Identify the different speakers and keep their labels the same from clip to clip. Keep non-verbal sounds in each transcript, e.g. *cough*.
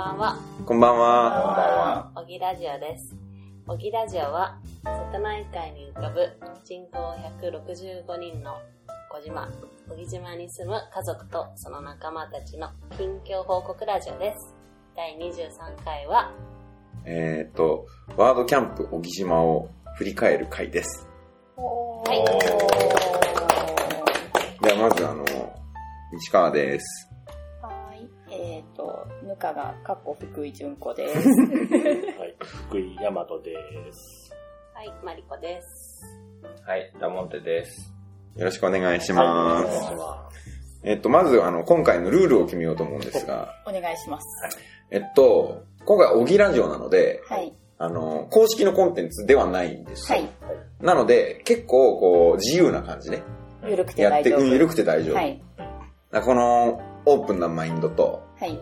Speaker 1: こんばん
Speaker 2: こんばん
Speaker 1: は。
Speaker 2: は。
Speaker 3: おぎラジオです。おぎラジオは、瀬戸内海に浮かぶ人口165人の小島、小木島に住む家族とその仲間たちの近況報告ラジオです。第23回は、
Speaker 1: えっ、ー、と、ワードキャンプ小木島を振り返る回です。
Speaker 3: はい。
Speaker 1: ではまず、あの、西川です。
Speaker 4: はい。えっ、と、ぬかが、かっこ福井純子 *laughs* です。
Speaker 5: はい、福井大和です。
Speaker 3: はい、マリコです。
Speaker 2: はい、ラモンテです。
Speaker 1: よろしくお願いしま
Speaker 5: はいお
Speaker 1: す。
Speaker 5: 願いしま
Speaker 1: えっと、まず、あの、今回のルールを決めようと思うんですが、
Speaker 4: お願いします。
Speaker 1: えっと、今回、小木ラジオなので、
Speaker 4: はい。
Speaker 1: あの、公式のコンテンツではないんです。
Speaker 4: はい。
Speaker 1: なので、結構、こう、自由な感じね。
Speaker 4: ゆるくて
Speaker 1: やっ
Speaker 4: 大
Speaker 1: て、
Speaker 4: 丈夫。
Speaker 1: うん、緩くて大丈夫。
Speaker 4: はい。
Speaker 1: だからこの、オープンなマインドと、
Speaker 4: はい。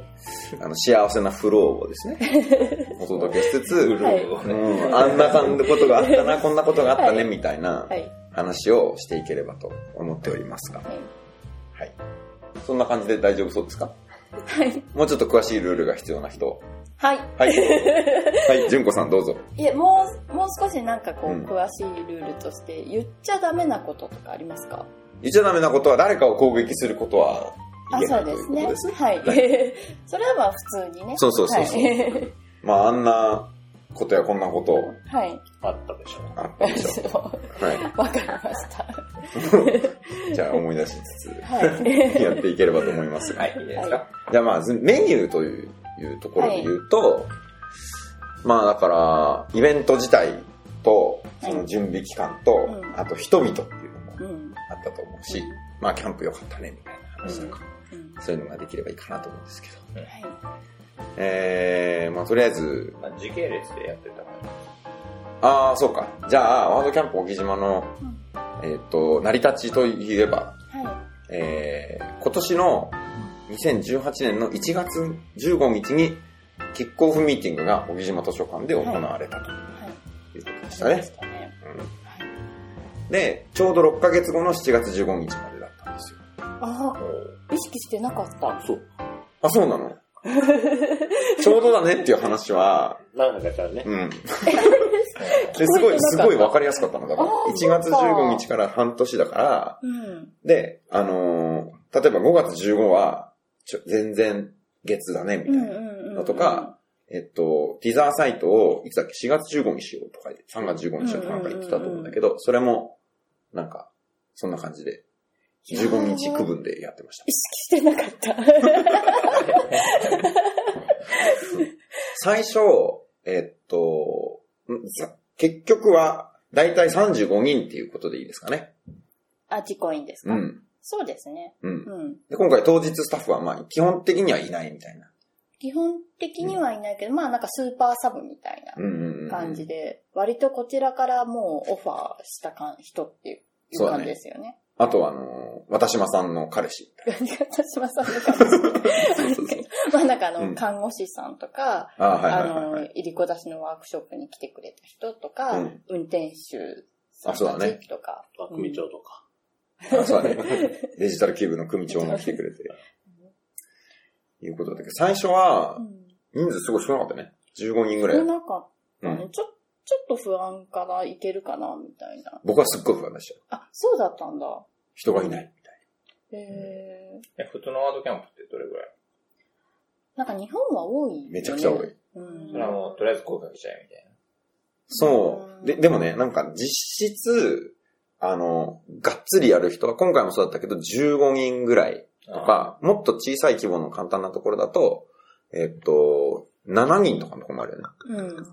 Speaker 1: あの、幸せなフローをですね、
Speaker 4: *laughs*
Speaker 1: お届けしつつ、
Speaker 4: はい
Speaker 1: うん、あんな感じのことがあったな、こんなことがあったね、
Speaker 4: はい
Speaker 1: みたいな
Speaker 4: はい。
Speaker 1: 話をしていければと思っておりますが。はい。そんな感じで大丈夫そうですか
Speaker 4: はい。
Speaker 1: もうちょっと詳しいルールが必要な人。
Speaker 4: はい。
Speaker 1: はい。
Speaker 4: *laughs*
Speaker 1: はい、純子さんどうぞ。
Speaker 4: いや、もう、もう少しなんかこう、
Speaker 1: うん
Speaker 4: 詳しいルールとして、言っちゃダメなこととかありますか
Speaker 1: 言っちゃダメなことは、誰かを攻撃することは
Speaker 4: あ
Speaker 1: いけ、ない
Speaker 4: そ
Speaker 1: うとい
Speaker 4: で
Speaker 1: う
Speaker 4: す
Speaker 1: こ
Speaker 4: ね
Speaker 1: とです。。
Speaker 4: はい。
Speaker 1: は
Speaker 4: *laughs* それはまあ普通にね。
Speaker 1: そうそうそうそう
Speaker 4: はい。
Speaker 1: まあ、あんなことやこんなこと
Speaker 4: はい。 *laughs*
Speaker 5: あったでしょう。
Speaker 1: あったでし
Speaker 4: そう
Speaker 1: ょ。は
Speaker 4: わかりました。
Speaker 1: い。じ *laughs* ゃあ思い出しつ
Speaker 4: はい。
Speaker 1: つ、や *laughs* っていければと思いますが。
Speaker 2: はい、いいですか
Speaker 1: じゃあまあ、ずメニューといういうところで言うと、まあだから、イベント自体と、その準備期間と、
Speaker 4: うん
Speaker 1: あと人々っていうのも
Speaker 4: うん。うん
Speaker 1: あったと思うし、まあキャンプ良かったねみたいな話とか、
Speaker 4: うん
Speaker 1: そういうのができればいいかなと思うんですけど。
Speaker 4: は
Speaker 1: えー、まあとりあえず、
Speaker 2: まあ、時系列でやってたか
Speaker 1: ああ、そうか。じゃあ、ワードキャンプ小木島の、
Speaker 4: うん
Speaker 1: えっ、と、成り立ちといえば、
Speaker 4: い。は
Speaker 1: えー今年の2018年の1月15日にキックオフミーティングが小木島図書館で行われたと
Speaker 4: い。はい。
Speaker 1: いうことでした
Speaker 4: そう
Speaker 1: ね。
Speaker 4: でしたね。はい。
Speaker 1: うんで、ちょうど6ヶ月後の7月15日までだったんですよ。
Speaker 4: ああ、意識してなかった。
Speaker 5: そう。
Speaker 1: あ、そうな
Speaker 4: *laughs*
Speaker 1: のちょうどだねっていう話は、
Speaker 5: なんかじゃあね、
Speaker 4: *laughs*
Speaker 1: うん。
Speaker 4: 聞こえてなかった
Speaker 1: で、すごい、すごい分かりやすかったのだから
Speaker 4: あ。ー
Speaker 1: 1月15日から半年だから、
Speaker 4: うん。
Speaker 1: で、あのー例えば5月15は、ちょ全然月だね、みた
Speaker 4: う
Speaker 1: い
Speaker 4: ん
Speaker 1: な。
Speaker 4: うんうん。
Speaker 1: のとか、えっと、ティザーサイトを、いつだっけ、4月15にしようとか言って、3月15にしようとかなんか言ってたと思うんだけど、それも、なんか、そんな感じで、15日区分でやってました
Speaker 4: 意。識してなかった。
Speaker 1: *laughs* 最初、えっと、んさ結局は、だいたい35人っていうことでいいですかね。
Speaker 4: あ、自己員です
Speaker 1: う
Speaker 4: か
Speaker 1: ん。
Speaker 4: そうですね。
Speaker 1: うん。
Speaker 4: うん。
Speaker 1: で、今回当日スタッフは、まあ、基本的にはいないみたいな。
Speaker 4: 基本的にはいないけど、まあなんかスーパーサブみたい
Speaker 1: うんうんうん。
Speaker 4: な感じで、割とこちらからもうオファーしたかん人っていう。
Speaker 1: そうだね
Speaker 4: 感じですよね。
Speaker 1: あとは、あのー、渡島さんの彼氏。
Speaker 4: *laughs* 田島さんの感じ。まあなんかあの、
Speaker 1: うん
Speaker 4: 看護師さんとか、
Speaker 1: ああ、はい
Speaker 4: あ
Speaker 1: はいはい、
Speaker 4: の
Speaker 1: はい。、
Speaker 4: いりこ出しのワークショップに来てくれた人とか、
Speaker 1: うん
Speaker 4: 運転手さ
Speaker 1: あそうだ
Speaker 4: んた
Speaker 1: ね
Speaker 4: ちとか、
Speaker 5: まあ組長とか。
Speaker 1: あそうだね。デジタルキューブの組長も来てくれて。いうことだけど、最初は
Speaker 4: う、ん
Speaker 1: 人数すごい少なかったね。15人ぐらい
Speaker 4: 少。なかったね。
Speaker 1: う
Speaker 4: ちょ、ちょっと不安からいけるかな、みたいな。
Speaker 1: 僕はすっごい不安でした。
Speaker 4: あ、そうだったんだ。
Speaker 1: 人がいない。
Speaker 4: へえ。
Speaker 2: ら。え、普通のワードキャンプってどれぐらい
Speaker 4: なんか日本は多い、ね。
Speaker 1: めちゃくちゃ多い。。
Speaker 4: うん。
Speaker 2: それはもう、とりあえず声かけちゃえみたいな。
Speaker 1: そう。で、でもね、なんか実質、あの、がっつりやる人は、今回もそうだったけど、15人ぐらいとか、もっと小さい規模の簡単なところだと、えっと、7人とかのとこもあるよね。
Speaker 4: う
Speaker 1: ワ
Speaker 4: ん。
Speaker 1: ール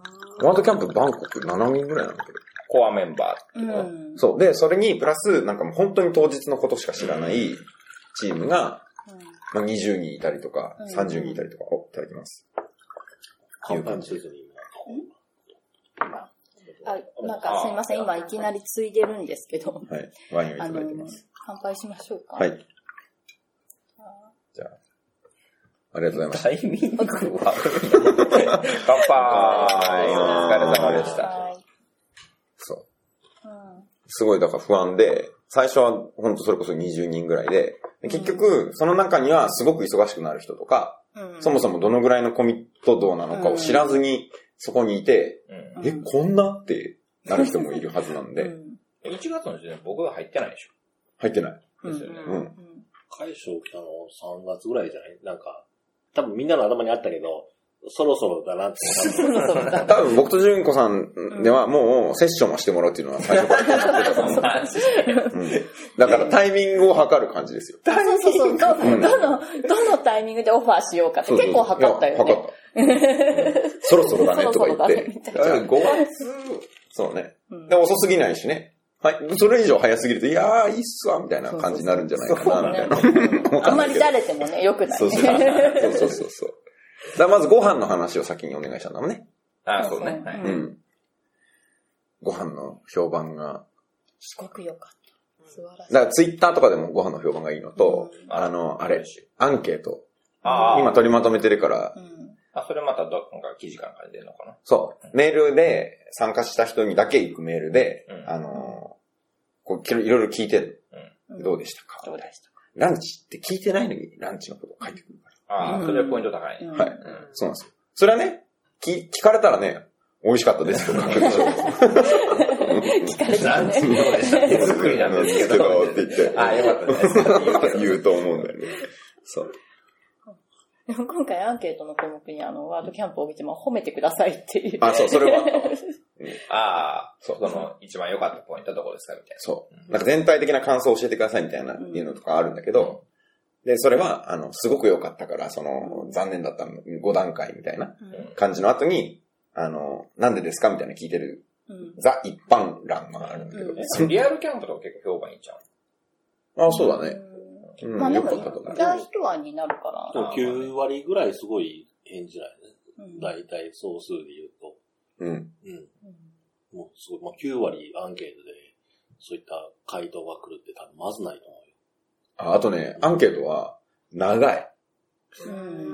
Speaker 1: ドキャンプバンコク7人ぐらいなんだけど。
Speaker 2: コアメンバー
Speaker 4: う
Speaker 2: ってこと、
Speaker 4: ん。
Speaker 1: そう。で、それに、プラス、なんかもう本当に当日のことしか知らないチームが、まあ、20人いたりとか
Speaker 4: う、ん
Speaker 1: 30人いたりとか、お、いただきます。
Speaker 5: 簡単せずに
Speaker 4: あ、なんかすいません、今いきなりついでるんですけど。
Speaker 1: はい。ワインをい
Speaker 4: あ
Speaker 1: ただ
Speaker 4: の
Speaker 1: いてます。、
Speaker 4: 乾杯しましょうか。
Speaker 1: は。い。じゃあ、ありがとうございました。
Speaker 2: タイミン
Speaker 5: *laughs*
Speaker 2: グは乾杯お疲れ様でした。
Speaker 4: はい。
Speaker 1: そう。
Speaker 4: うん。
Speaker 1: すごいだから不安で、最初は本当それこそ20人ぐらいで、で結局、その中にはすごく忙しくなる人とか、
Speaker 4: うん
Speaker 1: そもそもどのぐらいのコミット度なのかを知らずに、そこにいて、
Speaker 2: うん
Speaker 4: うん
Speaker 1: え、こんなってなる人もいるはずなん
Speaker 4: *laughs*
Speaker 1: で、
Speaker 4: ん
Speaker 2: 1月の時点で僕が入ってないでしょ。
Speaker 1: 入ってない。
Speaker 4: うん
Speaker 2: ですよね
Speaker 1: うん
Speaker 4: うん
Speaker 6: 解消来たの3月ぐらいじゃないなんか、多分みんなの頭にあったけど、そろそろだなって思った。
Speaker 1: 多分僕と純子さんではもうセッションはしてもらうっていうのは最初から決まってたと思う。
Speaker 2: マジで。
Speaker 1: うんだからタイミングを測る感じですよ。
Speaker 4: そうそうそう。ど、
Speaker 1: うん
Speaker 4: どの、どのタイミングでオファーしようかって結構測ったよ
Speaker 1: いや
Speaker 4: ね。
Speaker 1: 測った。うんそろそろだねとか言っ
Speaker 4: そろそろだね
Speaker 1: て
Speaker 4: みた。い
Speaker 1: だから5月、そうね。で、遅すぎないしね。はい。それ以上早すぎると、いやー、いいっすわ、みたいな感じになるんじゃないかな、みたいな。
Speaker 4: うん。あんまりだれてもね、良くない。
Speaker 1: そうそうそうそうそうそう。だからまずご飯の話を先にお願いしたんだもんね。
Speaker 2: *laughs* あ、そうね。は
Speaker 4: う
Speaker 2: い
Speaker 4: ん
Speaker 1: うん。ご飯の評判が。
Speaker 4: すごく良かった。素晴らしい。
Speaker 1: だからツイッターとかでもご飯の評判がいいのと、
Speaker 4: う
Speaker 1: あの、あれ、アンケート。
Speaker 2: あー
Speaker 1: 今取りまとめてるから、
Speaker 4: うん
Speaker 2: あ、それまたどっか記事かなんかに出るのかな。
Speaker 1: そう、メールで参加した人にだけ行くメールで、
Speaker 2: うん
Speaker 1: あのーこうきろいろいろ聞いてる、
Speaker 4: うん
Speaker 1: どうでしたか
Speaker 4: どうでした
Speaker 1: ランチって聞いてないのにランチのことを書いてくるから。
Speaker 2: あ
Speaker 4: う
Speaker 2: あ、
Speaker 4: ん
Speaker 2: それポイント高いね。
Speaker 4: うん
Speaker 1: はいそうなんですよ。それはね、聞聞かれたらね、美味しかったですと
Speaker 2: *laughs*
Speaker 1: か書くでしょ。
Speaker 4: 聞かれたね。
Speaker 2: 手作りなんで
Speaker 1: *laughs*
Speaker 2: すけど。
Speaker 1: って言って
Speaker 2: ああ、よかったです。
Speaker 1: *laughs* 言うと思うんだよね。そう。
Speaker 4: でも今回アンケートの項目にあの、ワードキャンプを見て、まあ、褒めてくださいっていう。
Speaker 1: あ、そう、それはあったわ。
Speaker 2: ああ、そこの一番良かったポイントはどこですかみたい
Speaker 1: そう。なんか全体的な感想を教えてくださいみたいな、
Speaker 4: うん
Speaker 1: いうのとかあるんだけど、で、それは、あの、すごく良かったから、その、残念だった5段階みたいな
Speaker 4: うん
Speaker 1: 感じの後に、あの、なんでですかみたいな聞いてる、
Speaker 4: うん
Speaker 1: ザ一般欄があるんだけど、
Speaker 4: うん
Speaker 2: な。リアルキャンプとか結構評判いいんちゃう
Speaker 1: あ、そうだね。。
Speaker 4: う
Speaker 1: うんん、
Speaker 4: まあで
Speaker 1: 良
Speaker 4: も、
Speaker 1: かっ
Speaker 4: 行
Speaker 1: たと思
Speaker 4: っ
Speaker 1: う。
Speaker 4: た人はになるから。
Speaker 2: あー
Speaker 6: 9割ぐらいすごい返事ないね。
Speaker 4: うん
Speaker 6: 大体総数で言うと。
Speaker 1: うん。
Speaker 6: うん。
Speaker 4: うん
Speaker 6: もうすごい、まあ、9割アンケートで、そういった回答が来るって多分まずないと思うよ。
Speaker 1: ああとね、アンケートは、長い。
Speaker 4: う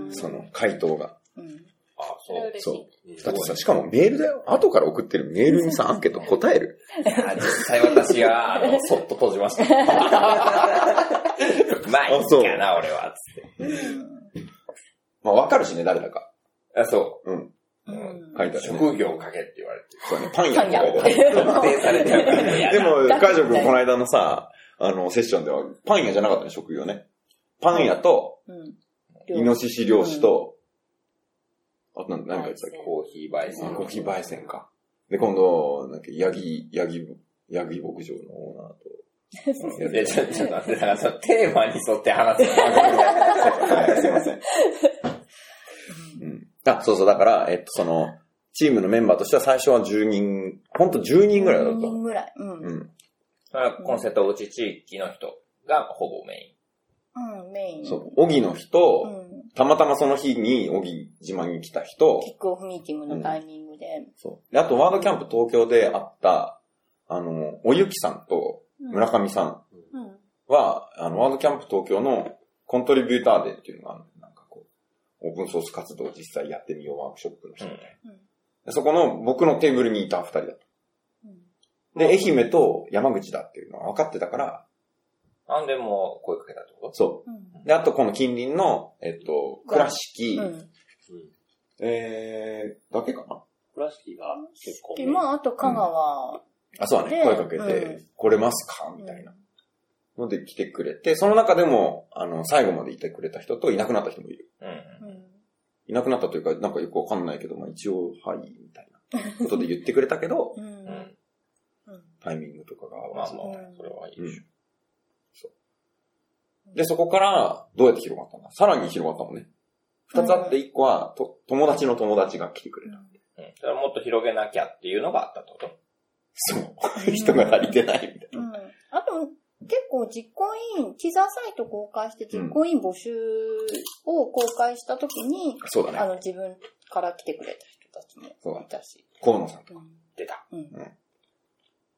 Speaker 4: ん
Speaker 1: その、回答が。
Speaker 4: うん
Speaker 2: ああ、そう。
Speaker 1: そう。
Speaker 6: うん
Speaker 1: だってさ、しかもメールだよ。後から送ってるメールにさ、アンケート答える。
Speaker 2: いや実際私が、あの、そっと閉じました。まあ、いい
Speaker 1: あそう
Speaker 2: かな、俺は、つって。
Speaker 1: まあ、わかるしね、誰だか。
Speaker 2: あ、そ
Speaker 1: うん。
Speaker 4: う
Speaker 2: うん
Speaker 4: ん。
Speaker 1: 書いてあるね。
Speaker 2: 職業をかけって言われて。
Speaker 1: そうね、パン屋
Speaker 4: パン
Speaker 1: って
Speaker 4: 屋
Speaker 1: 書いてある。
Speaker 2: 特定されちゃうから嫌
Speaker 1: で、
Speaker 2: だ
Speaker 1: も、海上君この間のさ、あの、セッションでは、パン屋じゃなかったね、職業ね。パン屋と、
Speaker 4: うん
Speaker 1: イノシシ漁師と、あとなん何か言ってたっ
Speaker 2: コーヒー焙
Speaker 1: け
Speaker 2: 煎。
Speaker 1: コーヒー焙煎か。で、今度、なんか、ヤギ、ヤギ、ヤギ牧場のオー
Speaker 4: *laughs*
Speaker 1: ナーと。
Speaker 2: いや、ちょ、ちょっと待って、だからそのテーマに沿って話すの。
Speaker 1: はい、すいません。うん。あ、そうそう、だから、えっと、その、チームのメンバーとしては最初は10人、ほんと10人ぐらいだっ
Speaker 4: 10
Speaker 1: た。
Speaker 4: 人ぐらい。うん。
Speaker 1: う。
Speaker 4: うん
Speaker 2: それはこの瀬戸内地域の人がほぼメイン。
Speaker 4: ん、メイン。
Speaker 1: そう、小木の人、
Speaker 4: うん。
Speaker 1: たまたまその日に小木島に来た人、
Speaker 4: キックオフミーティングのタイミングで。
Speaker 1: そう。であと、ワードキャンプ東京で会った、あの、おゆきさんと村上さん
Speaker 4: うん。
Speaker 1: は、あの、ワードキャンプ東京のコントリビューターデーっていうのがあるのなんかこう、オープンソース活動を実際やってみようワークショップの人みたいな。
Speaker 4: うん
Speaker 1: でそこの僕のテーブルにいた二人だった。
Speaker 4: うん。
Speaker 1: で、愛媛と山口だっていうのは分かってたから、
Speaker 2: あんでもう声かけたってこと
Speaker 1: そ
Speaker 4: うん
Speaker 1: う。で、あとこの近隣の、えっと、倉敷、
Speaker 4: うん。
Speaker 6: うん。
Speaker 1: えー、だけかな。
Speaker 6: 倉敷が結構。
Speaker 4: で、まあ、あと香川。
Speaker 1: あ、そうだね。
Speaker 4: で
Speaker 1: 声かけて、
Speaker 4: う
Speaker 1: 来れますかみたいな。ので来てくれて、その中でも、あの、最後までいてくれた人といなくなった人もいる。
Speaker 2: うん。
Speaker 4: うん。
Speaker 1: いなくなったというか、なんかよくわかんないけど、まあ一応、はい、みたいなことで言ってくれたけど、 *laughs*
Speaker 4: う。
Speaker 2: うんん。
Speaker 4: うん。
Speaker 1: タイミングとかが合
Speaker 2: ま
Speaker 1: わ
Speaker 2: あ
Speaker 1: ず
Speaker 2: まあ、それはいいでしょ。
Speaker 1: で、そこから、どうやって広がったんださらに広がったもんね。二つあって、一個は、と、友達の友達が来てくれた。
Speaker 2: うん。それはもっと広げなきゃっていうのがあったってこと
Speaker 1: そう。人が足りてないみたいな。
Speaker 4: うんあと、結構実行委員、ティザーサイト公開して実行委員募集を公開したときに、
Speaker 1: そうだ
Speaker 4: あ
Speaker 1: ね。
Speaker 4: の、自分から来てくれた人たち
Speaker 1: そう
Speaker 4: も
Speaker 1: だ
Speaker 4: いたし。
Speaker 1: 河野さん。
Speaker 4: うん
Speaker 2: 出た。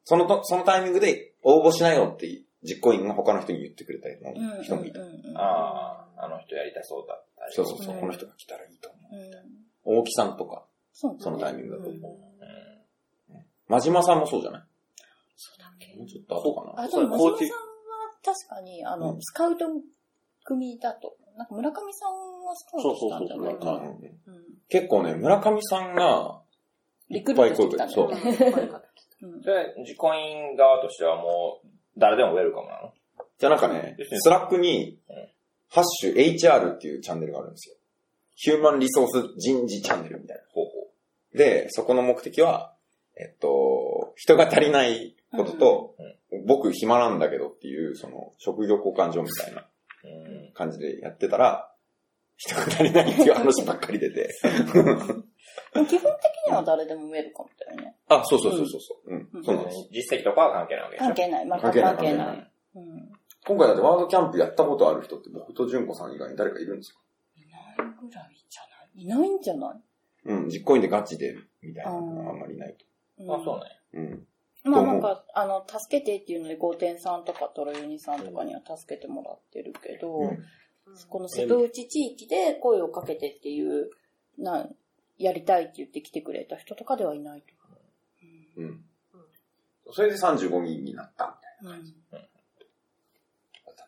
Speaker 1: そのと、そのタイミングで応募しなよって実行委員が他の人に言ってくれたりも
Speaker 4: うん。
Speaker 1: 人もいた。
Speaker 4: うんうん
Speaker 2: ああ、あの人やりたそうだったり
Speaker 1: そうそうそう、
Speaker 4: うん
Speaker 1: この人が来たらいいと思
Speaker 4: うん
Speaker 1: う。大木さんとか、
Speaker 4: そうだね
Speaker 1: そのタイミングだと
Speaker 4: うん
Speaker 1: 真島さんもそうじゃない
Speaker 4: そうだっけ
Speaker 1: もうちょっと後かな。
Speaker 4: あ、でも、
Speaker 6: そう
Speaker 4: 真島
Speaker 6: 高知
Speaker 4: さんは確かに、あの、
Speaker 1: うん
Speaker 4: スカウト組だと。なんか村上さんはスカウトしたんじゃない
Speaker 6: そう
Speaker 4: か
Speaker 6: そう
Speaker 4: な。
Speaker 6: そう
Speaker 1: うん
Speaker 4: うん
Speaker 1: 結構ね、村上さんが、
Speaker 4: リクルートしてきたんだ
Speaker 1: そ
Speaker 4: よ
Speaker 1: う
Speaker 4: ね。。うん
Speaker 2: で、自己員側としてはもう、誰でもウェルカムなの
Speaker 1: じゃあなんかね
Speaker 2: ですね、
Speaker 1: スラックに
Speaker 2: うん、
Speaker 1: ハッシュ HR っていうチャンネルがあるんですよ。ヒューマンリソース人事チャンネルみたいな。
Speaker 2: 方法。
Speaker 1: で、そこの目的は、えっと、人が足りない *laughs* ことと、僕暇なんだけどっていう、その、職業交換所みたいな
Speaker 2: うん。
Speaker 1: 感じでやってたら、人が足りないっていう話ばっかり出て。
Speaker 4: でも基本的には誰でも見えるかもだよね。
Speaker 1: あ、そうそうそうそうそう。うん、
Speaker 4: うん
Speaker 1: そうなんです。
Speaker 2: 実績とかは関係ないわけでしょ
Speaker 4: 関係ない。まあ、
Speaker 1: 関
Speaker 4: 関
Speaker 1: 係
Speaker 4: 係
Speaker 1: な
Speaker 4: ないい。
Speaker 1: 関係ない。
Speaker 4: うん。
Speaker 1: 今回だってワールドキャンプやったことある人って僕と純子さん以外に誰かいるんですよ。
Speaker 4: いないぐらいじゃないいないんじゃない
Speaker 1: うん、実行委員でガチで、みたいなのがあんまりないと。
Speaker 4: うん
Speaker 2: あ、そうね。 *laughs*
Speaker 1: うん。
Speaker 4: まあなんか、あの、助けてっていうので、ゴーテンさんとかトロユニさんとかには助けてもらってるけど、
Speaker 1: うん
Speaker 4: この瀬戸内地域で声をかけてっていう、なん、やりたいって言って来てくれた人とかではいないと思う。
Speaker 1: うん。それで35人になったみたい
Speaker 4: うん。うん
Speaker 1: な。だ
Speaker 4: うん
Speaker 1: った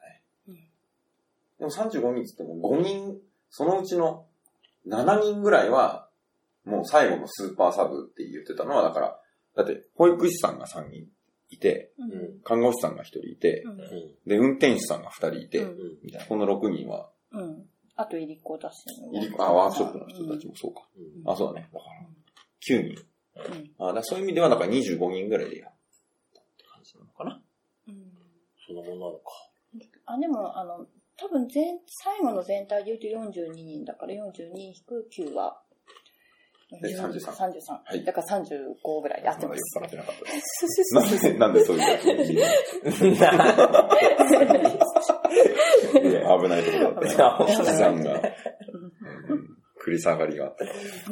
Speaker 1: ね。でも35人って言っても5人、そのうちの7人ぐらいは、もう最後のスーパーサブって言ってたのは、だから、だって保育士さんが3人いて、
Speaker 4: うん
Speaker 6: うん。
Speaker 1: 看護師さんが1人いて
Speaker 4: う、ん
Speaker 1: で、運転手さんが2人いて
Speaker 4: う、ん
Speaker 6: うん。
Speaker 1: みたいな。この6人は、
Speaker 4: うん。あと、いりこだしね、
Speaker 1: いりあ、ワークショップの人たちもそうか。
Speaker 4: うん
Speaker 1: あ、そうだね。だから、9人。
Speaker 4: う
Speaker 1: あ
Speaker 4: ん。
Speaker 1: だからそういう意味では、だから25人ぐらいでやったって感じなのかな。
Speaker 4: うん。
Speaker 6: そのものなのか。
Speaker 4: あ、でも、あの、多分全、最後の全体で言うと42人だから、42引く9は、
Speaker 1: で33
Speaker 4: 33。
Speaker 1: はい
Speaker 4: だから35ぐらいで合って
Speaker 1: まだ
Speaker 4: ま
Speaker 1: よ
Speaker 4: す
Speaker 1: く。わかってなかったです。なんで、なんでそういう。 *laughs* 危ないとこだったよ。
Speaker 4: 危ない
Speaker 1: 資産が、うん繰り下がりが。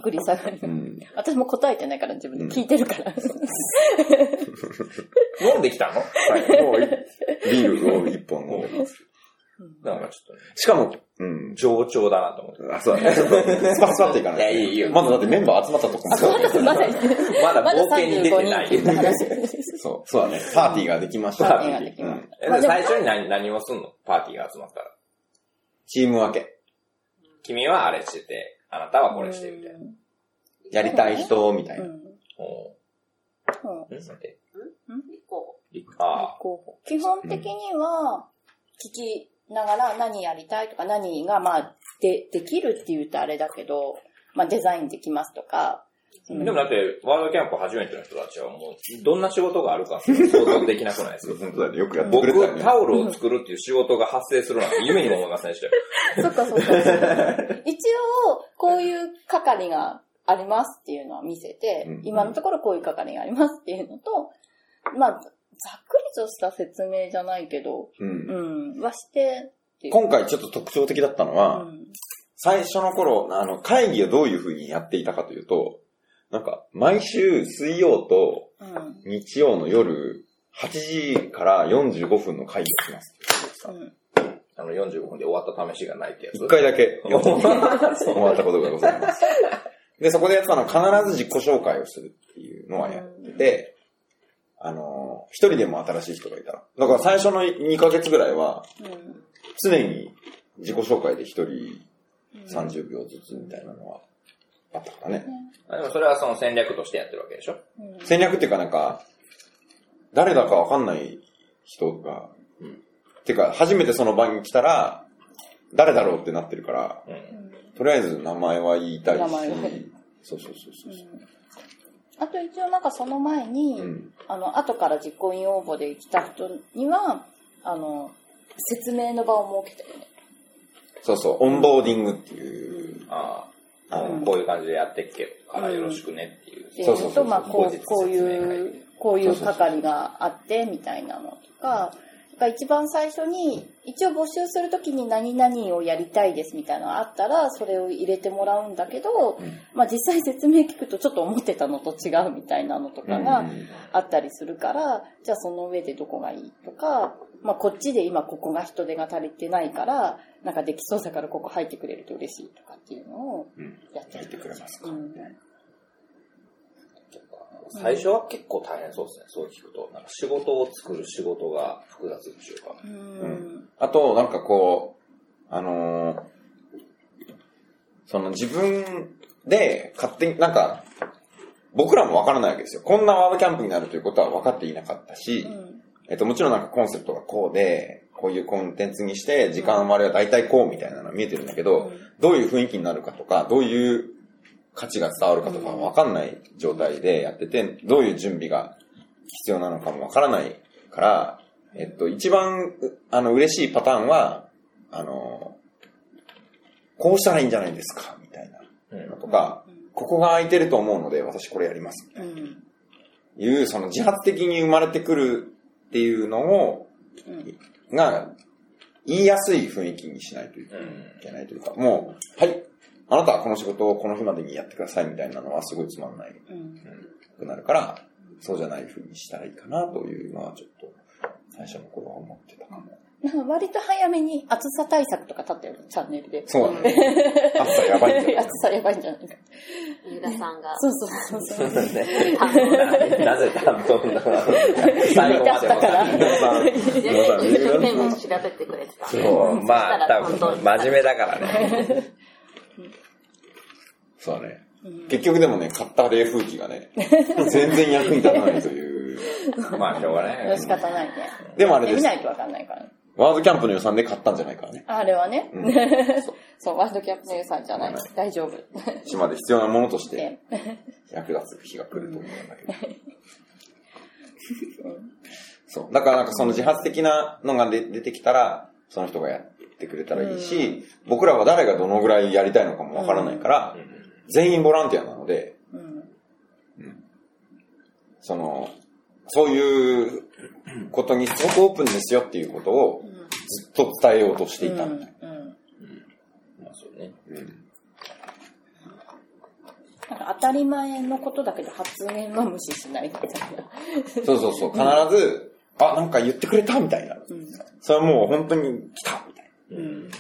Speaker 4: ぐり下がり
Speaker 1: う。ん。
Speaker 4: 私も答えてないから自分で聞いてるから。
Speaker 2: 飲んできたの
Speaker 1: もうい、ビールを一本飲んでます。
Speaker 2: なんかちょっ
Speaker 1: しかも、うん
Speaker 2: と、。冗長だなと思って。
Speaker 1: あ、そうだ *laughs* ね。スパスパっていかない。
Speaker 2: いやいいいいよ
Speaker 1: まだだってメンバー集まったとこもそうだね
Speaker 4: まだ、ま
Speaker 2: まだ
Speaker 4: だ
Speaker 2: 冒険に出てな
Speaker 4: 35人
Speaker 2: い。
Speaker 4: って
Speaker 2: *laughs* え
Speaker 4: 話。
Speaker 1: そう、そうだね。パーティーができました。
Speaker 2: パーティ
Speaker 4: ーができましまあでも
Speaker 2: で最初に何何をすんのパーティーが集まったら。
Speaker 1: チーム分け。
Speaker 2: 君はあれしてて、あなたはこれしてみたいな。
Speaker 4: うん
Speaker 1: やりたい人、みたいな。
Speaker 2: お
Speaker 4: うん
Speaker 2: ーん待って。
Speaker 3: こ
Speaker 2: リあ
Speaker 4: こう基本的には、聞きながら何やりたいとか何が、まあ、で、できるって言うとあれだけど、まあ、デザインできますとか。
Speaker 2: ー
Speaker 4: うん
Speaker 2: でもだって、ワールドキャンプ初めての人たちはもう、どんな仕事があるか想像できなくないです
Speaker 1: そ
Speaker 2: か
Speaker 1: う本当だね。よくやってくれたよ
Speaker 2: *laughs* 僕、
Speaker 1: ね。
Speaker 2: タオルを作るっていう仕事が発生するなんて夢にも思いませんでしたよ。
Speaker 4: そっかそっか。一応、こういう係がありますっていうのは見せて、
Speaker 1: うん
Speaker 4: 今のところこういう係がありますっていうのと、まあ、ざっくりとした説明じゃないけど、
Speaker 1: うん
Speaker 4: うん、はしてっていう、
Speaker 1: 今回ちょっと特徴的だったのは、
Speaker 4: うん、
Speaker 1: 最初の頃、あの、会議をどういう風にやっていたかというと、なんか、毎週水曜と
Speaker 4: うん、
Speaker 1: 日曜の夜、8時から45分の会議をします。
Speaker 4: うん。
Speaker 2: *laughs* あの、45分で終わった試しがないってやつ。
Speaker 1: 一回だけ
Speaker 2: おー
Speaker 1: 終わったことがございます。で、そこでやってたのは必ず自己紹介をするっていうのはやってて、あのー、一人でも新しい人がいたら。だから最初の2ヶ月ぐらいは、
Speaker 4: うん
Speaker 1: 常に自己紹介で一人
Speaker 4: うん
Speaker 1: 30秒ずつみたいなのはあったからね。
Speaker 2: あでもそれはその戦略としてやってるわけでしょ
Speaker 4: うん
Speaker 1: 戦略っていうかなんか、誰だかわかんない人が、
Speaker 2: うん
Speaker 1: てか、初めてその場に来たら、誰だろうってなってるから、
Speaker 2: うん。
Speaker 4: うん
Speaker 1: とりあえず名前は言いたいし
Speaker 4: 名前をね、
Speaker 1: そうそうそうそうう。
Speaker 4: んあと一応なんかその前に、
Speaker 1: うん
Speaker 4: あの、後から実行委員応募で来た人には、あの、説明の場を設けてるね。
Speaker 1: そうそう、オンボーディングっていう、
Speaker 2: ああ、あの
Speaker 4: うん
Speaker 2: こういう感じでやってっけからよろしくねっていう。
Speaker 4: ってい
Speaker 1: そううそう
Speaker 4: の
Speaker 1: そう
Speaker 4: と、まあ、こ
Speaker 2: 後日
Speaker 4: う、こう
Speaker 2: 説明会
Speaker 4: いう、こういう係があって、みたいなのとか、が一番最初に、一応募集するときに何々をやりたいですみたいなのがあったら、それを入れてもらうんだけど、
Speaker 1: うん
Speaker 4: まあ実際説明聞くとちょっと思ってたのと違うみたいなのとかが、
Speaker 1: うん
Speaker 4: あったりするから、じゃあその上でどこがいいとか、まあこっちで今ここが人手が足りてないから、なんかできそうだからここ入ってくれると嬉しいとかっていうのを
Speaker 1: うん
Speaker 4: やって
Speaker 1: 入ってくれますか
Speaker 4: うん。
Speaker 2: 最初は結構大変そうですね、そう聞くと。なんか仕事を作る仕事が複雑でしょうか。
Speaker 4: うん。
Speaker 1: あと、なんかこう、あのーその自分で勝手になんか、僕らもわからないわけですよ。こんなワードキャンプになるということは分かっていなかったし、
Speaker 4: うん。
Speaker 1: えっと、もちろんなんかコンセプトがこうで、こういうコンテンツにして、時間割は大体こうみたいなのは見えてるんだけど、どういう雰囲気になるかとか、どういう価値が伝わるかとかわかんない状態でやってて、どういう準備が必要なのかもわからないから、えっと、一番、うあの、嬉しいパターンは、あの、こうしたらいいんじゃないですか、みたいなのとか、ここが空いてると思うので、私これやります、
Speaker 4: うん。うん。
Speaker 1: いう、その自発的に生まれてくるっていうのを、
Speaker 4: うん
Speaker 1: が、言いやすい雰囲気にしないといけないというか、もう、はい、あなたはこの仕事をこの日までにやってくださいみたいなのはすごいつまんない
Speaker 4: うん。
Speaker 1: くなるから、そうじゃない風にしたらいいかなというのはちょっと、最初の頃は思ってたかも。
Speaker 4: なんか割と早めに暑さ対策とか立ってるチャンネルで。
Speaker 1: そうだね。暑さやばいんだよ。
Speaker 4: 暑さやばいんじゃないか。
Speaker 3: 三田さんが、
Speaker 4: そうそうそうそう。
Speaker 2: なぜ担当なのか最後までわかんない
Speaker 3: 一生懸命調べてくれてた。
Speaker 2: そう、まあ、多分真面目だからね。
Speaker 1: そうだね。結局でもね、買った冷風機がね、全然役に立たないという。
Speaker 2: まあ、しょうがないよ
Speaker 4: 仕
Speaker 2: ね。
Speaker 4: 方ないね。
Speaker 1: でもあれ
Speaker 4: やって
Speaker 1: で
Speaker 4: み
Speaker 1: す
Speaker 4: な。いとわかんないから。
Speaker 1: ワードキャンプの予算で買ったんじゃないからね。
Speaker 4: あれはね。
Speaker 1: うん
Speaker 4: そう、ワールドキャップの予算じゃない。大丈夫。
Speaker 1: 島で必要なものとして
Speaker 4: で、
Speaker 1: 役立つ日が来ると思うんだけど。そう。だからなんかその自発的なのがで出てきたら、その人がやってくれたらいいし、僕らは誰がどのぐらいやりたいのかもわからないから、全員ボランティアなので、
Speaker 4: うん。
Speaker 1: その、そういうことにすごくオープンですよっていうことをずっと伝えようとしていた
Speaker 4: う
Speaker 1: み
Speaker 4: ん
Speaker 1: たいな。
Speaker 4: うん。
Speaker 2: まあそうね
Speaker 4: なんか当たり前のことだけど発言は無視しないみたいな。
Speaker 1: そうそうそう。必ず、あ、なんか言ってくれたみたいな。
Speaker 4: うん。
Speaker 1: それはもう本当に来たみたい
Speaker 4: うん。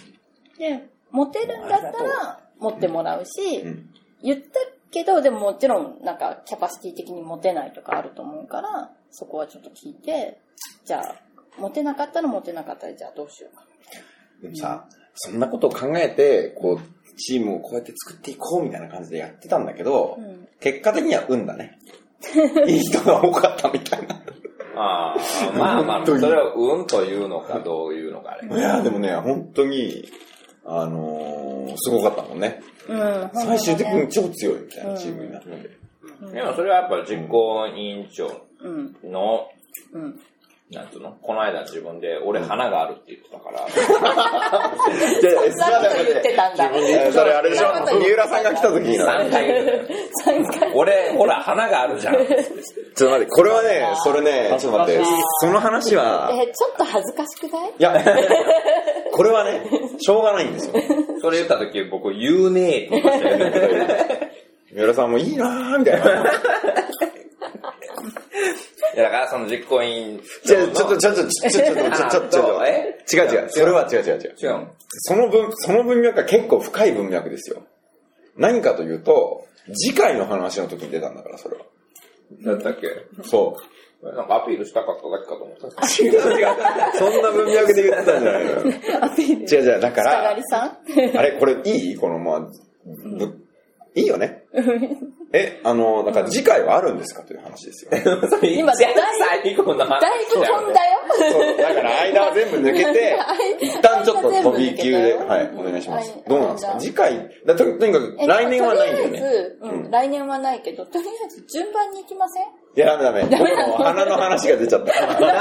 Speaker 4: で、モテるんだったら持ってもらうし、
Speaker 1: な。うん。
Speaker 4: 言ったけど、でももちろんなんかキャパシティ的にモテないとかあると思うから、そこはちょっと聞いて、じゃあ、モテなかったらモテなかったで、じゃあどうしようか。
Speaker 1: でもさ、そんなことを考えて、こう、チームをこうやって作っていこうみたいな感じでやってたんだけど、
Speaker 4: うん
Speaker 1: 結果的には運だ
Speaker 4: *laughs*
Speaker 1: ね。いい人が多かったみたいな。
Speaker 2: ああ、まあまあ、それを運というのかどういうのかあれ。
Speaker 1: いやーでもね、本当に、あのー、すごかったもんね。
Speaker 4: うん、本当だ
Speaker 1: 最
Speaker 4: ね
Speaker 1: 終的に超強いみたいなチームになって。
Speaker 2: でもそれはやっぱ実行委員長
Speaker 4: うん、
Speaker 2: の、
Speaker 4: うん。
Speaker 2: なんつうのこの間自分で、俺花があるって言ってたから。
Speaker 1: で、
Speaker 4: そんなこと言ってたんだ。
Speaker 1: えそれあれでしょ
Speaker 4: そんなこと言っ
Speaker 1: 三浦さんが来た時にな
Speaker 2: 3回言ってたよ俺、ほら、花があるじゃん。
Speaker 1: ちょっと待って、これはね、それね、ちょっと待って、その話は、
Speaker 4: え、ちょっと恥ずかしくない
Speaker 1: いや、これはね、しょうがないんですよ。
Speaker 2: それ言った時僕、言うねえって言いましたよね。
Speaker 1: *laughs* 三浦さんもいいなーみたいな。
Speaker 2: *laughs* いや、だからその実行委員
Speaker 1: じ
Speaker 2: 長
Speaker 1: ゃ
Speaker 2: の。
Speaker 1: あちょっと、ちょっと、ちょっと、ちょっと、ちょっと、ちょっと、ちょっと、
Speaker 2: え
Speaker 1: 違う違う、それは違う違う違う。
Speaker 2: 違うの
Speaker 1: その分、その文脈は結構深い文脈ですよ。何かというと、次回の話の時に出たんだから、それは。
Speaker 2: だったっけ
Speaker 1: そう。
Speaker 2: なんかアピールしたかっただけかと思った。
Speaker 1: 違う違う。 *laughs* そんな文脈で言ってたんじゃないのよ。違う違う、だか
Speaker 4: 下が
Speaker 1: ら
Speaker 4: り、さん
Speaker 1: あれ、これいいこの、まあ、ぶいいよね。え、あの、だから次回はあるんですかという話ですよ。
Speaker 4: 今
Speaker 2: 一番最後の話
Speaker 4: だいぶ飛んだよ。
Speaker 1: そうだから間は全部抜けて、一旦ちょっと飛び級で、はい、お願いします
Speaker 4: はい。
Speaker 1: どうなんです
Speaker 4: は
Speaker 1: か
Speaker 4: い
Speaker 1: 次回、だととにかく来年はないんだよ
Speaker 4: とり
Speaker 1: ね。
Speaker 4: あえず、うん、来年はないけど、とりあえず順番に行きません
Speaker 1: いや、ダメダメ。もう鼻の話が出ちゃった。そのまま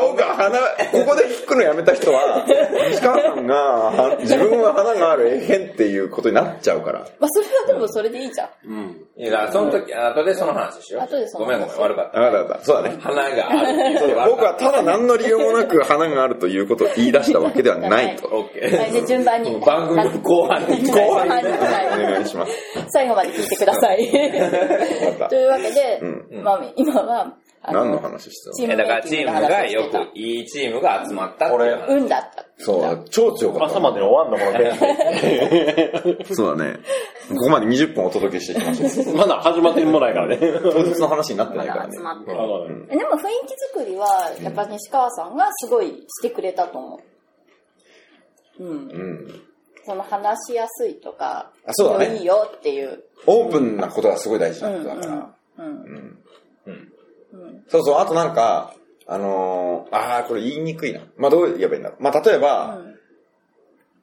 Speaker 1: 僕は鼻、ここで聞くのやめた人は、西川さんがは自分は鼻があるえへんっていうことになっちゃうから。
Speaker 4: まあ、それはでもそれでいいじゃん。
Speaker 6: うん。
Speaker 2: いや、だからその時、後でその話しよう。
Speaker 4: 後でその
Speaker 2: ごめ
Speaker 4: 話
Speaker 2: んごめん、悪かった。
Speaker 1: わかったわかった。そうだね。
Speaker 2: 花があるって言って悪
Speaker 1: 僕
Speaker 2: か
Speaker 1: は
Speaker 2: った
Speaker 1: だ何の理由もなく花があるということを言い出したわけではないと。
Speaker 2: た。オ *laughs* ッケ
Speaker 4: はい、で、順
Speaker 1: *laughs*
Speaker 4: 番に
Speaker 2: ー。。番組の後半に。
Speaker 4: 後
Speaker 1: 後
Speaker 4: 半
Speaker 1: 半に
Speaker 4: に
Speaker 1: ねお
Speaker 4: は
Speaker 1: 願
Speaker 4: い
Speaker 1: いします。
Speaker 4: 最後まで聞いてください。
Speaker 1: わかっ
Speaker 4: というわけで、
Speaker 1: う
Speaker 4: まあ、今は、
Speaker 1: た。
Speaker 4: あ
Speaker 1: 何の話してたの
Speaker 4: チーム
Speaker 2: えだ
Speaker 4: メ
Speaker 2: から
Speaker 4: イ
Speaker 2: チ
Speaker 4: キングの話をし
Speaker 2: ームがよ
Speaker 4: てた
Speaker 2: く、いいチームが集まったっていう話。
Speaker 4: 運だった。
Speaker 1: そう、超強かった。
Speaker 6: 朝までの終わんの、このペースで。
Speaker 1: そうだね。ここまで20分お届けしてきま
Speaker 6: *laughs*
Speaker 1: したけど。
Speaker 6: まだ始まってもないからね。
Speaker 1: 当日の話になってないから
Speaker 3: だ
Speaker 1: ね
Speaker 3: 集。まって
Speaker 6: あ
Speaker 3: る。
Speaker 6: の
Speaker 1: うん
Speaker 4: でも雰囲気作りは、やっぱ西川さんがすごいしてくれたと思う。うん。
Speaker 1: うん。
Speaker 4: その話しやすいとか、
Speaker 1: あそうだね
Speaker 4: いいよっていう。
Speaker 1: オープンなことがすごい大事
Speaker 4: う
Speaker 1: なんことだから。
Speaker 4: うん
Speaker 1: うん。
Speaker 4: うん
Speaker 1: そうそう、あとなんか、あのー、あー、これ言いにくいな。まあ、どう言えばいいんだろう。まあ、例え
Speaker 4: う
Speaker 1: ば、
Speaker 4: ん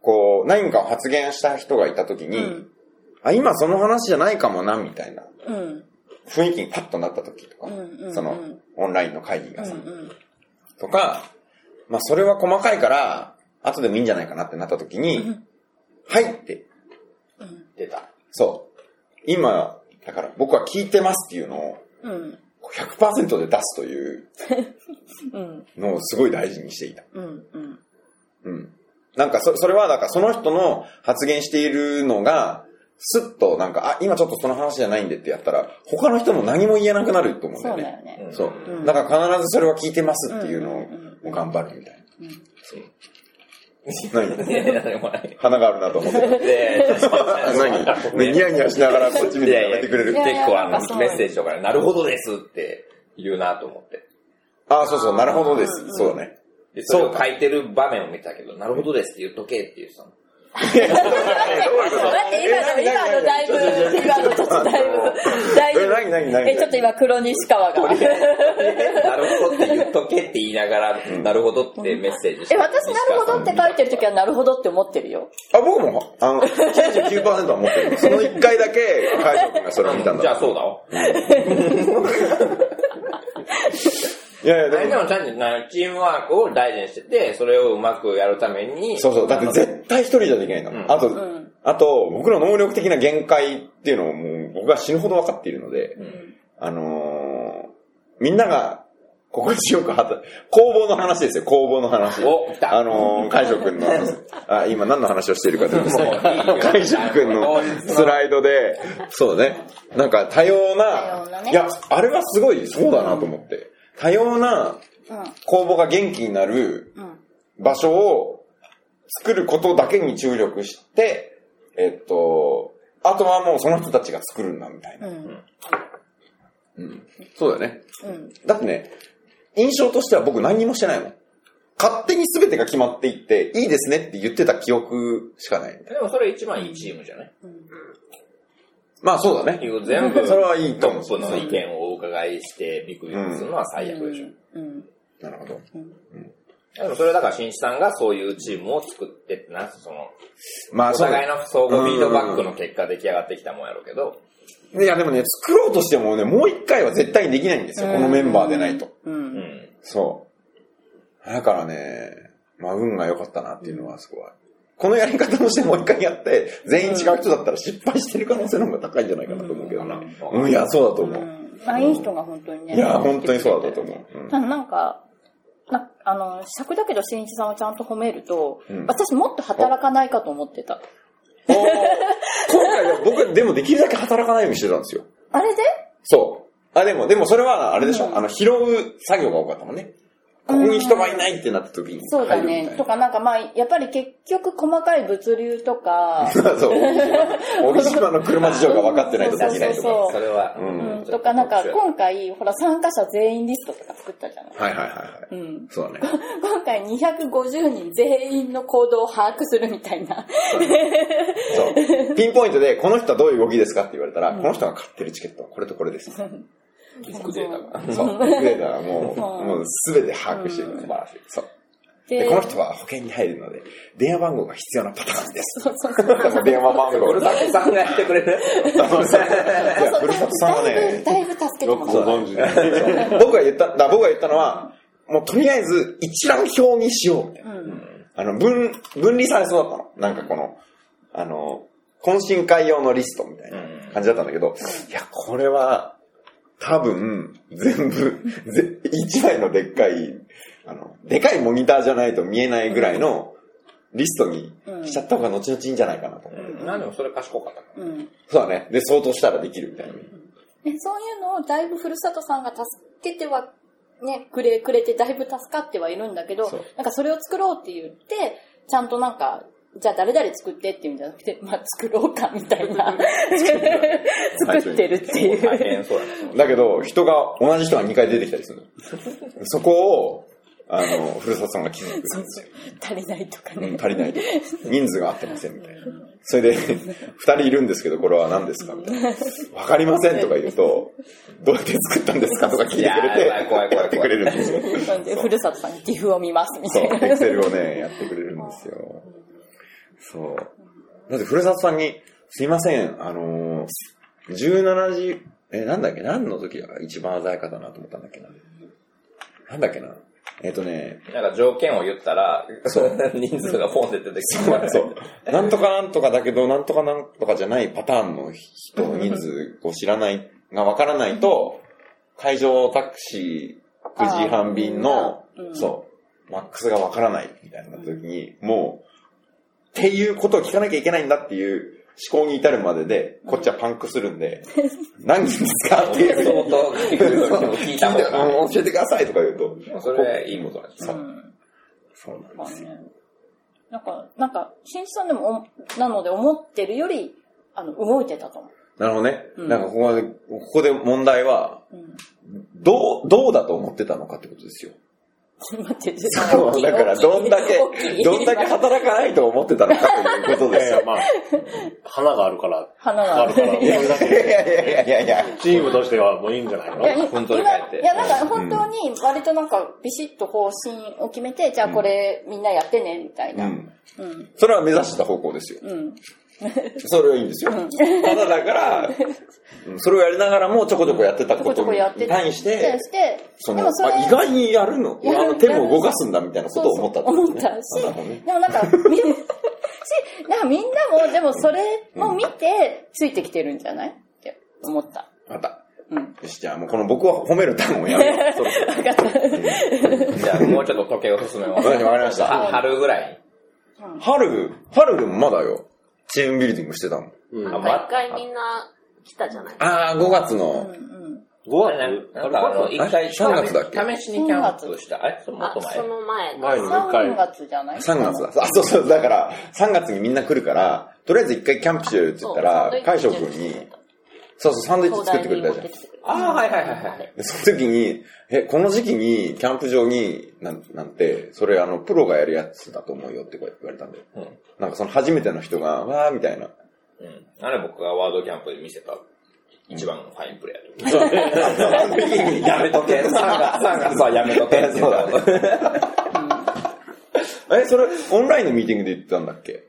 Speaker 1: こう、何かを発言した人がいたときに、
Speaker 4: うん
Speaker 1: あ、今その話じゃないかもな、みたいな
Speaker 4: うん
Speaker 1: 雰囲気にパッとなったときとか、
Speaker 4: うんうんうん
Speaker 1: その、オンラインの会議
Speaker 4: う
Speaker 1: が
Speaker 4: ん
Speaker 1: さ、とか、まあ、それは細かいから、後でもいいんじゃないかなってなったときに、
Speaker 4: うん
Speaker 1: はいって、
Speaker 2: 出た。
Speaker 1: そう。今、だから僕は聞いてますっていうのを
Speaker 4: うん
Speaker 1: 100%で出すという
Speaker 4: うん
Speaker 1: のをすごい大事にしていた。
Speaker 4: うんうん
Speaker 1: うん。なんかそ、それは、だからその人の発言しているのが、スッとなんか、あ、今ちょっとその話じゃないんでってやったら、他の人も何も言えなくなると思うんだ
Speaker 4: そ
Speaker 1: よ
Speaker 4: うだよ
Speaker 1: ね。
Speaker 4: ね。
Speaker 1: そう
Speaker 4: うん
Speaker 1: だから必ずそれは聞いてますっていうの
Speaker 4: うんうんうん
Speaker 1: を頑張るみたいな。
Speaker 4: うん
Speaker 1: そう。何
Speaker 2: *laughs* いやいやでもない
Speaker 1: 鼻があるなと思
Speaker 4: *laughs*
Speaker 1: って。
Speaker 2: で *laughs*
Speaker 1: 何ねニヤニヤしながらこっち見てやめてくれる
Speaker 4: い。やいや
Speaker 2: 結構あ
Speaker 4: なんかそう
Speaker 2: の、メッセージとかで、なるほどですって言うなと思って。
Speaker 1: あ、そうそう、なるほどです
Speaker 4: うんう。ん
Speaker 1: そうだね。
Speaker 2: で、それを書いてる場面を見たけど、なるほどですって言っとけって言ってたの。
Speaker 4: 待って、今の、今のだいぶ、今のちょっとだいぶ、だい
Speaker 1: え、
Speaker 4: ぶ。
Speaker 1: 何何何
Speaker 4: え、ちょっと今、黒西川が。
Speaker 2: なるほどって言っとけって言いながら、なるほどってメッセージして
Speaker 4: え、私、なるほどって書いてるときは、なるほどって思ってるよ。
Speaker 1: あ、僕も、あの、99%は持ってる。その1回だけ、海翔くんがそれを見たん
Speaker 2: じゃ
Speaker 1: だ
Speaker 2: あ。そうだわ。
Speaker 1: いやいや、で
Speaker 2: みん
Speaker 1: も
Speaker 2: なもちゃんとなチームワークを大事にしてて、それをうまくやるために、
Speaker 1: そうそう。だって絶対一人じゃできないんだもん。
Speaker 2: うん
Speaker 1: あと、
Speaker 4: ん
Speaker 1: あと、僕の能力的な限界っていうのをもう僕が死ぬほど分かっているので、
Speaker 2: うん
Speaker 1: あのーみんなが心地よく働く、工房の話ですよ、工房の話。
Speaker 2: お来た
Speaker 1: あのー、海翔く
Speaker 2: *laughs*
Speaker 1: んの、あ、今何の話をしているかというと
Speaker 2: もういいよ
Speaker 1: 海翔くん
Speaker 2: *laughs*
Speaker 1: のスライドで、そうだね。なんか多様
Speaker 4: 多
Speaker 1: な、
Speaker 4: 様なね
Speaker 1: いや、あれはすごい、そうだなと思って。多様な
Speaker 4: うん。
Speaker 1: 工房が元気になる
Speaker 4: うん。
Speaker 1: 場所を作ることだけに注力して、えっと、あとはもうその人たちが作るんだみたいな。
Speaker 4: うん。
Speaker 1: うん。そうだよね。
Speaker 4: うん。
Speaker 1: だってね、印象としては僕何にもしてないもん。勝手に全てが決まっていって、いいですねって言ってた記憶しかない。
Speaker 2: でもそれ一番いいチームじゃない
Speaker 1: まあそうだね。
Speaker 2: 全部、
Speaker 1: それはいいと
Speaker 2: ト
Speaker 1: 思う
Speaker 2: ップの意見をお伺いしてビクビクするのは最悪でしょ。
Speaker 4: うん。
Speaker 1: なるほど。
Speaker 2: でもそれはだから、新一さんがそういうチームを作ってってな、その、
Speaker 1: まあ
Speaker 2: お
Speaker 1: そうだ
Speaker 2: 互
Speaker 1: ね
Speaker 2: いの相互フィードバックの結果出来上がってきたもんやろうけど、
Speaker 1: いやでもね、作ろうとしてもね、もう一回は絶対にできないんですよ。このメンバーでないと。
Speaker 4: う。
Speaker 2: うんん。
Speaker 1: そう。だからね、まあ運が良かったなっていうのはすごい。このやり方をしてもう一回やって、全員違う人だったら失敗してる可能性の方が高いんじゃないかなと思うけどな。うん、いや、そうだと
Speaker 4: う
Speaker 1: 思う。
Speaker 4: ん。あ、いい人が本当にね。
Speaker 1: いや、本当にそうだったと思う。うん
Speaker 4: ただなんか、なあの、尺だけど新一さんをちゃんと褒めると、
Speaker 1: うん
Speaker 4: 私もっと働かないかと思ってた。
Speaker 1: おー今回は僕、でもできるだけ働かないようにしてたんですよ。
Speaker 4: あれで
Speaker 1: そう。あ、でも、でもそれは、あれでしょ、
Speaker 4: うん
Speaker 1: あの、拾う作業が多かったもんね。ここに人がいないってなった時に
Speaker 4: そうだ
Speaker 1: 入る
Speaker 4: ね
Speaker 1: み。た
Speaker 4: と
Speaker 1: い
Speaker 4: かなんかまあ、やっぱり結局細かい物流と
Speaker 1: *laughs*
Speaker 4: か、
Speaker 1: な。そう。帯島の車事情が分かってないとできないと
Speaker 4: そう
Speaker 1: か。
Speaker 2: それは、
Speaker 1: うん
Speaker 4: うん、とかなんか今回、ほら参加者全員リストとか作ったじゃない。
Speaker 1: はいはいはいはい。
Speaker 4: うん、
Speaker 1: そうだね。
Speaker 4: 今回250人全員の行動を把握するみたいな。
Speaker 1: そう。ピンポイントで、この人はどういう動きですかって言われたら、この人が買ってるチケットはこれとこれ
Speaker 2: *laughs*
Speaker 1: です。そう。
Speaker 2: ビッグデータが。
Speaker 1: ビッグデータはもう、
Speaker 4: *laughs* そう
Speaker 1: もう全て把握してる、
Speaker 4: うん
Speaker 1: 素晴らしい。そう。で、
Speaker 4: で
Speaker 1: この人は保険に入るので、電話番号が必要なパターンです。
Speaker 4: そうそうそ
Speaker 1: *laughs*
Speaker 4: う。
Speaker 1: 電話番号
Speaker 2: ふるさとさんがやってくれる。
Speaker 1: いや、ふるさとさんは
Speaker 4: だい
Speaker 1: ね
Speaker 4: ぶ、、だいぶ助けて
Speaker 6: よ
Speaker 4: も
Speaker 6: く
Speaker 4: らった。
Speaker 6: ご存知
Speaker 1: *laughs*
Speaker 6: で。
Speaker 1: 僕が言った、だ僕が言ったのは、もうとりあえず一覧表にしようみたいな。
Speaker 4: うん。
Speaker 1: あの、分、分離されそうだったの。なんかこの、あの、懇親会用のリストみたいな感じだったんだけど、いや、これは、多分、全部、ぜ一枚のでっかい、あの、でかいモニターじゃないと見えないぐらいのリストにしちゃった方が後々いいんじゃないかなと思って。
Speaker 2: うんなんでもそれ賢かったか
Speaker 4: うん。
Speaker 1: そうだね。で、相当したらできるみたいな。
Speaker 4: ねそういうのをだいぶふるさとさんが助けては、ね、くれ、くれてだいぶ助かってはいるんだけど
Speaker 1: そう、
Speaker 4: なんかそれを作ろうって言って、ちゃんとなんか、じゃあ誰々作ってっていうんじゃなくて、まあ作ろうかみたいな。 *laughs* 作ってるってい
Speaker 2: 大
Speaker 4: う。
Speaker 2: 変そうだね。
Speaker 1: だけど、人が、同じ人が2回出てきたりする
Speaker 2: *laughs*
Speaker 1: の。そこを、あの、ふるさとさんが気づくんですよ。
Speaker 4: 足りないとか
Speaker 1: う
Speaker 4: ね
Speaker 1: ん、。足りないと。
Speaker 2: *laughs*
Speaker 1: 人数が合ってませんみたいな。それで、二人いるんですけど、これは何ですかみたい
Speaker 2: *laughs*
Speaker 1: な。わかりませんとか言うと、どうやって作ったんですかとか聞いてくれ
Speaker 2: いや
Speaker 1: *laughs* て、
Speaker 2: ー怖い怖い怖い怖い
Speaker 1: やってくれるんですよ。
Speaker 4: なんでふるさとさんに岐阜を見ますみた
Speaker 1: そう、
Speaker 4: いな。
Speaker 1: *laughs* エクセルをね、やってくれるんですよ。そう。だって、ふるさとさんに、すいません、あのー、17時、え、なんだっけ、何の時が一番鮮やかだなと思ったんだっけな。なんだっけな。えっ、とね、
Speaker 2: なんか条件を言ったら、人数がポンって出てきて、
Speaker 1: *laughs* そう。なんとかなんとかだけど、なんとかなんとかじゃないパターンの人の人数を知らない、がわからないと、会場タクシー9時半便の
Speaker 4: う、ん
Speaker 1: そう、マックスがわからないみたいな時に、もう、っていうことを聞かなきゃいけないんだっていう思考に至るまでで、こっちはパンクするんで、
Speaker 4: *laughs*
Speaker 1: 何人ですかっていう。
Speaker 2: 相当
Speaker 1: *laughs*
Speaker 2: 聞いたもん
Speaker 1: あ
Speaker 2: な。
Speaker 1: の教えてくださいとか言うと。
Speaker 2: それ、いいことなんです
Speaker 1: そう
Speaker 4: うん
Speaker 1: そうなん
Speaker 4: まあね。なんか、なんか、新さんでもお、なので思ってるより、あの、動いてたと思
Speaker 1: なるほどね。
Speaker 4: うん
Speaker 1: なんかここまで、ここで問題は、
Speaker 4: う。う
Speaker 1: どう、どうだと思ってたのかってことですよ。
Speaker 4: ん。 *laughs* 待って、
Speaker 1: そう、だから、どんだけ、どんだけ働かないと思ってたのかということ
Speaker 6: いや
Speaker 1: で
Speaker 6: い
Speaker 1: す
Speaker 6: や
Speaker 1: よ。
Speaker 4: *laughs*
Speaker 6: まあ、花があるから、
Speaker 4: 花が
Speaker 6: あるから、これだ
Speaker 1: い
Speaker 6: け
Speaker 1: やいやいやいやいや。
Speaker 6: チームとしてはもういいんじゃないの
Speaker 4: いや、
Speaker 2: 本
Speaker 4: 本当
Speaker 2: 当に
Speaker 4: に
Speaker 2: 帰って
Speaker 4: いや、なんか本当に割となんかビシッと方針を決めて、じゃあこれみんなやってね、みたいうな。うん。
Speaker 1: ん。それは目指した方向ですよ。
Speaker 4: うん。
Speaker 1: それはいいんですよ。ただだから、うんそれをやりながらもちょこちょこやってた
Speaker 4: ち
Speaker 1: こ
Speaker 4: ょことちょこやっ
Speaker 1: に
Speaker 4: て
Speaker 1: 対し
Speaker 4: で
Speaker 1: て、そ
Speaker 4: で
Speaker 1: の、
Speaker 4: もそれ、
Speaker 1: あ意外にやるの、
Speaker 4: やる
Speaker 1: あの手も動かすんだみたいなことを思ったってこと
Speaker 4: 思ったし
Speaker 1: なるほどね、
Speaker 4: でもなんか、みんし、なんかみんなも、でもそれも見て、ついてきてるんじゃないって思った。
Speaker 1: また。
Speaker 4: うん。
Speaker 1: よし、じゃあもうこの僕は褒めるターンをやめよう。そろそろ
Speaker 4: 分かった。
Speaker 2: よ。じゃあ、もうちょっと時計を進めま
Speaker 1: わ
Speaker 2: す。
Speaker 1: かりました。
Speaker 2: あ春ぐらい
Speaker 1: 春、春でもまだよ。チームビルディングしてたもん。
Speaker 6: うん
Speaker 3: なんか一回みんな来たじゃない
Speaker 1: ああ、5月の、
Speaker 4: うん
Speaker 6: 5
Speaker 2: に。なんか、あの、一回、試しにキャンプした。あれそれもっ
Speaker 3: あ
Speaker 2: と、
Speaker 3: その前
Speaker 6: 前
Speaker 4: うん。
Speaker 6: にもう一回
Speaker 4: 3月じゃない
Speaker 1: 3月だ。あ、そうそう、だから、3月にみんな来るから、とりあえず一回キャンプしようって言ったら、海翔くんに、そうそう、サンドイッチ作ってくれたじゃん。
Speaker 2: ああ、はいはいはいはい。
Speaker 1: でその時に、え、この時期に、キャンプ場に、なんなんて、それあの、プロがやるやつだと思うよって言われたんだよ。
Speaker 2: うん。
Speaker 1: なんかその初めての人が、わーみたいな。
Speaker 2: うん。あれ僕がワードキャンプで見せた一番のファインプレイ
Speaker 1: そう
Speaker 2: *laughs*
Speaker 1: やめとけ、3月、3月はやめとけ。そうだね。え、それ、オンラインのミーティングで言ってたんだっけ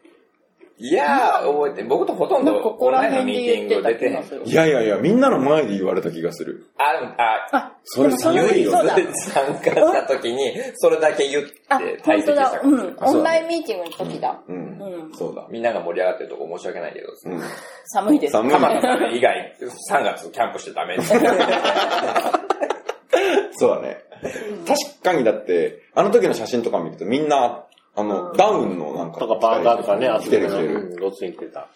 Speaker 2: いやー、覚えて、僕とほとん
Speaker 4: なん
Speaker 2: ど
Speaker 4: かここ
Speaker 2: こ
Speaker 4: ら
Speaker 2: のの
Speaker 4: 辺
Speaker 2: ミ
Speaker 4: で言っ
Speaker 2: ーティン
Speaker 4: て
Speaker 2: グ
Speaker 4: た
Speaker 2: 出て
Speaker 4: 気
Speaker 2: へ
Speaker 4: が
Speaker 2: ん
Speaker 4: す。る
Speaker 1: い。やいやいや、みんなの前で言われた気がする。
Speaker 2: あ、でもあ、
Speaker 4: あ、
Speaker 1: それ寒いよ
Speaker 4: そうだ。
Speaker 2: 参加した時に、それだけ言っ
Speaker 4: あ
Speaker 2: て、
Speaker 4: 本
Speaker 2: 退席
Speaker 4: 当
Speaker 2: した
Speaker 4: だ。
Speaker 2: か
Speaker 4: う
Speaker 2: ら
Speaker 4: ん。
Speaker 1: あ
Speaker 4: オ
Speaker 1: そう
Speaker 4: ン
Speaker 1: だ
Speaker 4: ラインミーティングの時だ。
Speaker 1: うん。
Speaker 4: うん。
Speaker 1: そうだ。
Speaker 2: みんなが盛り上がってるとこ申し訳ないけど、
Speaker 1: うん。
Speaker 4: 寒いです。
Speaker 1: 寒い
Speaker 2: 鎌田さん以外、3月キャンプして
Speaker 4: *laughs*
Speaker 2: ダメって。
Speaker 1: そうだね。確かにだって、あの時の写真とか見るとみんな、あの、ダウンのなんか、
Speaker 6: とかバーガーとかね、
Speaker 1: 着てる着て
Speaker 6: う
Speaker 1: る。
Speaker 6: んごつい来てた。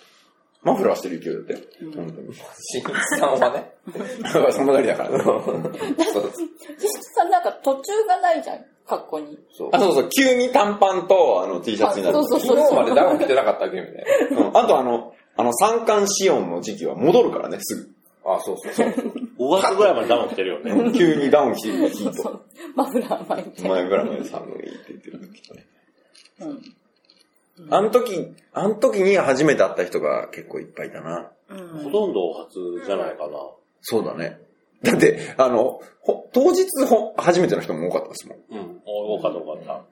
Speaker 1: マフラーしてる勢いだって。本当に。 *laughs*
Speaker 2: 新一さんはね、
Speaker 1: そのなりだから。
Speaker 2: そう
Speaker 4: 岸田さんなんか途中がないじゃん。格好に。
Speaker 2: そう
Speaker 1: あ、そうそう、急に短パンと、あの、T シャツになる。
Speaker 4: あそうそう
Speaker 2: 昨日までダウン着てなかったわけみたい
Speaker 1: うんあとあの、あの、三寒四温の時期は戻るからね、す
Speaker 2: な。あ、そうそう
Speaker 6: *laughs*
Speaker 2: そう。
Speaker 6: 5月ぐらいまでダウンしてるよね。
Speaker 1: ぐ。急にダウン着てる
Speaker 4: そうそう。マフラー巻いて。
Speaker 1: 前ぐらいまで寒いって言ってる時とね。
Speaker 4: うん。
Speaker 1: あの時、あの時に初めて会った人が結構いっぱいいたな。
Speaker 4: うん
Speaker 6: ほとんどお初じゃないかな。
Speaker 1: そうだね。だって、あの、ほ当日ほ、初めての人も多かったですもん。
Speaker 6: うん。多かった多かった。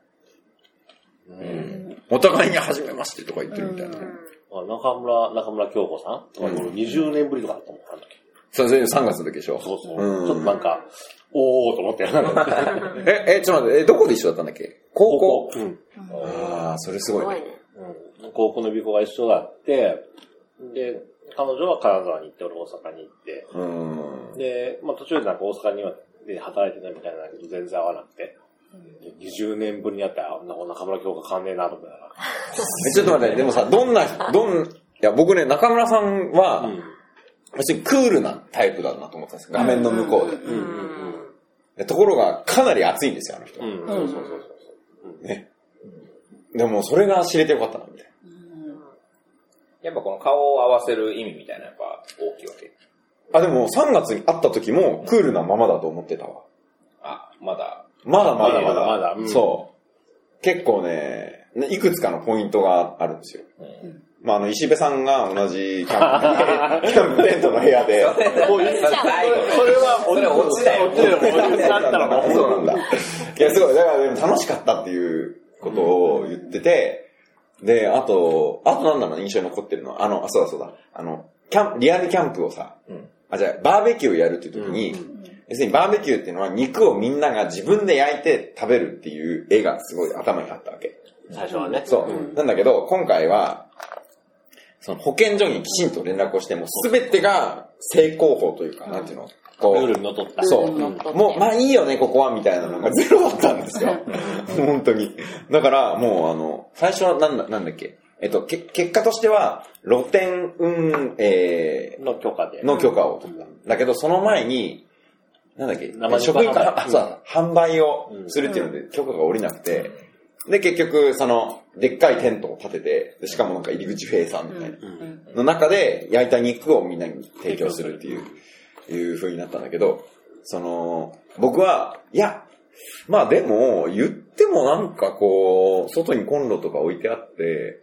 Speaker 1: うん。お互いに初めましてとか言ってるみたいな。
Speaker 6: まあ、中村、中村京子さんとか、
Speaker 1: うん
Speaker 6: 20年ぶりとかだったもん、あの時。
Speaker 1: そうそう、3月の時でしょ。
Speaker 6: そうそう。
Speaker 1: うん
Speaker 6: ちょっとなんか、おーおーと思ったよ。
Speaker 1: え、え、ちょっと待って、え、どこで一緒だったんだっけ高
Speaker 6: 高
Speaker 1: 校
Speaker 6: 校。うん。
Speaker 1: ああ、それ
Speaker 3: す
Speaker 1: すご
Speaker 3: ご
Speaker 1: い
Speaker 3: い
Speaker 1: ね。
Speaker 3: ね。
Speaker 6: うん高校の美校が一緒だって、で、彼女は金沢に行って、俺大阪に行って。
Speaker 1: うん。
Speaker 6: で、まあ途中でなんか大阪にはで働いてたみたいなんだけど、全然会わなくて。で20年ぶりに会ったら、あんな中村京子変わんねえなと思ったか
Speaker 1: えちょっと待って、でもさ、どんな、どん、いや、僕ね、中村さ
Speaker 6: ら。
Speaker 1: は、別にクールなタイプだなと思ったんですよ。画面の向こうで
Speaker 3: うんうん
Speaker 1: で。ところが、かなり熱いんですよ、あの人
Speaker 6: う。ん。うん。そうそうそうそう。
Speaker 1: ね。でも、それが知れてよかったな、みたいな。
Speaker 2: やっぱこの顔を合わせる意味みたいなやっぱ大きいわけ。
Speaker 1: あ、でも3月に会った時もクールなままだと思ってたわ。
Speaker 2: あ、まだ。
Speaker 1: まだまだ
Speaker 6: まだまだうん
Speaker 1: そう。結構ね、ねいくつかのポイントがあるんですよ。
Speaker 2: うん。
Speaker 1: まあ、あの、石部さんが同じキャンプ、キ *laughs* ャンプテントの部屋で。
Speaker 6: もういい
Speaker 3: じゃあ
Speaker 6: は
Speaker 2: それ落ちだよ
Speaker 6: 落ちだよ。落ちだったらもう。
Speaker 1: そうなんだ。いや、すごい。だからでも楽しかったっていうことを言ってて、で、あと、あとなんだろう、印象に残ってるのは、あの、あ、そうだそうだ、あの、キャンプ、リアルキャンプをさ、
Speaker 2: うん
Speaker 1: あ、じゃあバーベキューをやるっていう時に、要するにバーベキューっていうのは肉をみんなが自分で焼いて食べるっていう絵がすごい頭にあったわけ。
Speaker 6: 最初はね。
Speaker 1: そう。
Speaker 6: ん
Speaker 1: なんだけど、今回は、その保健所にきちんと連絡をして、もうすべてが正攻法というか、なんていうのこ
Speaker 6: ル
Speaker 1: う
Speaker 6: ールにのっとった。
Speaker 1: そう
Speaker 3: ルールに則っ。て
Speaker 1: もう、まあいいよね、ここは、みたいなのがゼロだったんですよ。本当に。だから、もう、あの、最初はなんだ、なんだっけ。えっと、け結果としては、露天運営
Speaker 6: の許可で。
Speaker 1: の許可を取った。だけど、その前に、なんだっけ、
Speaker 6: 生肉
Speaker 1: 職員から
Speaker 6: 販売
Speaker 1: あそうだ販売をするっていうので、許可が下りなくて、で、結局、その、でっかいテントを立てて、でしかもなんか入り口閉鎖みたいな。
Speaker 6: うん。
Speaker 1: の中で焼いた肉をみんなに提供するっていう、いう風になったんだけど、その、僕は、いや、まあでも、言ってもなんかこう、外にコンロとか置いてあって、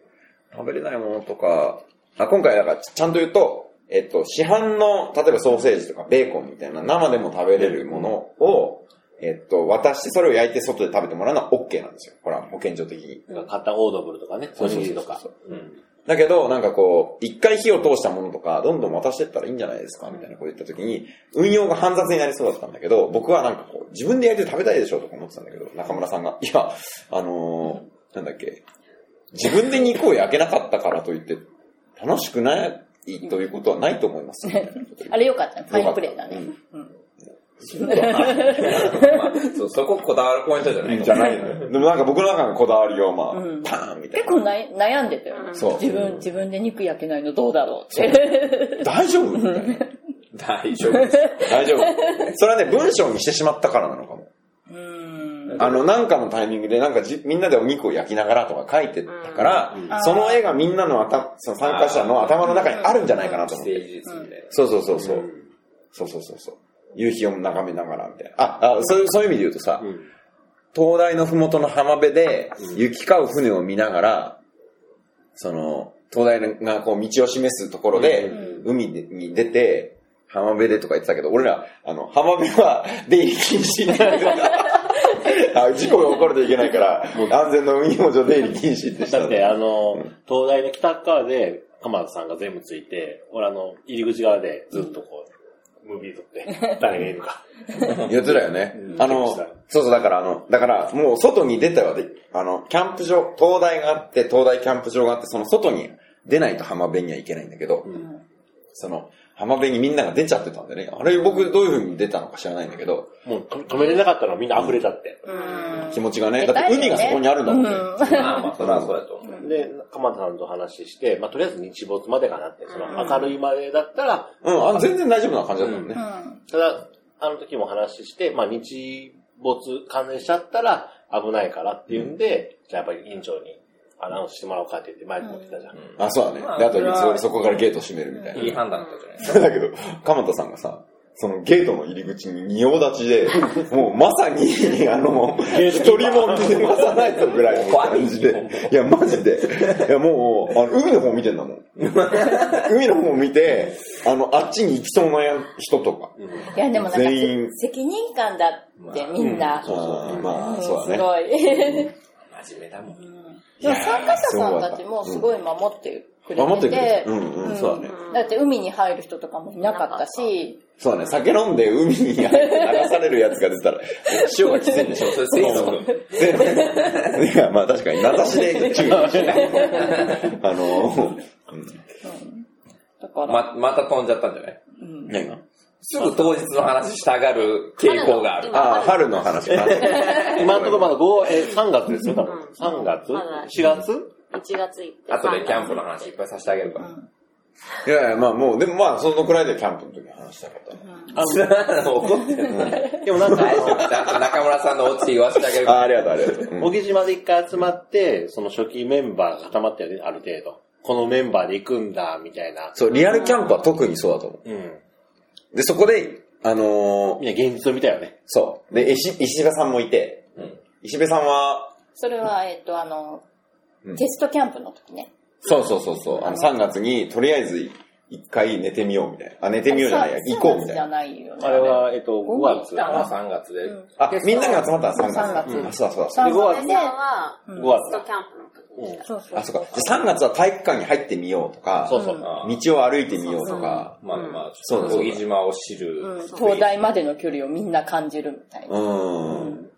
Speaker 1: 食べれないものとか、あ今回だからちゃんと言うと、えっと、市販の、例えばソーセージとかベーコンみたいな生でも食べれるものを、えっと、渡してそれを焼いて外で食べてもらうのは OK なんですよ。ほら、保健所的に。
Speaker 6: なんか買ったオードブルとかね、
Speaker 1: そ
Speaker 6: そうう
Speaker 1: そうそうそう
Speaker 6: いうのとか。うん
Speaker 1: だけど、なんかこう、一回火を通したものとか、どんどん渡してったらいいんじゃないですかみたいなこと言った時に、運用が煩雑になりそうだったんだけど、僕はなんかこう、自分で焼いて食べたいでしょとか思ってたんだけど、中村さんが、いや、あのー、なんだっけ、自分で肉を焼けなかったからといって、楽しくないということはないと思い
Speaker 7: *laughs*
Speaker 1: ます。みたいなこと言
Speaker 7: あ
Speaker 1: って
Speaker 7: れよかったね。ファインプレーだね。
Speaker 2: まあそうそここだわるポイントじゃない
Speaker 1: じゃないのよ。でもなんか僕の中のこだわりをまあ、
Speaker 7: うん
Speaker 1: パーンみたい
Speaker 7: 結
Speaker 1: な。
Speaker 7: 構な悩んでたよね。
Speaker 1: そう
Speaker 7: 自分、自分で肉焼けないのどうだろうって。
Speaker 1: 大丈夫みたいな。
Speaker 2: 大丈夫です。
Speaker 1: 大丈夫。それはね、文章にしてしまったからなのかも。
Speaker 7: うーん。
Speaker 1: あの、なんかのタイミングで、なんかじみんなでお肉を焼きながらとか書いてたから、
Speaker 6: うん
Speaker 7: うん
Speaker 1: その絵がみんなの頭、その参加者の頭の中にあるんじゃないかなと思っ
Speaker 2: 政
Speaker 1: て。
Speaker 2: 治術みたい
Speaker 1: そうそうそうそう。そうそうそうそう。夕日を眺めながらみたいな。あ、あそうそういう意味で言うとさ、
Speaker 6: うん。
Speaker 1: 灯台のふもとの浜辺で
Speaker 6: う、ん
Speaker 1: 行き交う船を見ながら、その、灯台がこう道を示すところで、
Speaker 7: う
Speaker 1: 海に出て、浜辺でとか言ってたけど、俺ら、あの、浜辺は出入り禁止になる。あ事故が起こるといけないから、安全の運用上出入り禁止ってした
Speaker 6: だ
Speaker 1: の
Speaker 6: って、あの、東大の北側で、鎌田さんが全部ついて、俺あの、入り口側でずっとこう、ムービー撮って、誰がいるか。
Speaker 1: 言ってたよね。あの、
Speaker 6: うん
Speaker 1: そうそう、だからあの、だからもう外に出てはで、あの、キャンプ場、灯台があって、灯台キャンプ場があって、その外に出ないと浜辺には行けないんだけど、その、浜辺にみんなが出ちゃってたんでね、あれ僕どういう風に出たのか知らないんだけど、
Speaker 6: もうと止めれなかったのみんな溢れちゃって。
Speaker 7: うん
Speaker 1: 気持ちがね、だって海がそこにあるんだもんね。
Speaker 2: な。まあまあ、それはそうやと思う。
Speaker 6: で、鎌田さんと話して、まあ、とりあえず日没までかなって、その明るいまでだったら、
Speaker 1: うん、あ全然大丈夫な感じだったもんね。
Speaker 6: ただ、あの時も話して、まあ、日没完全しちゃったら危ないからっていうんで、じゃあやっぱり委員長にアナウンスしてもらおうかって言って前に持ってきたじゃん。
Speaker 1: あ、そうだね。で、あとそ、そこからゲート閉めるみたいな。
Speaker 2: いい判断だったじゃないですか。
Speaker 1: だけど、鎌田さんがさ、そのゲートの入り口に仁王立
Speaker 7: *laughs*
Speaker 1: ちで、もうまさに、あの、一人も見逃さないぞぐらいの感じで、いや、マジで、いや、もう、あの海の方見てん
Speaker 7: *laughs*
Speaker 1: だもん。海の方見て、あの、あっちに行きそうな人とか。
Speaker 7: *laughs* いや、でもなんかせ
Speaker 1: 全員
Speaker 7: 責任感だってみんな。
Speaker 1: そうそうまあ、
Speaker 7: ん
Speaker 1: そうだね。
Speaker 7: すごい。
Speaker 2: 真面目だもん。
Speaker 7: でも参加者さんたちもすごい守ってくれてて、
Speaker 1: 守ってくれてる。うんう、
Speaker 7: うんん
Speaker 1: そうだね。
Speaker 7: だって海に入る人とかもいなかったし、
Speaker 1: そうだね、酒飲んで海に流されるやつが出たら、塩がきついん
Speaker 7: *laughs*
Speaker 1: でしょ
Speaker 2: それ清楚
Speaker 1: でいや、まあ確かに、名指しで注
Speaker 7: *laughs*
Speaker 1: 意はしない。あの、
Speaker 7: だから、
Speaker 2: ま、また飛んじゃったんじゃない
Speaker 7: うん、
Speaker 1: 何が
Speaker 2: すぐ当日の話したがる傾向がある。
Speaker 1: ああ、春の話 *laughs* か。
Speaker 6: 今のところまだ5、え、3月ですよ、多分。3月
Speaker 3: まだ
Speaker 6: ?4 月
Speaker 3: 1月行って。
Speaker 2: あとでキャンプの話いっぱいさせてあげるから。
Speaker 1: いやいや、まあもう、でもまあ、そのくらいでキャンプの時の話したかった。
Speaker 2: 怒ってる。
Speaker 6: でもなんか、
Speaker 2: 大丈夫。ちゃんと中村さんのオチ言わせてあげる
Speaker 1: あ
Speaker 2: か
Speaker 1: あ、ありがとう、ありがとう。うん
Speaker 6: 小木島で一回集まって、その初期メンバーが固まったよね、ある程度。このメンバーで行くんだ、みたいな。
Speaker 1: そう、リアルキャンプは特にそうだと思
Speaker 6: うん。
Speaker 1: う。で、そこで、あのー
Speaker 6: みんな現実を見たよね。
Speaker 1: そう。で、石、石部さんもいて、
Speaker 2: うん
Speaker 1: 石部さんは、
Speaker 7: それは、えっと、あの
Speaker 1: うん、
Speaker 7: テストキャンプの時ね。
Speaker 1: そうそうそうそう、あの、3月に、とりあえず、一回寝てみようみたいな。あ、寝てみようじゃないや、行こうみたい
Speaker 7: じゃ
Speaker 1: な。
Speaker 7: ないよ
Speaker 6: あ
Speaker 7: ね。
Speaker 6: れは、えっと、
Speaker 7: 五
Speaker 6: 5月。
Speaker 7: 月だ
Speaker 2: ま
Speaker 6: 5
Speaker 2: あ3月で、
Speaker 7: うん
Speaker 1: あ、みんなが集まったのは
Speaker 7: 3
Speaker 1: 3
Speaker 7: 月
Speaker 1: 月。うん、あそうだそうだ。
Speaker 7: 三
Speaker 6: 月
Speaker 3: で、は、
Speaker 7: う
Speaker 3: テ
Speaker 7: ん
Speaker 6: 五月
Speaker 3: ストキャンプの時にした。
Speaker 7: そうそう。
Speaker 1: あ、そうか。じゃ3月は体育館に入ってみようとか、
Speaker 6: そうそう。
Speaker 2: まあ
Speaker 1: 道を歩いてみようとか、
Speaker 2: まあまあ、
Speaker 1: そうだそうだ
Speaker 2: 小木島を知る。
Speaker 7: うん東大までの距離をみんな感じるみたいな。
Speaker 1: うん。うん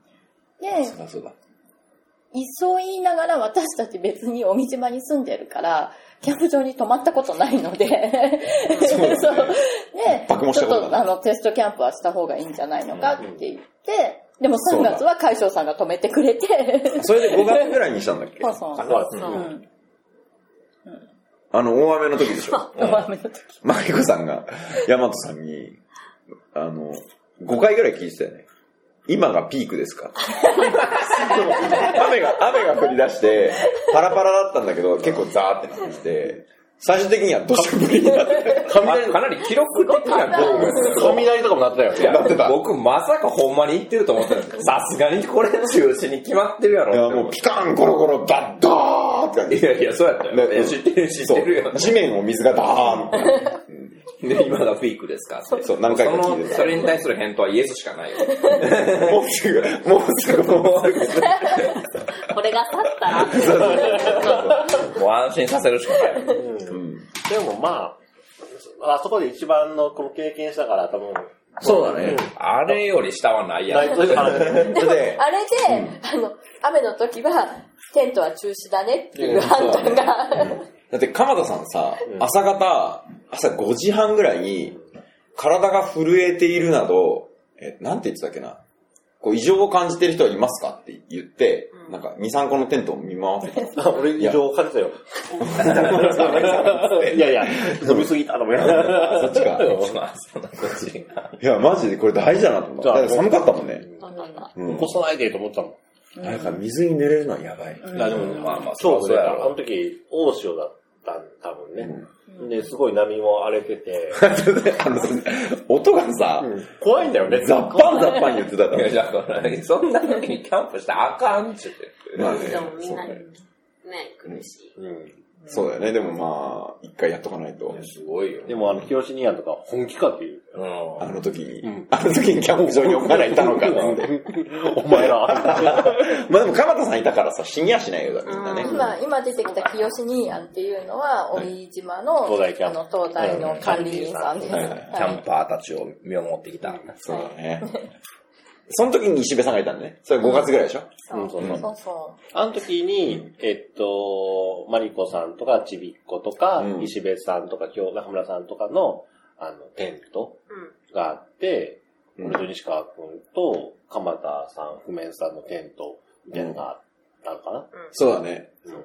Speaker 7: で
Speaker 1: そう、だそうだ。
Speaker 7: いそう言いながら私たち別に小道島に住んでるから、キャンプ場に泊まったことないので、
Speaker 1: そうだね
Speaker 7: そうで、
Speaker 1: 泊もし
Speaker 7: ち
Speaker 1: た
Speaker 7: ょっ
Speaker 1: こと
Speaker 7: と
Speaker 1: ない
Speaker 7: あのテストキャンプはした方がいいんじゃないのかって言って、でも
Speaker 1: そ
Speaker 7: 3
Speaker 1: うだ
Speaker 7: 月は海将さんが止めてくれて、
Speaker 1: それで5月ぐらいにしたんだっけ
Speaker 7: そうそう
Speaker 1: か
Speaker 6: ま
Speaker 1: な
Speaker 6: あ
Speaker 7: う。
Speaker 3: うん
Speaker 1: あの、大雨の時でし
Speaker 2: *laughs*
Speaker 1: ょ。
Speaker 7: 大雨の時。
Speaker 1: マリコさんが、ヤマトさんに、あの、5回ぐらい聞いてたよね。今がピークですか雨が、雨が降り出して、パラパラだったんだけど、結構ザーってなってきて、最終的には土砂降りになって、
Speaker 2: 雷かなり記録的な豪雨ですよ
Speaker 6: 雷とかも鳴ってたよ
Speaker 2: い
Speaker 6: ね。
Speaker 2: や僕まさかほんまに行ってると思ったんですけどさすがにこれ中止に決まってるや
Speaker 1: いや
Speaker 2: ろって思
Speaker 1: も
Speaker 2: っ
Speaker 1: うピカンコロコロダッダーって感
Speaker 2: て
Speaker 1: じ
Speaker 2: い。やいや、そうやったよ
Speaker 1: ね
Speaker 2: ね。知ってる知ってるよ
Speaker 1: そう。地面を水がダーンって。
Speaker 2: で、今がピークですかって。
Speaker 1: そう何回か聞いて
Speaker 2: そ
Speaker 1: た
Speaker 2: のそれに対する返答はイエスしかないよ。
Speaker 1: もうすぐ、もうすぐ、もうすぐ。
Speaker 3: これが去ったら、
Speaker 2: もう安心させるしかない。
Speaker 6: う
Speaker 1: うんん
Speaker 6: でもまあ、あそこで一番のこの経験したから多分、
Speaker 2: そうだね。あれより下はないや
Speaker 6: 大
Speaker 2: ろ。
Speaker 6: 丈夫か
Speaker 1: そ
Speaker 6: な
Speaker 1: れで、
Speaker 7: あれで、あの、雨の時は、テントは中止だねっていう判断が、
Speaker 1: だって鎌田さんさ
Speaker 6: う、ん
Speaker 1: 朝方、朝5時半ぐらいに、体が震えているなど、え、なんて言ってたっけな。こう、異常を感じてる人はいますかって言って、
Speaker 3: うん
Speaker 1: なんか、2、3個のテントを見回
Speaker 6: *laughs*
Speaker 1: って
Speaker 6: あ俺異常を感じたよ。いやいや、飲みすぎたと思いなが
Speaker 1: た。
Speaker 6: ら
Speaker 1: そっちか。
Speaker 2: *laughs* まあそんな感じが
Speaker 1: いや、マジでこれ大事だなと思った。だって寒かったもんね。
Speaker 3: そうなんだ。
Speaker 1: う
Speaker 6: 起
Speaker 1: ん
Speaker 6: こ。さないでと思ったもん。
Speaker 1: なんか、水に濡れるのはやばい。
Speaker 7: うん
Speaker 2: いやでもまあまあ、
Speaker 6: そう
Speaker 2: そ
Speaker 6: そうう
Speaker 2: や
Speaker 6: や。あの
Speaker 2: ろ。
Speaker 6: 時、大潮だったん多分ね。
Speaker 7: うん
Speaker 6: で、すごい波も荒れてて、
Speaker 1: あの、 *laughs* 音がさ、
Speaker 6: 怖いんだよね。
Speaker 1: ザッパンザッパン言ってたか
Speaker 2: いや
Speaker 1: ら。
Speaker 2: じゃあこれそんな時にキャンプしたらあかんっちゅって。
Speaker 1: まあね
Speaker 3: でもみんな、
Speaker 1: そう
Speaker 3: ね
Speaker 1: ね、
Speaker 3: 苦しい。
Speaker 6: うん。
Speaker 1: そうだよね。でもまあ、一回やっとかないと。
Speaker 2: すごいよ。
Speaker 6: でもあの、ヒロシニアンとか本気かっていう。
Speaker 2: うん、
Speaker 1: あの時に、
Speaker 6: うん
Speaker 1: あの時にキャンプ場にお前らいたのかっつって。
Speaker 6: *laughs* お前ら。
Speaker 1: まあでも、鎌田さんいたからさ、死にやしないよ、だみんなね。
Speaker 7: 今、今出てきた清兄やんっていうのは、
Speaker 1: はい
Speaker 7: 鬼島の、
Speaker 6: 東大キャン
Speaker 7: あの、東大の管理人さんです。
Speaker 1: はい
Speaker 7: はい
Speaker 2: キャンパーたちを見守ってきた。
Speaker 1: そうだね。その時に石部さんがいたんだね。それ5月ぐらいでしょ、
Speaker 6: うんそうそう
Speaker 7: そうそ
Speaker 6: あの時に、えっと、マリコさんとか、ちびっ子とか、
Speaker 1: うん
Speaker 6: 石部さんとか、今日、中村さんとかの、あの、テントがあって、
Speaker 1: うん
Speaker 6: 俺と西川くんと、鎌田さん、譜面さんのテント、みたいなのがあったのかな、
Speaker 1: そうだね。
Speaker 6: うん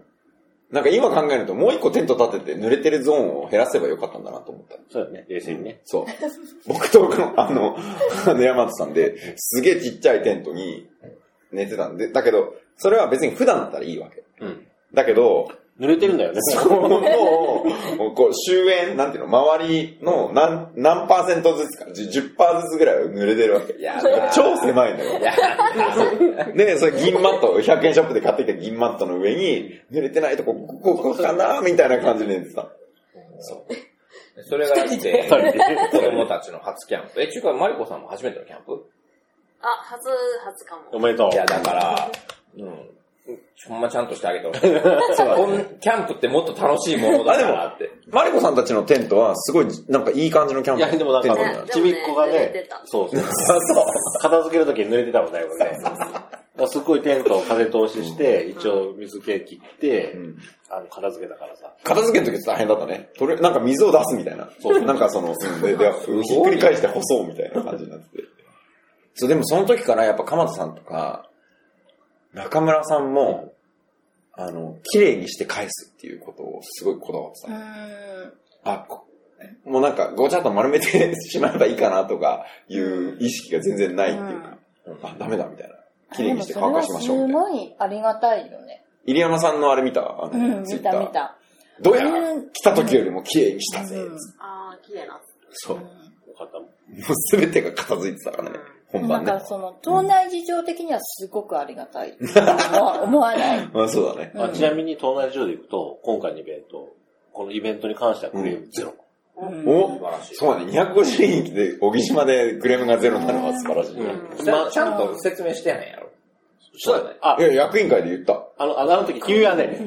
Speaker 1: なんか今考えると、もう一個テント立てて濡れてるゾーンを減らせばよかったんだなと思った。
Speaker 6: そうだね、冷静にね。
Speaker 1: そう。僕とあの、あの山田さんで、すげえちっちゃいテントに寝てたんで、だけど、それは別に普段だったらいいわけ。
Speaker 2: うん。
Speaker 1: だけど、
Speaker 6: 濡れてるんだよね。
Speaker 1: こうもう、もうこう、終焉、なんていうの、周りの何、何パーセントずつか、じ10%パーずつぐらいは濡れてるわけ。
Speaker 2: いやだ
Speaker 1: 超狭いんだよ。
Speaker 2: いや、
Speaker 1: で、それ銀マット、100円ショップで買ってきた銀マットの上に、濡れてないとこ、ここ、ここかなみたいな感じで寝てた。
Speaker 2: それがだって、子供たちの初キャンプ。え、ちゅうか、マリコさんも初めてのキャンプ
Speaker 3: あ、初、初か
Speaker 6: お
Speaker 3: も。
Speaker 6: めでとう
Speaker 2: い。や、だから、うん。ほんまちゃんとしてあげてほしい。こんキャンプってもっと楽しいものだからって。
Speaker 1: マリコさんたちのテントは、すごい、なんかいい感じのキャン
Speaker 6: い
Speaker 1: プ。
Speaker 6: や、でもなんか
Speaker 1: テントだ
Speaker 3: ね、
Speaker 6: ちびっ子が
Speaker 3: でもね濡れ
Speaker 6: ね
Speaker 3: てた、
Speaker 6: そうそう。片付けるときに濡れてたもんだいぶね。すっごいテントを風通しして、一応水気切って、
Speaker 1: うん
Speaker 6: あの、片付けたからさ。
Speaker 1: 片付けの時大変だったね。とりあえずなんか水を出すみたいな。
Speaker 6: そう
Speaker 1: なんかその、うんで、で、ひっくり返して干そうみたいな感じになってて。そう、でもその時からやっぱ鎌田さんとか、中村さんも、あの、綺麗にして返すっていうことをすごいこだわって
Speaker 7: う。う
Speaker 1: た。
Speaker 7: ーん。
Speaker 1: あ、こもうなんかごちゃっと丸めてしまえばいいかなとかいう意識が全然ないっていうか、あ、ダメだみたいな。綺麗にして乾かしましょうみ
Speaker 7: で
Speaker 1: たい
Speaker 7: も
Speaker 1: な。
Speaker 7: それはすごいありがたいよね。
Speaker 1: 入山さんのあれ見たあ
Speaker 7: うん、
Speaker 1: の、ツイ
Speaker 7: 見
Speaker 1: ッタ
Speaker 7: た
Speaker 1: ー
Speaker 7: 見た。
Speaker 1: どうやら
Speaker 4: うん
Speaker 1: 来た時よりも綺麗にしたぜ。
Speaker 4: うん
Speaker 3: あー、綺麗な。
Speaker 1: そう。も
Speaker 6: よかった。
Speaker 1: うすべてが片付いてたからね、本
Speaker 4: な
Speaker 1: 番
Speaker 4: ん
Speaker 1: ね
Speaker 4: か。その、党内事情的にはすごくあり
Speaker 1: *laughs*
Speaker 4: がたい。思わ思わない。
Speaker 1: まあそうだね。
Speaker 6: あ
Speaker 4: うん
Speaker 6: ちなみに、東南上で行くと、今回のイベント、このイベントに関してはクレームゼロ。
Speaker 4: うん
Speaker 1: お
Speaker 2: 素晴らしい。
Speaker 1: そうだね、250人来て、小木島でクレームがゼロなのは素晴らしいね。
Speaker 6: うん
Speaker 2: ちゃ
Speaker 6: ま
Speaker 2: んちゃんと説明してへんやろ。そうだね
Speaker 6: あ
Speaker 1: い、や、役員会で言った。
Speaker 6: あの、あのあの時君はね、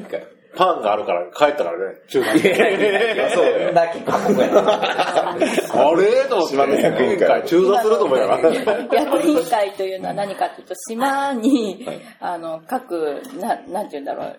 Speaker 6: パンがあるから帰ったからね、中華
Speaker 2: いやい
Speaker 6: *laughs*
Speaker 2: や、そうだよ。だけ過酷やな。
Speaker 6: あれと思って、
Speaker 1: 島の役員会
Speaker 6: 中座すると思いながら。
Speaker 4: 役員会というのは何かというと、島に
Speaker 1: はい、
Speaker 4: あの、各、な、なんて言うんだろう、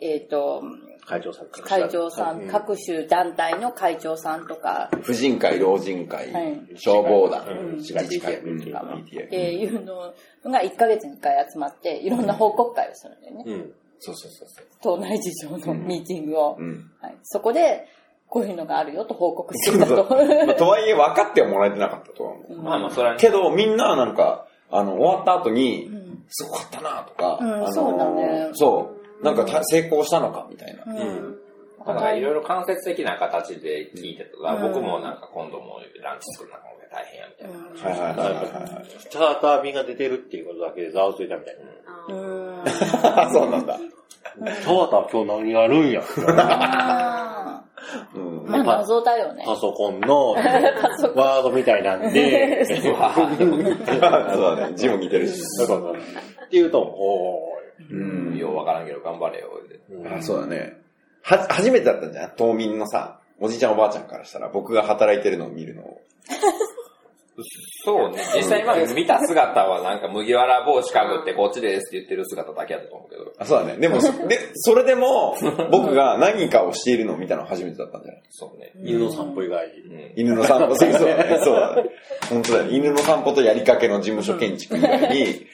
Speaker 4: えっ、と、
Speaker 6: 会長さん
Speaker 4: 会長さん、各種団体の会長さんとか、
Speaker 1: *laughs* 婦人会、老人会
Speaker 4: はい、
Speaker 1: 消防団
Speaker 6: うん、
Speaker 1: 自治会、
Speaker 6: うん
Speaker 1: うん
Speaker 4: あの
Speaker 1: PTA
Speaker 4: っていうのが1ヶ月に1回集まって、いろんな報告会をするんだよね。
Speaker 6: うん。
Speaker 1: そうそうそうそう。
Speaker 4: 党内事情のミーティングを。
Speaker 1: うん。
Speaker 4: はい、そこで、こういうのがあるよと報告してた
Speaker 1: そう
Speaker 4: と。
Speaker 1: まあとはいえ分かってはもらえてなかったとは思う。
Speaker 2: まあまあ、それはね。
Speaker 1: けど、みんななんか、あの、終わった後に
Speaker 4: う、ん
Speaker 1: すごかったなとか、
Speaker 4: うん
Speaker 1: あの
Speaker 4: そうだね
Speaker 1: そうなんかた成功したのかみたいな。
Speaker 4: うん
Speaker 6: ん
Speaker 2: だからいろいろ間接的な形で聞いてたから、僕もなんか今度もランチ作るのが大変やみたい
Speaker 4: う
Speaker 2: な。
Speaker 4: ん
Speaker 1: はいはいはいはいはい。
Speaker 6: チャーター便が出てるっていうことだけでざわついたみたいな。
Speaker 3: あ
Speaker 4: う
Speaker 3: ー
Speaker 4: ん。
Speaker 1: あ、 *laughs* そうなんだ。
Speaker 6: チャーター今日何やるん *laughs* や。
Speaker 4: あ
Speaker 1: うん
Speaker 4: ー。まあ謎だよね。
Speaker 6: パソコ
Speaker 4: *laughs*
Speaker 6: ンのワードみたいなんで、
Speaker 1: そうだね。字も似てるし。
Speaker 6: そうそうそうっていうと、お
Speaker 1: うん
Speaker 2: ようわからんけど頑張れよ。
Speaker 6: ーい。
Speaker 1: あそうだね。は、初めてだったんじゃん島民のさ、おじいちゃんおばあちゃんからしたら僕が働いてるのを見るのを。
Speaker 2: そうね。実際今見た姿はなんか麦わら帽子かぶってこっちですって言ってる姿だけやったと思うけど。
Speaker 1: あ、そうだね。でも、そ *laughs* で、それでも、僕が何かをしているのを見たのは初めてだったんじゃない
Speaker 2: そうね。
Speaker 6: 犬の散歩以外。
Speaker 2: うん。
Speaker 1: 犬の散歩、 *laughs* そうそうだね。そうだね。本当だね。犬の散歩とやりかけの事務所建築以外に、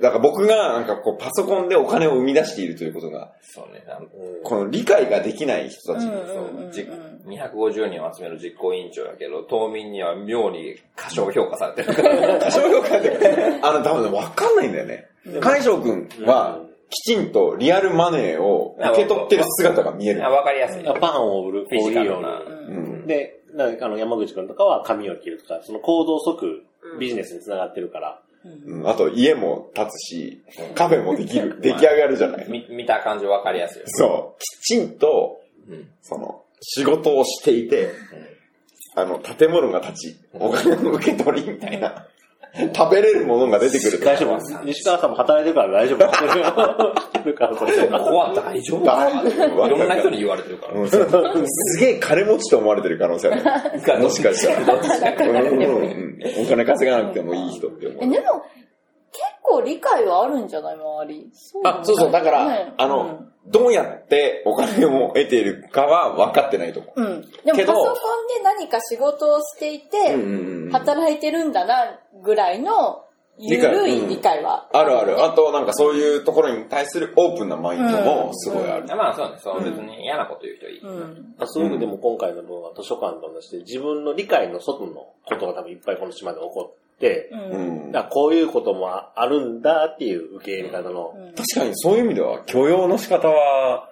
Speaker 1: だから僕がなんかこうパソコンでお金を生み出しているということが、
Speaker 2: そうね。なん
Speaker 1: この理解ができない人たちに、
Speaker 4: うんうんうんうん
Speaker 1: そうじ
Speaker 2: 250人を集める実行委員長やけど、島民には妙に過小評価されてるから。 *laughs*
Speaker 1: 多少よくあるあの、多分ね、わかんないんだよね。海翔くんは、きちんとリアルマネーを受け取ってる姿が見える
Speaker 2: あ。わかりやすい。
Speaker 6: パンを売る、
Speaker 2: フィ
Speaker 6: こ
Speaker 2: ジ
Speaker 6: うい
Speaker 2: カ
Speaker 6: う
Speaker 2: ル
Speaker 6: よう
Speaker 2: な
Speaker 6: な。
Speaker 1: う
Speaker 4: うん
Speaker 1: ん。
Speaker 6: で、なんかあの山口くんとかは髪を切るとか、その行動即ビジネスにつながってるから、
Speaker 1: うんあと、家も建つし、カフェもできる、出来上がるじゃない。
Speaker 2: み見た感じわかりやすいよ。
Speaker 1: そう。きちんと、
Speaker 2: うん。
Speaker 1: その、仕事をしていて、あの、建物が立ち、お金の受け取りみたいな、食べれるものが出てくる。
Speaker 6: 大丈夫。西川さんも働いてるから大丈
Speaker 1: *laughs*
Speaker 6: 夫。してるから、それ。
Speaker 2: ここは大丈夫
Speaker 1: 大
Speaker 2: か
Speaker 1: 丈夫
Speaker 2: いろんな人に言われてるから。
Speaker 1: うんそうすげえ金持ちと思われてる可能性ある。もしかしたら。うんうんうんお金稼がなくてもいい人って思
Speaker 4: え、
Speaker 1: う。
Speaker 4: でも、結構理解はあるんじゃない周り。そ
Speaker 1: あ、そうそう、だから、あの、、どうやってお金を得ているかは分かってないと思
Speaker 4: うん。うんでも
Speaker 1: け
Speaker 4: パ
Speaker 1: ど。
Speaker 4: ソコンで何か仕事をしていうて、
Speaker 1: ん
Speaker 4: 働いてるんだな、ぐらいの、ゆるい理解は。
Speaker 1: あるある。あと、なんかそういうところに対するオープンなマインドもすごいある。
Speaker 2: まあそうね、そう別に嫌なこと言う人いい。
Speaker 4: うん。
Speaker 6: あそういう意味でも今回の分は図書館と同じで、自分の理解の外のことが多分いっぱいこの島で起こって
Speaker 4: う、。
Speaker 1: うんん。
Speaker 6: だからこういうこともああるんだっていう受け入れ方の、
Speaker 1: 確かにそういう意味では許容の仕方は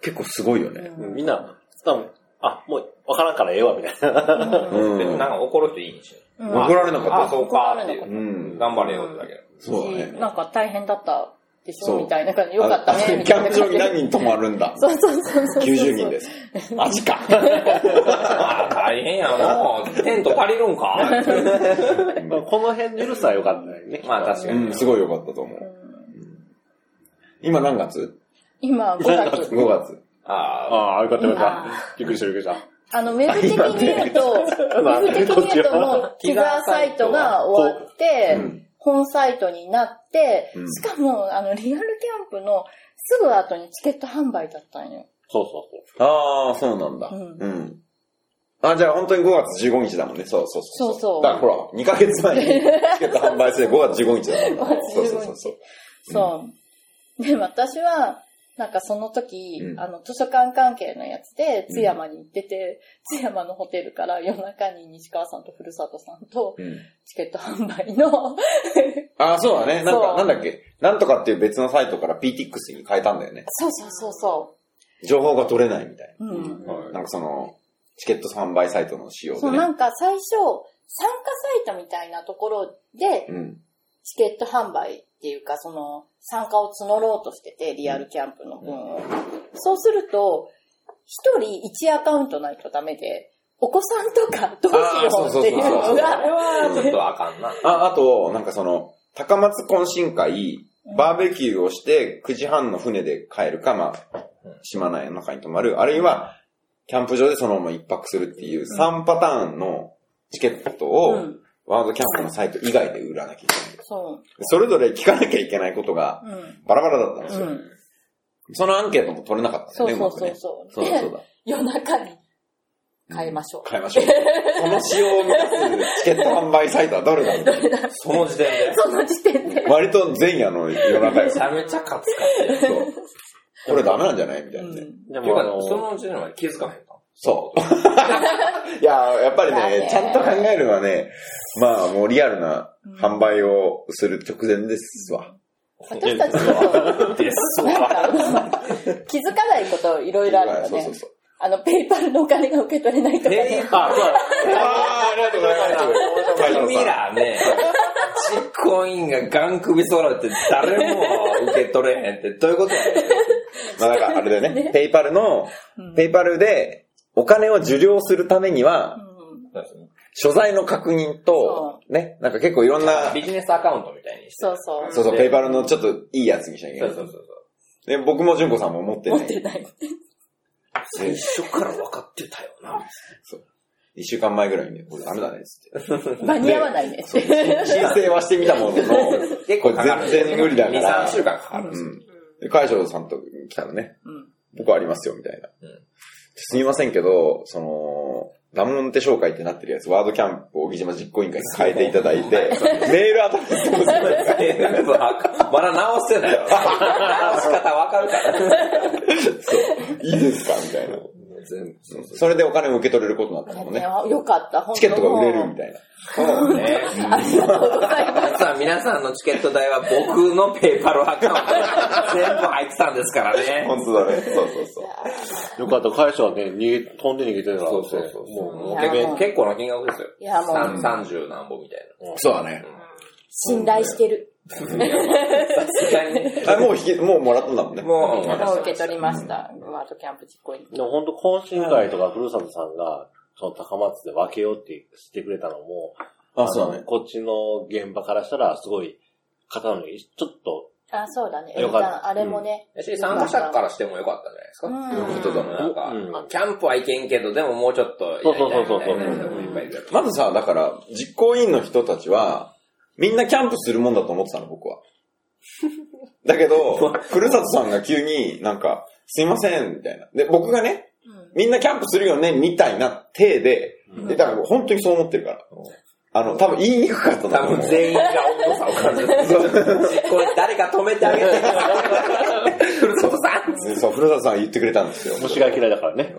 Speaker 1: 結構すごいよね。
Speaker 4: うん
Speaker 6: みんな、多分、あ、もうわからんからええわみたいな。
Speaker 1: う
Speaker 2: でもなんか怒る人いいんでしょ。
Speaker 4: うん
Speaker 1: 怒られな
Speaker 2: あ
Speaker 1: か
Speaker 2: あ、
Speaker 1: っ
Speaker 2: そうかーっていう
Speaker 1: た。うん。
Speaker 2: 頑張れよってだけど。
Speaker 1: そうだね。
Speaker 4: なんか大変だったでし
Speaker 1: そ
Speaker 4: ょ
Speaker 1: う
Speaker 4: みたいな感じ。よかったね。み
Speaker 1: キ
Speaker 4: た
Speaker 1: ャ
Speaker 4: い
Speaker 1: ン
Speaker 4: な
Speaker 1: プ場
Speaker 4: 感じ
Speaker 1: に何人泊まるんだ。
Speaker 4: そうそうそうそう。
Speaker 1: 90人です。マジ
Speaker 4: *laughs*
Speaker 1: か。
Speaker 2: ああ、大変やもう、テント借りるんか
Speaker 6: まあこの辺の緩さは良かったよね。
Speaker 2: まあ確か
Speaker 1: う
Speaker 2: に。
Speaker 1: ん、すごい良かったと思う。今何月
Speaker 4: 今、5月。
Speaker 1: ?5 月。
Speaker 6: あ
Speaker 2: ああ、
Speaker 6: あ、よかったよ
Speaker 4: あ
Speaker 6: かった。びっくりしたびっくりした。
Speaker 1: *laughs*
Speaker 4: あの、ウェブ的に言うと、ウェブ的に言うともう、ティザーサイトが終わって
Speaker 1: うん、
Speaker 4: 本サイトになって
Speaker 1: う、ん
Speaker 4: しかも、あの、リアルキャンプのすぐ後にチケット販売だったんよ。
Speaker 6: そうそう
Speaker 1: ああ、そうなんだ。
Speaker 4: うん
Speaker 1: うん。あ、じゃあ本当に5月15日だもんね。そうそうそう。
Speaker 4: そうそう
Speaker 1: だからほら、2ヶ月
Speaker 4: *laughs*
Speaker 1: 前にチケット販売して5月15日だもんね。そ
Speaker 4: 5
Speaker 1: う
Speaker 4: 月15日
Speaker 1: そうそうそう。
Speaker 4: そう。で、私は、なんかその時、
Speaker 1: うん
Speaker 4: あの、図書館関係のやつで、津山に行ってて、津山のホテルから夜中に西川さんと古里さんと、
Speaker 1: うん
Speaker 4: チケット販売の、
Speaker 1: ああ、そうだね。なん
Speaker 4: そ
Speaker 1: か、
Speaker 4: う
Speaker 1: なんだっけ。なんとかっていう別のサイトから PTX に変えたんだよね。
Speaker 4: そうそうそうそ
Speaker 1: 情報が取れないみたい
Speaker 4: うん。
Speaker 1: な。
Speaker 2: は
Speaker 1: なんかその、チケット販売サイトの仕様
Speaker 4: そ
Speaker 1: で
Speaker 4: う、
Speaker 1: ね。
Speaker 4: なんか最初、参加サイトみたいなところで、
Speaker 1: うん。
Speaker 4: チケット販売っていうか、その、参加を募ろうとしてて、リアルキャンプの分を。そうすると、一人一アカウントないとダメで、お子さんとかどうしようってい
Speaker 1: あー
Speaker 4: う
Speaker 1: そ
Speaker 4: の
Speaker 1: うそうそうそう
Speaker 4: が、
Speaker 2: い。ちょっとあかんな。
Speaker 1: あ、あと、なんかその、高松懇親会、バーベキューをして9時半の船で帰るか、まあ
Speaker 2: うん、
Speaker 1: 島内の中に泊まる、あるいは、キャンプ場でそのまま一泊するっていう3パターンのチケット
Speaker 4: う
Speaker 1: を、
Speaker 4: ん。
Speaker 1: ワールドキャンプのサイト以外で売らなきゃいけない。
Speaker 4: そ
Speaker 1: それぞれ聞かなきゃいけないことが
Speaker 4: う。うん。
Speaker 1: バラバラだったんです
Speaker 4: う
Speaker 1: よ。
Speaker 4: ん。
Speaker 1: そのアンケートも取れなかった
Speaker 4: そ
Speaker 1: よ
Speaker 4: う
Speaker 1: ね、
Speaker 4: そう
Speaker 1: まく
Speaker 4: そう
Speaker 1: ね。
Speaker 4: そう。
Speaker 1: そうだそう
Speaker 4: で、
Speaker 1: だ。
Speaker 4: 夜中に変えましょう。
Speaker 1: 変えま
Speaker 4: *laughs*
Speaker 1: しょう。この仕様を目指すチケット販売サイトはどれだみたいな。
Speaker 2: その時点で。
Speaker 4: その時点で。
Speaker 1: 割と前夜の夜中
Speaker 2: め
Speaker 1: よ。
Speaker 2: ち
Speaker 1: そう
Speaker 2: ゃめちゃカツカツや。
Speaker 1: これダメなんじゃないみた
Speaker 4: う
Speaker 1: いなね。
Speaker 4: ん
Speaker 6: で
Speaker 2: ていう
Speaker 6: も、
Speaker 2: か
Speaker 6: あの、
Speaker 2: そのうちには気づかへんか。
Speaker 1: そう。 *laughs* いや、やっぱり
Speaker 4: だ
Speaker 1: ね
Speaker 4: ね、
Speaker 1: ちゃんと考えるのはね、まあもうリアルな販売をする直前ですわ。
Speaker 4: 私たちちょっと、
Speaker 2: です
Speaker 4: なんか、気づかないこといろいろあるよ
Speaker 1: そうそう
Speaker 4: ね。
Speaker 1: そう。
Speaker 4: あの、ペイパルのお金が受け取れないとかね、
Speaker 2: ね
Speaker 6: あ、そう
Speaker 1: あーありがとうござい
Speaker 4: *laughs*
Speaker 1: ます会社の
Speaker 2: 君
Speaker 1: さ。
Speaker 2: らね、執行委員がガン首揃って誰も受け取れへんってどういうこと
Speaker 1: *laughs*
Speaker 2: やねん
Speaker 1: まあだからあれだよね、ペイパルの、
Speaker 4: うん
Speaker 1: ペイパルでお金を受領するためには、
Speaker 4: うん
Speaker 1: 所在の確認と、ね、なんか結構いろんな、
Speaker 2: ビジネスアカウントみたいにして。
Speaker 4: そうそう。
Speaker 1: そうそう、ペイパルのちょっといいやつにしなきゃいけ
Speaker 2: そ
Speaker 1: ない
Speaker 2: うそう。そうそう。
Speaker 1: で、僕も純子さんも持ってな
Speaker 4: 持
Speaker 1: い
Speaker 4: っ。てない。
Speaker 2: 最初から分かってたよな。
Speaker 1: 一週間前ぐらいに、これダメだね、つって。
Speaker 4: 間に合わないねって。
Speaker 1: 申請はしてみたものの、
Speaker 2: *laughs* 結
Speaker 1: これ全然無理だか
Speaker 2: 2、
Speaker 1: ら。
Speaker 2: 3週間かかるんで
Speaker 1: う
Speaker 2: すよ。
Speaker 1: ん。で、海将さんと来たらね、
Speaker 4: うん
Speaker 1: 僕ありますよ、みたいな。
Speaker 2: うん
Speaker 1: すみませんけど、その、ダモンテ紹介ってなってるやつ、ワードキャンプ小木島実行委員会に変えていただいて、メールアドレスを
Speaker 2: まだ直せないよ。直し方分かるから。
Speaker 1: いいですかみたいな。
Speaker 2: 全部 *laughs* そう
Speaker 1: それでお金を受け取れることになったのもね。
Speaker 4: よかった、本当
Speaker 1: チケットが売れるみ
Speaker 4: たい
Speaker 1: たいな。
Speaker 2: そうね。実は皆さんのチケット代は僕のペーパルアカウントに全部入ってたんですからね。
Speaker 1: 本当だね。そうそうそう。
Speaker 6: よかった、会社はね、逃げ、飛んで逃げてるから。
Speaker 2: そうそうそう
Speaker 6: も
Speaker 4: いや
Speaker 2: 結構結構な金額ですよ。
Speaker 4: いやもう
Speaker 2: さん30何本みたいな。
Speaker 1: そうだね。
Speaker 4: 信頼してる。
Speaker 2: 絶対に
Speaker 1: あ、もう引き、もうもらったんだもんね。
Speaker 2: もう、
Speaker 4: もう受け取りました。ワードキャンプ実行委員
Speaker 6: う、でも本当懇親会とか、ふるさとさんが、その高松で分けようってしてくれたのも、
Speaker 1: あ、そうだ
Speaker 6: の
Speaker 1: ね。
Speaker 6: こっちの現場からしたら、すごい、方のに、ちょっと、
Speaker 4: あ、そうだね。
Speaker 6: よかった
Speaker 4: あれもね。
Speaker 2: し参加者からしてもよかったんじゃないです
Speaker 4: う
Speaker 2: か。
Speaker 4: ん
Speaker 2: ちょっとなんか、
Speaker 6: うん
Speaker 2: キャンプはいけんけど、でももうちょっとやりたいみたいな人もいっぱいいる。
Speaker 1: まずさ、だから、実行委員の人たちは、みんなキャンプするもんだと思ってたの、僕は。だけど、ふるさとさんが急になんか、すいません、みたいな。で、僕がね、
Speaker 4: うん
Speaker 1: みんなキャンプするよね、みたいな体で、
Speaker 6: うん
Speaker 1: で、だから本当にそう思ってるから。あの、多分言いにくかったんだ
Speaker 2: 多
Speaker 1: と思う
Speaker 2: 分全員が温度差を感じる。これ誰か止めてあげて。ふるさとさん
Speaker 1: そう、古田さんが言ってくれたんですよ。
Speaker 6: 虫が嫌いだからね。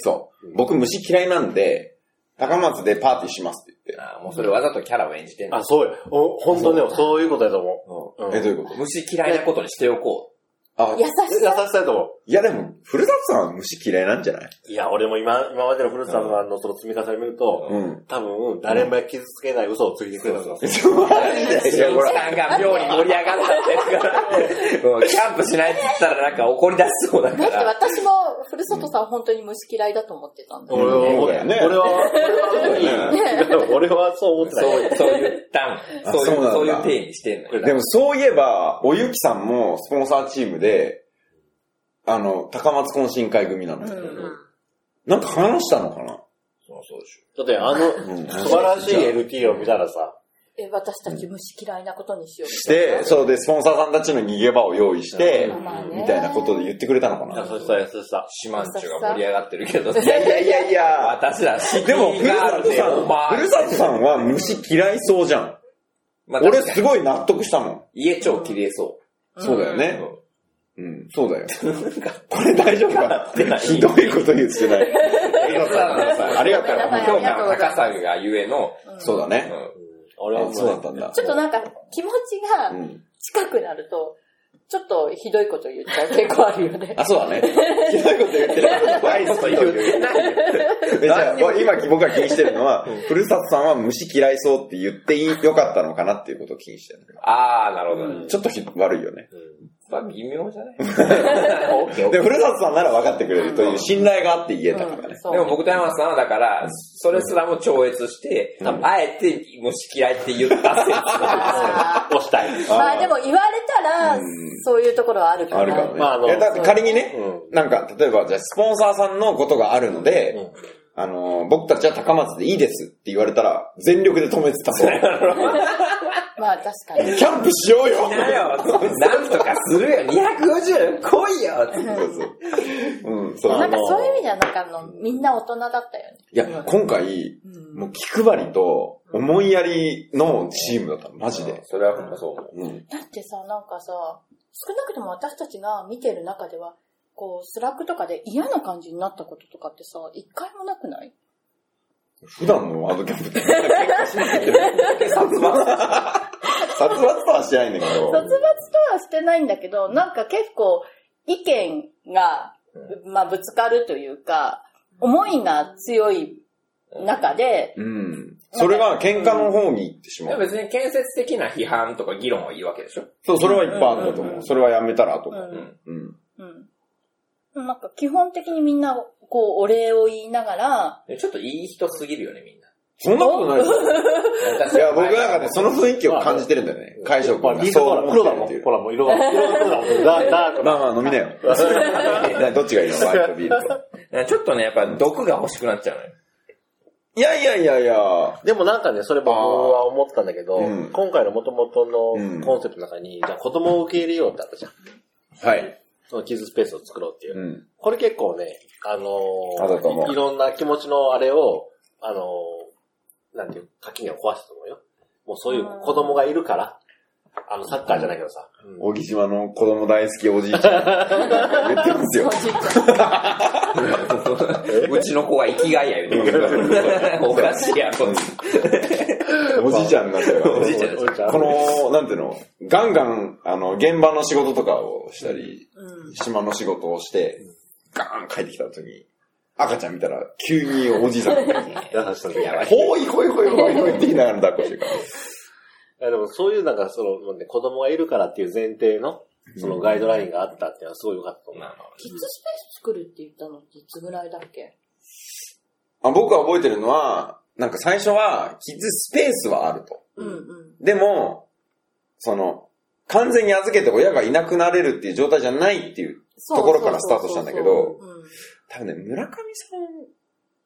Speaker 1: そう。僕虫嫌いなんで、高松でパーティーしますって言って。
Speaker 2: あーもうそれわざとキャラを演じてんの
Speaker 6: あ、そうよ。お本当ね、そういうことやと思う。うん
Speaker 1: え、どういうこと
Speaker 2: 虫嫌いなことにしておこ
Speaker 1: あ
Speaker 4: 優し、
Speaker 6: 優し
Speaker 4: さ。
Speaker 6: さやと思。
Speaker 1: いやでも、古田さんは虫嫌いなんじゃないう
Speaker 6: いや、俺も今、今までの古田さんのあの、その積み重ね見ると、
Speaker 1: うん。
Speaker 6: 多分、誰も傷つけない嘘をついてくれたん *laughs* ですよ。
Speaker 2: う。しおさんが妙に盛り上が *laughs* ったってから、もうキャンプしないって言ったらなんか怒り出しそうだ
Speaker 4: だ
Speaker 2: か
Speaker 4: って
Speaker 2: ら。
Speaker 4: 私も、ふるさとさん本当に虫嫌いだと思ってたんだ
Speaker 6: 俺は、
Speaker 1: そう
Speaker 6: 俺
Speaker 1: だよ
Speaker 6: は
Speaker 1: ね、
Speaker 6: 俺は、 *laughs* 俺はそう思ってない。
Speaker 2: そう、そう言ったん。
Speaker 1: あ
Speaker 2: そういう、そ
Speaker 1: そうう
Speaker 2: い
Speaker 1: なんだ
Speaker 2: う体にしてんのよ。
Speaker 1: でもそういえば、おゆきさんもスポンサーチームで、あの、高松懇親会組なの。
Speaker 4: うん
Speaker 1: なんか話したのかな
Speaker 2: そうそうでし
Speaker 6: だって、あ
Speaker 1: うん
Speaker 6: の、素晴らしい NT を見たらさ、
Speaker 4: え、私たち虫嫌いなことにしよう。
Speaker 1: して、そうで、スポンサーさんたちの逃げ場を用意して、
Speaker 4: まあね
Speaker 1: みたいなことで言ってくれたのかな
Speaker 6: 優しさ、優しさ。
Speaker 2: 島んちゅが盛り上がってるけど。い
Speaker 1: いやいやいやいや、
Speaker 2: 私ら、敷居
Speaker 1: でも、ふる
Speaker 2: があ
Speaker 1: さ
Speaker 2: る
Speaker 1: と
Speaker 2: で
Speaker 1: さ
Speaker 2: お前
Speaker 1: ん、ふるさとさんは虫嫌いそうじゃん。
Speaker 2: まあ
Speaker 1: 俺
Speaker 2: 確か
Speaker 1: す
Speaker 2: に
Speaker 1: ごい納得したもん。
Speaker 2: 家超綺麗
Speaker 1: *laughs*
Speaker 2: そ
Speaker 1: そうだよ
Speaker 2: う。
Speaker 1: ね。うん、そうだよ。これ大 *laughs* 丈夫か
Speaker 2: 出ない
Speaker 1: ひどいこと言ってない。
Speaker 2: ありがとうございます
Speaker 1: *laughs* ありがとうございます
Speaker 2: 評価の高さがゆえの、
Speaker 1: そうだ
Speaker 2: う
Speaker 1: ね。
Speaker 2: ん
Speaker 6: 俺は
Speaker 1: あ
Speaker 6: も
Speaker 1: そうだったんだ
Speaker 4: ち。ょっとなんか気持ち
Speaker 1: う
Speaker 4: が
Speaker 1: ん。
Speaker 4: 近くなると、ちょっとひどいこと言っちゃう結構あるよね。
Speaker 1: あ、そう *laughs* だね。ひどいこと言ってる。悪いこと言う。めっちゃ、今僕が気にしてるのは、ふるさとさんは虫嫌いそうって言っていいよかったのかなっていうことを気にしてる。
Speaker 2: あー、なるほどね。
Speaker 1: ちょっとひ悪いよね。
Speaker 2: まあ、微妙
Speaker 1: *laughs*
Speaker 2: じゃないオッケーオッケ
Speaker 1: で、
Speaker 2: ー
Speaker 1: ふるさとさんなら分かってくれるという信頼があって言えたからね。
Speaker 4: そう
Speaker 2: でも僕と山田さんはだから、それすらも超越して、あえて虫嫌いって言った説
Speaker 1: *laughs*
Speaker 4: あ
Speaker 6: 押したい。
Speaker 4: *laughs* ーまあでも言われたら
Speaker 1: うん、
Speaker 4: そういうところはあるかな。
Speaker 1: あるかもね。
Speaker 6: まああの
Speaker 1: いやだって仮にね、
Speaker 6: う
Speaker 1: なんか、例えば、じゃあスポンサーさんのことがあるので、
Speaker 6: うん
Speaker 1: あのー、僕たちは高松でいいですって言われたら、全力で止めてたも *laughs* ん。
Speaker 4: まあ確かに。
Speaker 1: キャンプしようよ
Speaker 2: だよ。なんとかするよ。250! 来いよ
Speaker 1: そうそう。うん、そう。
Speaker 4: なんか
Speaker 1: あの
Speaker 4: そういう意味ではなんかあの、みんな大人だったよね。
Speaker 1: いや、今回、
Speaker 4: うん
Speaker 1: もう気配りと思いやりのチームだったの、マジで。
Speaker 2: それはほんまそう思う。
Speaker 1: うん。
Speaker 4: だってさ、なんかさ、少なくとも私たちが見てる中では、こう、スラックとかで嫌な感じになったこととかってさ、一回もなくない
Speaker 1: 普段のワードキャンプって喧嘩しまくってる。殺伐。殺伐とはしてないんだけ
Speaker 4: 殺伐
Speaker 1: ど。
Speaker 4: とはしてないんだけど、なんか結構意見が、まあぶつかるというか、思いが強い中で、
Speaker 1: うん。それが喧嘩の方に行ってしま
Speaker 2: で
Speaker 1: う。
Speaker 2: も別に建設的な批判とか議論はいいわけでしょ
Speaker 1: そう、それはいっぱいあったと思う。それはやめたらと
Speaker 4: う
Speaker 1: か。
Speaker 4: ん、
Speaker 1: うん。
Speaker 4: うん。なんか基本的にみんな、こう、お礼を言いながら、
Speaker 2: でちょっといい人すぎるよ
Speaker 1: *laughs*
Speaker 2: ね、みんな。
Speaker 1: そんなことないですよ。
Speaker 2: 私
Speaker 1: いや、僕なんかね、その雰囲気を感じてるんだよね。会食
Speaker 6: まあ、
Speaker 1: が
Speaker 6: リー
Speaker 1: そ
Speaker 6: ド
Speaker 1: う
Speaker 6: ほら、
Speaker 1: 思っ
Speaker 6: 黒
Speaker 1: て
Speaker 6: だ
Speaker 1: る
Speaker 6: も
Speaker 1: っ
Speaker 6: ん。
Speaker 1: ていう
Speaker 6: ほら、もう色が、色が黒だも
Speaker 1: *laughs*
Speaker 6: ん。ダーダー
Speaker 1: まあまあ飲みな *laughs* よ。などっちがいい *laughs* のワインとビールと。
Speaker 2: ちょっとね、やっぱ毒が欲しくなっちゃうのよ。
Speaker 1: いやいやいやいや。
Speaker 6: でもなんかね、それ僕は思ってたんだけど、
Speaker 1: うん
Speaker 6: 今回の元々
Speaker 1: うん
Speaker 6: のコンセプトの中に、じゃあ子供を受け入れようってあったじゃん。
Speaker 1: はい。
Speaker 6: そのキッズスペースを作ろうっていう。
Speaker 1: うん。
Speaker 6: これ結構ね、あのー
Speaker 1: あだと思う
Speaker 6: いろんな気持ちのあれを、あのーなんていう、垣根を壊したと思うよ。もうそういう子供がいるから、あの、サッカーじゃないけどさ。うん
Speaker 1: 小木島の子供大好きおじいちゃん
Speaker 2: *laughs*
Speaker 1: が言ってますよ。
Speaker 2: うちの子は生きがいやよ、ね、
Speaker 1: *laughs*
Speaker 2: おかしいや、こいつ
Speaker 1: おじいちゃんになったよ。
Speaker 2: おじいちゃん
Speaker 6: おじいちゃん
Speaker 1: この、なんていうの、ガンガン、あの、現場の仕事とかをしたり、
Speaker 4: うん。
Speaker 1: 島の仕事をして、ガーン帰ってきた時に、赤ちゃん見たら、急におじいさんが、
Speaker 2: *laughs*
Speaker 6: 優しさで。
Speaker 1: ほいほいほいほいほいって言いながら抱っこしてるから。
Speaker 6: いやでもそういうなんかその、ね、子供がいるからっていう前提の、そのガイドラインがあったっていうのはすごい良かったと思う。
Speaker 4: キッズスペース作るって言ったのっていつぐらいだっけ
Speaker 1: あ僕は覚えてるのは、なんか最初は、キッズスペースはあると。
Speaker 4: うんうん。
Speaker 1: でも、その、完全に預けて親がいなくなれるっていう状態じゃないっていう、
Speaker 4: そう
Speaker 1: ところからスタートしたんだけど
Speaker 4: そうそうそう
Speaker 1: 多分ね、村上さん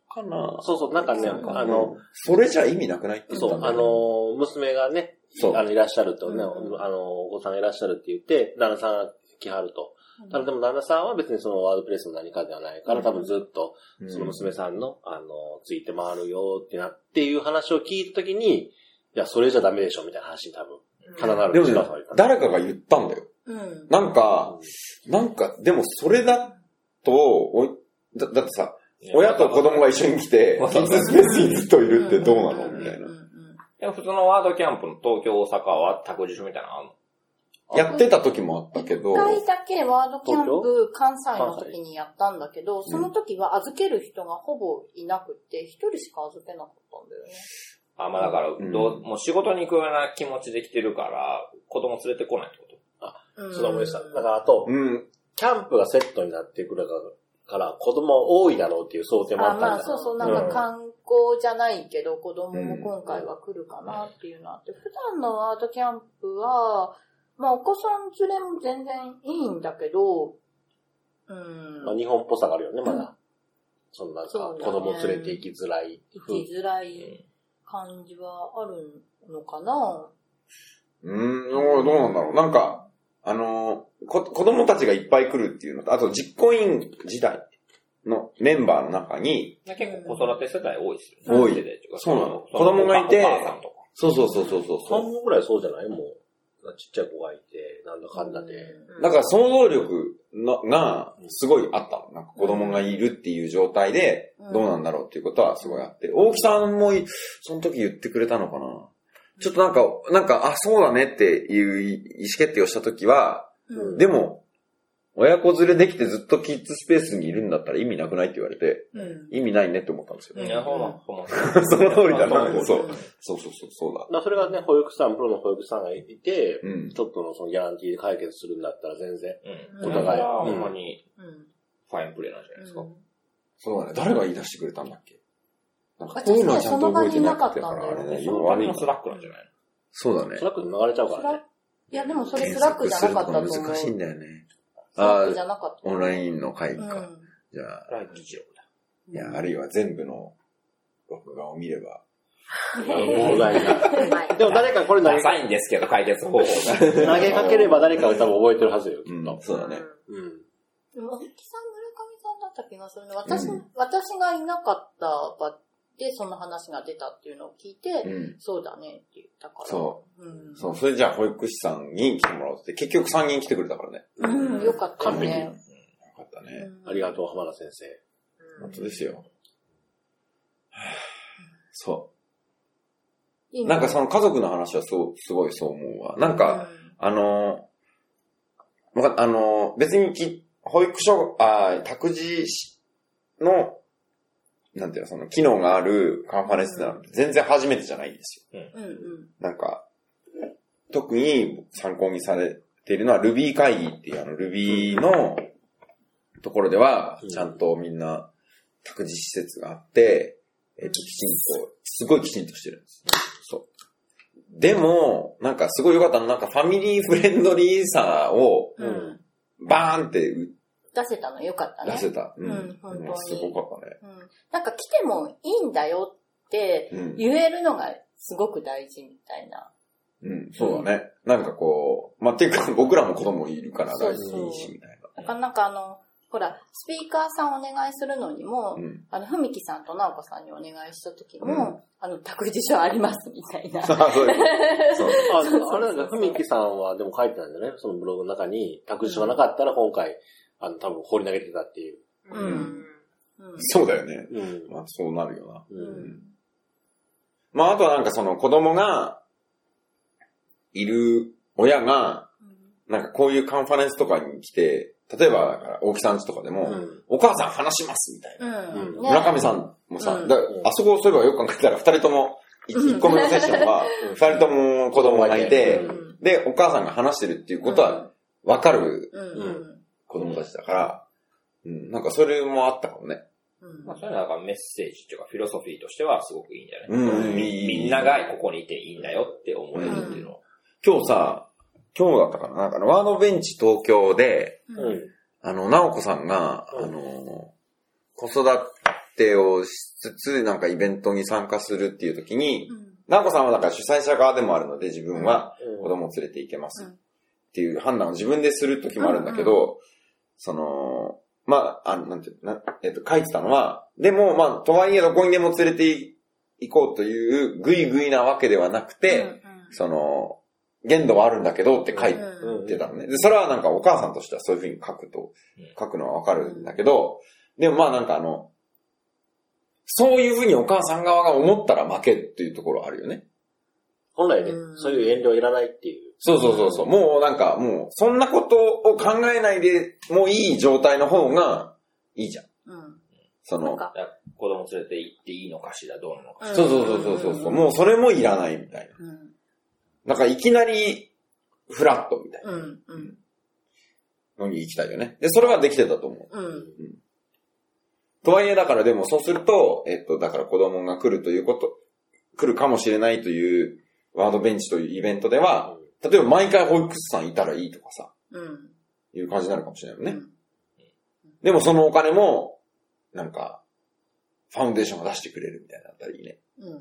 Speaker 1: かな
Speaker 6: そうそう、なんかね、
Speaker 1: あ
Speaker 6: あの、
Speaker 1: の、それじゃ意味なくないって言っ
Speaker 6: そ
Speaker 1: たん
Speaker 6: う、
Speaker 1: だ
Speaker 6: あ
Speaker 1: よね
Speaker 6: の、娘がね、
Speaker 1: そう
Speaker 6: あの、いらっしゃるとね、
Speaker 4: うんうん
Speaker 6: あの、お子さんがいらっしゃるって言って、旦那さんが来はると。
Speaker 4: うん
Speaker 6: ただでも旦那さんは別にそのワードプレスの何かではないから、多分ずっと、
Speaker 1: うん
Speaker 6: その娘さんの、あの、ついて回るよってなっていう話を聞いたときに、いや、それじゃダメでしょみたいな話に多分、必なる
Speaker 1: でもね
Speaker 6: 力が入った
Speaker 1: 誰かが言ったんだよ。
Speaker 4: うん。
Speaker 1: なんか、なんか、でもそれだと、おだだってさ、親と子供が一緒に来て、キッズスペースにずっといるってどうなのみたいな
Speaker 4: うん。うん
Speaker 2: でも普通のワードキャンプの東京、大阪は託児所みたいなのあんの
Speaker 1: やってた時もあったけど、
Speaker 4: 一回だけワードキャンプ関西の時にやったんだけど、その時は預ける人がほぼいなくて、一人しか預けなかったんだよね。
Speaker 2: あ、まあだから、
Speaker 1: ん
Speaker 2: どうもう仕事に行くような気持ちで来てるから、子供連れてこないってこ
Speaker 6: そうだ思いました。
Speaker 4: うん
Speaker 6: だからあと、
Speaker 1: うん、
Speaker 6: キャンプがセットになってくるから、子供は多いだろうっていう想定も
Speaker 4: あ
Speaker 6: あった
Speaker 4: ま
Speaker 6: ん
Speaker 4: あ
Speaker 6: だ
Speaker 4: そうそう、なんか観光じゃないけど、子供も今回は来るかなっていうのあって、普段のワードキャンプは、まあお子さん連れも全然いいんだけど、うん、
Speaker 6: まあ、日本っぽさがあるよね、まだ。そのなんか、
Speaker 4: そうだね
Speaker 6: 子供連れて行きづらい
Speaker 4: 行
Speaker 6: 風
Speaker 4: きづら
Speaker 2: と。
Speaker 4: い感じはあるのかな
Speaker 1: うーん、おーどうなんだろう。なんか、あのーこ、子供たちがいっぱい来るっていうのと、あと実行委員時代のメンバーの中に、
Speaker 2: で結構子育て世代多いですよね。
Speaker 1: 多い
Speaker 2: 世代っていか
Speaker 1: そうなの
Speaker 2: 子供がいて、
Speaker 1: 子
Speaker 2: お
Speaker 1: 供がいて
Speaker 2: 母さんとか。
Speaker 1: そうそうそうそうそう
Speaker 6: 半分ぐらいそうじゃないもう、ちっちゃい子がいて、なんだかんだで。
Speaker 1: だから想像力のがすごいあったの。なんか子供がいるっていう状態で、
Speaker 4: うん
Speaker 1: どうなんだろうっていうことはすごいあって、大木さんもいその時言ってくれたのかな。ちょっとなんか、なんか、あ、そうだねっていう意思決定をした時は、
Speaker 7: うん
Speaker 1: でも、親子連れできてずっとキッズスペースにいるんだったら意味なくないって言われて、
Speaker 7: うん。
Speaker 1: 意味ないねって思ったんです
Speaker 7: う
Speaker 1: よ。
Speaker 7: ん
Speaker 2: いや、ほんま、ほん
Speaker 1: *laughs*
Speaker 2: ま。
Speaker 1: その通りだな。
Speaker 6: そ
Speaker 1: そう。そうそうそう、そうだ。
Speaker 6: まあそれがね、保育士さん、プロの保育士さんがいて、
Speaker 1: うん。
Speaker 6: ちょっとのそのギャランティーで解決するんだったら全然。
Speaker 2: うん。
Speaker 7: お
Speaker 6: 互い
Speaker 2: これは
Speaker 6: う
Speaker 2: ほ
Speaker 6: ん
Speaker 2: んまに、
Speaker 7: うん。
Speaker 2: ファインプレーなんじゃないですか。
Speaker 1: そうだね。誰が言い出してくれたんだっけなんか
Speaker 7: あ
Speaker 1: こういうのはちゃんと覚えてなかった
Speaker 7: 確かにその場にいなかったんだよ
Speaker 1: から、あれ
Speaker 2: で
Speaker 1: ね、
Speaker 2: そ
Speaker 1: よく
Speaker 2: の
Speaker 1: 悪
Speaker 2: 場
Speaker 1: い
Speaker 2: に
Speaker 1: な
Speaker 2: もスラックなんじゃない
Speaker 1: そうだね
Speaker 6: ス。ラックで流れちゃう
Speaker 7: そ
Speaker 6: から
Speaker 7: ら。
Speaker 6: ね
Speaker 7: いや、でもそれスラックじゃなかったと思う。
Speaker 1: 検索するのが難しいんだよね。
Speaker 7: スラックじゃなかった。
Speaker 1: オンラインの会議
Speaker 7: う
Speaker 1: か。
Speaker 7: ん。
Speaker 1: じゃあ、
Speaker 2: ライブ以上だ。
Speaker 1: いや、あるいは全部の録画を見れば。
Speaker 6: 問題が。でも誰かこれ投
Speaker 2: ダ
Speaker 6: げ
Speaker 2: サいんですけど、解決方法が。
Speaker 6: 投げかければ誰かが多分覚えてるはずよ、きっと。
Speaker 1: そうだね。
Speaker 6: うん。
Speaker 7: でも、木さん、村上さんだった気がするね。私、私がいなかった場で、その話が出たっていうのを聞いて、
Speaker 1: うん。
Speaker 7: そうだねって言ったから。。
Speaker 1: そう
Speaker 7: うん。
Speaker 1: そう、それじゃあ保育士さんに来てもらおうって、結局3人来てくれたからね。
Speaker 7: うん、よかったよね。
Speaker 1: よかった
Speaker 7: う
Speaker 1: ね。
Speaker 7: ん
Speaker 6: ありがとう、浜田先生。
Speaker 1: 本当ですよ。はぁそ。
Speaker 7: いいうね
Speaker 1: なんかその家族の話はそう、すごいそう思うわ。なんか、、あのー、わかあのー、別にき、保育所、あー託児しの、なんていうの、その、機能があるカンファレンスなんて全然初めてじゃないんです
Speaker 7: うんうん。
Speaker 1: よ。なんか、特に参考にされているのは Ruby 会議っていうあの Ruby のところでは
Speaker 6: うん、
Speaker 1: ちゃんとみんな託児施設があって、えっと、きちんと、すごいきちんとしてるんです。そう。でも、なんかすごい良かったの、なんかファミリーフレンドリーさを
Speaker 7: うん。うん。
Speaker 1: バーンってう
Speaker 7: 出せたのよかったね。
Speaker 1: 出せた。
Speaker 7: うん本当に
Speaker 1: もうすごかったね。
Speaker 7: うん。なんか来てもいいんだよって
Speaker 1: うん。
Speaker 7: 言えるのがすごく大事みたいな。
Speaker 1: うん、そうだね。なんかこう、まあ、ていうか僕らも子供いるから
Speaker 7: そう
Speaker 1: 大
Speaker 7: そう
Speaker 1: 事いいし、みたい
Speaker 7: なかなかあの、ほら、スピーカーさんお願いするのにも、
Speaker 1: な。うん。 *laughs*
Speaker 7: あの、ふみきさんとなおこさんにお願いした時も、
Speaker 1: うん
Speaker 7: あの、託児所ありますみたいな。
Speaker 1: あ、そういうことそう。
Speaker 6: あ、あれなんだ、ふみきさんはでも書いてたんじゃないそのブログの中に、託児がなかったら今回、あの、多分放り投げてたっていう。
Speaker 1: うん
Speaker 7: うん。
Speaker 1: そうだよね。
Speaker 6: うん。
Speaker 1: まあ、そうなるよな。
Speaker 6: う。
Speaker 7: うんん。
Speaker 1: まあ、あとはなんかその子供が、いる親が、なんかこういうカンファレンスとかに来て、例えば、だから、大木さん家とかでも、
Speaker 6: うん
Speaker 1: お母さん話しますみたいな。
Speaker 7: うん。
Speaker 6: うん
Speaker 7: ね
Speaker 1: 村上さんもさ、
Speaker 7: うん
Speaker 1: だあそこそういえばよく考えたら、二人とも、い
Speaker 7: うん
Speaker 1: 一個目のセッションは、
Speaker 6: うん
Speaker 1: 二人とも子供がいて
Speaker 6: う、
Speaker 7: ん。
Speaker 1: で、お母さんが話してるっていうことは、わかる
Speaker 7: うん、
Speaker 6: う
Speaker 7: うんん。
Speaker 1: 子供たちだから、うん、なんかそれもあったかもね。
Speaker 7: うん
Speaker 2: まあ、そういうのはなんかメッセージというか、フィロソフィーとしてはすごくいいんじゃない
Speaker 1: うんうんいい
Speaker 2: みんながここにいていいんだよって思えるっていうのは。
Speaker 1: 今日さ、今日だったかな、なんかねワードベンチ東京で、
Speaker 6: う
Speaker 7: うん
Speaker 6: ん。
Speaker 1: あの、なおこさんが、
Speaker 6: うん
Speaker 1: あの、子育てをしつつ、なんかイベントに参加するっていう時に、なおこさんはだから主催者側でもあるので、自分は子供を連れて行けます
Speaker 7: うん
Speaker 1: っていう判断を自分でする時もあるんだけど、その、まあ、あの、なんていうのな、えっと、書いてたのは、でも、まあ、とはいえどこにでも連れて行こうという、ぐいぐいなわけではなくて、、その、限度はあるんだけどって書いて
Speaker 7: うん
Speaker 6: うん
Speaker 1: ってたのね。で、それはなんかお母さんとしてはそういう風に書くと
Speaker 2: うん、
Speaker 1: 書くのはわかるんだけど、でもまあなんかあの、そういう風にお母さん側が思ったら負けっていうところあるよね。
Speaker 6: 本来ね
Speaker 7: う、ん
Speaker 6: そういう遠慮いらないっていう。
Speaker 1: そうそうそうそう。もうなんかもう、そんなことを考えないでもいい状態の方がいいじゃん。
Speaker 7: うん。
Speaker 1: そ
Speaker 7: なん
Speaker 1: の、
Speaker 7: か、
Speaker 2: だから子供連れて行っていいのかしら、どうなのかしら。
Speaker 1: そうそうそうそうそうそう。もうそれもいらないみたい
Speaker 7: うん。
Speaker 1: な。なんかいきなり、フラットみたい
Speaker 7: うん。うん。
Speaker 1: なのに行きたいよね。で、それはできてたと思う。
Speaker 7: うん。
Speaker 1: とはいえだからでもそうすると、えっと、だから子供が来るということ、来るかもしれないというワードベンチというイベントでは、例えば毎回保育士さんいたらいいとかさ、
Speaker 7: うん。
Speaker 1: いう感じになるかもしれないよね。
Speaker 7: うん
Speaker 1: でもそのお金も、なんか、ファウンデーションが出してくれるみたいなのだったらいいね。
Speaker 7: うん。
Speaker 2: いや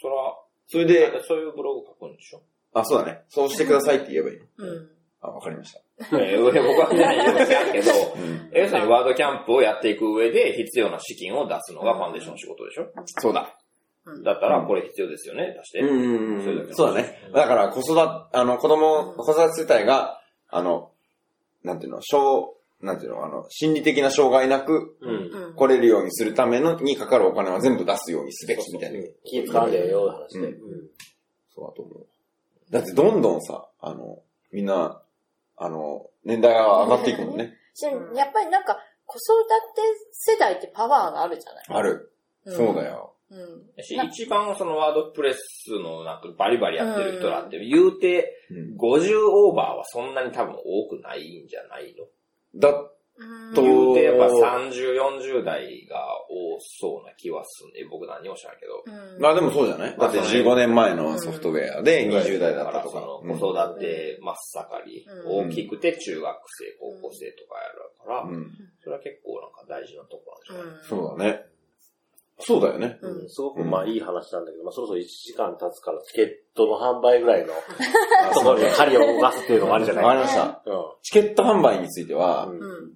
Speaker 2: それは、
Speaker 1: それで、
Speaker 2: そういうブログ書くんでしょ
Speaker 1: あ、そうだね。そうしてくださいって言えばいいの。
Speaker 7: うん。
Speaker 1: あ、わかりました。
Speaker 2: えー僕はね、言うてあるけど、 *laughs*
Speaker 1: うん。
Speaker 2: 要するにワードキャンプをやっていく上で必要な資金を出すのがファンデーションの仕事でしょ
Speaker 1: そうだ。
Speaker 7: うん
Speaker 2: だったら、これ必要ですよね、出して。
Speaker 1: うんうんうんうん。そうだね。だから子育て、あの、子供、子育て世帯が、あの、なんていうの、小、なんていうの、あの、心理的な障害なく
Speaker 6: うん。
Speaker 7: うん。
Speaker 1: 来れるようにするための、にかかるお金は全部出すようにすべきみたいな。
Speaker 6: 気使わんでええよ、話で。
Speaker 1: うんそうだと思う。だってどんどんさ、あの、みんな、あの、年代が上がっていくもんね。
Speaker 4: しやっぱりなんか、子育て世代ってパワーがあるじゃない
Speaker 1: ある。
Speaker 4: ん
Speaker 1: そうだよ。
Speaker 4: うん。
Speaker 2: し一番そのワードプレスのなんかバリバリやってる人だって、言うて
Speaker 1: うん
Speaker 2: 50オーバーはそんなに多分多くないんじゃないの
Speaker 1: だ、と
Speaker 2: 言うてやっぱ30、40代が多そうな気はすんで、僕何をしないけど。
Speaker 4: うん。
Speaker 1: まあでもそうじゃないだって15年前のソフトウェアで20代だったとか。
Speaker 2: そ
Speaker 1: うん
Speaker 2: の子育て真っ盛り、
Speaker 4: うん
Speaker 2: 大きくて中学生、高校生とかやるから、
Speaker 1: うん。
Speaker 2: それは結構なんか大事なとこなんじゃない、
Speaker 1: そうだね。そうだよね。
Speaker 4: うん。
Speaker 6: すごくまあいい話なんだけど、まあそろそろ1時間経つからチケットの販売ぐらいのところに針を動かすっていうのもあるじゃ
Speaker 1: わか
Speaker 6: ない
Speaker 1: りました。
Speaker 6: うん。
Speaker 1: チケット販売については、
Speaker 6: うん
Speaker 4: うん。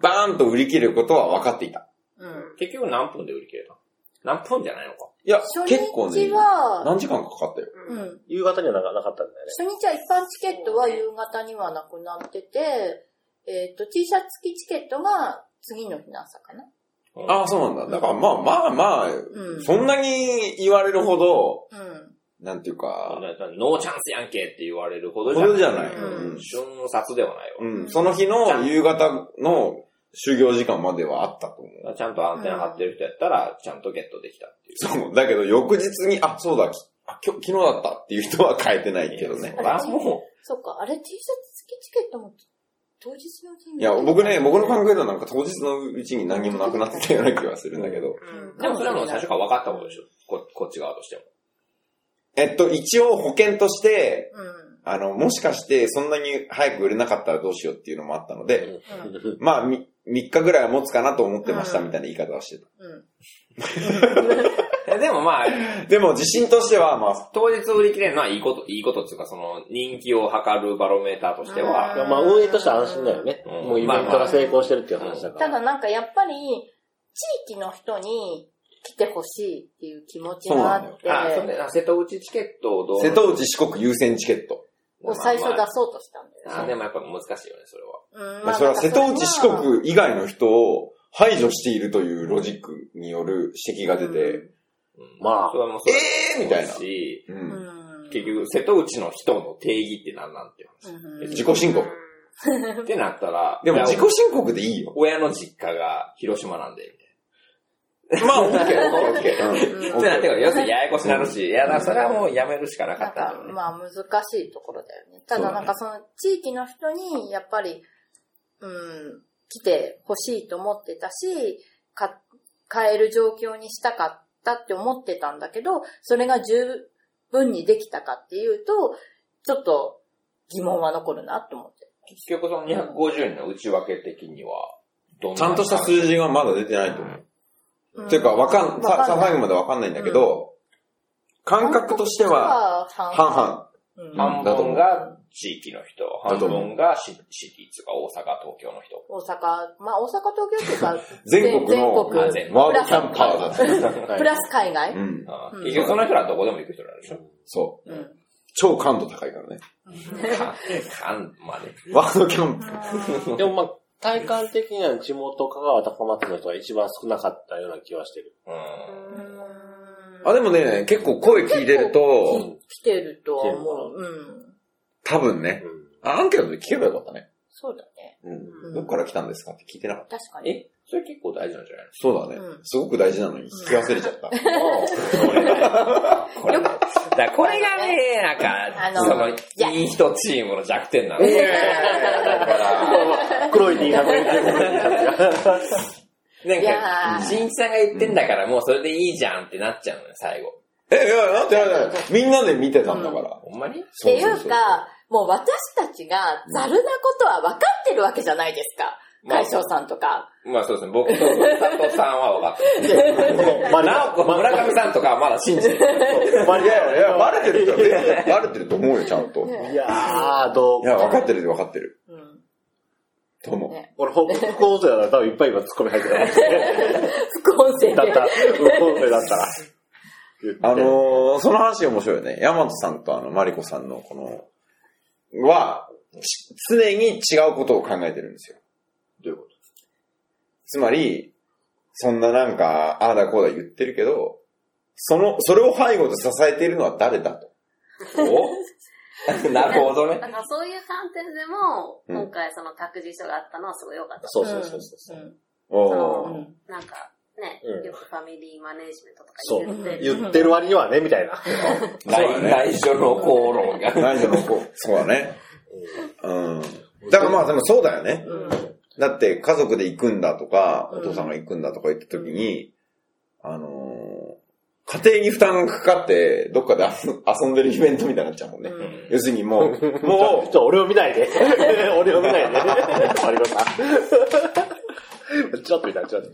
Speaker 1: バーンと売り切れることは分かっていた。
Speaker 4: うん。
Speaker 2: 結局何分で売り切れた何分じゃないのか。
Speaker 1: いや
Speaker 4: 初、
Speaker 1: 結構ね
Speaker 4: 日、は、
Speaker 1: 何時間かかったよ。
Speaker 4: うん。
Speaker 6: 夕方にはなかなかったんだよね。
Speaker 4: 初日は一般チケットは夕方にはなくなってて、えっと、T シャツ付きチケットが次の日の朝かな。
Speaker 1: ああ、そうなんだ。だからまあまあまあ、
Speaker 4: うん。
Speaker 1: そんなに言われるほど、
Speaker 4: うん。
Speaker 1: なんていう
Speaker 2: あ
Speaker 1: か、
Speaker 2: だからノーチャンスやんけって言われるほどじ
Speaker 1: これじ
Speaker 2: ゃ
Speaker 1: ゃ
Speaker 2: ない。
Speaker 1: ない。
Speaker 4: うん
Speaker 2: 瞬殺ではない
Speaker 1: うん
Speaker 2: わ。
Speaker 1: うんその日の夕方の就業時間まではあったと思う。
Speaker 2: ちゃんとアンテナ張ってる人やったら、ちゃんとゲットできたっていう。
Speaker 1: そう。だけど翌日に、あ、そうだ、きあ今日昨日だったっていう人は変えてないけどね
Speaker 2: そ。れ *laughs* はも
Speaker 4: そっか、あれ T シャツ付きチケットも当日の日に
Speaker 1: いや、僕ね、僕の感覚ではなんか当日のうちに何もなくなってたような気はするんだけど。
Speaker 2: う、でもそれはもう最初から分かったことでしょ。ここっち側としても。
Speaker 1: えっと、一応保険として、
Speaker 4: うん。
Speaker 1: あの、もしかしてそんなに早く売れなかったらどうしようっていうのもあったので、
Speaker 4: うん。
Speaker 1: *laughs* まあ、み3日ぐらいは持つかなと思ってました
Speaker 4: うん
Speaker 1: みたいな言い方はして
Speaker 4: うん。
Speaker 2: えでもまあ、
Speaker 1: た。でも、自信としては、まあ、
Speaker 2: 当日売り切れるのはいいこと、いいことっていうか、その、人気を測るバロメーターとして
Speaker 4: う
Speaker 2: は、
Speaker 4: ん
Speaker 6: まあ運営としては安心だよね。
Speaker 2: うん
Speaker 6: もうイベントが成功してるっていう話だから。
Speaker 4: ただなんかやっぱり、地域の人に来てほしいっていう気持ちがあって、
Speaker 2: あ、それで、あ瀬戸内チケットをどう
Speaker 1: 瀬戸内四国優先チケット。
Speaker 4: を最初出
Speaker 2: だ
Speaker 4: そうとしたんだよね。
Speaker 2: あ、でもやっぱ難しいよね、それは。
Speaker 4: うん
Speaker 1: まあ、それは瀬戸内四国以外の人を排除しているというロジックによる指摘が出て、、
Speaker 2: うん
Speaker 6: まあ
Speaker 2: それはもうそれ
Speaker 1: えーみたいな
Speaker 2: し、
Speaker 1: う。
Speaker 4: うんん。
Speaker 2: 結局、瀬戸内の人の定義って何なんて
Speaker 4: *laughs*
Speaker 2: 話。
Speaker 4: うん、
Speaker 2: え
Speaker 1: 自己申告。
Speaker 2: ってなったら、
Speaker 1: でも自己
Speaker 2: いや
Speaker 1: 申告でいいよ。
Speaker 2: 親の実家が広島なんで、み
Speaker 1: まあ、オッケ
Speaker 2: *laughs*
Speaker 1: ー、オッケー、オッ
Speaker 4: *laughs*
Speaker 1: ケー。
Speaker 4: うん
Speaker 2: たいな。ってなってくる要するにややこしなるし、いや、だからそれはもうやめるしかなか
Speaker 4: な
Speaker 2: っ
Speaker 4: ん
Speaker 2: たんだ
Speaker 4: か
Speaker 2: よ、ね。
Speaker 4: まあ難しいところだよね。ただなんかその地域の人にやっぱり、うん、来てほしいと思ってたし、か、変える状況にしたかったって思ってたんだけど、それが十分にできたかっていうと、ちょっと疑問は残るなって思って。
Speaker 2: 結局その250人の内訳的には、どんな
Speaker 1: ちゃんとした数字がまだ出てないと思う。
Speaker 4: うん
Speaker 1: っていうか、わかん、
Speaker 4: わ
Speaker 1: さ、
Speaker 4: かん
Speaker 1: さ、
Speaker 4: ない
Speaker 1: 最後までわかんないんだけど、感覚としては、、
Speaker 4: 半
Speaker 1: 半々。
Speaker 4: 々うん
Speaker 2: 半分が地域の人、半
Speaker 1: だと思う
Speaker 2: 分がシシティーズが大阪、東京の人。
Speaker 4: 大阪、まあ大阪東京っていうか、
Speaker 1: 全国の
Speaker 4: 全
Speaker 1: ワ
Speaker 2: あ
Speaker 1: ールド
Speaker 2: 全
Speaker 1: キャンパーだった。
Speaker 4: 国、プラス海外。
Speaker 1: うん。
Speaker 2: あ
Speaker 4: うん
Speaker 2: 結局その人らはどこでも行く人なんでしょ
Speaker 1: そう。
Speaker 4: うん
Speaker 1: 超感度高いからね。
Speaker 2: か関まで。
Speaker 1: ワールドキャンプ。
Speaker 6: でもまあ、体感的には地元香川高松の人が一番少なかったような気はしてる。
Speaker 2: うん。
Speaker 1: あ、でもね、結構声聞いてると、
Speaker 4: 来てるとは思う。うん。
Speaker 1: 多分ね、
Speaker 6: うん
Speaker 1: あアンケートで聞けばよかったね。
Speaker 4: そうだね。
Speaker 1: うんどっから来たんですかって聞いてなかった。
Speaker 4: 確かに。
Speaker 2: え、それ結構大事なんじゃない
Speaker 1: そうだね
Speaker 4: うん。
Speaker 1: すごく大事なのに聞き忘れちゃった。 *laughs*
Speaker 2: のこれ、だからこれがね、なんか、
Speaker 4: あの
Speaker 2: その、
Speaker 4: いや
Speaker 2: いい人チームの弱点なの。だから、
Speaker 6: 黒い T シャツに着てる
Speaker 2: なん
Speaker 4: いや
Speaker 2: か、
Speaker 4: ー
Speaker 2: しんいちさんが言ってんだから、もうそれでいいじゃんってなっちゃうのよ、最後。
Speaker 1: え、いや、なんてなんてなんてみんなで見てたんだから。
Speaker 2: ほんまに
Speaker 4: って
Speaker 1: そう
Speaker 4: い
Speaker 1: そう
Speaker 4: う
Speaker 1: そう
Speaker 4: か、もう私たちがざるなことは分かってるわけじゃないですか。
Speaker 2: まあ
Speaker 4: 海翔さんとか。
Speaker 2: まあそうですね、僕と佐藤さんは分かった。まあ、なおこ、村上さんとかはまだ信じてる。
Speaker 6: 間
Speaker 1: い
Speaker 6: に合
Speaker 1: やいや、
Speaker 6: う
Speaker 1: バレてる人は全
Speaker 4: *laughs*
Speaker 1: 然バレてると思うよ、ちゃんと。い
Speaker 6: いやー、どう
Speaker 1: や、分かってるで分かってる。
Speaker 4: うん。
Speaker 1: と思う。
Speaker 6: 俺、報告音声だったら多分いっぱい今ツッコミ入ってたかもしれない。
Speaker 4: 副音声
Speaker 6: だっ
Speaker 4: で
Speaker 6: た。ら、副音声だったら。
Speaker 1: あのー、その話面白いよね。ヤマトさんとあの、マリコさんのこの、は、ち常に違うことを考えてるんですよ。
Speaker 2: どういうこ
Speaker 1: つまり、そんななんか、ああだこうだ言ってるけど、その、それを背後で支えているのは誰だと。
Speaker 2: とお *laughs* なるほどね。
Speaker 3: だからそういう観点でも、
Speaker 1: うん
Speaker 3: 今回その託児所があったのはすごい良かった。
Speaker 6: そうそうそうそう。
Speaker 1: お
Speaker 7: うん
Speaker 1: ー。
Speaker 7: うん
Speaker 3: なんかね、
Speaker 6: うん
Speaker 3: よくファミリーマネージメントとか
Speaker 6: そう
Speaker 3: 言ってて、
Speaker 6: 言ってる割にはね、みたいな。
Speaker 1: そうだね
Speaker 2: 内緒の口論が。
Speaker 1: 内緒の子。そうだ
Speaker 2: *laughs*
Speaker 1: ね。うん。だからまあでもそうだよね。
Speaker 7: うん
Speaker 1: だって家族で行くんだとか、
Speaker 7: うん
Speaker 1: お父さんが行くんだとか言った時に、あのー家庭に負担がかかって、どっかで遊遊んでるイベントみたいになっちゃうもんね。
Speaker 7: うん
Speaker 1: 要するにも *laughs* う、
Speaker 6: もう、
Speaker 1: も
Speaker 6: ちょ、俺を見ないで。 *laughs* 俺を見ないで。マリコさん。ちょっと見たい、ちょっと。
Speaker 1: う、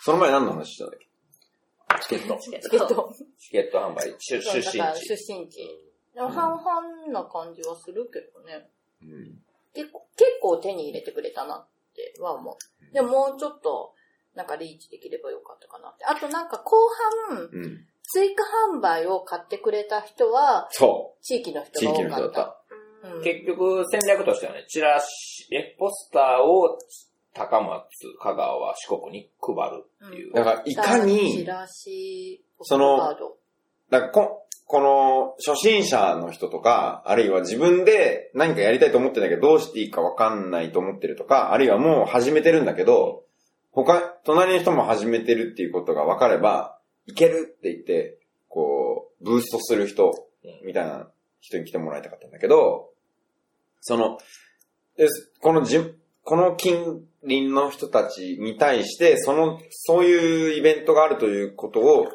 Speaker 1: その前何の話したんだっけ
Speaker 6: チケット。
Speaker 7: チケット。
Speaker 2: チケット販売、出出
Speaker 7: そう
Speaker 2: 身
Speaker 7: だから
Speaker 2: 地。
Speaker 7: 出身地。でも半々な感じはするけどね。
Speaker 1: うん
Speaker 7: 結構、結構手に入れてくれたなっては思う。でももうちょっと、なんかリーチできればよかったかなって。あとなんか後半、
Speaker 1: うん。
Speaker 7: 追加販売を買ってくれた人は、
Speaker 1: そ
Speaker 7: 地域の
Speaker 1: う。
Speaker 7: 人
Speaker 1: 地
Speaker 7: が多
Speaker 1: 域の人
Speaker 7: か
Speaker 1: だ
Speaker 7: っ。
Speaker 1: ったた。
Speaker 7: うん
Speaker 2: 結局戦略としてはね、チラシ、え、ポスターを高松、香川、四国に配るっていう。
Speaker 1: だからいか
Speaker 7: チ
Speaker 1: に、
Speaker 7: ラシ、
Speaker 1: その
Speaker 7: ポストカード。
Speaker 1: だからここの初心者の人とか、あるいは自分で何かやりたいと思ってんだけど、どうしていいかわかんないと思ってるとか、あるいはもう始めてるんだけど、他、隣の人も始めてるっていうことがわかれば、いけるって言って、こう、ブーストする人、みたいな人に来てもらいたかったんだけど、その、でこのじ、この近隣の人たちに対して、その、そういうイベントがあるということを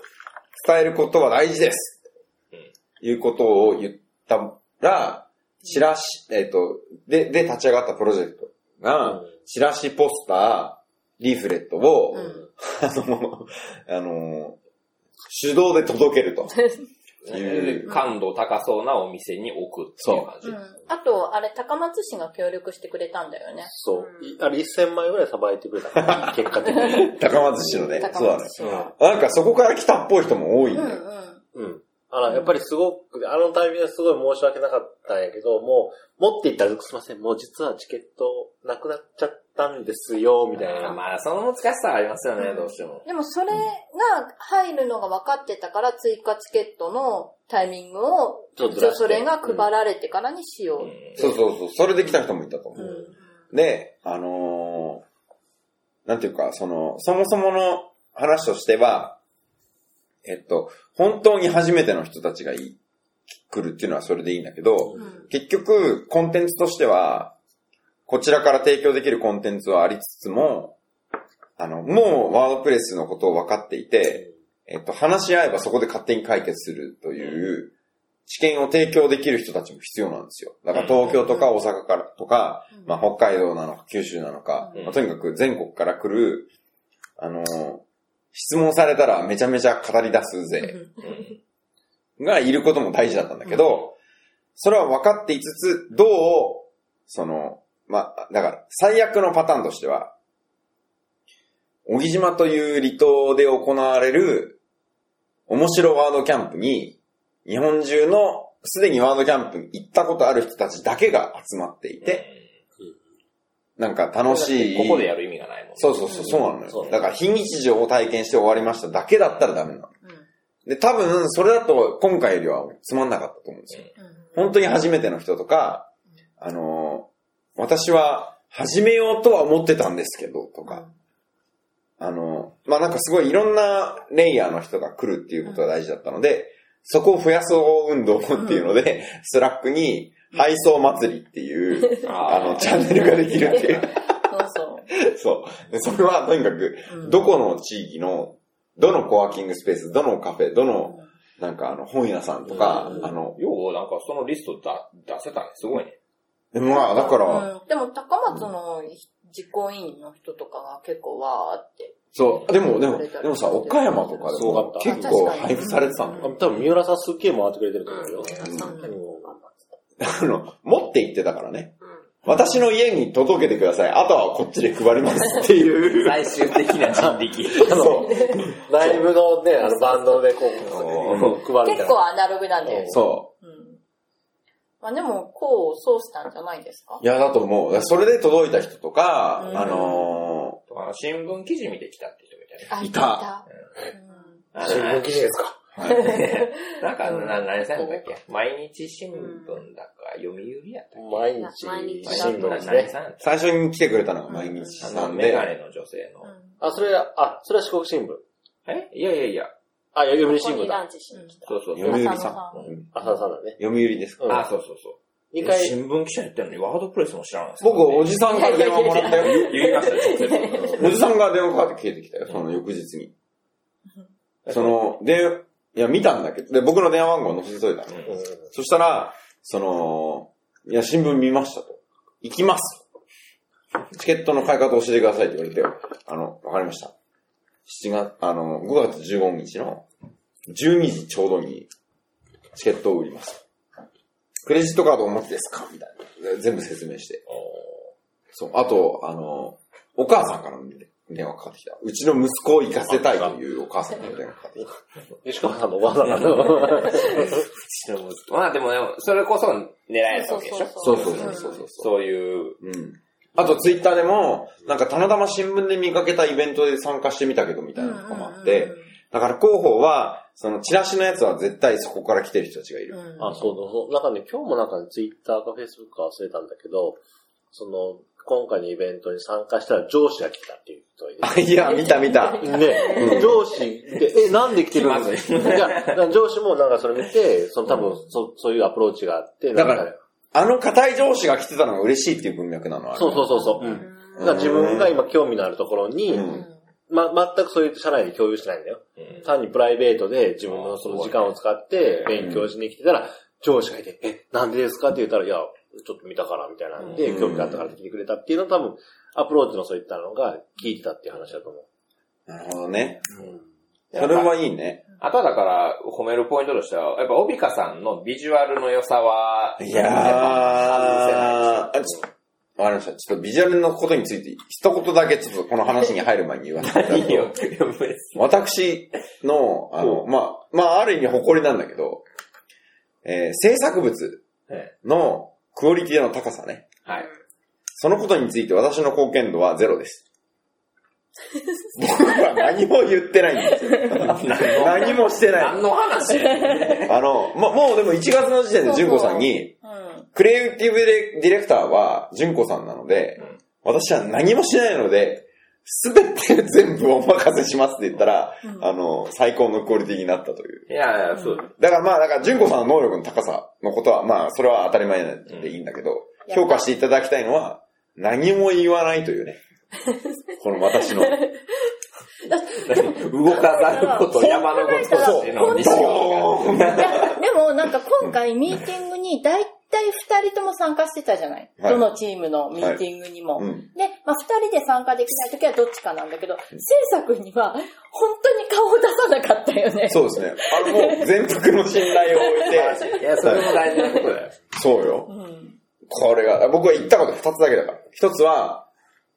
Speaker 1: 伝えることは大事です、いうことを言ったら、チラシ、えっ、と、で、で立ち上がったプロジェクトが、チラシポスター、リーフレットを、
Speaker 7: うん
Speaker 1: あの、 *laughs* あの、手動で届け
Speaker 7: *laughs*
Speaker 1: ると。
Speaker 2: で感度高そうなお店に置くっていう感じ。
Speaker 7: うんあと、あれ、高松市が協力してくれたんだよね。
Speaker 6: そう。いあれ1000枚ぐらいさばいてくれたから、結果的に。
Speaker 1: 高松市のね、そう
Speaker 7: 高
Speaker 1: だね
Speaker 7: 松。市が。
Speaker 1: なんかそこから来たっぽい人も多いん
Speaker 7: う
Speaker 1: だ
Speaker 7: んう
Speaker 1: よ。
Speaker 7: ん。
Speaker 6: うん。あら、やっぱりすごく、あのタイミングですごい申し訳なかったんやけど、もう、持っていったら、すいません、もう実はチケットなくなっちゃったんですよ、みたいな。
Speaker 2: まあ、その難しさがありますよね、どうしても。
Speaker 7: でもそれが入るのが分かってたから、追加チケットのタイミングを、
Speaker 6: ちょっとず
Speaker 7: 一
Speaker 6: ら
Speaker 7: 応
Speaker 6: して
Speaker 7: それが配られてからにしよう。
Speaker 1: そうそうそう。それで来た人もいたと
Speaker 7: う
Speaker 1: 思う。
Speaker 7: ん。
Speaker 1: で、あのーなんていうか、その、そもそもの話としては、えっと、本当に初めての人たちがい来るっていうのはそれでいいんだけど、
Speaker 7: うん。
Speaker 1: 結局、コンテンツとしては、こちらから提供できるコンテンツはありつつも、あの、もうワードプレスのことを分かっていて、えっと、話し合えばそこで勝手に解決するという、知見を提供できる人たちも必要なんですよ。だから東京とか大阪からとか、
Speaker 7: うん
Speaker 1: まあ、北海道なのか九州なのか、
Speaker 2: うん
Speaker 1: まあとにかく全国から来る、あの、質問されたらめちゃめちゃ語り出すぜ、
Speaker 2: うん
Speaker 1: がいることも大事だったんだけど、それは分かっていつつ、どう、その、まあ、だから、最悪のパターンとしては、小木島という離島で行われる、面白ワードキャンプに、日本中の、すでにワードキャンプに行ったことある人たちだけが集まっていて、なんか楽しい。
Speaker 2: ここでやる意味がないもんね。
Speaker 1: そうそうそう、そうなの
Speaker 6: そう
Speaker 1: よ。だから、非日常を体験して終わりましただけだったらダメなの。で、多分、それだと今回よりはつまんなかったと思うんですよ。本当に初めての人とか、あのー私は始めようとは思ってたんですけど、とか、あのーまあ、なんかすごいいろんなレイヤーの人が来るっていうことが大事だったので、そこを増やそう運動っていうので、スラックに配送祭りっていう、あの、チャンネルができるって *laughs* いう。
Speaker 7: そうそ
Speaker 1: そう。でそれはとにかく、
Speaker 7: う。うん
Speaker 1: どこの地域の、どのコワーキングスペース、どのカフェ、どの、
Speaker 7: う
Speaker 1: なんかあの、本屋さんとか
Speaker 6: う、ん
Speaker 1: あの、
Speaker 2: よう、なんかそのリストだ出せたね。すごいね。
Speaker 1: でもまあ、だから、
Speaker 7: んでも高松の実行委員の人とかが結構わーって。
Speaker 1: そう。でも、でも、
Speaker 7: くれたり
Speaker 1: でもさ、岡山とかです
Speaker 6: ごか
Speaker 1: も
Speaker 6: った
Speaker 1: 結
Speaker 7: 確
Speaker 1: 構
Speaker 7: かに
Speaker 1: 配布されてたの。
Speaker 6: あ多分、三浦さんすっげえ回ってくれてると思うよ。
Speaker 7: うん
Speaker 1: あの、持って行ってたからね。
Speaker 3: うん
Speaker 1: 私の家に届けてください。あとはこっちで配りますっていう。
Speaker 7: *laughs*
Speaker 2: 最終的な人力。
Speaker 1: そう。
Speaker 6: ライブのね、あの、バンドでこう、こう配るみた
Speaker 7: 結
Speaker 6: いな。
Speaker 7: 構アナログなんだよね。
Speaker 1: そ
Speaker 7: うん。まあでも、こう、そうしたんじゃないですか
Speaker 1: う。いや、だと思う。だからそれで届いた人とか、
Speaker 7: うん
Speaker 1: あの
Speaker 2: あの新聞記事見てきたって人みたい
Speaker 7: あ
Speaker 1: いた。
Speaker 7: うん
Speaker 2: な。
Speaker 6: 新聞記事ですか
Speaker 2: なんか、な何さんだっけ毎日新聞だか、読売やったっ
Speaker 6: 毎
Speaker 3: いや毎
Speaker 6: 日
Speaker 3: 日
Speaker 6: 新
Speaker 2: け
Speaker 6: 聞です
Speaker 2: 何
Speaker 6: ね。
Speaker 2: さんやったっ
Speaker 1: 最初に来てくれたのが毎日
Speaker 2: け
Speaker 1: さ
Speaker 2: あの、
Speaker 6: *laughs*
Speaker 1: ん
Speaker 2: メ
Speaker 1: で、
Speaker 2: ガネの女性の。
Speaker 6: あ、それは、あ、それは四国新聞。
Speaker 2: えいやいやいや。
Speaker 6: あ、読売
Speaker 3: ここ
Speaker 6: 新聞
Speaker 3: にラ
Speaker 6: だ。
Speaker 3: ンチしに来た。
Speaker 2: そうそうそ
Speaker 1: 読
Speaker 2: う。
Speaker 1: 売
Speaker 7: 朝
Speaker 1: さ
Speaker 7: の
Speaker 1: ん。うん
Speaker 6: 浅田さんだね。
Speaker 1: 読売ですか
Speaker 6: うん
Speaker 2: あ、そうそうそう。
Speaker 6: 二回、
Speaker 2: 新聞記者やってるのにワードプレスも知らないです
Speaker 1: 僕、お
Speaker 2: じ、
Speaker 1: じさんから電話もらった
Speaker 7: *laughs*
Speaker 1: よ。
Speaker 2: 言いましたよ、直接
Speaker 1: *laughs* おじさんが電話かかって消えてきたよ、その翌日に。その、で、いや、見たんだけど、で、僕の電話番号載せといたの。
Speaker 6: うん
Speaker 1: そしたら、その、いや、新聞見ましたと。行きます。チケットの買い方教えてくださいって言われて、あの、わかりました。7月、あの、5月15日の12時ちょうどにチケットを売ります。クレジットカードお持ちですかみたいな。全部説明して。そう。あと、あの、お母さんからの電話かかってきた。うちの息子を行かせたいというお母さんから電話かかってきた。
Speaker 6: 吉川さんのおばあさんだな。
Speaker 2: *laughs* まあでもね、それこそ狙えたわけでしょ
Speaker 1: そうそうそうそうそう。
Speaker 2: そういう、
Speaker 1: うん。あとツイッターでも、なんかたまたま新聞で見かけたイベントで参加してみたけどみたいなのとかもあって、だから広報は、そのチラシのやつは絶対そこから来てる人たちがいる。
Speaker 6: あ、そうだそう。なんかね、今日もなんかね、ツイッターかフェイスブックか忘れたんだけど、その、今回のイベントに参加したら上司が来たっていう人がいて
Speaker 1: あ、いや、見た見た。
Speaker 6: ね、上司で、え、なんで来てる
Speaker 2: 気
Speaker 6: の
Speaker 2: ま
Speaker 6: いや、上司もなんかそれ見て、その多分、そそういうアプローチがあって、
Speaker 1: だから
Speaker 6: なんね
Speaker 1: あの硬い上司が来てたのが嬉しいっていう文脈なのは。
Speaker 6: そうそうそうそう。うんだから自分が今興味のあるところに、
Speaker 1: うん
Speaker 6: ま、全くそういう社内で共有してないんだよ。単にプライベートで自分のその時間を使って勉強しに来てたら、上司がいて、え、なんでですかって言ったら、いや、ちょっと見たから、みたいなんで、
Speaker 1: うん
Speaker 6: 興味があったから来てくれたっていうの多分、アプローチのそういったのが聞いてたっていう話だと思
Speaker 1: なるほどね。
Speaker 6: う。
Speaker 1: それはいいね。
Speaker 2: あとはだから、褒めるポイントとしては、やっぱ、オビカさんのビジュアルの良さは、
Speaker 1: い
Speaker 2: や
Speaker 1: やー、あちょっとわかりました。ちょっとビジュアルのことについて、一言だけちょっとこの話に入る前に言わせていただきます
Speaker 2: いいよ、別に
Speaker 1: 私の、あの、まあ、まあ、ある意味誇りなんだけど、えー制作物のクオリティの高さね。
Speaker 2: はい。
Speaker 1: そのことについて私の貢献度はゼロです。僕は何も言ってないんですよ。 *laughs* 何もしてない。
Speaker 2: 何の話
Speaker 1: あの、もうもうでも1月の時点で純子さんに、
Speaker 7: うん。
Speaker 1: クリエイティブディレクターは純子さんなので、私は何もしないので、すべて全部お任せしますって言ったら、
Speaker 7: うん
Speaker 1: あの、最高のクオリティになったという。
Speaker 2: いやいや、そう。
Speaker 1: だからまあ、だから、純子さんの能力の高さのことは、まあ、それは当たり前なんでいいんだけど、
Speaker 7: うん
Speaker 1: 評価していただきたいのは、何も言わないとい
Speaker 7: *laughs*
Speaker 1: うね。この私の。
Speaker 2: 動かざること、山のことっていうのを西
Speaker 1: ドーン
Speaker 7: いやでもなんか今回ミーティングに大体二人とも参加してたじゃない、
Speaker 1: はい
Speaker 7: どのチームのミーティングにも。
Speaker 1: うん。
Speaker 7: で、まあ、二人で参加できないときはどっちかなんだけど、制作には本当に顔を出さなかったよね。
Speaker 1: そうですね。あの、もう、全幅の信頼を置いて、
Speaker 2: いや、それも大事なことだよ。
Speaker 1: *laughs* そうよ。
Speaker 7: うん。
Speaker 1: これが、僕は言ったこと二つだけだから。一つは、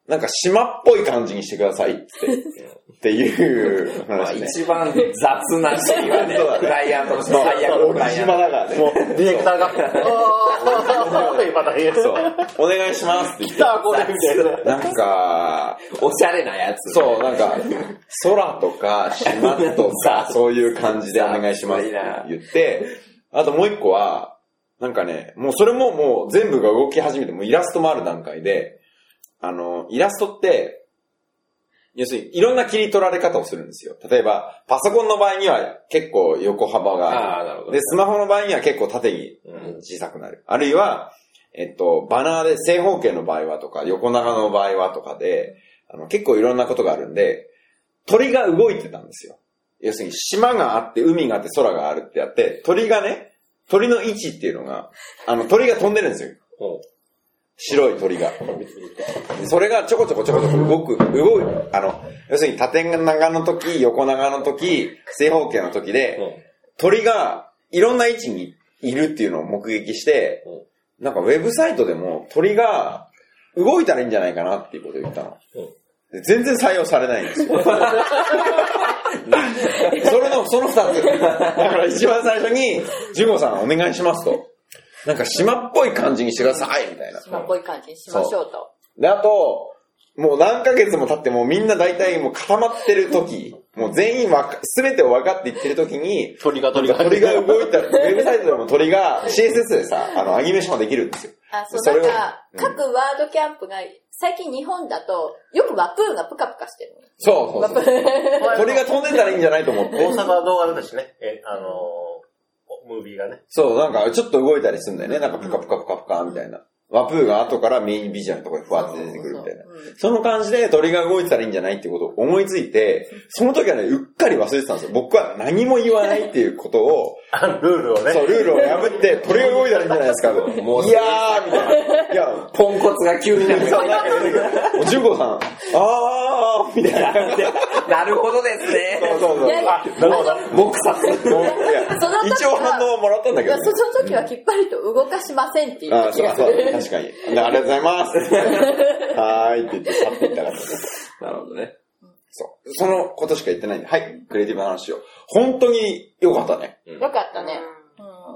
Speaker 1: なんか島っぽい感じにしてくださ *laughs* いって、っていう
Speaker 2: まあ、
Speaker 1: 話ね。
Speaker 2: 一番雑なシーンはね、クライアントの
Speaker 1: まあ
Speaker 2: 最悪のクラ
Speaker 1: 沖
Speaker 2: イアン
Speaker 1: 島
Speaker 2: ト。
Speaker 1: だからね。もう、
Speaker 6: ディレクターが、あー、っていうパターン言えそう。
Speaker 1: お願いしますって言っ
Speaker 6: 来
Speaker 1: て。
Speaker 6: た、これ、みたいな。
Speaker 1: なんか、
Speaker 2: おしゃれなやつ。
Speaker 1: そう、なんか、空とか島とか、そういう感じでお願いしますって言って、あともう一個は、なんかね、もうそれももう全部が動き始めて、もうイラストもある段階で、あの、イラストって、要するにいろんな切り取られ方をするんですよ。例えば、パソコンの場合には結構横幅があ
Speaker 2: ああ、なるほ
Speaker 1: る。
Speaker 2: ど。
Speaker 1: で、スマホの場合には結構縦に
Speaker 2: うん
Speaker 1: 小さくなる。あるいは、えっと、バナーで正方形の場合はとか、横長の場合はとかで、あの、結構いろんなことがあるんで、鳥が動いてたんですよ。要するに、島があって、海があって、空があるってやって、鳥がね、鳥の位置っていうのが、あの、鳥が飛んでるんですよ。
Speaker 2: ほ
Speaker 1: 白い鳥が。それがちょこちょこちょこちょこ動く、動いあの、要するに縦長の時、横長の時、正方形の時で、
Speaker 2: ううん
Speaker 1: 鳥がいろんな位置にいるっていうのを目撃して、なんかウェブサイトでも鳥が動いたらいいんじゃないかなっていうことを言ったの。で全然採用されないんですよ。それの、その二つ。だから一番最初に、ジュゴさんお願いしますと。なんか島っぽい感じにしてくださいみたいな。
Speaker 7: まあ、こういう感じにしましょうと。
Speaker 1: で、あと、もう何ヶ月も経ってもうみんな大体もう固まってる時、もう全員わか、すべてを分かっていってる時に、
Speaker 6: 鳥が鳥が。
Speaker 1: 鳥が動いた、ウェブサイトでも鳥が CSS でさ、あの、アニメーションができるんですよ。
Speaker 4: あ、そう、
Speaker 1: それ
Speaker 4: な
Speaker 1: を
Speaker 4: んか、各ワードキャンプが、最近日本だと、よくワプーンがプカプカしてる。
Speaker 1: そうそうそう。鳥が飛んでたらいいんじゃないと思っ
Speaker 6: 大
Speaker 1: て。
Speaker 6: 阪は動画だしね。え、あのー、ムービーがね。
Speaker 1: そう、なんかちょっと動いたりするんだよね。なんかピカピカピカピカみたいな。ワプーが後からメインビジュアルのところにふわって出てくるみたいな。その感じで鳥が動いてたらいいんじゃないってことを思いついて、その時はね、うっかり忘れてたんですよ。僕は何も言わないっていうことを、
Speaker 6: あのルールをね。
Speaker 1: そう、ルールを破って、鳥が動いたらいいんじゃないですか、と。
Speaker 2: もう
Speaker 1: いやー、みたいな。いや、
Speaker 2: ポンコツが急になる。
Speaker 1: おじゅんこさん、あー、みたいな感じで。
Speaker 2: なるほどですね。
Speaker 1: そうそうそう。
Speaker 4: いやいや
Speaker 1: あなるほど。僕さ、
Speaker 4: その時は
Speaker 1: 一応反応をもらったんだ
Speaker 4: い
Speaker 1: けど
Speaker 4: や、
Speaker 1: ね。
Speaker 4: その時はきっぱりと動かしませんっていう
Speaker 1: あ
Speaker 4: 気
Speaker 1: そう
Speaker 4: がす
Speaker 1: そう、
Speaker 4: る。
Speaker 1: 確かに。でありがとうございます。はーいって言って去っていったから、
Speaker 2: なるほどね。
Speaker 1: そう。そのことしか言ってないんで、はい、クリエイティブな話を。本当に良かったね。
Speaker 4: よかったね。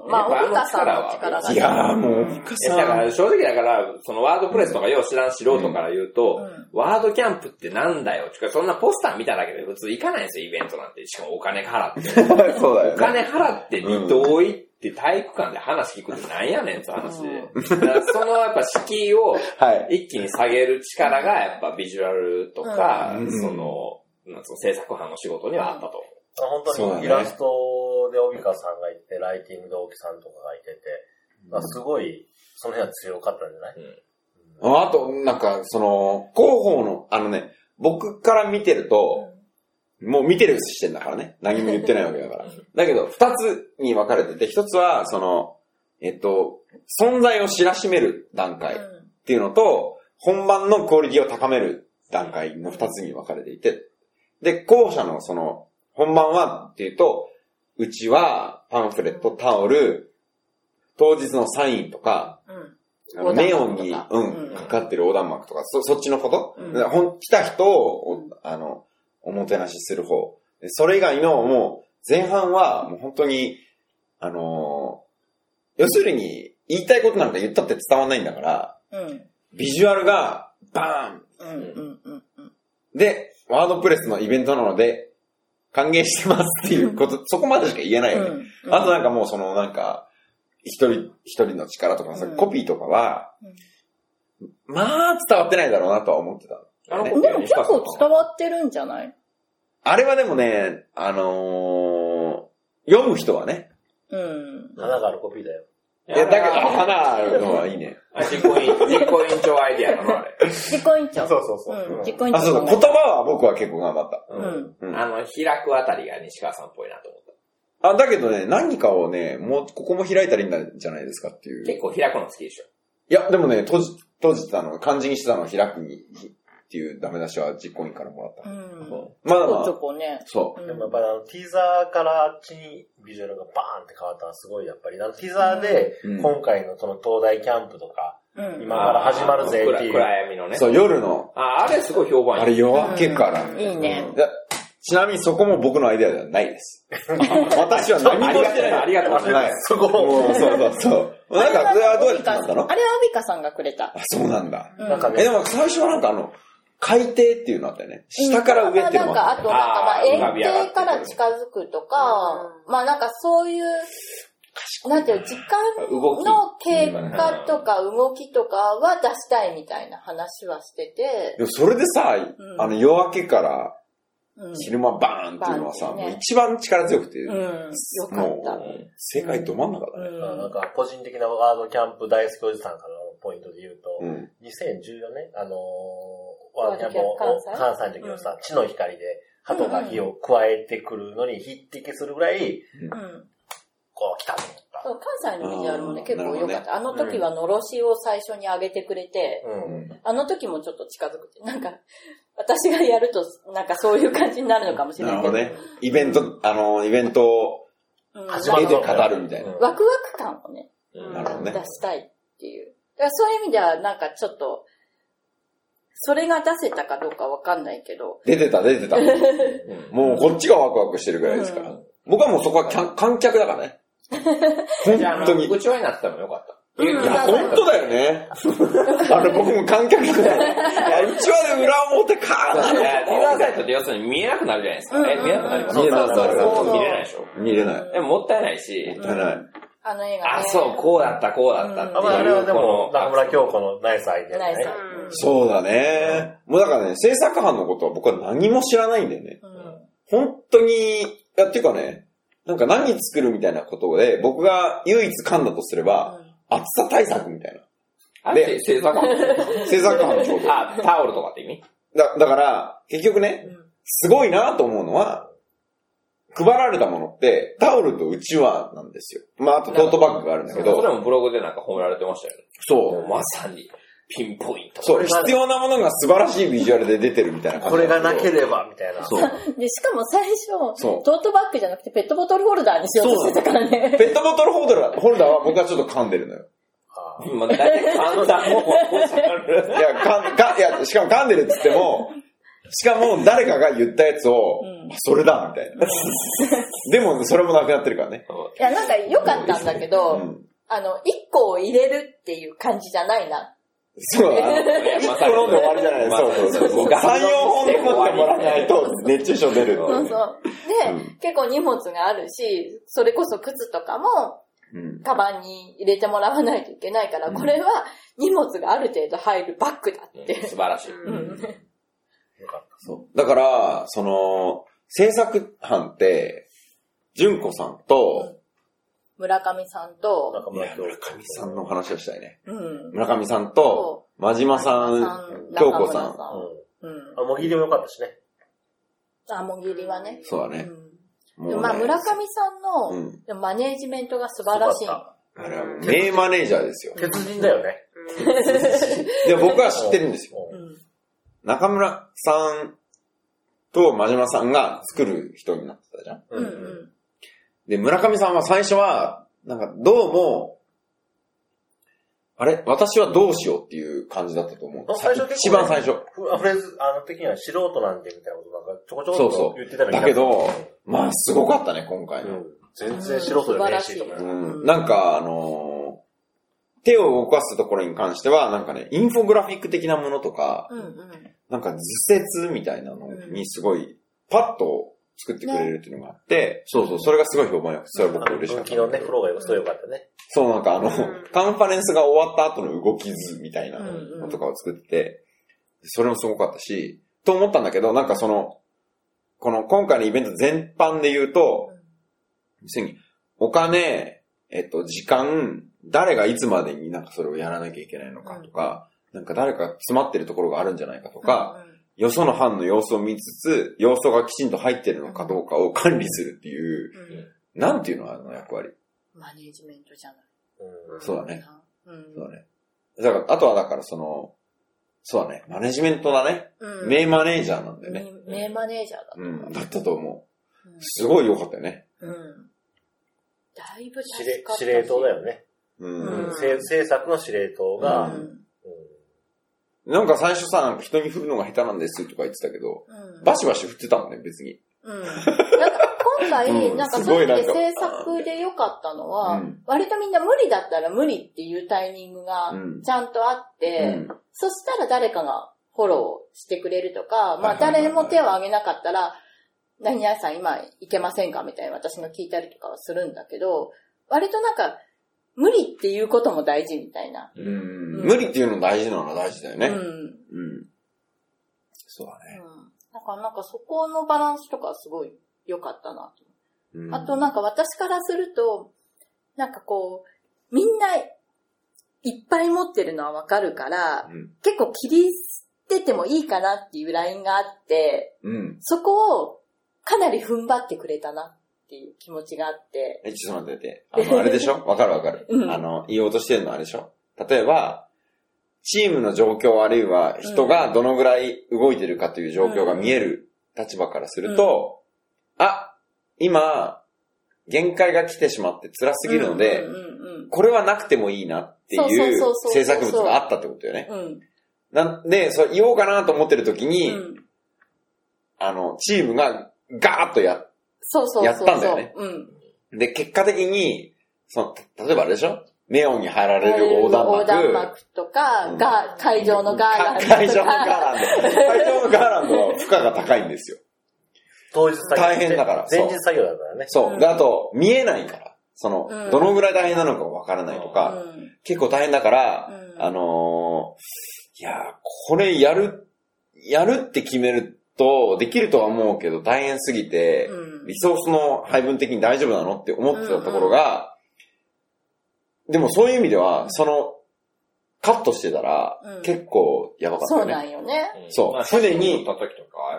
Speaker 4: うんまあ、
Speaker 2: やっぱ
Speaker 4: 大川さんの力が
Speaker 1: い
Speaker 4: ね。
Speaker 1: やーもう、深
Speaker 2: いやだから正直だから、そのワードプレスとかよう知らん素人から言うと、ワードキャンプってなんだよっていうか、そんなポスター見ただけで普通行かないんですよ、イベントなんて。しかもお金払って。
Speaker 1: ん。 *laughs* そうだよ
Speaker 2: お
Speaker 1: ね。
Speaker 2: 金払って二等行って体育館で話聞くってなんやねんって話で。だからそのやっぱ敷居を
Speaker 1: はい。
Speaker 2: 一気に下げる力がやっぱビジュアルとか、
Speaker 1: うん
Speaker 2: その、なんつうの制作班の仕事にはあったと
Speaker 6: 本
Speaker 1: そうだ
Speaker 6: 当
Speaker 1: ね
Speaker 6: にイラストで帯川さんがいて、ライティングで沖さんとかがいてて、まあ、すごい、その辺は強かったんじゃない、
Speaker 1: あと、なんか、その、広報の、あのね、僕から見てると、もう見てる視点だからね。何も言ってないわけだから。だけど、二つに分かれてて、一つは、その、えっと、存在を知らしめる段階っていうのと、本番のクオリティを高める段階の二つに分かれていて、で、後者のその、本番はっていうと、うちはパンフレット、タオル、当日のサインとか、あの
Speaker 4: 横
Speaker 1: ネ
Speaker 4: 断
Speaker 1: オン
Speaker 4: 幕と
Speaker 1: に、
Speaker 4: か
Speaker 1: うん、かかってる横断幕とか、そ、そっちのこと、
Speaker 4: うん
Speaker 1: だからほん来た人を、おあの、おもてなしする方。でそれ以外の、もう、前半は、もう本当に、あのー要するに、言いたいことなんか言ったって伝わんないんだから、
Speaker 7: うん。
Speaker 1: ビジュアルが、バーン
Speaker 7: うん。うん。うん。
Speaker 1: で、ワードプレスのイベントなので、歓迎してますっていうこと、そこまでしか言えないよね。あとなんかもうそのなんか、一人、一人の力とかさ、
Speaker 7: うん
Speaker 1: コピーとかは、まあ伝わってないだろうなとは思ってた。。
Speaker 2: あの
Speaker 1: ね
Speaker 2: 子
Speaker 7: でも結構
Speaker 2: わ
Speaker 7: 伝わってるんじゃない
Speaker 1: あれはでもね、あのー、読む人はね。
Speaker 7: うん。
Speaker 6: 花があるコピーだよ。
Speaker 1: いや、だけど、花あるのはいいね。
Speaker 2: 実行委員、実行委員長アイディアなのあれ。
Speaker 7: 実行委員長。
Speaker 6: そうそ
Speaker 7: うん。実行委員
Speaker 1: あ、そうだ、
Speaker 7: 長
Speaker 1: 言。葉は僕は結構頑張った。
Speaker 7: う
Speaker 2: うん
Speaker 7: ん。
Speaker 1: うん
Speaker 2: あの、開くあたりが西川さんっぽいなと思った。
Speaker 1: あ、だけどね、何かをね、もう、ここも開いたらいいんじゃないですかっていう。
Speaker 2: 結構開くの好きでしょ。
Speaker 1: いや、でもね、閉じ、閉じてたの、漢字にしてたのを開くに、っていうダメ出しは実行委員からもらった。
Speaker 7: うん。ち
Speaker 1: まだま
Speaker 7: ょこちょ
Speaker 1: だ、
Speaker 7: こね。
Speaker 1: そう
Speaker 6: で
Speaker 7: ん
Speaker 6: もやっぱりあの、ティーザーからあっちにビジュアルがバーンって変わったのはすごいやっぱり、あのティーザーで
Speaker 1: うん、
Speaker 6: 今回のその東大キャンプとか、
Speaker 7: うん。
Speaker 6: 今から始まるぜ
Speaker 2: 暗
Speaker 6: っていう
Speaker 2: 暗闇の
Speaker 1: う。
Speaker 2: ね。
Speaker 1: そう、夜の、
Speaker 2: あ、あれすごい評判いい。
Speaker 1: あれ夜明けから。
Speaker 7: うんいいね
Speaker 1: やちなみにそこも僕のアイデアではないです。私は何もしてない。。
Speaker 2: ありがとうございま
Speaker 1: *laughs*
Speaker 2: す
Speaker 1: そこも。そうそうそう。なんか、それはどうやってなんだろう
Speaker 7: あれはアビカさんがくれた
Speaker 1: あ。、そうなんだ。
Speaker 7: うん
Speaker 6: なんか
Speaker 1: え、で
Speaker 6: ね、
Speaker 1: も最初はなんかあの、海底っていうのあったよね。下から上っていう
Speaker 4: な
Speaker 1: の
Speaker 4: ん
Speaker 1: も
Speaker 4: か、
Speaker 1: あっ
Speaker 4: あ
Speaker 1: た
Speaker 4: と、
Speaker 1: よね。
Speaker 4: なん
Speaker 2: あ
Speaker 4: か、
Speaker 2: ー
Speaker 4: 園庭から近づくとか、まあなんかそういう、なんていうの、時間
Speaker 2: 動き。
Speaker 4: の経過とか動きとかは出したいみたいな話はしてて、
Speaker 1: でもそれでさ、
Speaker 7: ん
Speaker 1: あの夜明けから
Speaker 7: うん。
Speaker 1: 昼間バーンっていうのはさ、
Speaker 4: バーンってね
Speaker 1: もう一番力強くて、
Speaker 7: うん。うん
Speaker 4: よかった。
Speaker 1: もう、世界ど真ん中だね。
Speaker 6: まあなんか個人的なワードキャンプ大好きおじさんからのポイントで言うと、
Speaker 1: うん。
Speaker 6: 2014年、あのー、ワールドキャンプを
Speaker 4: ワールドキャンプ関
Speaker 6: 関西の時のさ、地の光で、鳩が火を加えてくるのに匹敵するぐらい、
Speaker 7: うん
Speaker 6: こう来たと思った。
Speaker 7: そう関西のビジュアルもね、
Speaker 1: あー
Speaker 7: 結構良かった。あの時はのろしを最初に上げてくれて、
Speaker 6: うん。
Speaker 7: あの時もちょっと近づくって、なんか、私がやると、なんかそういう感じになるのかもしれ
Speaker 1: な
Speaker 7: な
Speaker 1: る
Speaker 7: い
Speaker 1: ほ
Speaker 7: け
Speaker 1: ど
Speaker 7: ど。
Speaker 1: ね。イベント、あの、イベントを
Speaker 7: うん
Speaker 6: 始ま
Speaker 1: 絵
Speaker 6: る
Speaker 1: で語るみたいな。
Speaker 6: う
Speaker 7: ワクワク感をね、
Speaker 1: なるほどね
Speaker 7: 出したいっていう。だからそういう意味では、なんかちょっと、それが出せたかどうかわかんないけど、
Speaker 1: 出てた、出
Speaker 2: *laughs*
Speaker 1: てた。もうこっちがワクワクしてるぐらいですから。僕はもうそこはきゃ観客だからね。本
Speaker 2: *laughs* じゃあ、あ
Speaker 1: 当
Speaker 2: の、
Speaker 1: に。
Speaker 2: 部長になってたのもよかった。
Speaker 1: いや、本当だよね。あれ、僕も観客だよ。いや、うちはね、裏表かー
Speaker 2: いや、ディーザーサイトって要するに見えなくなるじゃないですか。え、見えなくなります
Speaker 1: 見えなくなる
Speaker 2: そうそう見れないでしょ。
Speaker 1: な。見れない。
Speaker 2: でももったいないし、
Speaker 1: 見れない。
Speaker 8: あの映画ね。
Speaker 2: あ、そう、こうだった、こうだったってい
Speaker 6: あ
Speaker 2: う。
Speaker 6: まあ、あれはでも
Speaker 2: こ、の
Speaker 6: 中村京子のナイスアイデア
Speaker 4: ナ
Speaker 6: だ
Speaker 4: イス
Speaker 6: ね。
Speaker 1: そうだね。もうだからね、制作班のことは僕は何も知らないんだよね。本当に、いや、っていうかね、なんか何作るみたいなことで、僕が唯一噛んだとすれば、暑さ対策みたい
Speaker 2: あれって制作班 *laughs*
Speaker 1: な。制作班の仕事。
Speaker 2: あ、タオルとかって意味
Speaker 1: だだから、結局ね、すごいなと思うのは、配られたものって、タオルとうちわなんですよ。まあ、あとトートバッグがあるんだけ
Speaker 2: それ
Speaker 1: ど、
Speaker 2: もブログでなんか褒められてましたよね。
Speaker 1: そう。
Speaker 2: まさに、ピンポイント。
Speaker 1: そう、
Speaker 6: れが
Speaker 1: 必要なものが素晴らしいビジュアルで出てるみたいな感じ。
Speaker 6: これがなけ
Speaker 1: ば。
Speaker 6: れば、みたいな。
Speaker 1: そう。
Speaker 4: で、しかも最初、
Speaker 1: そう
Speaker 4: トートバッグじゃなくてペットボトルホルダーにしようとしてたからね。
Speaker 1: ペットボトルホルダー、ホルダーは僕はちょっと噛んでるのよ。
Speaker 6: あー
Speaker 2: まあ、大体簡単も
Speaker 1: い
Speaker 6: *laughs*
Speaker 1: や、噛ん、か、いや、しかも噛んでるっつっても、しかも誰かが言ったやつを、
Speaker 4: うん
Speaker 1: あそれだ、みたいな。でも、それもなくなってるからね。
Speaker 4: いや、なんか良かったんだけ
Speaker 1: う
Speaker 4: ど、
Speaker 1: ん。
Speaker 4: あの、一個を入れるっていう感じじゃないな。
Speaker 1: そうだな。
Speaker 2: 一
Speaker 1: 一個飲んで終わりじゃないですか。そうそうそう。3、4本飲んでもらわないと熱中症出る。
Speaker 4: そうそう。で、
Speaker 1: うん
Speaker 4: 結構荷物があるし、それこそ靴とかも、
Speaker 1: うん。
Speaker 4: カバンに入れてもらわないといけないから、これは荷物がある程度入るバッグだって。
Speaker 2: 素晴らしい。
Speaker 4: うん。
Speaker 1: そう。だから、その、制作班って、純子さんと、
Speaker 4: 村上さんと、
Speaker 6: 中
Speaker 1: い
Speaker 6: 村
Speaker 1: や
Speaker 6: 京子。
Speaker 1: 村上さんの話をしたいね。
Speaker 4: うん。
Speaker 1: 村上さんと、真島さん、京子さん。
Speaker 6: う
Speaker 4: うん。うん
Speaker 6: ん。あ、もぎりも良かったしね。
Speaker 4: あ、もぎりはね。
Speaker 1: そうだ
Speaker 4: う
Speaker 1: ね。
Speaker 4: ん。
Speaker 1: もう
Speaker 4: で
Speaker 1: ね
Speaker 4: もまあ、村上さん
Speaker 1: う
Speaker 4: の
Speaker 1: ん
Speaker 4: でもマネージメントが素晴らしい
Speaker 6: 良。か
Speaker 1: あれはもう名マネージャーですよ
Speaker 6: っ。た鉄人だよね。
Speaker 1: で、僕は知ってるんですよ。
Speaker 6: う
Speaker 4: うんん。
Speaker 1: 中村さんと真島さんが作る人になってたじゃん。
Speaker 4: うんう
Speaker 6: うん
Speaker 4: ん。
Speaker 1: で、村上さんは最初は、なんかどうも、あれ私はどうしようっていう感じだったと思う。
Speaker 6: あ最初結構
Speaker 1: 一番最初。
Speaker 6: ふフレーズ、あの時には素人なんでみたいなことなんかちょこちょこ
Speaker 1: そう
Speaker 6: っ
Speaker 1: そ
Speaker 6: と言ってた
Speaker 1: う。
Speaker 6: の
Speaker 1: だけど、まあすごかったね、今回
Speaker 6: う
Speaker 1: の。
Speaker 6: ん全然素人じゃねえし、とか
Speaker 1: う
Speaker 6: ね。
Speaker 1: ん。なんか、あのー手を動かすところに関しては、なんかね、インフォグラフィック的なものとか、
Speaker 4: うんうん。
Speaker 1: なんか図説みたいなのにすごい、パッと作ってくれるっていうのがあって、そうそう、それがすごい評判よくて、それは
Speaker 6: あ
Speaker 1: 僕
Speaker 6: の
Speaker 1: 嬉しか
Speaker 6: 分
Speaker 1: った
Speaker 6: 岐。のね、フローがすごい良かったね。
Speaker 1: そう、なんかあの、カンファレンスが終わった後の動き図みたいなのとかを作ってて、それもすごかったし、と思ったんだけど、なんかその、この今回のイベント全般で言うと、要するに、お金、えっと、時間、誰がいつまでになんかそれをやらなきゃいけないのかとか、なんか誰か詰まってるところがあるんじゃないかとか、よその班の様子を見つつ、様子がきちんと入ってるのかどうかを管理するっていう、なんていうのあの役割。
Speaker 4: マネージメントじゃない
Speaker 6: うん
Speaker 1: そうだね。
Speaker 4: な。うん
Speaker 1: そうだね。だから、あとはだからその、そうだね、マネジメントだね。
Speaker 4: うん
Speaker 1: 名マネージャーなんだよね。
Speaker 4: 名名マネージャーだと
Speaker 1: う
Speaker 4: 思
Speaker 1: ん、
Speaker 4: う。
Speaker 1: だったと思う
Speaker 4: う。ん
Speaker 1: すごい良かったよね。
Speaker 4: うん。だいぶ
Speaker 6: 司
Speaker 4: 助
Speaker 6: 令
Speaker 4: かったし
Speaker 6: 司令塔だよね。
Speaker 1: う
Speaker 4: うん
Speaker 1: ん。
Speaker 6: 制制作の司令塔
Speaker 4: う
Speaker 6: が、
Speaker 4: ん。
Speaker 1: なんか最初さ、なんか人に振るのが下手なんですとか言ってたけど、
Speaker 4: うん。
Speaker 1: バシバシ振ってたもんね、別に。
Speaker 4: うん。なんか今
Speaker 1: う
Speaker 4: 回、
Speaker 1: ん
Speaker 4: なんか
Speaker 1: す
Speaker 4: そう
Speaker 1: ごい
Speaker 4: いう意
Speaker 1: なん
Speaker 4: 味
Speaker 1: か
Speaker 4: で制作で良かったのは、
Speaker 1: うん
Speaker 4: 割とみんな無理だったら無理っていうタイミングが
Speaker 1: うん
Speaker 4: ちゃんとあって、
Speaker 1: うん。
Speaker 4: そしたら誰かがフォローしてくれるとか、ま
Speaker 1: は
Speaker 4: あ
Speaker 1: いはいはい
Speaker 4: 誰も手を挙げなかったら、何々さん今行けませんかみたいな私の聞いたりとかはするんだけど、割となんか、無理っていうことも大事みたいな。
Speaker 1: うん無理っていうの大事なのは大事だよね。
Speaker 4: うん。う
Speaker 1: うん。
Speaker 4: ん。
Speaker 1: そうだね。
Speaker 4: だからなんかそこのバランスとかすごい良かったなと。
Speaker 1: うん
Speaker 4: あと、なんか私からすると、なんかこう、みんないっぱい持ってるのはわかるから、
Speaker 1: うん
Speaker 4: 結構切り捨ててもいいかなっていうラインがあって、
Speaker 1: うん。
Speaker 4: そこをかなり踏ん張ってくれたなっていう気持ちがあって、
Speaker 1: え、ちょっと待ってて。あの、あれでし
Speaker 4: *laughs*
Speaker 1: ょわかるわかる。
Speaker 4: うん
Speaker 1: あの、言おうとしてるのあれでしょ例えば、チームの状況あるいは人がどのぐらい動いてるかという状況が見える立場からすると、あ、今、限界が来てしまって辛すぎるので、
Speaker 4: うんうん
Speaker 1: これはなくてもいいなって
Speaker 4: そうそう
Speaker 1: い
Speaker 4: そううそう
Speaker 1: 制作物があったってことよね。
Speaker 4: うん。うん。
Speaker 1: なんで、それ言おうかなと思ってる時
Speaker 4: う
Speaker 1: に、
Speaker 4: ん。
Speaker 1: あの、チームがガーッとやっ
Speaker 4: そうそうそうそう。
Speaker 1: やったんだよね
Speaker 4: うん。
Speaker 1: で、結果的に、その、た例えばあれでしょネオンに貼られる横断幕。
Speaker 4: とか、が、会場のガーランドと
Speaker 1: *laughs*
Speaker 4: か。
Speaker 1: 会場のガーランド。会場のガーランドは負荷が高いんですよ。
Speaker 6: 当日作業。
Speaker 1: 大変だから
Speaker 6: 前
Speaker 1: そう
Speaker 6: 前日作業だからね。
Speaker 1: そう。で、あと、見えないから。その、
Speaker 4: うん
Speaker 1: どのぐらい大変なのかわからないと
Speaker 4: う
Speaker 1: か、
Speaker 4: ん
Speaker 1: 結構大変だから、
Speaker 4: うん
Speaker 1: あのーいやー、これやる、やるって決めると、できるとは思うけど、大変すぎて、
Speaker 4: うん
Speaker 1: リソースの配分的に大丈夫なのって思ってたところが、でもそういう意味では、その、カットしてたら
Speaker 4: うん、
Speaker 1: 結構やばかった
Speaker 4: そ
Speaker 1: よ
Speaker 4: う
Speaker 1: ね。
Speaker 4: なんよね。
Speaker 1: そう
Speaker 2: 船
Speaker 1: 船
Speaker 2: に
Speaker 1: に
Speaker 2: 乗った時とかは、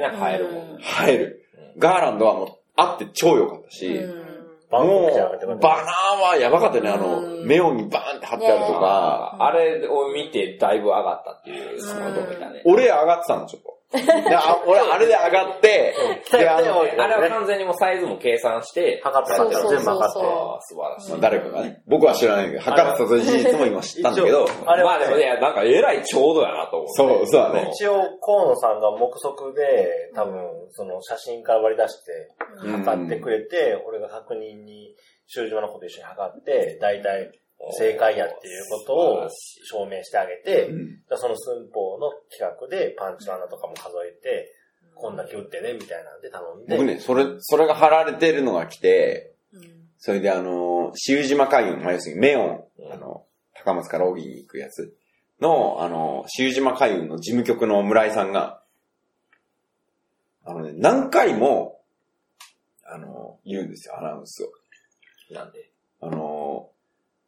Speaker 2: やっぱりね、入るもんね。
Speaker 1: 入る。ガーランドはもう、あって超良かったし、
Speaker 4: うん
Speaker 6: バンコクじゃなくて
Speaker 1: も
Speaker 6: も
Speaker 1: う、バナーはやばかったよね。あの
Speaker 4: う、ん
Speaker 1: メオンにバーンって貼ってあるとか、
Speaker 2: あれを見て、だいぶ上がったっていう、そのとこだね。
Speaker 1: 俺上がってたの、ちょっと。であ俺、あれで上がって、で、あ
Speaker 2: でも
Speaker 1: の、
Speaker 2: あれは完全にもうサイズも計算して、
Speaker 6: 測った
Speaker 4: そう
Speaker 6: け
Speaker 4: そう
Speaker 6: ど、
Speaker 4: そう
Speaker 6: 全部測って。
Speaker 2: ああ、素晴らしい。
Speaker 1: まあ誰かがね、僕は知らないけど、測ってたという事実も今知ったんだけど、
Speaker 6: あれ
Speaker 2: まあ
Speaker 6: は
Speaker 2: でも
Speaker 6: ね、
Speaker 2: ね、なんかえらいちょうどやなと思う。
Speaker 1: そう、そうだね。
Speaker 6: 一応、河野さんが目測で、多分、その写真から割り出して、
Speaker 1: うん
Speaker 6: 測ってくれて、俺が確認に、修島のこと一緒に測って、大体正解やっていうことを証明してあげて
Speaker 1: う、ん
Speaker 6: じゃあその寸法の企画でパンチの穴とかも数えて、こんだけ打ってね、みたいなんで頼んで。
Speaker 1: 僕ね、それ、それが貼られてるのが来て、それであの、潮島海軍、まあ、要するにメオン、あの、高松から荻に行くやつの、あの、潮島海運の事務局の村井さんが、あのね、何回も、あの、言うんですよ、アナウンスを。
Speaker 2: なんで。
Speaker 1: あの、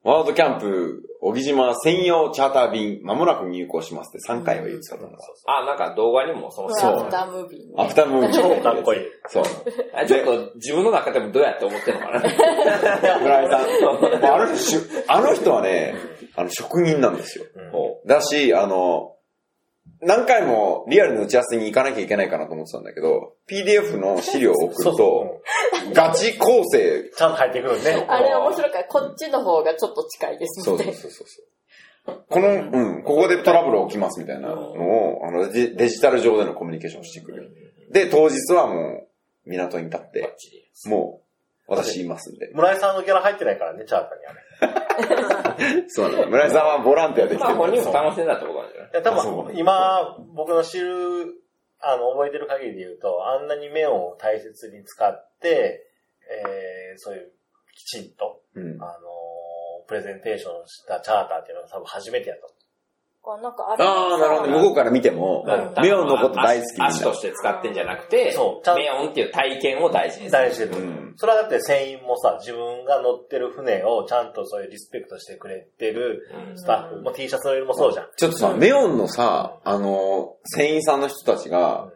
Speaker 1: ワールドキャンプ、小木島専用チャーター便、まもなく入港しますって3回は言ってたと思うんですよ
Speaker 2: あ、なんか動画にもその
Speaker 1: そう
Speaker 4: アフタームービーね
Speaker 1: アフタヌーン
Speaker 6: 超かっこいい。
Speaker 1: そう。
Speaker 2: あちょっと自分の中でもどうやって思ってるのかな。
Speaker 1: *laughs*
Speaker 2: *laughs*
Speaker 1: 村井さん。あの人しゅ、あの人はね、あの、職人なんですよ。
Speaker 6: うん
Speaker 1: だし、あの、何回もリアルの打ち合わせに行かなきゃいけないかなと思ってたんだけど、PDF の資料を送
Speaker 6: そう
Speaker 1: ると、ガチ構成。
Speaker 6: ちゃんと入ってくるんで。
Speaker 4: あれ面白いから、こっちの方がちょっと近いです
Speaker 1: そ
Speaker 4: み
Speaker 1: う
Speaker 4: たい
Speaker 1: そう
Speaker 4: な。
Speaker 1: そうそう。この、うん、ここでトラブル起きますみたいなのを、あの、デデジタル上でのコミュニケーションをしてくる。で、当日はもう、港に立っ
Speaker 2: バッ
Speaker 1: て、
Speaker 2: チリ
Speaker 1: もう、私いますんで。
Speaker 6: 村井さんのギャラ入ってないからね、チャーターにあれ。
Speaker 1: そうなんだ。村井さんはボランティアで来
Speaker 2: ま
Speaker 1: て
Speaker 2: あ
Speaker 1: る。
Speaker 2: 本人も楽しんだってことなんじゃない
Speaker 6: いや、
Speaker 1: あそ
Speaker 6: 多
Speaker 1: う
Speaker 6: 分、今、僕の知る、あの、覚えてる限りで言うと、あんなに目を大切に使って、えー、そういう、きちんと、
Speaker 1: うん
Speaker 6: あのープレゼンテーションしたチャーターっていうのは多分初めてやと
Speaker 4: こうなんかあれ
Speaker 1: ああ、なるほど。向こうから見ても、メオンのこと大好きみんな。
Speaker 2: 足として使ってんじゃなくて、
Speaker 6: そうちゃんと
Speaker 2: メオンっていう体験を大事に
Speaker 6: 思う。
Speaker 2: する。
Speaker 6: 大事で、
Speaker 1: うん
Speaker 6: それはだって船員もさ、自分が乗ってる船をちゃんとそういうリスペクトしてくれてる
Speaker 2: うん
Speaker 6: スタッフ、もう T シャツの色もそうじゃん。
Speaker 1: ちょっとさ、メオンのさ、あの、船員さんの人たちが、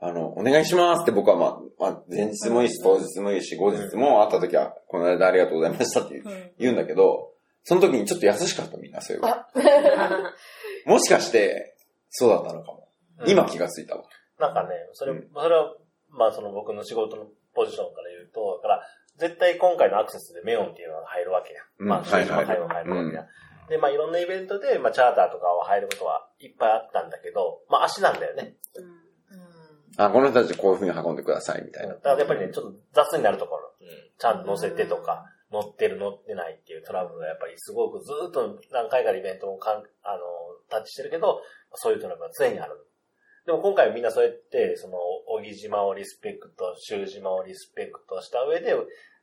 Speaker 1: あの、お願いしますって僕はまあ、まあ、前日もいいし、当日もいいし、後日も会った時は、この間ありがとうございましたって言うんだけど、その時にちょっと優しかったみんな、そういうもしかして、そうだったのかも。
Speaker 6: うん
Speaker 1: 今気がついたわ。
Speaker 6: なんかね、それ、
Speaker 1: うん
Speaker 6: それは、まあその僕の仕事のポジションから言うと、だから、絶対今回のアクセスでメオンっていうのが入るわけや。
Speaker 1: うん
Speaker 6: まあ、
Speaker 1: はいはい
Speaker 6: 会話も入るわけや。で、まあいろんなイベントで、まあチャーターとかは入ることはいっぱいあったんだけど、まあ足なんだよね。
Speaker 1: あ、この人たちこういう風に運んでください、みたいな。
Speaker 6: だからやっぱりね、ちょっと雑になるところ、
Speaker 2: うん
Speaker 6: ちゃんと乗せてとか、乗ってる乗ってないっていうトラブルがやっぱりすごくずーっと何回かのイベントもかん、あの、タッチしてるけど、そういうトラブルが常にある。でも今回はみんなそうやって、その、小木島をリスペクト、州島をリスペクトした上で、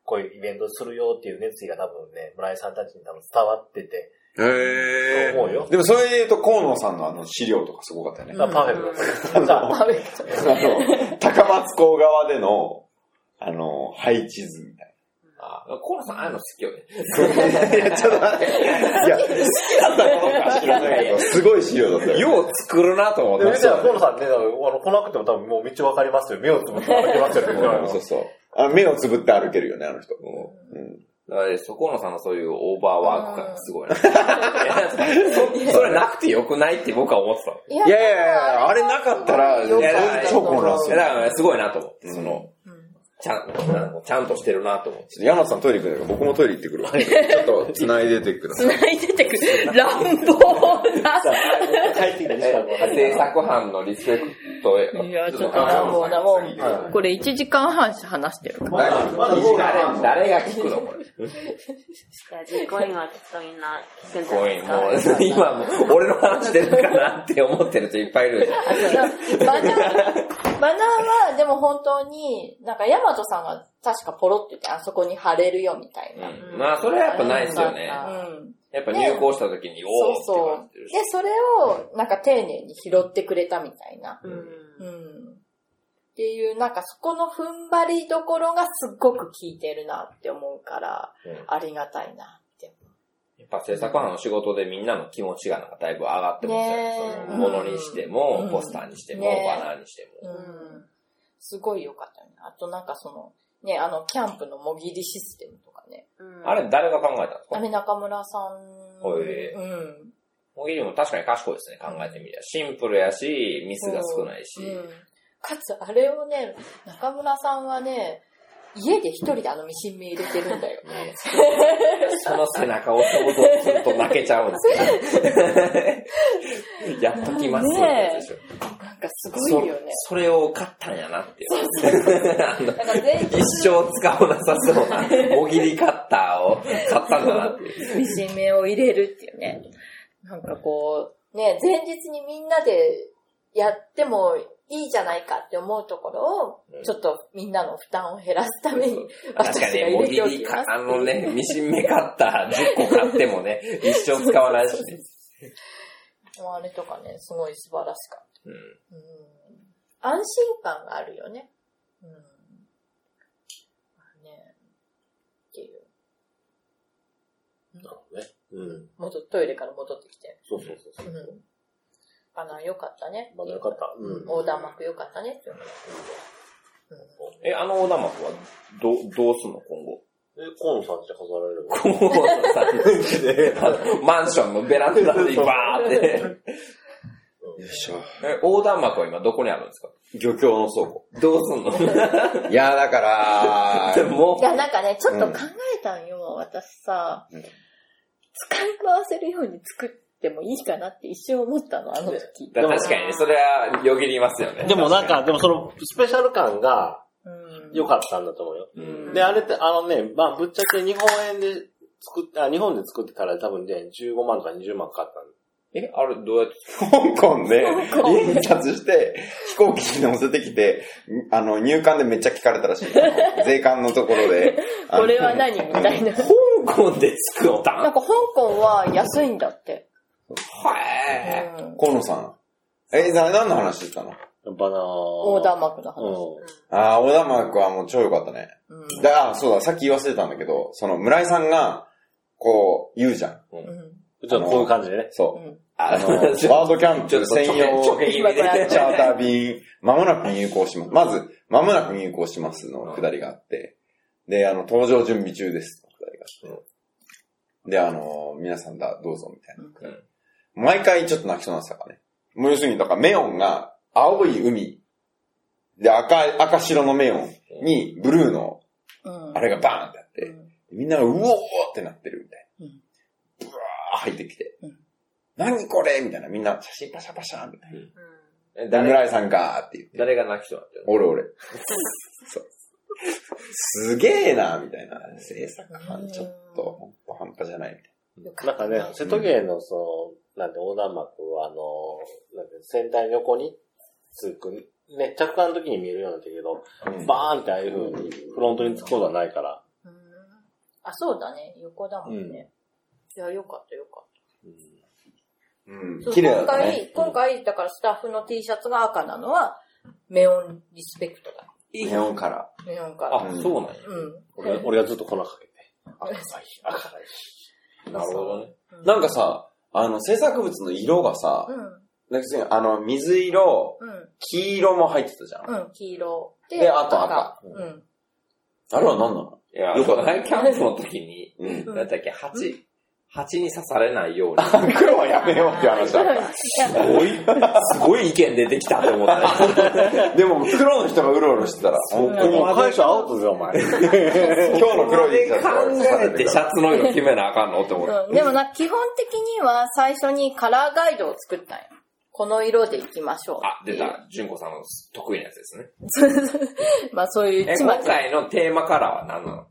Speaker 6: こういうイベントするよっていう熱意が多分ね、村井さんたちに多分伝わってて、
Speaker 1: へ
Speaker 6: そう思うよ
Speaker 1: でもそれで言うと、河野さんのあの資料とかすごかったよね。
Speaker 6: まあパーフェクトです。じゃあ、
Speaker 1: あの、 *laughs* 高松港側での、あの、配置図みたい
Speaker 2: あコーラさん、ああいうの好きよね。
Speaker 1: *laughs* な。いや、ちょっと待って。いや、好きだったのか知らないけど、すごい資料だったよ。
Speaker 2: よう作るなと思
Speaker 6: で、
Speaker 2: っ
Speaker 6: み
Speaker 2: て。
Speaker 6: んな、河野さんね、あの、来なくても多分もう道わかりますよ。目をつぶってわかりますよって言ってた
Speaker 1: うん
Speaker 6: よ
Speaker 1: そうそう。あ目をつぶって歩けるよね、あの人。
Speaker 2: だからね、そこのさんのそういうオーバーワーク感がすごいな。そそれなくてよくないって僕は思ってたの。
Speaker 4: いや
Speaker 1: いやいやいや、あれなかったら、
Speaker 4: よ
Speaker 2: いやだから
Speaker 1: 本当超混乱す
Speaker 2: い
Speaker 1: る
Speaker 2: や。だからすごいなと思って、
Speaker 1: うん
Speaker 2: その、ちゃんなんかちゃんとしてるなと思って。
Speaker 1: 山田さんトイレ行くんだけど、僕もトイレ行ってくるわ。ちょっと、繋いでてください。
Speaker 4: 泣いててくる。乱暴な。
Speaker 6: 帰ってきた時間も
Speaker 2: 制作班のリスペクと、
Speaker 9: いやちょっと
Speaker 2: も
Speaker 9: もうなもう
Speaker 2: 大
Speaker 9: これ1時間半話してるから。
Speaker 2: 丈夫
Speaker 6: まだゴールあ
Speaker 2: 誰
Speaker 6: る
Speaker 2: 誰が聞くのこれ。
Speaker 3: じゃあ、実行委員はきっとみんな聞くんじゃ
Speaker 2: ご
Speaker 3: な
Speaker 2: め
Speaker 3: い
Speaker 2: ん、もう、今も、俺の話してるかなって思ってる人いっぱいいるでしょ。
Speaker 4: バナー、バナーは、でも本当に、なんか、ヤマトさんが確かポロって言って、あそこに貼れるよみたいな。
Speaker 2: うんまあ、それはやっぱないですよね。
Speaker 4: うん。
Speaker 2: やっぱ入校した時に、おー
Speaker 4: そう
Speaker 2: ってな
Speaker 4: そ
Speaker 2: って
Speaker 4: う。
Speaker 2: る
Speaker 4: で
Speaker 2: し。、
Speaker 4: それを、なんか丁寧に拾ってくれたみたいな。
Speaker 3: うん。
Speaker 4: うん。っていう、なんかそこの踏ん張りどころがすっごく効いてるなって思うから、
Speaker 2: うん
Speaker 4: ありがたいなって。
Speaker 2: やっぱ制作班の仕事でみんなの気持ちがなんかだいぶ上がってますよね
Speaker 4: ね。え
Speaker 2: そのものにしても、
Speaker 4: うん
Speaker 2: ポスターにしても、
Speaker 4: ねえ
Speaker 2: バナーにしても。
Speaker 4: うん。すごい良かったよね。あとなんかその、ね、あの、キャンプのもぎりシステムとかね。
Speaker 3: うん
Speaker 2: あれ誰が考えたんです
Speaker 4: あ
Speaker 2: か
Speaker 4: れ中村さん。
Speaker 2: ほい
Speaker 4: うん。
Speaker 2: もぎりも確かに賢いですね、考えてみりゃ。シンプルやし、ミスが少ないし。
Speaker 4: うんかつ、あれをね、中村さんはね、家で一人であのミシン目入れてるんだよ。
Speaker 2: *laughs* ねその背中を想像すると泣けちゃうん
Speaker 4: *laughs*
Speaker 2: ですよ。やっときますよってやつでしょ
Speaker 4: なんかすごいよね。
Speaker 2: そそれを買ったんやなっていう。 *laughs* あの
Speaker 4: なんか全
Speaker 2: 一生使わなさそうな、
Speaker 4: *laughs*
Speaker 2: もぎりカッターを買ったんだなっていう。
Speaker 4: ミシン目を入れるっていうね。なんかこう、ね、前日にみんなでやってもいいじゃないかって思うところ
Speaker 2: うん
Speaker 4: を、ちょっとみんなの負担を減らすために、
Speaker 2: 確かに、
Speaker 4: 私が入
Speaker 2: も
Speaker 4: れ
Speaker 2: ぎ
Speaker 4: ておき
Speaker 2: り
Speaker 4: ます
Speaker 2: か、あのね、ミシン目カッター10個買っても *laughs* ね、一生使わないしね。
Speaker 4: もうあれとかね、すごい素晴らしかった。
Speaker 2: うん
Speaker 4: うん安心感があるよね。うん。まあね。っていう。
Speaker 6: なるほどね。うん。
Speaker 4: 戻っ、トイレから戻ってきて。
Speaker 6: そうそうそうそうう。
Speaker 4: ん。バナー良かったね。
Speaker 6: まだよかった。うん。
Speaker 4: 横断幕良かったねっていうのが。
Speaker 2: え、あの横断幕は、ど、どうすんの今後。
Speaker 6: え、河野さんって飾られる
Speaker 2: 今後さ、あの *laughs* マンションのベランダでバーって。
Speaker 1: よいしょ。
Speaker 2: え、横断幕は今どこにあるんですか
Speaker 1: 漁協の倉庫。
Speaker 2: どうすんの
Speaker 1: いや、だから、
Speaker 2: も
Speaker 4: いや、なんかね、ちょっと考えたんよ、私さ、
Speaker 1: うん
Speaker 4: 使い回せるように作ってもいいかなって一瞬思ったの、あの時。
Speaker 2: う、だ確かにね、それはよぎりますよね。
Speaker 6: でもなんか、でもその、スペシャル感が
Speaker 4: うん。
Speaker 6: 良かったんだと思うよ。
Speaker 2: うん、
Speaker 6: で、あれって、あのね、まあ、ぶっちゃけ日本円で作っあ、日本で作ってたら多分ね、15万とか20万かかったん
Speaker 2: え、あれどうやって
Speaker 1: 香港で印刷して、飛行機に乗せてきて、あの、入管でめっちゃ聞かれたらしい。あの税関のところで。あの
Speaker 4: *laughs* これは何みたい *laughs* な。なんか
Speaker 2: 香港で作ったん
Speaker 4: 香港は安いんだって。
Speaker 2: は
Speaker 4: うん。
Speaker 1: 河野さん。え、な何の話したの
Speaker 6: だ。バナー。
Speaker 4: 横
Speaker 6: ー
Speaker 4: 断幕の話。
Speaker 6: うん。
Speaker 1: ああ、小田マークはもう超良かったね。
Speaker 4: うん。
Speaker 1: だあそうだ、さっき言い忘れたんだけど、その村井さんが、こう、言うじゃん。
Speaker 4: うん
Speaker 6: ちょっとこういう感じでね。
Speaker 1: そうう。
Speaker 4: ん
Speaker 1: あ
Speaker 4: *laughs*
Speaker 1: の、ワードキャンプ専用、
Speaker 2: 直撃
Speaker 4: でね
Speaker 1: チャーター便、まもなく入港します。まず、まもなく入港しますのくだりがあって、で、あの、登場準備中ですのくだりがあって、で、あの、皆さんだ、どうぞみたいなくだり。毎回ちょっと泣きそうなんですよね。もう要するに、だからメオンが青い海、で、赤い、赤白のメオンにブルーの
Speaker 4: うん
Speaker 1: あれがバーンってあって、
Speaker 4: うん
Speaker 1: みんながうおーってなってるみたいな。
Speaker 4: うん
Speaker 1: ブワー入ってきて、
Speaker 4: うん
Speaker 1: 何これみたいな。みんな写真パシャパシャみたいな。
Speaker 2: い。え
Speaker 1: ダム
Speaker 2: *laughs* 誰
Speaker 1: ライさんがーって言って。
Speaker 2: 誰が泣きそうなってる
Speaker 1: 俺俺。そう。すげえなみたいな。制作班ちょっと、ほんと半端じゃないみたい
Speaker 6: なんかね、瀬戸芸のその、なんで横断幕はあの、なんで船体の横につく、ね、着艦の時に見えるようになったけど、
Speaker 1: な。うん
Speaker 6: バーンってああいう風にフロントにつくことはないから、
Speaker 4: うんあ、そうだね。横だもんね。いや、よかったよかっ
Speaker 1: うん
Speaker 4: た。
Speaker 1: 綺麗だった
Speaker 4: そう
Speaker 1: ね。
Speaker 4: 今回、今回、だからスタッフの T シャツが赤なのは、メオンリスペクトだ。
Speaker 1: 日本から。
Speaker 4: メオンから。
Speaker 2: あ、そうなんや。
Speaker 4: うん。
Speaker 6: 俺俺がずっと粉かけて。
Speaker 4: あ
Speaker 6: 赤がいい。
Speaker 2: なるほどね。
Speaker 4: うん
Speaker 1: なんかさ、あの、制作物の色がさ
Speaker 4: う、ん。
Speaker 1: なんかそういうあの、水色、
Speaker 4: う
Speaker 1: 黄色も入ってたじゃん。
Speaker 4: ん。うん。黄色。
Speaker 1: で、あと赤。
Speaker 4: うん。
Speaker 1: あれは何なの
Speaker 2: いや、
Speaker 1: よ
Speaker 2: よ
Speaker 1: く
Speaker 2: く
Speaker 1: わかんな
Speaker 2: キャンプの時に、
Speaker 1: うん。
Speaker 2: なんだっけ、蜂、蜂に刺されないように。
Speaker 1: 黒はやめようって話だ
Speaker 4: *laughs*
Speaker 1: っ
Speaker 2: すごい、すごい意見出てきたと思 *laughs* ったね。
Speaker 1: た。でも、黒の人がうろうろしてたら、もう
Speaker 6: もう会社アウトじゃん、お前。
Speaker 1: 今日の黒い
Speaker 2: 考えてシャツの色決めなあかんのって思った。
Speaker 4: うんでもな、基本的には最初にカラーガイドを作ったんよ。この色で行きましょう
Speaker 2: あ、
Speaker 4: ってい
Speaker 2: 出
Speaker 4: う。
Speaker 2: た。純子さんの得意なやつですね。
Speaker 4: *laughs* まあそういう
Speaker 2: え、
Speaker 4: 一枚
Speaker 2: 今。回のテーマカラーは何なの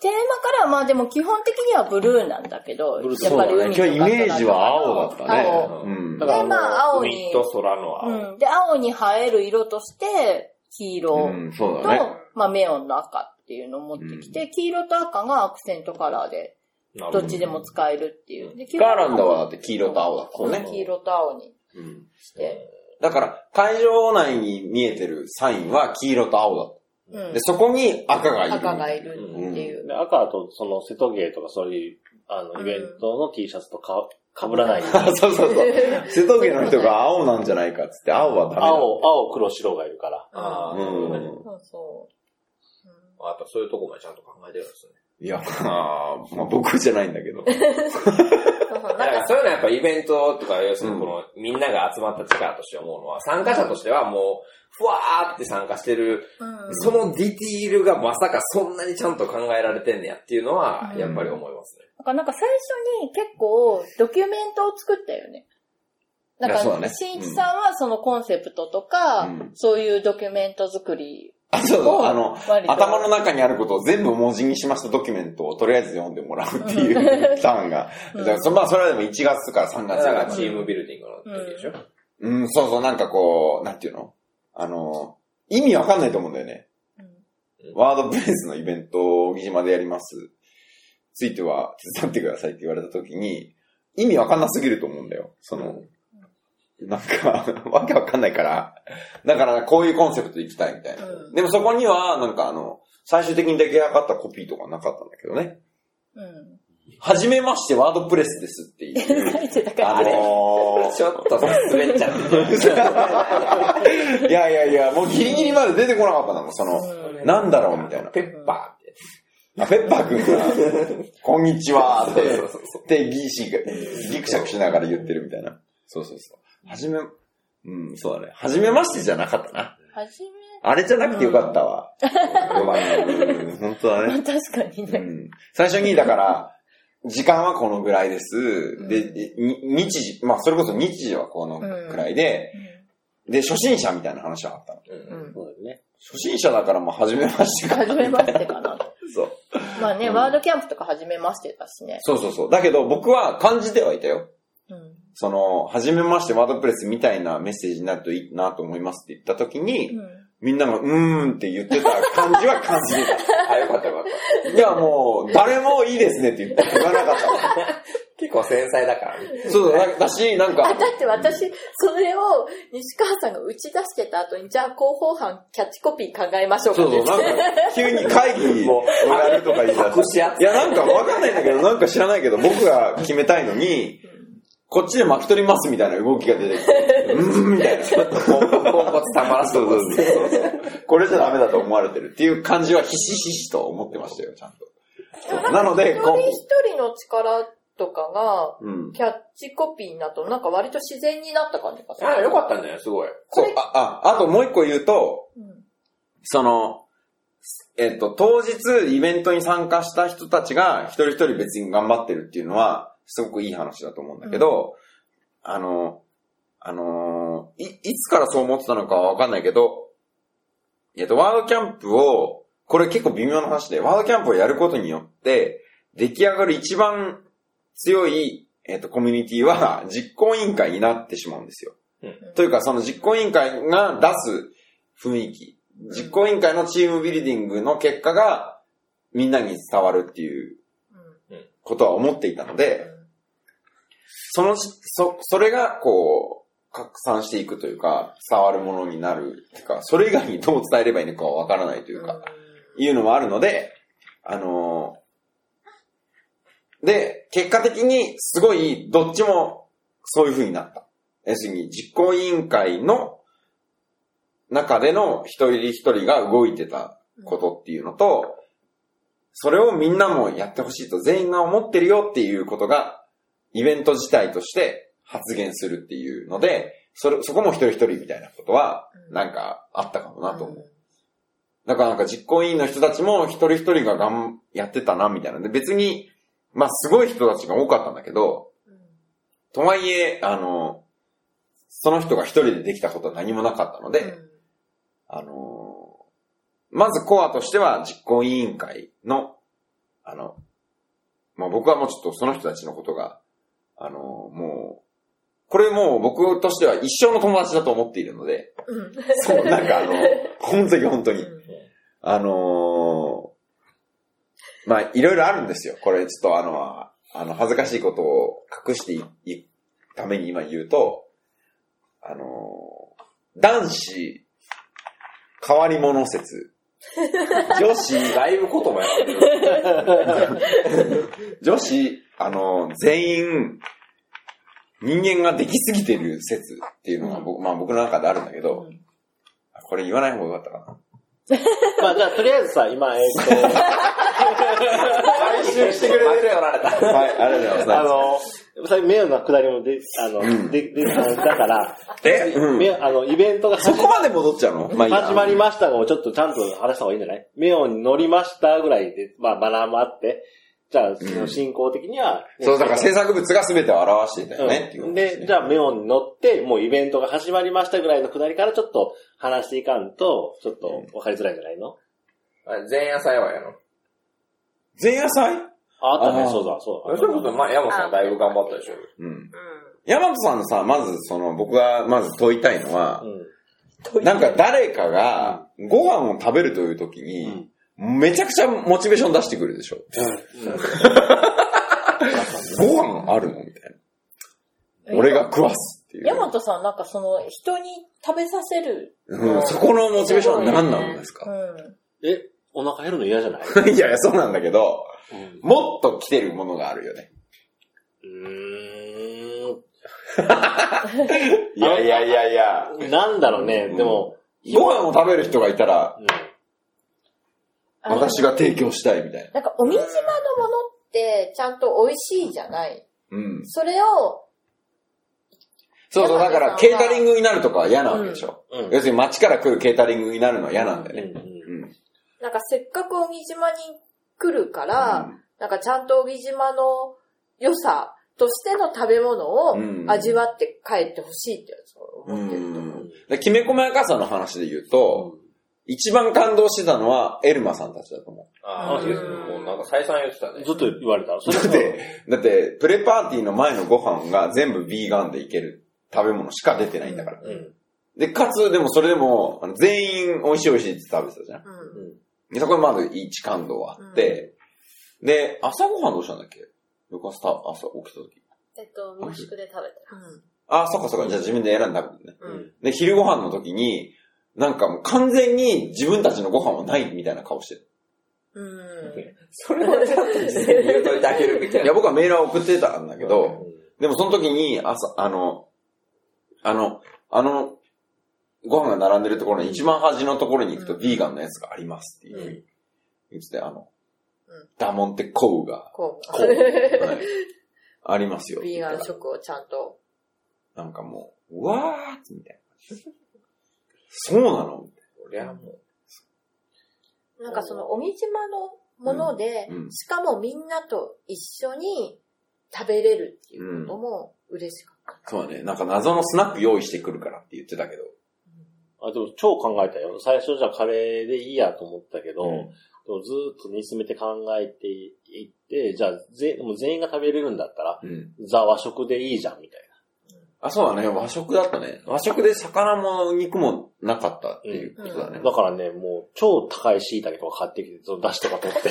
Speaker 4: テーマカラーはまあでも基本的にはブルーなんだけど、
Speaker 6: ブルー
Speaker 4: やっぱり海と
Speaker 1: 今
Speaker 4: か
Speaker 1: 日イメージは青だったね。
Speaker 4: 青
Speaker 1: うん
Speaker 6: だから
Speaker 4: で、まあ青に
Speaker 2: 海、と空の青。
Speaker 4: うん。で、青に映える色として、黄色
Speaker 1: うん、そう
Speaker 4: と、
Speaker 1: だね。
Speaker 4: まあメオンの赤っていうのを持ってきて、黄色と赤がアクセントカラーで、
Speaker 2: なるほ
Speaker 4: ど
Speaker 2: ど
Speaker 4: っちでも使えるっていう。で
Speaker 1: ガーランドはだって黄色と青だったもんね。
Speaker 4: 黄色と青に
Speaker 1: うん
Speaker 4: して。
Speaker 1: だから、会場内に見えてるサインは黄色と青だっ
Speaker 4: うん
Speaker 1: た。で、そこに赤がいる。
Speaker 4: 赤がいるっていう。
Speaker 6: で赤とその瀬戸芸とかそういう、あの、イベントの T シャツとか、かぶらない。
Speaker 1: あ *laughs* そうそうそう。
Speaker 4: *laughs*
Speaker 1: 瀬戸家の人が青なんじゃないかっつって、青はダメだ。
Speaker 6: 青、青、黒、白がいるから。
Speaker 2: あ
Speaker 1: う
Speaker 2: ーなるほどね
Speaker 1: ん。
Speaker 4: そうそう。
Speaker 2: あやっぱそういうとこまでちゃんと考えてるんですね。
Speaker 1: いや、まあ、まあ僕じゃないんだけ
Speaker 4: *laughs*
Speaker 1: ど。 *laughs*
Speaker 4: そうそうな
Speaker 2: だ
Speaker 4: ん
Speaker 2: か
Speaker 4: から
Speaker 2: そういうのはやっぱイベントとか、要するにこの、みんなが集まった力として思うのは、参加者としてはもう、ふわーって参加してる、
Speaker 4: うん
Speaker 2: そのディティールがまさかそんなにちゃんと考えられてんねやっていうのは、やっぱり思いますね。
Speaker 4: なんかなんか最初に結構ドキュメントを作ったよね。なん
Speaker 1: いやそうだね
Speaker 4: か、しんいちさんはそのコンセプトとか、
Speaker 1: うん
Speaker 4: そういうドキュメント作り
Speaker 1: あ、そうそう、あの、
Speaker 4: 割と
Speaker 1: 頭の中にあることを全部文字にしましたドキュメントをとりあえず読んでもらうっていう
Speaker 4: *laughs*
Speaker 1: ターンが。だからそまあ、それはでも1月から3月ぐら
Speaker 2: だから
Speaker 1: いま
Speaker 2: チ
Speaker 1: で。
Speaker 2: ームビルディングの時でしょ、
Speaker 1: うん、そうそう、なんかこう、なんていうのあの、意味わかんないと思うんだよね。ワードプレスのイベントを木島でやります。ついては手伝ってくださいって言われた時に、意味わかんなすぎると思うんだよ。その、なんか、 *laughs* わけわかんないから。だから、こういうコンセプトでいきたいみたいな。
Speaker 4: うん
Speaker 1: でもそこには、なんかあの、最終的に出来上がったコピーとかなかったんだけどね。
Speaker 4: うん。
Speaker 1: はじめましてワードプレスですっていう。
Speaker 4: 書いてたか
Speaker 1: *laughs*
Speaker 4: ら。
Speaker 1: あのー
Speaker 2: ちょっとさ、滑っちゃってる。
Speaker 1: いやいやいや、もうギリギリまで出てこなかったんだもん、その、
Speaker 4: うん
Speaker 1: なんだろうみたいな。
Speaker 2: ペッパーって。
Speaker 1: あペッパーくんが、 *laughs* こんにちはっ
Speaker 2: そうそう
Speaker 1: て
Speaker 2: そうそ、
Speaker 1: で、ギーシーが、ギクシャクしながら言ってるみたいな。そうそうそう。はじめ、うん、そうだね。はじめましてじゃなかったな。
Speaker 4: はじめ、
Speaker 1: あれじゃなくてよかったわ。うん、本当だ
Speaker 4: まあ
Speaker 1: ね。
Speaker 4: 確かに
Speaker 1: う
Speaker 4: ね。
Speaker 1: ん。最初に、だから、時間はこのぐらいです。で、
Speaker 4: うん
Speaker 1: でに日時、まあ、それこそ日時はこのくらいで、で、初心者みたいな話はあったの。
Speaker 2: うん
Speaker 9: うん
Speaker 6: そうだよね。
Speaker 1: 初心者だからもう、はじめましてか
Speaker 4: はじめましてかなと。
Speaker 1: そう。
Speaker 4: まあね、
Speaker 1: うん
Speaker 4: ワードキャンプとかはじめましてだしね。
Speaker 1: そうそうそう。だけど、僕は感じてはいたよ。
Speaker 4: うん。
Speaker 1: その、はじめましてワードプレスみたいなメッセージになるといいなと思いますって言った時に、みんながうーんって言ってた感じは感じて
Speaker 2: あ、よかったよかった。
Speaker 1: た。いや、もう、誰もいいですねって言って言わなかったも
Speaker 2: 結構繊細だからね。
Speaker 1: ん。そうだ、だし、なん
Speaker 4: あ、
Speaker 1: か
Speaker 4: だ、って私、それを西川さんが打ち出してた後に、じゃあ広報班キャッチコピー考えましょうか
Speaker 1: そ
Speaker 4: っ
Speaker 1: うそ
Speaker 4: て
Speaker 1: う、なんか、急に会議をやるとか言い出
Speaker 2: 隠し合っ
Speaker 1: して。いや、なんかわかんないんだけど、なんか知らないけど、僕が決めたいのに、こっちで巻き取りますみたいな動きが出てきて、うーんみたいな。
Speaker 2: ポンポンポツたまらす
Speaker 1: そ
Speaker 2: と
Speaker 1: う
Speaker 2: こ
Speaker 1: そうそうそう。これじゃダメだと思われてるっていう感じはひしひしと思ってましたよ、ちゃんと。なので、
Speaker 4: 一
Speaker 1: こ
Speaker 4: 人一人の力とかが、
Speaker 1: う。うん。
Speaker 4: キャッチコピーになると、なんか割と自然になった感じがする。
Speaker 2: あ、よかったんじゃないすごい。
Speaker 1: そう、あ、あ、あともう一個言うと、
Speaker 4: うん
Speaker 1: その、えっ、と、当日イベントに参加した人たちが一人一人別に頑張ってるっていうのは、すごくいい話だと思うんだけど、あの、あのい、いつからそう思ってたのかはわかんないけど、えっと、ワードキャンプを、これ結構微妙な話で、ワードキャンプをやることによって、出来上がる一番強い、えっと、コミュニティは実行委員会になってしまうんですよ。
Speaker 2: うん
Speaker 1: というか、その実行委員会が出す雰囲気、実行委員会のチームビルディングの結果がみんなに伝わるっていうことは思っていたので、そのし、そ、それがこう、拡散していくというか、伝わるものになるというか、それ以外にどう伝えればいいのかはわからないというか、いうのもあるので、あのーで、結果的にすごい、どっちもそういう風になった。要するに、実行委員会の中での一人一人が動いてたことっていうのと、それをみんなもやってほしいと全員が思ってるよっていうことが、イベント自体として発言するっていうので、それ、そこも一人一人みたいなことは、なんかあったかもなと思う。だからなんか実行委員の人たちも一人一人ががんやってたなみたいな。で別に、まあすごい人たちが多かったんだけど、とはいえ、あの、その人が一人でできたことは何もなかったので、あのーまずコアとしては実行委員会の、あの、まあ、僕はもうちょっとその人たちのことが、あのーもう、これもう僕としては一生の友達だと思っているので、 *laughs*
Speaker 4: うん。
Speaker 1: そう、なんかあの、本当に本当に
Speaker 4: う。ん
Speaker 1: あのーまあ、いろいろあるんですよ。これ、ちょっとあの、あの、恥ずかしいことを隠していいくために今言うと、あのー男子、変わり者
Speaker 2: *laughs*
Speaker 1: 説。女子、
Speaker 2: だいぶ言葉やってる。
Speaker 1: 女子、あのー全員、人間ができすぎてる説っていうのが僕、まあ僕の中であるんだけど、これ言わない方がよかったかな。
Speaker 6: まあじゃあ、とりあえずさ、今、えーっと、
Speaker 2: 回収してくれてるよ、られた。
Speaker 1: はい、ありがとうございます
Speaker 6: あ。の、さっき名誉なくだりもで、あの、
Speaker 1: うん
Speaker 6: で、で、あのだから、
Speaker 1: え、うん
Speaker 6: 名誉あの、イベントが
Speaker 1: そ
Speaker 6: 始
Speaker 1: こまで戻っちゃうのまあいいや
Speaker 6: 始まりましたをちょっとちゃんと話した方がいいんじゃない名誉に乗りましたぐらいで、まあバナーもあって、じゃあ、その進行的には、
Speaker 1: そう、だから制作物が全てを表していたよね、っていう
Speaker 6: う
Speaker 1: こ
Speaker 6: ん
Speaker 1: と
Speaker 6: で、じ
Speaker 1: ゃ
Speaker 6: ゃあ、メオンに乗って、もうイベントが始まりましたぐらいのくだりからちょっと話していかんと、ちょっと分かりづらいんじゃないの
Speaker 2: 前夜祭はやの。
Speaker 1: 前夜祭
Speaker 6: あ、あった
Speaker 1: あ
Speaker 6: ね、
Speaker 1: ー
Speaker 6: そうだ、そうだ。
Speaker 2: そういうこと、まあ、山本さんだいぶ頑張ったでしょ。
Speaker 1: うん。ヤマトさんのさ、まずその、僕がまず問いたいのは
Speaker 6: う、ん。
Speaker 1: なんか誰かがご飯を食べるという時に、めちゃくちゃモチベーション出してくるでしょ。ご飯あるのみたいな。俺が食わすってい
Speaker 7: ヤ
Speaker 1: う。
Speaker 7: マトさんなんかその人に食べさせる。
Speaker 1: うん、そこのモチベーションは何なんです
Speaker 7: う
Speaker 1: か
Speaker 7: ん。
Speaker 6: え、お腹減るの嫌じゃない
Speaker 1: いやいや、そうなんだけど、
Speaker 6: うん
Speaker 1: もっと来てるものがあるよね。
Speaker 6: う
Speaker 1: いやいやいやいや。
Speaker 6: ーん。なんだろうね、でも、
Speaker 1: ご飯を食べる人がいたら、
Speaker 6: うん。
Speaker 7: あの
Speaker 1: 私が提供したいみたいな。
Speaker 4: なんか、海島のものって、ちゃんと美味しいじゃない。
Speaker 1: うん。
Speaker 4: それを、
Speaker 1: そうそう、だから、ケータリングになるとかは嫌なわけでしょ。
Speaker 6: うんうん
Speaker 1: 要するに街から来るケータリングになるのは嫌なんだ
Speaker 6: う
Speaker 1: よね。
Speaker 6: ん
Speaker 1: うん。
Speaker 4: なんかせっかく海島に来るから、なんかちゃんと海島の良さとしての食べ物を
Speaker 1: うん
Speaker 4: 味わって帰ってほしいって
Speaker 1: う
Speaker 4: 思
Speaker 1: ん
Speaker 4: ってると思う。
Speaker 1: できめ細やかさの話で言うと、一番感動してたのはエルマさんたちだと思
Speaker 2: ああ、いいですね。もうなんか再三言ってたね。
Speaker 6: *laughs* ずっと言われた。それ
Speaker 1: う。で、だって、プレパーティーの前のご飯が全部ビーガンでいける食べ物しか出てないんだから。
Speaker 6: うん。
Speaker 1: で、かつ、でもそれでも、あの全員美味しい美味しいって食べてたじゃん。
Speaker 4: うん
Speaker 1: でそこにまず一感動はあって、で、朝ごはんどうしたんだっけ翌朝、朝起きた時。
Speaker 3: えっと、民宿で食べた。
Speaker 1: あ、そっかそっか、じゃあ自分で選んだもんね。
Speaker 4: うん。うん。
Speaker 1: で、昼ご飯の時に、なんかもう完全に自分たちのご飯はないみたいな顔してる。
Speaker 4: うん。
Speaker 2: それはちょっと事前に言うといてあげるべきだ
Speaker 1: いや、僕はメールは送ってたんだけど、でもその時に、朝、あの、あの、あの、ご飯が並んでるところの一番端のところに行くと、ビーガンのやつがありますっていう。言ってて、あの
Speaker 4: うん、
Speaker 1: ダモンテコウが、
Speaker 4: こう。 *laughs*
Speaker 1: コウ、はいありますよ。
Speaker 4: ビーガン食をちゃんと。
Speaker 1: なんかもう、うわーってみたいな。そうなの
Speaker 2: そりゃもう。
Speaker 4: なんかその、おみじまのもので、
Speaker 1: うんうん
Speaker 4: しかもみんなと一緒に食べれるっていうことも嬉しかっ
Speaker 1: そうだね。なんか謎のスナック用意してくるからって言ってたけど。
Speaker 6: あ、でも超考えたよ。最初じゃあカレーでいいやと思ったけど、
Speaker 1: うん
Speaker 6: でもずーっと煮詰めて考えていって、じゃあぜもう全員が食べれるんだったら、
Speaker 1: うん。
Speaker 6: ザ和食でいいじゃんみたい
Speaker 1: あ、そうだね。和食だったね。和食で魚も肉もなかったっていうことだね。
Speaker 6: な。だからね、もう超高い椎茸とか買ってきて、その出汁とか取って。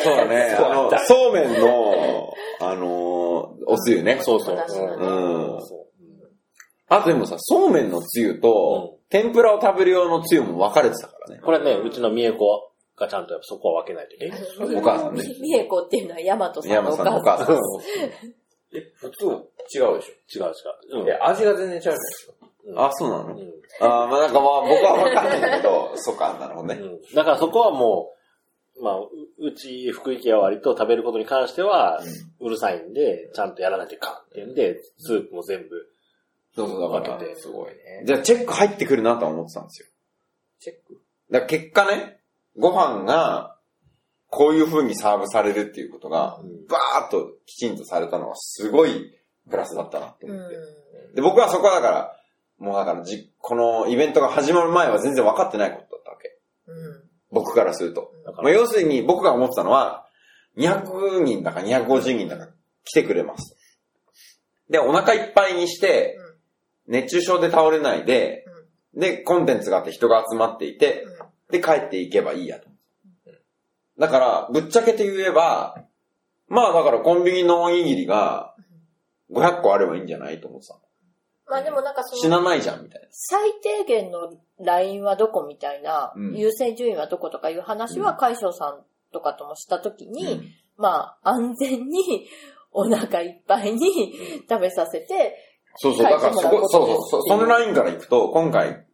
Speaker 1: *laughs* そうだね。あの、そうめんの、あのーおつゆね。
Speaker 6: そうそう。
Speaker 4: 出汁とか
Speaker 1: ねうん
Speaker 6: そ
Speaker 1: あとでもさ、そうめんのつゆと、天ぷらを食べる用のつゆも分かれてたからね
Speaker 6: う。これね、うちの三重子がちゃんとやっぱそこは分けないといけない。
Speaker 7: それ
Speaker 1: お母さんね
Speaker 7: みみえこっていうのはヤマトさん
Speaker 1: 山
Speaker 7: のお
Speaker 1: さんのお
Speaker 7: 母さん。
Speaker 1: 母さん。
Speaker 2: え、普通違うでし
Speaker 6: 違う違う。う
Speaker 2: ょ。
Speaker 6: ん
Speaker 2: いや、味が全然違うじゃないですか。
Speaker 6: うん
Speaker 1: あ、そうな
Speaker 6: う
Speaker 1: のあ
Speaker 6: ん
Speaker 1: ーまあなんかまあ僕は分かんないけど、そうか、なるほどね。
Speaker 6: うんだからそこはもう、まあ、ううち、福井家は割と食べることに関しては、うるさいんで、ちゃんとやらないといかんっていうんで、スープも全部。
Speaker 1: そうそう、だから
Speaker 6: 分け。て
Speaker 2: すごいね。
Speaker 1: じゃあチェック入ってくるなとは思ってたんですよ。
Speaker 2: チェック
Speaker 1: だから結果ね、ご飯が、こういう風にサーブされるっていうことが、バーっときちんとされたのは、すごいプラスだったら。
Speaker 4: うん。
Speaker 1: で、僕はそこはだから、もうだからじ、このイベントが始まる前は全然分かってないことだったわけ。
Speaker 4: うん。
Speaker 1: 僕からすると。
Speaker 6: だか
Speaker 1: まあ、
Speaker 6: ら、
Speaker 1: 要するに僕が思ってたのは、200人だか250人だか来てくれます。で、お腹いっぱいにして、熱中症で倒れないで、で、コンテンツがあって人が集まっていて、で、帰っていけばいいやと。だから、ぶっちゃけて言えば、まあだからコンビニのおにぎりが500個あればいいんじゃないと思ってたの。
Speaker 4: まあでもなんかそ
Speaker 1: 死
Speaker 4: の、
Speaker 1: なないじゃん、みたいな。
Speaker 4: 最低限のラインはどこみたいな、
Speaker 1: うん
Speaker 4: 優先順位はどことかいう話は、海翔さんとかともしたときに、
Speaker 1: うん
Speaker 4: まあ、安全に、 *laughs* お腹いっぱいに食べさせて、
Speaker 1: そうそう、だからそこ、そうそう、そ
Speaker 4: うん
Speaker 1: そのラインから行くと、今回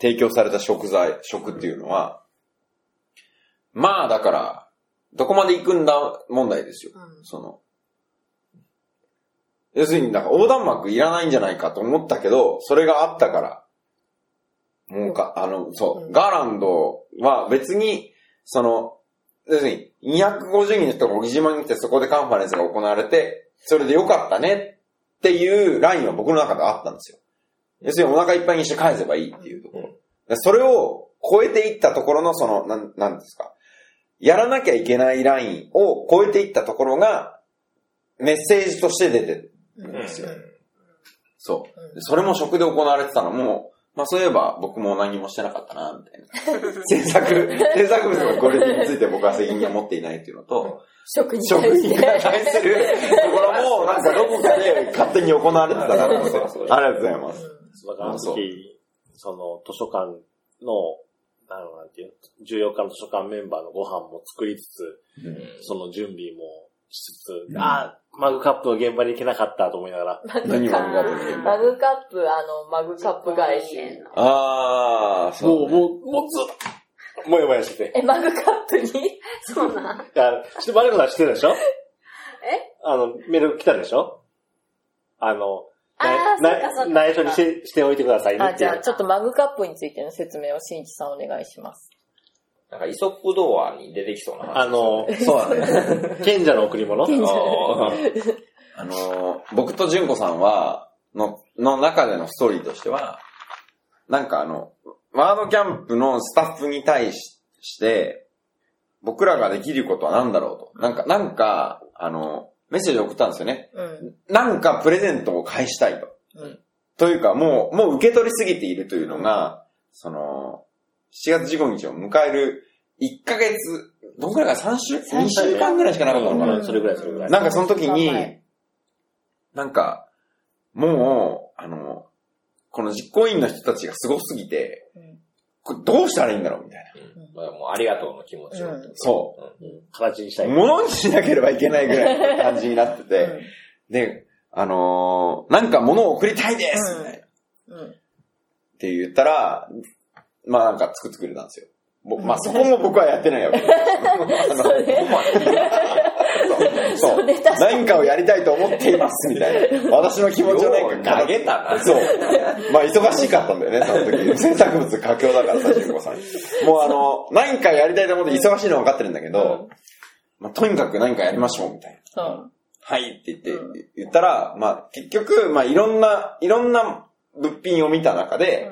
Speaker 1: 提供された食材、食っていうのは、まあだから、どこまで行くんだ問題ですよ。その、要するになんか横断幕いらないんじゃないかと思ったけど、それがあったから、もうか、あの、そう、ガーランドは別に、その、要するに250人の人が小木島に来てそこでカンファレンスが行われて、それでよかったねっていうラインは僕の中であったんですよ。要するにお腹いっぱいにして返せばいいっていうところ。でそれを超えていったところのその、なん、なんですか。やらなきゃいけないラインを超えていったところが、メッセージとして出てるんですよ。そう。でそれも食で行われてたのも、まあそういえば僕も何もしてなかったな、みたい *laughs* な。制作、制作物のクオリティについて僕は責任を持っていないっていうの *laughs* と、
Speaker 4: 食に
Speaker 1: 食
Speaker 4: 対し
Speaker 1: 品が
Speaker 4: て。
Speaker 1: 対するところも、なんかどこかで勝手に行われてたなと思って、ありがとうございます。
Speaker 6: だからあの
Speaker 1: そう
Speaker 6: 時、その図書館の、あの、なんていうの、14日の図書館メンバーのご飯も作りつつ、その準備もしつつ、
Speaker 1: うん
Speaker 6: あーマグカップの現場に行けなかったと思いながら、
Speaker 1: 何 *laughs* をありがとうございます
Speaker 4: マグカップ、あの、マグカップ返し。
Speaker 1: あー、
Speaker 6: も、
Speaker 1: そううね。
Speaker 6: もう、もうずっと、もやもやしてて。
Speaker 4: え、マグカップに
Speaker 3: そうなん。
Speaker 6: いや、ちょっとバレるのは知ってるでしょえ
Speaker 3: え
Speaker 6: あの、メール来たでしょあの、
Speaker 3: あー
Speaker 6: な
Speaker 3: そっかそっか
Speaker 6: 内緒にしてしておいてくださいね
Speaker 4: あ、
Speaker 6: って
Speaker 4: じ
Speaker 6: い
Speaker 4: ゃあ
Speaker 6: う。
Speaker 4: ちょっとマグカップについての説明をしんいちさんお願いします。
Speaker 2: なんか、イソップ童話に出てきそうな話。
Speaker 6: あの、
Speaker 1: そうだね。
Speaker 6: 賢者の贈り物
Speaker 4: 賢者
Speaker 6: あー
Speaker 1: あのー僕と純子さんは、の、の中でのストーリーとしては、なんかあの、ワードキャンプのスタッフに対しして、僕らができることは何だろうと。なんか、なんか、あの、メッセージを送ったんですよね。
Speaker 4: うん。
Speaker 1: なんかプレゼントを返したいと。
Speaker 4: うん
Speaker 1: というか、もう、もう受け取りすぎているというのが、その、7月15日を迎える1ヶ月、どんくらいか3週、
Speaker 4: 三
Speaker 1: 2
Speaker 4: 週間
Speaker 1: 週間ぐらいしかなかったのかな。
Speaker 6: うんそれぐらい、それぐらい。
Speaker 1: なんかその時
Speaker 4: 頑張
Speaker 1: に
Speaker 4: れ、
Speaker 1: なんか、もう、あの、この実行委員の人たちがすごすぎて
Speaker 4: うん、
Speaker 1: これどうしたらいいんだろうみたいな。
Speaker 2: うんまあもう、ありがとうの気持ちを。
Speaker 4: うん
Speaker 1: そ
Speaker 6: 形にした
Speaker 1: う。
Speaker 6: い。
Speaker 1: ものにしなければいけないぐらいの感じになって
Speaker 4: う
Speaker 1: て、
Speaker 4: ん
Speaker 1: で、あのーなんか物を送りたいです
Speaker 4: うん
Speaker 1: みたいな。っ
Speaker 4: うん。
Speaker 1: て言ったら、まあなんか作ってくれたんですよ。ぼまあそこも僕はやってないわけです。あの
Speaker 4: それ、
Speaker 1: そう。何かをやりたいと思っています、みたいな。私の気持ちをなんか
Speaker 2: よう投げたな
Speaker 1: そう。まあ、忙しかったんだよね、その時。制作物佳境だからさ、純子さん。もうあの、何かやりたいと思って忙しいのは分かってるんだけど、まあ、とにかく何かやりましょう、みたいな。
Speaker 4: そう。
Speaker 1: はいって言って、言ったら、まあ、結局、まあ、いろんな、いろんな物品を見た中で、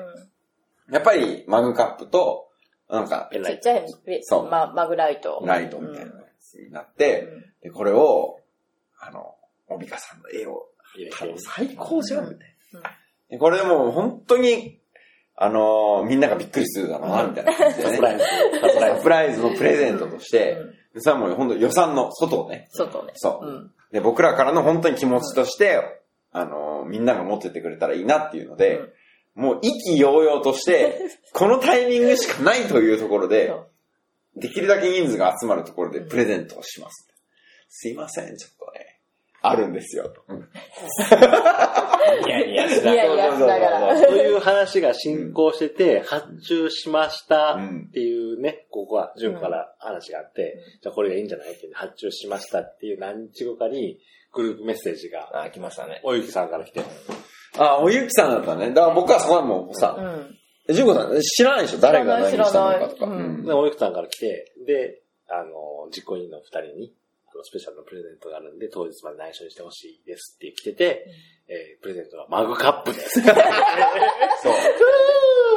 Speaker 1: やっぱりマグカップと、なんか、
Speaker 6: ペンラ
Speaker 4: ち
Speaker 6: イ
Speaker 4: っちゃいペ
Speaker 1: そう
Speaker 4: ま、マグライト。
Speaker 1: ライトみたいなやつになって、で、これを、あの、オビカさんの絵を
Speaker 6: ト入れて
Speaker 1: 最高じゃん、みたい
Speaker 4: うんうん
Speaker 1: な。でこれでもう本当に、あのーみんながびっくりするだろうな、みたい *laughs* な感じで
Speaker 6: サ
Speaker 1: ね、
Speaker 6: プライズ。サプライ
Speaker 1: サプライズのプレゼントとして
Speaker 4: うん、
Speaker 1: でそれはもう本当予算の外をね、
Speaker 4: 外ね。
Speaker 1: そうう。
Speaker 4: ん。
Speaker 1: で、僕らからの本当に気持ちとして、あのーみんなが持ってってくれたらいいなっていうので、もう意気揚々と *laughs* して、このタイミングしかないというところで
Speaker 4: そ、
Speaker 1: できるだけ人数が集まるところでプレゼントをします。すいません、ちょっとね、あるんですよ、と。
Speaker 2: ニヤニヤし
Speaker 4: いや
Speaker 2: ない
Speaker 4: や、しながら。
Speaker 6: ズ。という話が進行してて、発注しました
Speaker 1: うん
Speaker 6: っていうね、ここは、順から話があって、じゃあこれがいいんじゃないって発注しましたっていう何日後かに、グループメッセージが、
Speaker 2: あ、来ましたね。
Speaker 6: おゆきさんから来て、
Speaker 1: あ、おゆきさんだったね。だから僕はそこはもう
Speaker 4: う
Speaker 1: さ、
Speaker 4: ん。
Speaker 1: ジュンコさん知らないでしょ誰が何したのかと
Speaker 4: 知
Speaker 1: か。
Speaker 4: らない知らない
Speaker 1: うん
Speaker 6: で、おゆきさんから来て、で、あの、実行委員の二人に、あのスペシャルなプレゼントがあるんで、当日まで内緒にしてほしいですって来てて、えープレゼントはマグカップです。
Speaker 1: そ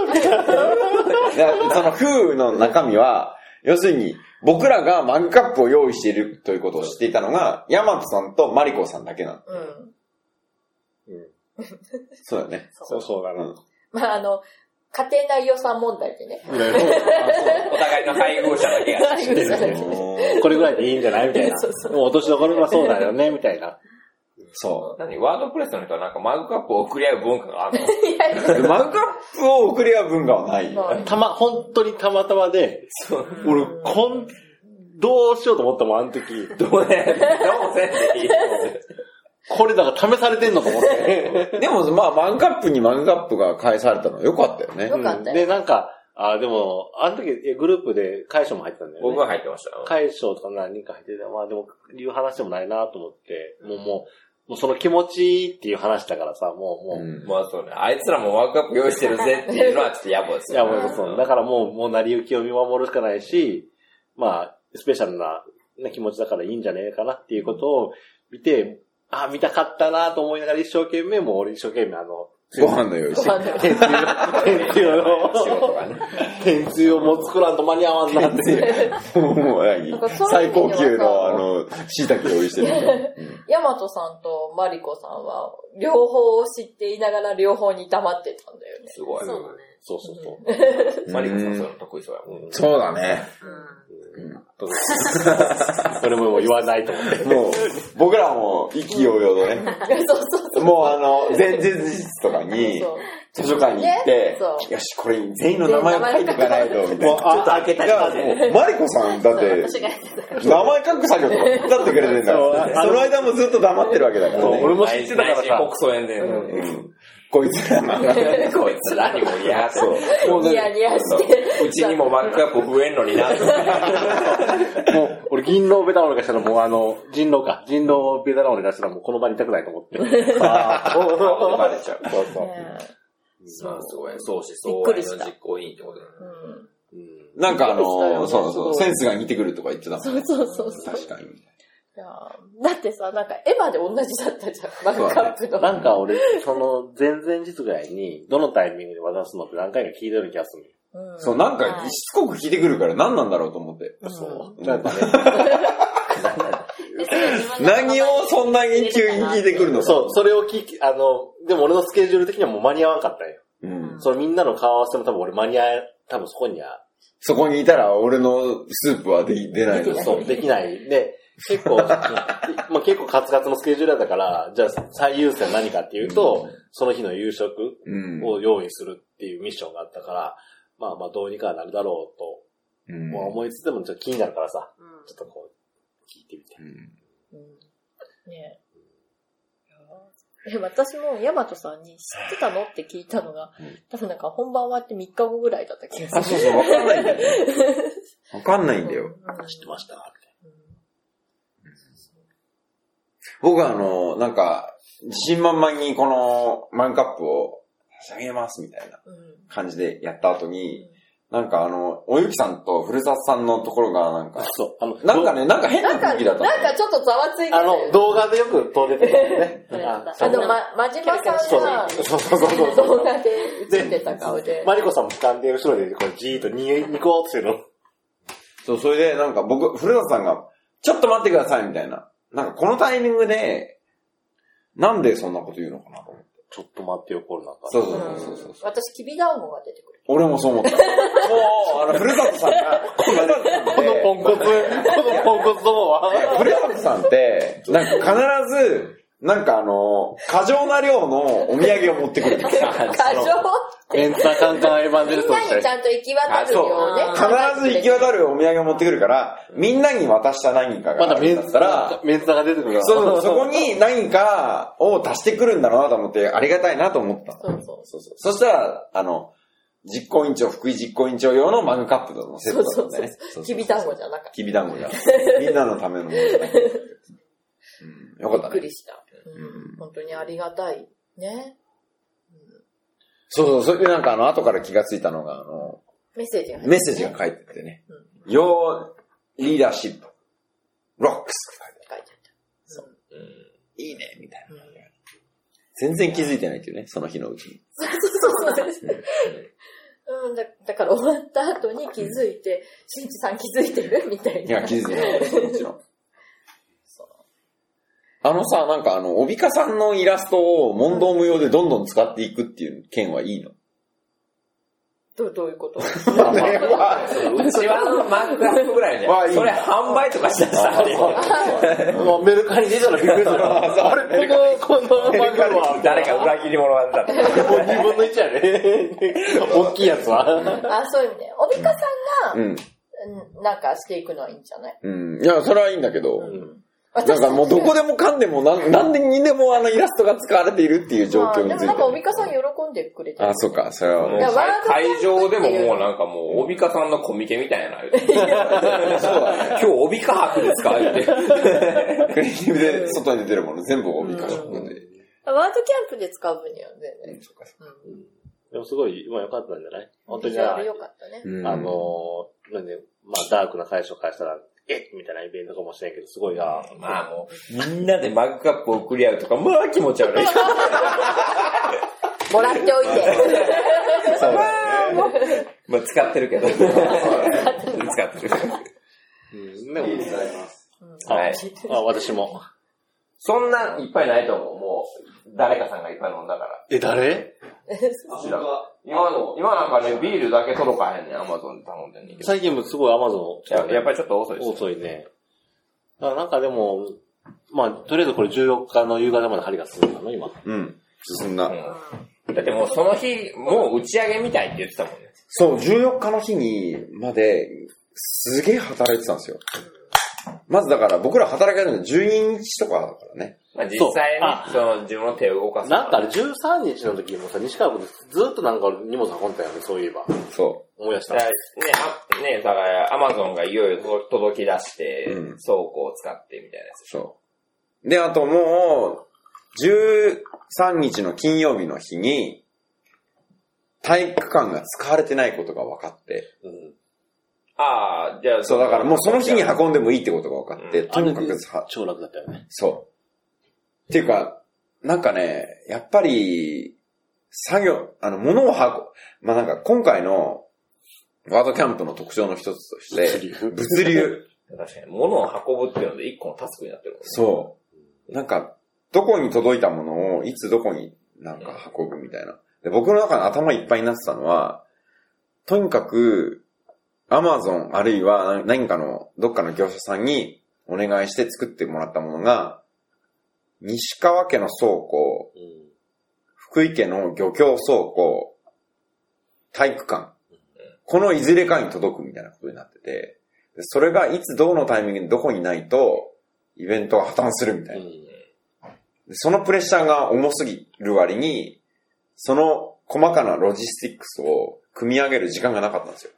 Speaker 1: う。いやその、フーの中身は、要するに、僕らがマグカップを用意しているということを知っていたのが、ヤマトさんとマリコさんだけなの。
Speaker 4: うん。
Speaker 1: そうだよね。
Speaker 6: そうそうだな。
Speaker 4: まあ、あの、家庭内予算問題でね。
Speaker 2: お互いの配偶者だけが。
Speaker 6: これぐらいでいいんじゃないみたいな。
Speaker 4: そうそ
Speaker 6: もう落としどころがそうだよね、みたいな。
Speaker 1: そ
Speaker 2: 何ワードプレスの人はなんかマグカップを送り合う文化があるの
Speaker 4: いやいや
Speaker 1: う。でマグカップを送り合う文化はない。
Speaker 4: もう
Speaker 6: たま、本当にたまたまで、
Speaker 2: そう。
Speaker 6: *laughs* 俺、こん、どうしようと思ったもん、あの時。
Speaker 2: どうね、どうせっていい。
Speaker 6: これだから試されてんのか思って。
Speaker 1: でも、まあ、マグカップにマグカップが返されたのは良かったよね。
Speaker 4: よかったよ。
Speaker 6: で、なんか、あでも、あの時、えグループで解消も入ってたんだよね。
Speaker 2: 僕は入ってましたよ。
Speaker 6: 解消とか何人か入ってて、まあでも、言う話でもないなと思って、もうもう、もうその気持ちいいっていう話だからさ、もう、もう、
Speaker 1: うん
Speaker 2: まあそうね。あいつらもワークアップ用意してるぜっていうのはちょっと野暮です
Speaker 6: いや、
Speaker 2: よ、
Speaker 6: も
Speaker 2: ね。
Speaker 6: うそう。だからもう、もう成り行きを見守るしかないし、まあ、スペシャルな、ね、気持ちだからいいんじゃねえかなっていうことを見て、あ、見たかったなと思いながら一生懸命、もう俺一生懸命あの、
Speaker 1: ご飯の用意して。
Speaker 6: 天つゆ、天つゆ
Speaker 2: 仕事
Speaker 6: *laughs* の、
Speaker 2: がね。
Speaker 6: 天つゆをもう作らんと間に合わんなっていう。
Speaker 1: *laughs* もう何
Speaker 4: なんかそういう
Speaker 1: 最
Speaker 4: 意味で
Speaker 1: 高
Speaker 4: は
Speaker 1: 級の、あの、椎茸用意して
Speaker 4: *laughs*
Speaker 1: る。
Speaker 4: ヤマトさんとマリコさんは、両方を知っていながら両方に黙ってたんだよね。
Speaker 2: すご
Speaker 3: そ
Speaker 2: い。
Speaker 3: うだね。
Speaker 6: そうそうそう。
Speaker 1: うん
Speaker 2: マリコさんそういうの得意そうやもん。
Speaker 1: そうだね。
Speaker 6: それももう言わないと思って。
Speaker 1: もう、僕らも意気揚々とね。
Speaker 4: *laughs* そうそうそう。
Speaker 1: もうあの、前日とかに、
Speaker 4: そう
Speaker 1: 図書館に行って
Speaker 4: そ、う
Speaker 1: よし、これに全員の名前を書いていかないと、みたいな。
Speaker 6: もう、あ、開けた
Speaker 1: い
Speaker 6: り
Speaker 1: や、
Speaker 6: と
Speaker 1: もう、マリコさん、だって、
Speaker 3: 私がやってた。
Speaker 1: 名前書く作業とか手伝ってくれてんだから、
Speaker 6: そう
Speaker 1: その間もずっと黙ってるわけだから
Speaker 6: そう
Speaker 1: ね。
Speaker 6: 俺も知ってたから
Speaker 2: 内心
Speaker 6: さ
Speaker 2: 国、葬演で。
Speaker 1: うんこいつらが、
Speaker 2: こいつらにも嫌そう。
Speaker 4: ニヤニヤして。
Speaker 2: うちにもマックアップ増えんのにな。
Speaker 6: もう、俺、銀狼ベタ俺がしたら、もうあの、人狼か。人狼ベタ俺がしたら、もうこの場にいたくないと思って。
Speaker 2: バレちゃう。
Speaker 1: そうそう。
Speaker 2: まあすごい。そうし、
Speaker 4: び
Speaker 2: そ
Speaker 4: っ
Speaker 2: う
Speaker 4: く
Speaker 2: の
Speaker 4: りした
Speaker 2: 実行委員ってことだね。
Speaker 4: うん
Speaker 6: うん
Speaker 1: なんかあの
Speaker 4: そうですよね、
Speaker 1: そうそう、センスが似てくるとか言ってたもんね。
Speaker 4: そうそうそう。
Speaker 1: 確かに。
Speaker 4: いやーだってさ、なんかエヴァで同じだったじゃん。マグカップの。
Speaker 6: なんか俺、その、前々日ぐらいに、どのタイミングで渡すのって何回か聞いたような気がする
Speaker 4: うん
Speaker 1: そう、なんか、しつこく聞いてくるから何なんだろうと思って。
Speaker 6: そううんなんかね、
Speaker 3: でそれ自分の名前
Speaker 1: 何をそんなに急に聞いてくるのか。
Speaker 6: *laughs* そう、それを聞き、あの、でも俺のスケジュール的にはもう間に合わんかったんよ。
Speaker 1: うん。
Speaker 6: そのみんなの顔合わせも多分俺間に合え、多分そこには、
Speaker 1: そこにいたら俺のスープはで出ないの。
Speaker 6: そう、できない。で、結
Speaker 1: *laughs*
Speaker 6: 構、まあ結構カツカツのスケジュールだったから、じゃあ最優先何かっていうと、その日の夕食
Speaker 1: うん。
Speaker 6: を用意するっていうミッションがあったから、まあまあどうにかなるだろうと、
Speaker 1: うん
Speaker 6: まあ思いつつでもちょっと気になるからさ、ちょっとこう、聞いてみて。
Speaker 4: うんねえ。え私もヤマトさんに知ってたのって聞いたのが、多分なんか本番終わって3日後ぐらいだった気がする。
Speaker 1: あ、そうそう、わかんないんだよね。わかんないんだよ。
Speaker 4: うん
Speaker 6: 知ってました
Speaker 1: 僕はあの、なんか、自信満々にこのマンカップを差し上げますみたいな
Speaker 4: うん
Speaker 1: 感じでやった後に、なんかあの、おゆきさんと古澤さんのところがなんか、
Speaker 6: そう、あの、
Speaker 1: なんかね、なんか変な空気だったの
Speaker 4: なんかちょっとざわついてた
Speaker 6: あ
Speaker 4: よ
Speaker 6: の、動画でよく撮れてたよね。あ
Speaker 4: あ
Speaker 6: そう
Speaker 4: の、ま、真島さんが
Speaker 6: そうそうそうそうそう。
Speaker 4: 動画で映ってた顔で。
Speaker 6: マリコさんも俯瞰で後ろでこうじーっとに、にこうっていうの。
Speaker 1: そう、それでなんか僕、古田さんが、ちょっと待ってくださいみたいな。なんかこのタイミングで、なんでそんなこと言うのかなと思って。
Speaker 6: ちょっと待ってよ、これなんか。
Speaker 1: そう
Speaker 6: う。
Speaker 1: そうそうそうそう。
Speaker 4: 私、きびだんごが出てくる。
Speaker 1: 俺もそう思った。もう、あの、古里さんが、古里さんっ
Speaker 6: この
Speaker 1: て
Speaker 6: ポンコツ、このポンコツどもは。
Speaker 1: 古里さんって、なんか必ず、なんかあの、過剰な量のお土産を持ってくるんですよ。 *laughs*
Speaker 4: 過剰
Speaker 6: エンターカンカンエヴァンジ
Speaker 4: み
Speaker 6: ェリ
Speaker 4: ん
Speaker 6: スト
Speaker 4: な
Speaker 6: みたい
Speaker 4: にち
Speaker 6: な。
Speaker 4: ゃんと行き渡るようね。
Speaker 1: 必ず行き渡るお土産を持ってくるから、みんなに渡した何か
Speaker 6: ま
Speaker 1: があ
Speaker 6: だメ
Speaker 1: るん
Speaker 6: ン
Speaker 1: だっ
Speaker 6: ツ
Speaker 1: たら、
Speaker 6: メンツが出てくるから。
Speaker 1: そう、そこに何かを足してくるんだろうなと思って、ありがたいなと思った。
Speaker 4: そうそう。
Speaker 1: そうそう。そしたら、あの、実行委員長、福井実行委員長用のマグカップとのセットだったんだね。
Speaker 4: きびだんごじゃなかっ。
Speaker 1: きび団子じゃん。みんなのためのものじゃない。うん、よかったた
Speaker 4: び
Speaker 1: ね。
Speaker 4: っくりした。うん本当にありがたい。ね。
Speaker 1: そうそう、それでなんかあの、後から気がついたのが、あの、
Speaker 4: メッセージが入ってる
Speaker 1: メッセージが書いててね。Your leadership ロックス
Speaker 10: 書いてあった。
Speaker 1: いいねみたいな。全然気づいてないっていうね、その日のうちに。
Speaker 4: そうそうそうです。うん、だだから終わった後に気づいて、しんちさん気づいてるみたい
Speaker 1: い
Speaker 4: な。
Speaker 1: や、気づいてないですもちろん。あのさ、なんかあの、帯かさんのイラストを問答無用でどんどん使っていくっていう件はいいの
Speaker 4: どうどういうこと
Speaker 2: うちわのマークラップぐらいじ
Speaker 1: わあ
Speaker 2: ゃ
Speaker 1: いい
Speaker 2: ん。それ販売とかしだしたらね、
Speaker 6: もうメルカリ出たらびっくりする。あれ、この、このマグロは、
Speaker 2: 誰か裏切り者なんだって。
Speaker 6: もう2分の1やね。大きいやつは。
Speaker 4: あ、そういう意味ね。おびかさ
Speaker 1: うん。
Speaker 4: ん、なんかしていくのはいいんじゃない
Speaker 1: うん。いや、それはいいんだけど、
Speaker 4: 私
Speaker 1: なんかもうどこでもかんでもなん、なんでにでもあのイラストが使われているっていう状
Speaker 4: まあ
Speaker 1: 況に
Speaker 4: で
Speaker 1: つい
Speaker 4: も
Speaker 1: て。
Speaker 4: なんかおびかさん喜んでくれてる
Speaker 1: あ、そうか、それは
Speaker 2: もう
Speaker 1: ね。
Speaker 4: やワードキャンプ
Speaker 2: 会場でももうなんかもう、帯かさんのコミケみたいな。今日帯か博ですかって。
Speaker 1: クリエイティブ *laughs* で外に出てるもの全部帯かさんで。
Speaker 4: ワードキャンプで使う分には全然。
Speaker 6: でもすごい、まあ良かったんじゃない本当に
Speaker 4: ビジュア
Speaker 6: な
Speaker 4: ル良かったね。
Speaker 1: うん
Speaker 6: あのー、なんで、まあダークな会社からしたら、えみたいなイベントかもしれんけど、すごいな。
Speaker 2: まあもう、みんなでマグカップを送り合うとか、まあ気持ち *laughs* 悪い。
Speaker 4: もらっておいて。 *laughs*
Speaker 2: まあ使ってるけど。使ってる。
Speaker 6: うんでも、
Speaker 2: はい。
Speaker 6: あ私も。
Speaker 2: そんないっぱいないと思う。もう、誰かさんがいっぱい飲んだから。
Speaker 6: え、誰
Speaker 2: 知らん今の、今なんかね、ビールだけ届かへんねん、アマゾンで頼んでんねんけど。
Speaker 6: 最近もすごいアマゾン
Speaker 2: ややっぱりちょっと遅いです。
Speaker 6: 遅いね。だからなんかでも、まあ、とりあえずこれ14日の夕方まで針が進んだの、今。
Speaker 1: うん。進んだ。
Speaker 2: うんだってもうその日、もう打ち上げみたいって言ってたもんね。
Speaker 1: そう、14日の日にまで、すげえ働いてたんですよ。まずだから僕ら働けるの12日とかだからね。
Speaker 2: まあ実
Speaker 6: そう
Speaker 2: 際
Speaker 6: あ
Speaker 2: に、その自分の手を動かす。
Speaker 6: なんかあれ13日の時もさ、西川君ずっとなんか荷物運んでたよね、そういえば。
Speaker 1: そ
Speaker 6: 思い出し
Speaker 2: だか
Speaker 6: た。
Speaker 2: らね、あね、だから、アマゾンがいよいよ届届き出して、
Speaker 1: うん
Speaker 2: 倉庫を使ってみたいなや
Speaker 1: う。そう。で、あともう、13日の金曜日の日に、体育館が使われてないことが分かって。
Speaker 6: うん。
Speaker 2: つ。ああ、じゃあ、
Speaker 1: そう、だからもうその日に
Speaker 2: 運
Speaker 1: 運んでもいいってことが分かって、
Speaker 2: うん
Speaker 1: とにかくは
Speaker 6: 超楽だったよね。
Speaker 1: そう。っていうか、なんかね、やっぱり、作業、あの、物を運ぶ、まあ、なんか今回のワードキャンプの特徴の一つとして、物流。
Speaker 2: 確かに、物を運ぶっていうので一個のタスクになってるもんね。
Speaker 1: そう。なんか、どこに届いたものをいつどこになんか運ぶみたいな。で僕の中の頭いっぱいになってたのは、とにかく、アマゾンあるいはな何かの、どっかの業者さんにお願いして作ってもらったものが、西川家の倉庫、福井県の漁協倉庫、体育館、このいずれかに届くみたいなことになってて、でそれがいつどのタイミングでどこにないと、イベントが破綻するみたいな。でそのプレッシャーが重すぎる割に、その細かなロジスティックスを組み上げる時間がなかったんですよ。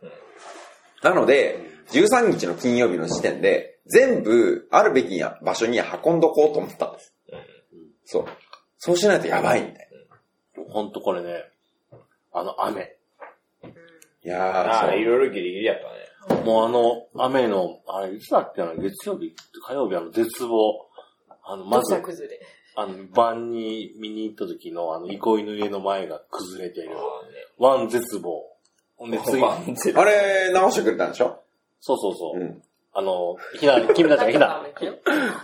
Speaker 1: なので、13日の金曜日の時点で、全部あるべき場所に運んどこうと思ったんです。そう。そうしないとやばいみたいな。
Speaker 6: ほんとこれね、あの雨。
Speaker 1: いや
Speaker 2: あ
Speaker 1: ー
Speaker 2: あ、
Speaker 1: そ、
Speaker 2: いうろいろギリギリやったね。
Speaker 6: もうあの雨の、あれ、いつだっけな、月曜日、火曜日、あの絶望。あの、ま
Speaker 4: 土
Speaker 6: ず
Speaker 4: 砂、崩れ。
Speaker 6: あの、晩に見に行った時の、あの、憩いの家の前が崩れている。ワン絶望。ほんで、次、
Speaker 2: *laughs* ワン絶
Speaker 1: あれ、直してくれたんでしょ
Speaker 6: そうそうそう。
Speaker 1: うん。
Speaker 6: あの、ひな、君たちが
Speaker 3: *laughs*
Speaker 6: ひな、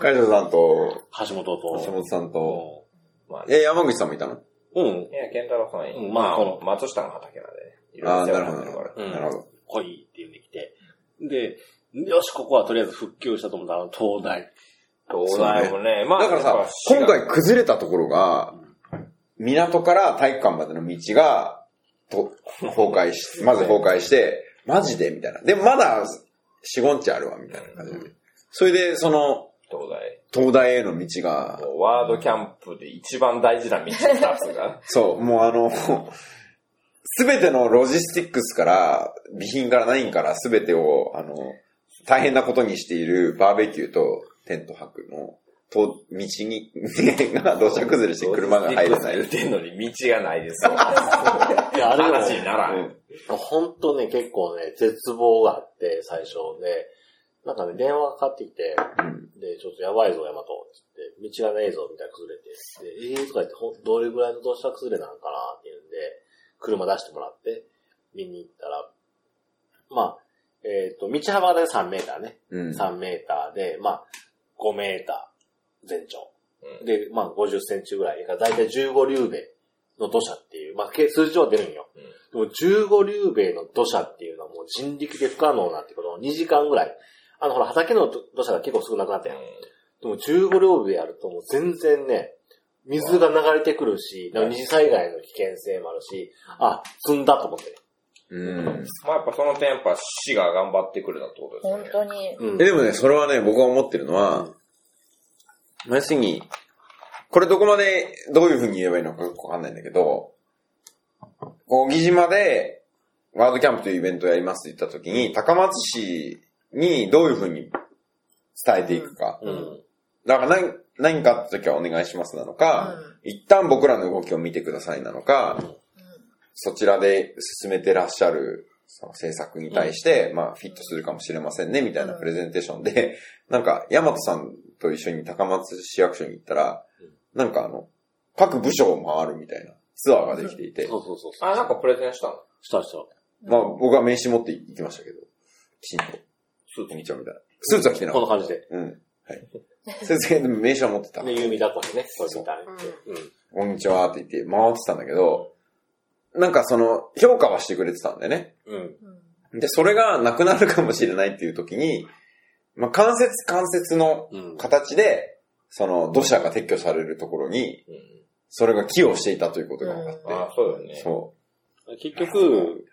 Speaker 1: 海上さんと、
Speaker 6: 橋
Speaker 1: 橋
Speaker 6: 本と、
Speaker 1: 本さんと、
Speaker 2: まあね、
Speaker 1: え、山口さんもいたの
Speaker 6: うん、
Speaker 2: いや、健太郎さんいい、
Speaker 6: うん
Speaker 2: ま
Speaker 6: まあ
Speaker 2: あ、
Speaker 6: この
Speaker 2: 松下の畑なんでね。いろい
Speaker 1: あ
Speaker 2: ろ
Speaker 1: あ、
Speaker 2: 世
Speaker 1: な
Speaker 2: 話
Speaker 1: る
Speaker 2: に
Speaker 1: ほ
Speaker 2: なってるか
Speaker 1: ど。
Speaker 2: ら。
Speaker 1: なるほど。
Speaker 6: 来いって言うんできて。で、よし、ここはとりあえず復旧したと思ったら、あの、東大。
Speaker 2: 東大もね、まあ、
Speaker 1: だから
Speaker 2: やっ
Speaker 1: さ
Speaker 2: ぱ、滋
Speaker 1: 今
Speaker 2: 賀
Speaker 1: 回崩れたところが、港から体育館までの道が、と、崩壊し、まず崩壊して、マジでみたいな。で、まだ、4、5日あるわ、みたいな感じで。それで、その、
Speaker 2: 東大。
Speaker 1: 東大への道が、
Speaker 2: もうワードキャンプで一番大事な道スタッフが。
Speaker 1: そう、もうあの、すべてのロジスティックスから、備品から何からすべてを、あの、大変なことにしているバーベキューとテント泊の、と、道に、が *laughs* 土砂崩れして車が入れない。
Speaker 2: 言ってんのに道がないで
Speaker 1: *laughs*
Speaker 2: すよ。
Speaker 6: いや、あれ
Speaker 2: 話
Speaker 6: で
Speaker 2: にならん。
Speaker 6: も、ほんとね、結構ね、絶望があって、最初で、なんかね、電話がかかってきて、
Speaker 1: うん。
Speaker 6: で、ちょっとやばいぞ、ヤマト。つって、道がねえぞ、みたいな崩れて。で、ええー、とか言って、ほんどれぐらいの土砂崩れなのかなっていうんで、車出してもらって、見に行ったら、まあ、えっ、と、道幅で3メーターね。
Speaker 1: うん。
Speaker 6: 3メーターで、まあ、5メーター全長。
Speaker 2: うん
Speaker 6: で、まあ、50センチぐらい。だから大体15竜米の土砂っていう、まあ、け数字は出るんよ。でも15竜米の土砂っていうのはもう人力で不可能なってことを2時間ぐらい。あの、ほら、畑の土土砂が結構少なくなったやん。でも15両でやるともう全然ね、水が流れてくるし、なんか二次災害の危険性もあるし、あ、積んだと思って。
Speaker 1: うん。
Speaker 2: まあやっぱその点やっぱ市が頑張ってくれたってことですよ
Speaker 4: 本
Speaker 2: ね。
Speaker 4: 当に。
Speaker 6: うん
Speaker 1: え、でもね、それはね、僕が思ってるのは、要するに、これどこまで、どういう風に言えばいいのかよくわかんないんだけど、こう、木島で、ワードキャンプというイベントをやりますって言った時に、高松市にどういう風に伝えていくか。
Speaker 6: うん。
Speaker 1: だから何、何かあった時はお願いしますなのか、一旦僕らの動きを見てくださいなのか、そちらで進めてらっしゃるその政策に対して、まあ、フィットするかもしれませんね、みたいなプレゼンテーションで、 *laughs* なんか、ヤマトさんと一緒に高松市役所に行ったら、なんかあの、各部署を回るみたいなツアーができていて、
Speaker 6: そうそうそうそう。
Speaker 2: あ、なんかプレゼンしたの
Speaker 6: したした。
Speaker 1: まあ、僕は名刺持って行きましたけど、きちんと。スーツにちゃうみたいな。スーツは着てな
Speaker 6: こ
Speaker 1: か
Speaker 6: ん
Speaker 1: っ
Speaker 6: な感じで。
Speaker 1: た。うん。はい。先生、でも名刺は持ってた。
Speaker 6: で、弓抱っこでね、そうみたいな。
Speaker 1: こんにちはって言って回ってたんだけど、なんかその、評価はしてくれてたんでね。
Speaker 6: うん。
Speaker 1: で、それがなくなるかもしれないっていう時に、まあ、関節関節の
Speaker 6: うん。
Speaker 1: 形で、その土砂が撤去されるところに、それが寄与していたということが分かって、
Speaker 2: ああ、そうだよね。
Speaker 1: そ
Speaker 6: 結局、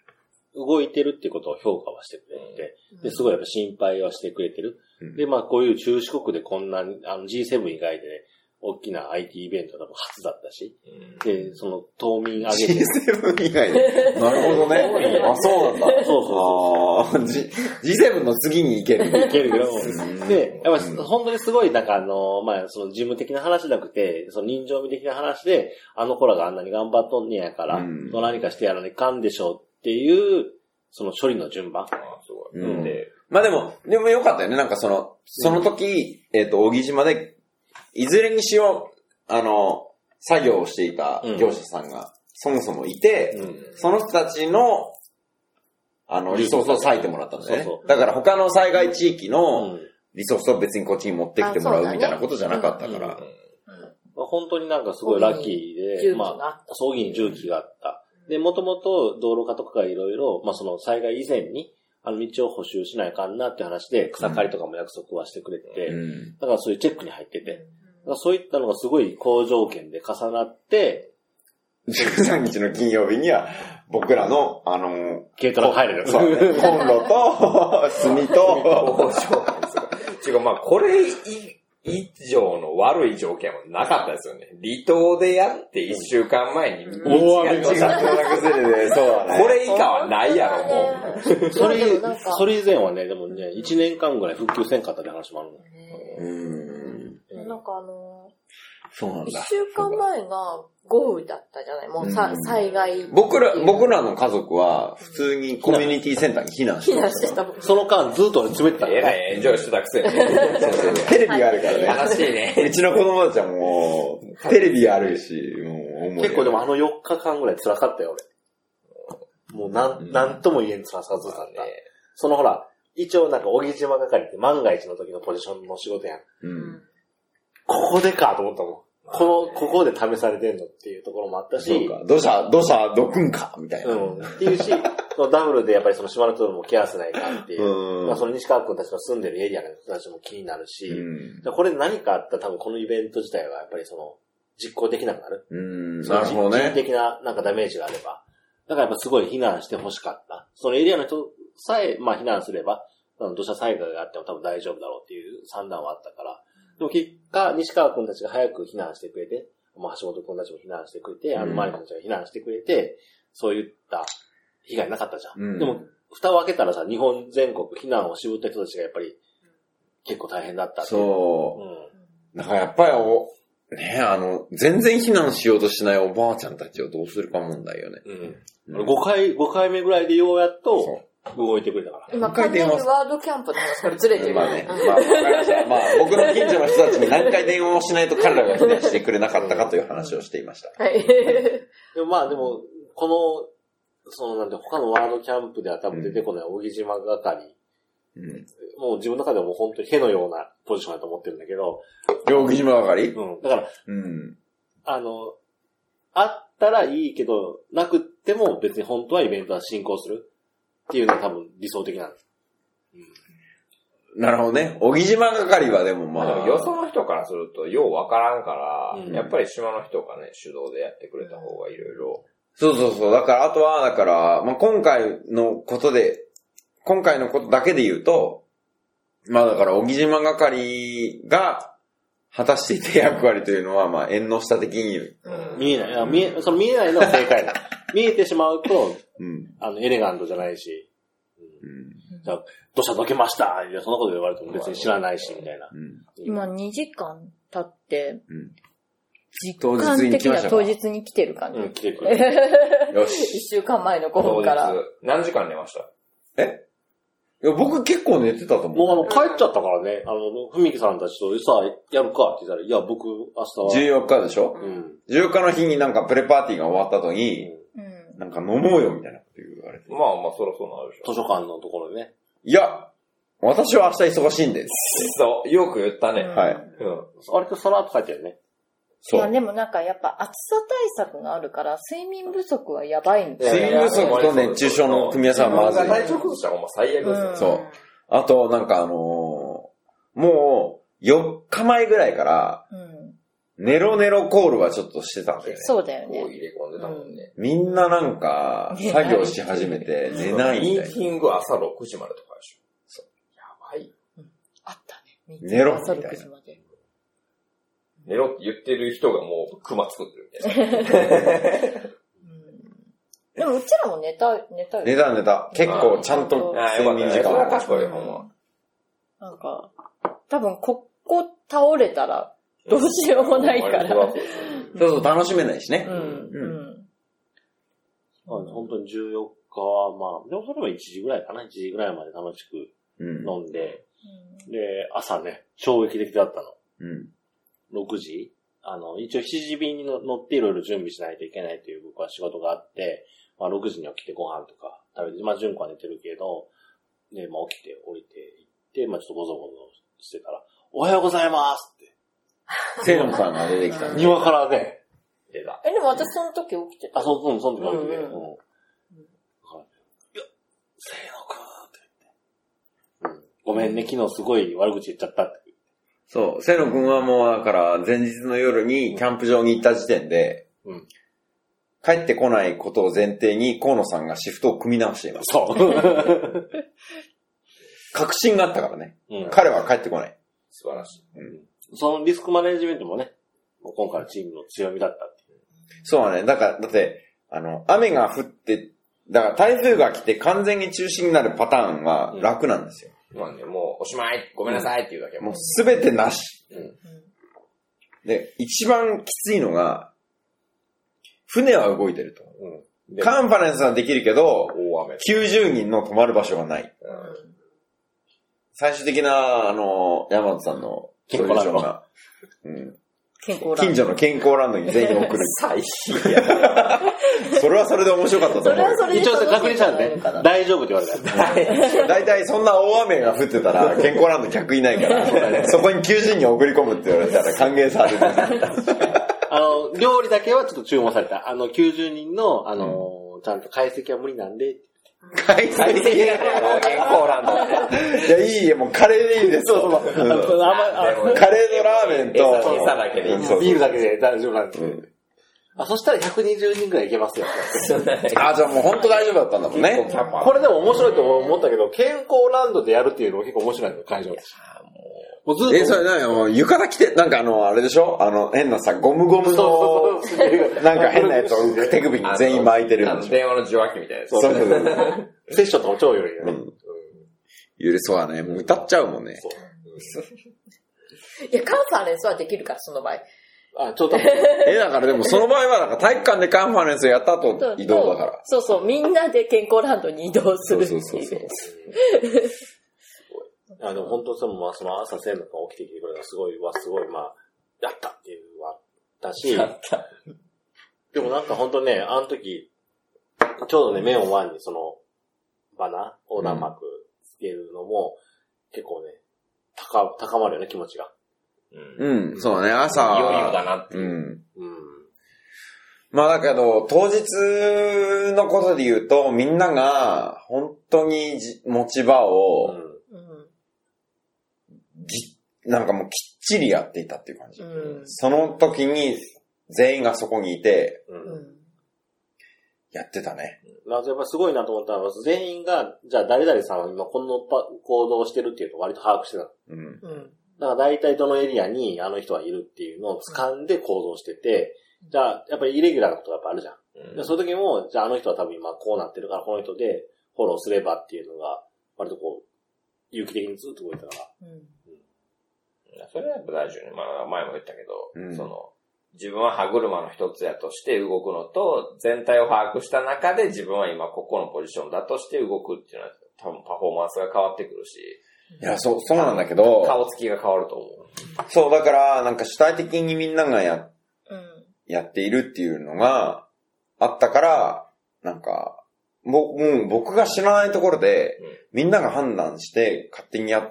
Speaker 6: 動いてるってことを評価はしてくれて、で、すごいやっぱ心配はしてくれてる。
Speaker 1: うん
Speaker 6: で、まあこういう中四国でこんな、あの G7 以外でね、大きな IT イベントが多分初だったし、で、その島民
Speaker 1: う。
Speaker 6: 挙げて、
Speaker 1: G7 以外で。なるほどね。あ、そうなんだ。
Speaker 6: そうそ
Speaker 1: ああ、G- G7 の次に行ける。
Speaker 6: うそう。いけるよ。
Speaker 1: うん
Speaker 6: *laughs* で、やっぱ
Speaker 1: うん
Speaker 6: 本当にすごい、なんかあの、まあ、その事務的な話じゃなくて、その人情味的な話で、あの子らがあんなに頑張っとんねやから、
Speaker 1: うん
Speaker 6: 何かしてやらないかんでしょうっていう、その処理の順番。
Speaker 2: ああ、すごい。
Speaker 1: うん
Speaker 2: で、
Speaker 1: まあでも、でもよかったよね。なんかその、その時、えっ、と、小木島で、いずれにしよう、あの、作業をしていた
Speaker 6: うん
Speaker 1: 業者さんが、そもそもいて、
Speaker 6: うん
Speaker 1: その人たちの、あの、
Speaker 6: リ
Speaker 1: リ
Speaker 6: ソ
Speaker 1: ソ
Speaker 6: ー
Speaker 1: ー
Speaker 6: ス
Speaker 1: スを割いてもらったんだよね。
Speaker 6: そうそう
Speaker 1: だから他の災害地域の
Speaker 6: うん
Speaker 1: リソースを別にこっちに持ってきてもら
Speaker 4: あそ
Speaker 1: う
Speaker 4: うだね
Speaker 1: みたいなことじゃなかったから。
Speaker 6: まあ本当になんかすごいラッキーで、
Speaker 4: 重機が
Speaker 6: まあ、葬儀に重機があった。で、もともと道路課とかがいろいろ、まあその災害以前に、あの道を補修しないかんなって話で、草刈りとかも約束はしてくれてて、
Speaker 1: うん
Speaker 6: だからそういうチェックに入ってて、だからそういったのがすごい好条件で重なって、
Speaker 1: 13日の金曜日には、僕らの、あの、
Speaker 6: 軽トラが入れる。
Speaker 1: そうね *laughs* コンロと、炭と、
Speaker 2: 違う、まあ、これい以上の悪い条件はなかったですよね。離島でやって一週間前に道が
Speaker 1: 大雨が
Speaker 2: 違う
Speaker 1: 崩れで、そうだね。
Speaker 2: これ以下はないやろ、もう。
Speaker 4: *laughs*
Speaker 6: それ
Speaker 4: でもなんか、
Speaker 6: それ以前はね、でもね、1年間ぐらい復旧せんかったって話もあるの。
Speaker 4: ね
Speaker 1: うん。
Speaker 4: なんかあの
Speaker 1: そうなん
Speaker 4: ー、一
Speaker 1: だ。
Speaker 4: 週間前が豪雨だったじゃないもうさ
Speaker 1: うん
Speaker 4: 災害。
Speaker 1: 僕ら、僕らの家族は、普通にコミュニティセンターに避難して
Speaker 4: 避難
Speaker 1: ま
Speaker 4: し
Speaker 1: してた
Speaker 4: た僕。
Speaker 6: その間ずっと俺詰めてたの
Speaker 2: えらい
Speaker 6: ね。
Speaker 2: エンジョイしてたくせに。
Speaker 1: よ。 *laughs* テレビがあるから
Speaker 2: 悲
Speaker 1: ね。
Speaker 2: しいね。
Speaker 1: *laughs* うちの子供たちはもう、テレビあるし、もう、
Speaker 6: 結構でも
Speaker 1: あ
Speaker 6: あの4日間ぐらい辛かったよ、俺。もうな
Speaker 1: うん
Speaker 6: ん、なんとも言えん辛さずだった。そのほら、一応なんか、小木島係って万が一の時のポジションの仕事やん。
Speaker 1: うん。
Speaker 6: ここでかと思ったもん。この、ここで試されてんのっていうところもあったし、
Speaker 1: そうか。土砂、土砂どくんか、みたいな。
Speaker 6: うん。っていうし、そのダブルでやっぱりその島の人もケアせないかっていう、
Speaker 1: うん
Speaker 6: まあその西川君たちの住んでるエリアの人たちも気になるし、
Speaker 1: うん
Speaker 6: これ何かあったら多分このイベント自体はやっぱりその、実行できなくなる。
Speaker 1: うん。
Speaker 6: その
Speaker 1: なるほど
Speaker 6: 人人
Speaker 1: ね。
Speaker 6: 的ななんかダメージがあれば。だからやっぱすごい避難してほしかった。そのエリアの人さえ、まあ避難すれば、あの土砂災害があっても多分大丈夫だろうっていう算段はあったから。でも結果、西川君たちが早く避難してくれて、まあ橋本君たちも避難してくれて、あの周りの人たちが避難してくれて、そういった被害なかったじゃん。
Speaker 1: うん
Speaker 6: でも、蓋を開けたらさ、日本全国避難をしぶった人たちがやっぱり結構大変だったっていう。
Speaker 1: そうう。
Speaker 6: ん。
Speaker 1: だからやっぱりお、ねあの、全然避難しようとしないおばあちゃんたちをどうするか問題よね。
Speaker 6: うん。
Speaker 1: うん
Speaker 6: 5回、5回目ぐらいでようやっと
Speaker 1: そ、
Speaker 6: 動いてくれたから。
Speaker 4: 今、
Speaker 1: 一
Speaker 4: 完
Speaker 1: 回電
Speaker 4: 全に
Speaker 1: 話
Speaker 4: ワードキャンプの話からずれてる。
Speaker 1: まあね、
Speaker 4: う
Speaker 1: ま
Speaker 4: ん
Speaker 1: あ、わかりました。まあ、僕の近所の人たちに何回電話をしないと彼らが避難してくれなかったかという話をしていました。
Speaker 4: はい。
Speaker 6: でもまあでも、この、そのなんて、他のワールドキャンプでは多分出てこない小木島係、
Speaker 1: うん。
Speaker 6: もう自分の中でも本当にへのようなポジションだと思ってるんだけど、
Speaker 1: 両国島ばかり
Speaker 6: うん。だから、
Speaker 1: うん。
Speaker 6: あの、あったらいいけど、なくっても別に本当はイベントは進行するっていうのが多分理想的なんです。
Speaker 1: なるほどね。小木島係はでもま
Speaker 2: まあ、で
Speaker 1: あ、
Speaker 2: もよその人からすると、ようわからんから、
Speaker 6: うん
Speaker 2: やっぱり島の人がね、主導でやってくれた方がいろいろ。
Speaker 1: そうそうそう。だから、あとは、だから、まあ、今回のことで、今回のことだけで言うと、まあだから、小木島係が果たしていた役割というのは、まあ、縁の下的に言う。
Speaker 6: 見えない。あ見え、その見えないのは正解だ。 *laughs* 見えてしまうと、
Speaker 1: うん。
Speaker 6: あの、エレガントじゃないし、
Speaker 1: うん。
Speaker 6: 土砂どけましたいや、そんなこと言われても別に知らないし、みたいな。
Speaker 1: うん。
Speaker 4: 今、2時間経って、
Speaker 1: うん
Speaker 4: 実
Speaker 1: 当日
Speaker 4: 感
Speaker 1: に
Speaker 4: 的
Speaker 1: 来ま
Speaker 4: な
Speaker 1: したか
Speaker 4: 当日に来てる感 *laughs* じ。
Speaker 6: うん、来てくれる。
Speaker 4: 1
Speaker 1: よし。
Speaker 4: 週間前の5
Speaker 2: 当
Speaker 4: 分
Speaker 2: 日
Speaker 4: から。、
Speaker 2: 何時間寝ました
Speaker 1: いや、僕結構寝てたと思う。
Speaker 6: もうあの、帰っちゃったからね、あの、ふみきさんたちと、さあ、やるかって言ったら、いや、僕、明日は、
Speaker 1: 14日でしょ
Speaker 6: うん。
Speaker 1: ?14 日の日になんかプレパーティーが終わった後に、
Speaker 4: うん
Speaker 1: なんか飲もうよみたいなこと言われて。
Speaker 2: まあまあ、そろそろなるでし
Speaker 6: 図
Speaker 2: ょ。
Speaker 6: 書館のところでね。
Speaker 1: いや、私は明日忙しいんです。
Speaker 2: そう、よく言ったね。
Speaker 1: はい。
Speaker 2: うん。
Speaker 6: 割とその後帰ったよね。
Speaker 1: そ
Speaker 4: まあ
Speaker 1: う。
Speaker 4: でもなんかやっぱ暑さ対策があるから、睡眠不足はやばいんだよ
Speaker 1: 睡眠不足と熱中症の組み合わせはまず
Speaker 2: 自分が体
Speaker 1: い。
Speaker 2: 調崩したらほんま最悪ですよ。
Speaker 1: そう。あと、なんかあのーもう、4日前ぐらいから、
Speaker 4: うん。うん
Speaker 1: ネロネロコールはちょっとしてたんだよね。
Speaker 4: そうだよ
Speaker 2: こう
Speaker 4: ね。
Speaker 2: 入れ込んでたもんね。
Speaker 1: みんななんか、作業し始めて、寝ないみ
Speaker 2: ミ
Speaker 1: たい
Speaker 2: ー
Speaker 1: な
Speaker 2: テ。ィング朝6時までとかでしょ。
Speaker 1: そう。
Speaker 2: やばい。
Speaker 4: あったね。
Speaker 1: 寝ろ
Speaker 4: 朝
Speaker 1: みたい
Speaker 4: 6
Speaker 1: な
Speaker 4: 時まで。
Speaker 2: 寝ろって言ってる人がもう熊作ってるみ
Speaker 4: *laughs*
Speaker 2: たいな。
Speaker 4: うんでもうちらも寝た、寝たよ
Speaker 1: 寝
Speaker 4: ね。
Speaker 1: た寝た。結構ちゃんと
Speaker 2: ああ、よ
Speaker 1: 睡
Speaker 2: かった
Speaker 1: 眠
Speaker 2: ね。
Speaker 1: 時
Speaker 2: それ
Speaker 1: 間
Speaker 2: は
Speaker 1: が
Speaker 2: 賢いよ、ほんま。
Speaker 4: なんか、多分ここ倒れたらどうしようもないから。
Speaker 1: そうそう、楽しめないしね。
Speaker 4: うん。
Speaker 1: う
Speaker 4: うん。
Speaker 6: まあ、本当に14日は、まあ、でもそれも1時ぐらいかな、1時ぐらいまで楽しく
Speaker 1: うん。
Speaker 6: 飲んで、で、朝ね、衝撃的だった
Speaker 1: うん。
Speaker 6: の。6時あの、一応7時便に乗っていろいろ準備しないといけないという僕は仕事があって、まあ6時に起きてご飯とか食べて、まあ純子は寝てるけど、で、まあ起きて降りて行って、まあちょっとごぞごぞしてたら、おはようございますって、
Speaker 1: せいのさんが出てきたんで。
Speaker 6: 庭からね、出た。
Speaker 4: え、でも私その時起きてた。
Speaker 6: あ、そう、うん、その時の時で。
Speaker 4: う
Speaker 6: う
Speaker 4: う
Speaker 6: んん。
Speaker 4: ん
Speaker 6: うんいや、せーのくんって言って。うん。ごめんね、昨日すごい悪口言っちゃったって。
Speaker 1: そう、せいのくんはもうだから前日の夜にキャンプ場に行った時点で、
Speaker 6: うん
Speaker 1: 帰ってこないことを前提に河野さんがシフトを組み直しています。
Speaker 6: そう。
Speaker 1: 確信があったからね。
Speaker 6: うん。
Speaker 1: 彼は帰ってこない。
Speaker 2: 素晴らしい。
Speaker 6: そのリスクマネジメントもね、もう今回のチームの強みだったっていう。
Speaker 1: そうだね。だから、だって、あの、雨が降って、だから台風が来て完全に中止になるパターンは楽なんですよ。
Speaker 2: まあね、もうおしまいごめんなさいっていうだけ。
Speaker 1: もう
Speaker 2: もう、
Speaker 1: すべてなし。
Speaker 4: うん
Speaker 1: で、一番きついのが、船は動いてると。
Speaker 2: うん。で
Speaker 1: カンファレンスはできるけど、
Speaker 2: 大雨。
Speaker 1: 90人の泊まる場所がない。最終的な、あの、山本さんの
Speaker 6: 健康ラ
Speaker 1: ソリュー
Speaker 6: ンド
Speaker 1: ションがうん
Speaker 4: 健康ラン
Speaker 1: 近所の健康ランドに全員送る。
Speaker 2: 最低や。
Speaker 1: *laughs* それはそれで面白かったと
Speaker 4: それ
Speaker 1: 思う
Speaker 4: はそ
Speaker 1: よ。
Speaker 4: れで
Speaker 6: 一応確認したんで
Speaker 4: 楽しいんじゃないのかな、
Speaker 6: 大丈夫って言われ
Speaker 4: *laughs*
Speaker 6: た。
Speaker 1: 大体そんな大雨が降ってたら健康ランド客いないから、そこに90人送り込むって言われたら歓迎される。
Speaker 6: あの、料理だけはちょっと注文された。あの、90人の、あの、ちゃんと解析は無理なんで。
Speaker 1: 解
Speaker 2: 最
Speaker 1: 析
Speaker 2: 低やな、健康ランドって。
Speaker 1: いや、いいよ、もうカレーでいいです。そうそう
Speaker 6: あのあんまあ
Speaker 2: でも
Speaker 1: カレーのラーメンと、
Speaker 2: 餌餌だけでいい
Speaker 1: うんそう
Speaker 6: ビールだけで大丈夫なんで
Speaker 1: う
Speaker 6: す。
Speaker 1: ん
Speaker 6: あ、そしたら120人くらいいけますよ。
Speaker 1: あ、じゃあもう本当大丈夫だったんだもんね。
Speaker 6: これでも面白いと思ったけど、健康ランドでやるっていうのも結構面白いのよ、会場。もうず
Speaker 1: え、
Speaker 6: っ
Speaker 1: そ
Speaker 6: と。
Speaker 1: れ何もう浴衣着て、なんかあの、あれでしょあの、変なさ、ゴムゴム
Speaker 6: そう
Speaker 1: の、
Speaker 6: そうそう
Speaker 1: なんか変なやつを手首に全員巻いてる
Speaker 2: あ
Speaker 1: んで
Speaker 2: の、
Speaker 1: しょ
Speaker 2: 電話の受話器みたいなやつ。
Speaker 1: そうそうそう。
Speaker 6: セッションとも超良いよ
Speaker 1: う
Speaker 6: ね。
Speaker 1: んゆるそうだね。もう歌っちゃうもんね。
Speaker 4: いや、カンファレンスはできるから、その場合。
Speaker 6: あ、ちょっと、
Speaker 1: え、だからでもその場合は、なんか体育館でカンファレンスやった後、移動だから。
Speaker 4: そうそう、みんなで健康ランドに移動す
Speaker 1: そ
Speaker 4: る
Speaker 1: う
Speaker 4: って
Speaker 1: そ
Speaker 4: いうう。
Speaker 1: そうそう。
Speaker 6: あでも本当その、まあ、その朝生のが起きてきてくれたのはすごい、はすごい、まあ、やったっていうのはあったし、でもなんか本当ね、あの時、ちょうどね、目を前にその、バナ、横断幕つけるのも、結構ね、高、高まるよね、気持ちが。
Speaker 2: うん。
Speaker 1: うん、そうね、朝。
Speaker 2: いよいよだなって。
Speaker 1: うん。
Speaker 6: うん。
Speaker 1: まあだけど、当日のことで言うと、みんなが、本当にじ持ち場
Speaker 6: う
Speaker 1: を、
Speaker 6: ん。
Speaker 1: ぎ、なんかもうきっちりやっていたっていう感じ。
Speaker 4: うん。
Speaker 1: その時に、全員がそこにいて、
Speaker 6: うん。
Speaker 4: うん。
Speaker 1: やってたね。
Speaker 6: なぜやっぱすごいなと思ったのは、全員が、じゃあ誰々さんは今このパ行動をしてるっていうのを割と把握してたの。
Speaker 1: うん。
Speaker 4: うん。
Speaker 6: だから大体どのエリアにあの人はいるっていうのを掴んで行動してて、じゃあやっぱりイレギュラーなことがやっぱあるじゃん。で、その時も、じゃああの人は多分今こうなってるから、この人でフォローすればっていうのが、割とこう、有機的にずっと動いたから。
Speaker 2: それはやっぱ大事よね。まあ、前も言ったけど、
Speaker 1: うん
Speaker 2: その、自分は歯車の一つやとして動くのと、全体を把握した中で自分は今ここのポジションだとして動くっていうのは、多分パフォーマンスが変わってくるし、
Speaker 1: いや、そう、そうなんだけど、
Speaker 2: 顔つきが変わると思
Speaker 1: そう、だから、なんか主体的にみんながや
Speaker 4: うん。
Speaker 1: やっているっていうのがあったから、なんか、ぼもう僕が知らないところで、
Speaker 2: うん
Speaker 1: みんなが判断して勝手にや、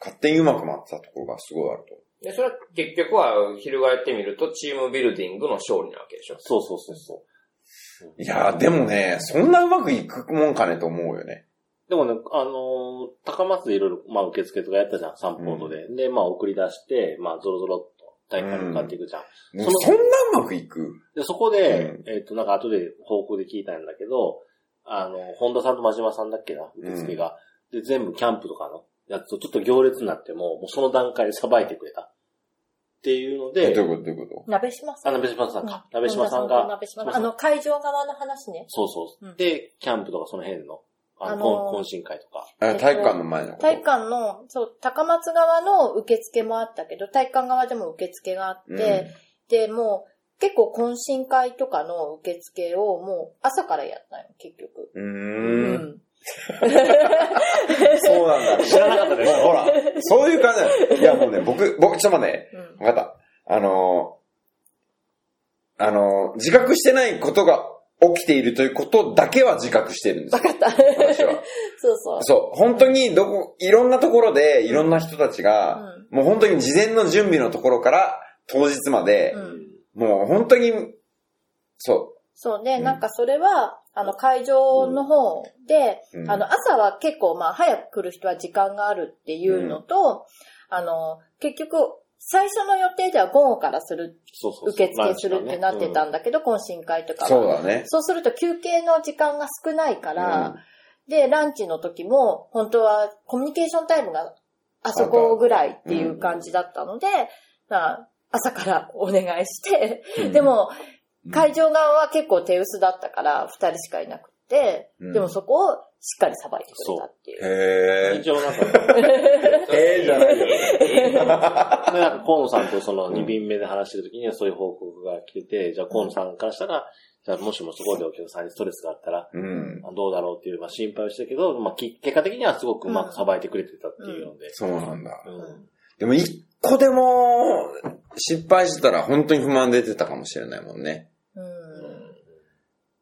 Speaker 1: 勝手にうまく回ってたところがすごいあると。
Speaker 2: う。で、それは結局は、翻ってみると、チームビルディングの勝利なわけでしょ。
Speaker 6: そうそうそうそ
Speaker 1: いやー、でもね、そんなうまくいくもんかねと思うよね。
Speaker 6: う。でもね、あのー高松でいろいろ、まあ受付とかやったじゃん、散歩ートで。で、まあ送り出して、まあゾロゾロっと大会に向かっていくじゃん。
Speaker 1: もうそ
Speaker 6: その
Speaker 1: んなうまくいく
Speaker 6: で、そこで、
Speaker 1: う
Speaker 6: えっ、と、なんか後で報告で聞いたんだけど、あの、本田さんと真島さんだっけな、受付が。で、全部キャンプとかのやつとちょっと行列になっても、もうその段階でさばいてくれた。っていうの
Speaker 1: え
Speaker 6: で、
Speaker 1: どういうことどういうこ
Speaker 4: 鍋島さ
Speaker 6: あ、
Speaker 4: ん。
Speaker 6: 鍋島さんか。
Speaker 4: う
Speaker 6: 鍋島さんが、
Speaker 4: 鍋島さんあの、会場側の話ね。
Speaker 6: そうそう、
Speaker 4: うん
Speaker 6: で、キャンプとかその辺の、あ
Speaker 4: あの
Speaker 6: の、
Speaker 4: ー
Speaker 6: 懇懇親会とか。
Speaker 1: とあ体育館の前のこと。
Speaker 4: 体育館の、そう、高松側の受付もあったけど、体育館側でも受付があって、で、もう、結構懇親会とかの受付をもう朝からやったよ、結局。
Speaker 1: うん。うーん。
Speaker 4: ん。 *laughs*
Speaker 1: そうなんだ。知らなかったです。ほら、そういう感じなんですいや、もうね、僕、僕、ちょっと待って。
Speaker 4: うん。
Speaker 1: わかった。あのーあのー自覚してないことが起きているということだけは自覚してるんですよ。
Speaker 4: かった。
Speaker 1: 私は。
Speaker 4: そうそう。
Speaker 1: そう、本当にどこ、いろんなところでいろんな人たちが、もう本当に事前の準備のところから当日まで
Speaker 4: う、ん。うん。
Speaker 1: もう本当に、そ
Speaker 4: そうね、
Speaker 1: うん
Speaker 4: なんかそれは、あの、会場の方で、
Speaker 1: うん
Speaker 4: あの、朝は結構、まあ、早く来る人は時間があるっていうのと、あの、結局、最初の予定では午後からする、
Speaker 6: そうそうそう
Speaker 4: 受付するってなってたんだけど、懇親会とか
Speaker 1: う、
Speaker 4: は。
Speaker 1: そうだね。
Speaker 4: そうすると休憩の時間が少ないから、で、ランチの時も、本当はコミュニケーションタイムがあそこぐらいっていう感じだったので、まあ、朝からお願いして、
Speaker 1: うん
Speaker 4: で、も、
Speaker 1: うん
Speaker 4: 会場側は結構手薄だったから、二人しかいなくて、
Speaker 1: うん
Speaker 4: でもそこをしっかりさばいてくれたっていう。
Speaker 1: へ
Speaker 6: 一応なんか、
Speaker 1: えーじゃないよ。
Speaker 6: でなんか河野さんとその2便目で話してる時にはそういう報告が来てて、じゃあ河野さんからしたら、じゃあもしもそこでお客さんにストレスがあったら、
Speaker 1: うん。
Speaker 6: まあどうだろうっていう、まあ、心配をしたけど、まあ、き結果的にはすごくうまくさばいてくれてたっていうので。
Speaker 1: そうなんだ。
Speaker 6: うん
Speaker 1: でも一個でも失敗してたら本当に不満出てたかもしれないもんね。
Speaker 4: うん。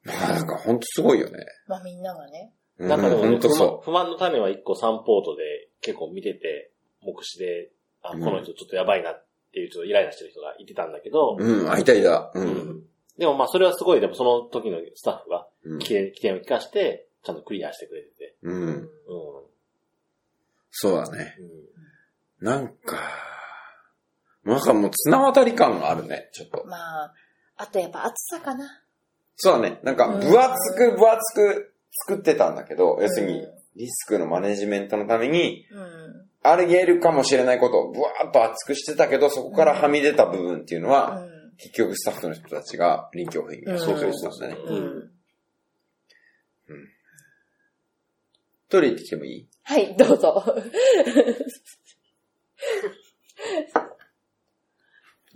Speaker 1: まあなんか本当すごいよね。
Speaker 4: まあみんながね。
Speaker 1: うん、
Speaker 6: なんかでも、ね
Speaker 1: 本
Speaker 6: 不
Speaker 1: 当
Speaker 6: 満
Speaker 1: そ
Speaker 6: 不満の種は一個サンポートで結構見てて、目視で、あ、
Speaker 1: う
Speaker 6: こ
Speaker 1: ん
Speaker 6: の人ちょっとやばいなっていう、ちょっとイライラしてる人がいてたんだけど、
Speaker 1: う。うん、あ、いたいた。う。
Speaker 6: うんんでもまあそれはすごい、でもその時のスタッフが
Speaker 1: うん
Speaker 6: 起点起点を聞かして、ちゃんとクリアしてくれてて。
Speaker 1: うん。
Speaker 6: うん。
Speaker 1: そうだね。
Speaker 6: うん
Speaker 1: なんか、なんかもう綱渡り感があるね、ちょっと。
Speaker 4: まあ、あとやっぱ暑さかな。
Speaker 1: そうだね。なんか
Speaker 4: うん
Speaker 1: 分厚く分厚く作ってたんだけど、要するに
Speaker 4: う
Speaker 1: リスクのマネジメントのために、
Speaker 4: うん。
Speaker 1: あれ言えるかもしれないことをブワーッと厚くしてたけど、そこからはみ出た部分っていうのは、
Speaker 4: う
Speaker 1: 結局スタッフの人たちが臨機応変にそうそうしたんだね。
Speaker 4: ん。うん。
Speaker 1: トイレ行ってきてもいい
Speaker 4: はい、どうぞ。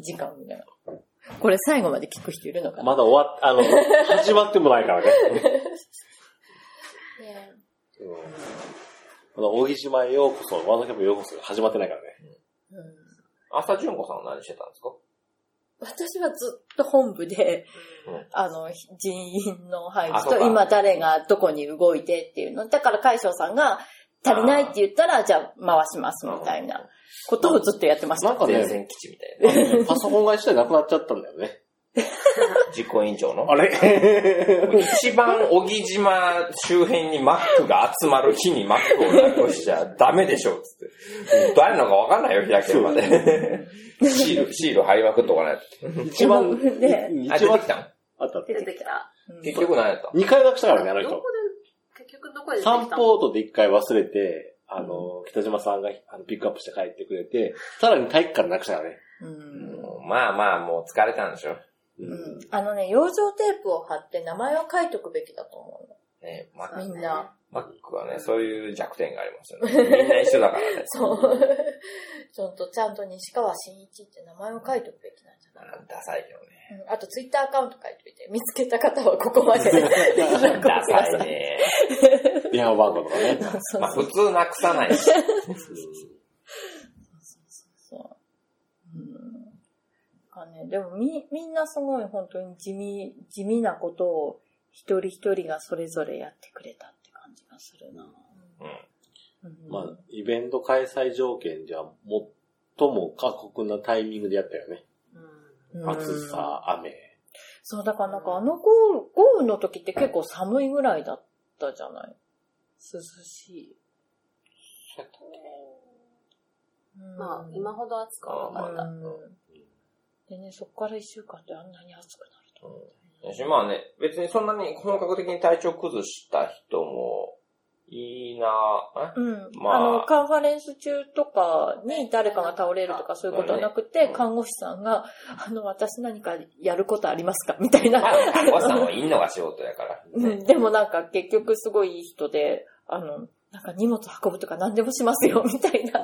Speaker 4: 時間を見ながら。これ最後まで聞く人いるのかな、
Speaker 6: *laughs* まだ終わっ、あの、始まってもないからね。
Speaker 4: ね
Speaker 6: うんこの、大木島へようこそ、ワードキャンプへようこそ、始まってないからね。
Speaker 4: うん
Speaker 2: 朝純子さんは何してたんですか
Speaker 4: 私はずっと本部で、
Speaker 2: うん
Speaker 4: あの、人員の配
Speaker 2: あ
Speaker 4: 置
Speaker 2: そうか
Speaker 4: と、今誰がどこに動いてっていうの。だから、海将さんが足りないって言ったら、じゃあ回しますみたいなことをずっとやってました。
Speaker 6: なんか
Speaker 2: 前
Speaker 6: ね、
Speaker 2: 線基地みたい
Speaker 6: あのねパソコンが一台なくなっちゃったんだよね。
Speaker 2: な。実行委員長の
Speaker 6: あ。れ
Speaker 2: 一番小木島周辺にマックが集まる日にマックをなくしちゃダメでしょ、つって。誰なのかわかんないよ、開けるまで。シール、シール貼りまくっとかないと。
Speaker 6: *laughs* 一番、
Speaker 4: で
Speaker 2: あ、
Speaker 6: 一
Speaker 2: 出て
Speaker 6: 番
Speaker 2: き、たん
Speaker 6: あった。
Speaker 4: 出てきた。
Speaker 2: 結局何やったん
Speaker 6: 二回なくしたからね、あの
Speaker 3: ど
Speaker 6: 人
Speaker 3: こ。で、結局どこで出てきた
Speaker 6: サ
Speaker 3: の
Speaker 6: ンポートで一回忘れて、あの、北島さんがあのピックアップして帰ってくれて、さらに体育からなくしたからね。
Speaker 4: うん
Speaker 2: もうまあまあ、もう疲れたんでしょ。
Speaker 4: うんあのね、養生テープを貼って名前を書いとくべきだと思
Speaker 2: ね、マッ
Speaker 4: うの。
Speaker 2: ク。
Speaker 4: みんな。
Speaker 2: マックはね、そういう弱点がありますよね。みんな一緒だからね。
Speaker 4: そう。 *laughs* ちょっとちゃんと西川慎一って名前を書いとくべきなんじゃ
Speaker 2: ま
Speaker 4: ない
Speaker 2: あダサいけどね。
Speaker 4: うんあと、ツイッターアカウント書いといて、見つけた方はここまで。
Speaker 2: *laughs* ダサいね。
Speaker 6: 電話番号とかね。
Speaker 4: *laughs* そう
Speaker 2: まあ普通なくさないし。
Speaker 4: そう。うん。かね、でもみ、みんなすごい本当に地味、地味なことを一人一人がそれぞれやってくれたって感じがするな。うん
Speaker 6: まあ、イベント開催条件では、最も過酷なタイミングでやったよね。
Speaker 4: うん
Speaker 6: 暑さ、雨。
Speaker 4: そう、だからなんかあの豪雨、豪雨の時って結構寒いぐらいだったじゃない涼しい。うん
Speaker 11: まあ、今ほど暑くはなかった。
Speaker 4: うんでね、そっから一週間であんなに暑くなると。
Speaker 2: しまあね、別にそんなに本格的に体調崩した人もいいなぁ。
Speaker 4: うん。
Speaker 2: まあ
Speaker 4: あの、カンファレンス中とかに誰かが倒れるとかそういうことはなくて、
Speaker 2: うん
Speaker 4: 看護師さんが、あの、私何かやることありますかみたい
Speaker 2: ま
Speaker 4: な。
Speaker 2: あ、看護師さんはいいのが仕事やから。
Speaker 4: うんでもなんか結局すごいいい人で、あの、なんか荷物運ぶとか何でもしますよ、みたいな。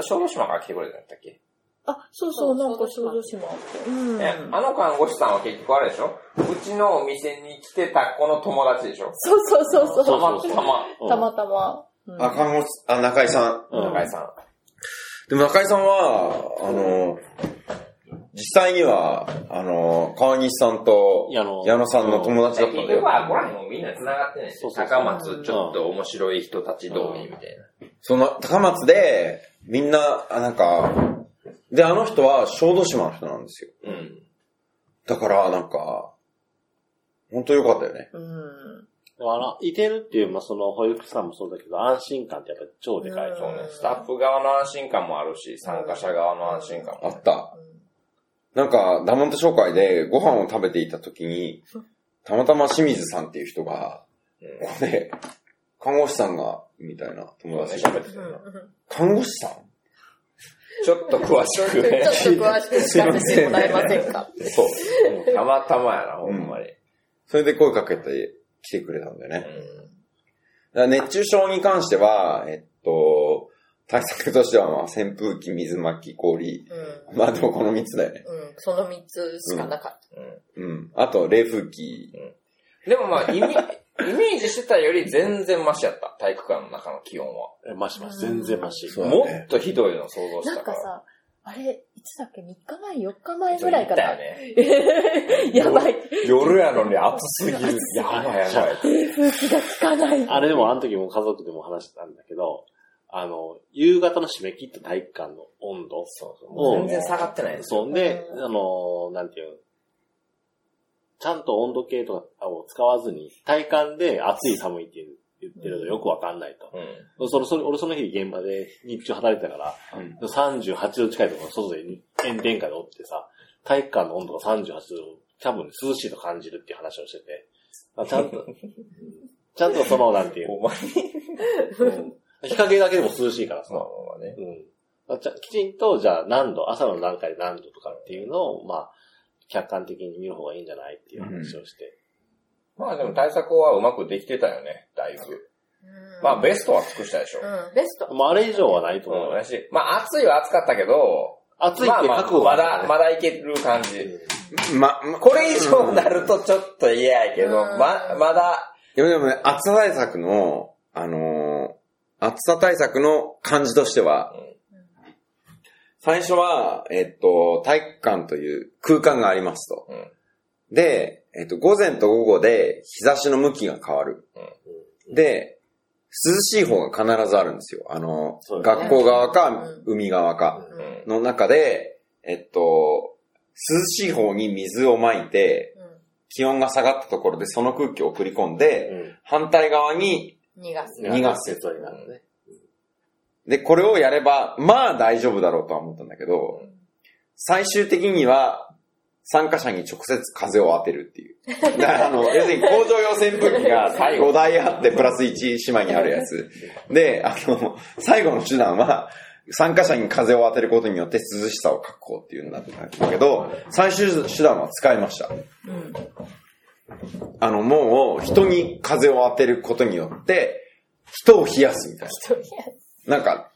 Speaker 2: 小豆島から来てくれたんだったっけ、
Speaker 4: あ、そうそう、
Speaker 3: そう
Speaker 4: なんか小豆島って。うん。
Speaker 2: ねあの看護師さんは結局あれでしょうちのお店に来てた子の友達でしょ
Speaker 4: そうそうそう
Speaker 2: た
Speaker 4: そ
Speaker 2: またま、
Speaker 4: う。たまたま。うん
Speaker 1: あ、看護師、あ、中井さん。
Speaker 6: うん
Speaker 2: 中井さん。
Speaker 1: でも中井さんは、あの、実際には、あの、川西さんと
Speaker 6: 矢野
Speaker 1: 矢野さんの友達だ
Speaker 2: 結
Speaker 1: ったんだよ。
Speaker 2: 局は、こら辺もみんな繋がってね
Speaker 6: そう。そうそう
Speaker 2: 高松、ちょっと面白い人たち同盟みたい
Speaker 1: その、高松で、みんな、あ、なんか、で、あの人は小豆島の人なんですよ。
Speaker 2: な。うん。
Speaker 1: だから、なんか、本当良かったよね。
Speaker 4: うん。
Speaker 6: でもあの、いてるっていう、まあ、その、保育士さんもそうだけど、安心感ってやっぱ超でかい。
Speaker 4: うん
Speaker 2: そうね。スタッフ側の安心感もあるし、参加者側の安心感も
Speaker 1: あった。なんか、ダモント紹介でご飯を食べていた時に、たまたま清水さんっていう人が、
Speaker 2: うん
Speaker 1: ここで、看護師さんが、みたいな友
Speaker 2: そう
Speaker 1: 達
Speaker 2: ね
Speaker 1: が
Speaker 2: 喋ってたよな
Speaker 1: 看護師さん
Speaker 2: ちょっと詳しくね。
Speaker 4: ちょっと詳しく聞かせてもらえませ *laughs* んか。
Speaker 2: *laughs* そう。たまたまやな、ほんまに。
Speaker 1: それで声かけて来てくれたんだよね。
Speaker 2: う
Speaker 1: だから熱中症に関しては、えっと、対策としては、まあ、扇風機、水巻き、氷。
Speaker 4: う
Speaker 1: まあ、でもこの3つだよね。
Speaker 4: ん。うん。その3つしかなかっ
Speaker 2: んうん
Speaker 1: うん。あと、冷風機。
Speaker 2: でもまあ、 *laughs* イメイメージしてたより全然マシやった。体育館の中の気温は。
Speaker 6: えマシマシ、全然マシ。
Speaker 1: そうだね
Speaker 2: もっとひどいの想
Speaker 4: た。
Speaker 2: 像し
Speaker 4: な
Speaker 2: た
Speaker 4: んか
Speaker 2: から。
Speaker 4: さ、あれ、いつだっけ ?3 日前 ?4 日前ぐらいか
Speaker 2: だよ
Speaker 4: ら。*laughs*
Speaker 2: ね。
Speaker 4: やばい。
Speaker 2: 夜やのに暑すぎる。 *laughs* やばいやばい。
Speaker 4: 空気が効かない。
Speaker 6: あれでもあの時も家族でも話したんだけど、あの、夕方の締め切った体育館の温度。そう
Speaker 2: もう全然下がってないですよ。
Speaker 6: そんで、あの、なんていうのちゃんと温度計とかを使わずに、体感で暑い寒いって言ってるのよくわかんないと。
Speaker 2: うん。
Speaker 6: それそれ俺その日現場で日中働いてたから、
Speaker 1: うん
Speaker 6: 38度近いところの外で炎天下でおってさ、体育館の温度が38度、多分涼しいと感じるっていう話をしてて、あちゃんと、ちゃんとその、なんていう、
Speaker 2: お前
Speaker 6: 日陰だけでも涼しいからさ、
Speaker 2: まあまあね。
Speaker 6: うんあちゃきちんと、じゃあ何度、朝の段階で何度とかっていうのを、まあ、客観的に見る方がいいんじゃないっていう話をして、
Speaker 2: まあでも対策はうまくできてたよね、だいぶ。
Speaker 4: うん
Speaker 2: まあベストは尽くしたでしょ。
Speaker 4: うん、ベスト。
Speaker 6: まあ、あれ以上はないと
Speaker 2: う
Speaker 6: 思
Speaker 2: ん、
Speaker 6: うよ。
Speaker 2: だし、まあ暑いは暑かったけど、
Speaker 12: 暑いっ
Speaker 2: まあ
Speaker 12: て
Speaker 2: ま
Speaker 12: 覚
Speaker 2: あ、
Speaker 12: 悟
Speaker 2: ま
Speaker 12: が、
Speaker 2: だ、まだいける感じ。
Speaker 1: ま、ま
Speaker 2: これ以上なるとちょっと嫌やけど、
Speaker 4: うん
Speaker 2: ま、まだ、
Speaker 1: でもでもね、暑さ対策の、あのー暑さ対策の感じとしては、最初は、えっと、体育館という空間がありますと。
Speaker 2: うん
Speaker 1: で、えっと、午前と午後で日差しの向きが変わる。で、涼しい方が必ずあるんですよ。あの、
Speaker 12: そうだね
Speaker 1: 学校側か
Speaker 4: うん、
Speaker 1: 海側か
Speaker 2: うん
Speaker 1: の中で、えっと、涼しい方に水をまいて、気温が下がったところでその空気を送り込んで、反対側に、
Speaker 4: 逃がす。
Speaker 1: 逃がす
Speaker 12: ことになるね。
Speaker 1: で、これをやれば、まあ大丈夫だろうとは思ったんだけど、最終的には、参加者に直接風を当てるっていう。だからあの、要するに工場用扇風機が
Speaker 2: 最後
Speaker 1: 5台あってプラス1島にあるやつ。で、あの、最後の手段は、参加者に風を当てることによって涼しさを確保っていうのだったんだけど、最終手段は使いました。あの、もう、人に風を当てることによって、人を冷やすみたいな。なんか、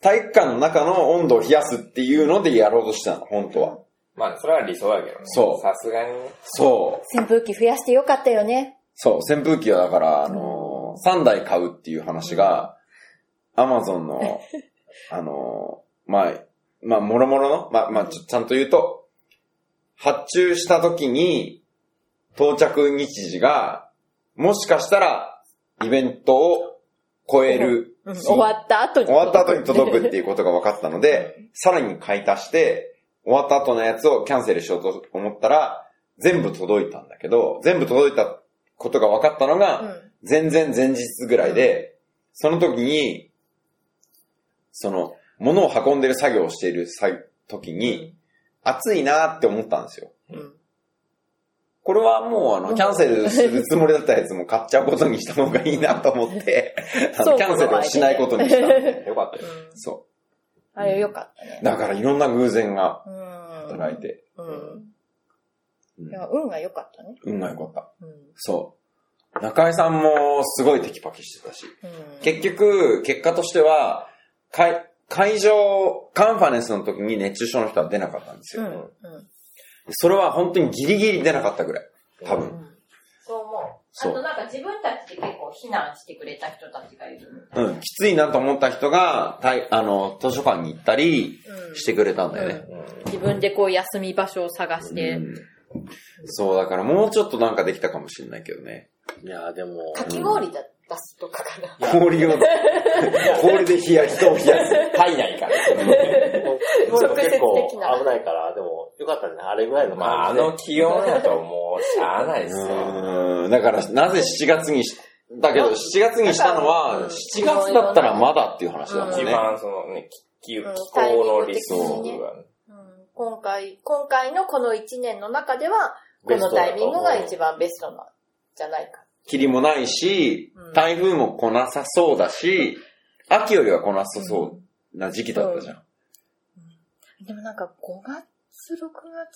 Speaker 1: 体育館の中の温度を冷やすっていうのでやろうとしてたの、本当は。
Speaker 2: まあ、それは理想だけどね。
Speaker 1: そう
Speaker 2: さすがにね。
Speaker 1: そう。
Speaker 4: 扇風機増やしてよかったよね。
Speaker 1: そう、扇風機はだから、あのー、3台買うっていう話が、アマゾン
Speaker 4: *laughs*
Speaker 1: の、あのー、まあ、まあ、もろもろの、まあ、まあ、ちょちゃんと言うと、発注した時に、到着日時が、もしかしたら、イベントを超える、
Speaker 4: うん終わった後に。
Speaker 1: 終わった後に届くっていうことが分かったので、さらに買い足して、終わった後のやつをキャンセルしようと思ったら、全部届いたんだけど、全部届いたことが分かったの
Speaker 4: う
Speaker 1: が、
Speaker 4: ん。
Speaker 1: 全然前日ぐらいで、その時に、その、物を運んでる作業をしているさ時に、暑いなーって思ったんですよ。
Speaker 4: うん
Speaker 1: これはもう、あの、キャンセルするつもりだったやつも買っちゃうことにした方がいいなと思って、あ
Speaker 4: そ
Speaker 1: の
Speaker 4: う
Speaker 1: キャンセルをしないこと
Speaker 4: *laughs*
Speaker 1: にしたのね。
Speaker 2: よかったよ。
Speaker 1: そう。
Speaker 4: あれよかったね。
Speaker 1: だからいろんな偶然が
Speaker 4: うん。
Speaker 1: 働いて、
Speaker 4: うん。
Speaker 1: うん
Speaker 4: いや、運が良かったね。
Speaker 1: 運が良かった。
Speaker 4: うん。
Speaker 1: そう。中井さんもすごいテキパキしてたし。
Speaker 4: うん
Speaker 1: 結局、結果としては、会、会場、カンファレンスの時に熱中症の人は出なかったんです
Speaker 4: う
Speaker 1: よ。
Speaker 4: ん。うん。
Speaker 1: それは本当にギリギリ出なかったぐらい。多分。
Speaker 13: そう思う。
Speaker 1: そ
Speaker 13: あ
Speaker 1: う
Speaker 13: となんか自分たちで結構避難してくれた人たちがいる。
Speaker 1: うん。きついなと思った人が、たいあの、図書館に行ったり
Speaker 4: うん
Speaker 1: してくれたんだよね。
Speaker 9: 自分でこう休み場所を探して、
Speaker 1: うんそう、だからもうちょっとなんかできたかもしれないけどね。
Speaker 12: いやーでも、
Speaker 7: かき氷だ出すとかかな。
Speaker 1: 氷 *laughs* を、氷で冷や、人を冷やす。
Speaker 2: 体内から。
Speaker 12: *laughs* もう結構
Speaker 7: 直接的な
Speaker 12: 危ないから、でも、よかったね。あれぐらいの
Speaker 2: まあ、あ
Speaker 12: 感じで。
Speaker 2: の気温だともう、しゃあないっすよ。
Speaker 1: うーんだから、なぜ7月にし、だけど7月にしたのは、7月だったらまだっていう話だもん
Speaker 2: 一
Speaker 1: ね。
Speaker 2: 番、そのね、気気
Speaker 4: うん
Speaker 2: 候の理想がね。
Speaker 4: うん今回、今回のこの1年の中では、このタイミングが一番ベストなんじゃないか。
Speaker 1: 霧もないし
Speaker 4: うん、
Speaker 1: 台風も来なさそうだし、秋よりは来なさそうな時期だったじゃん。
Speaker 4: でもなんか5月、6月、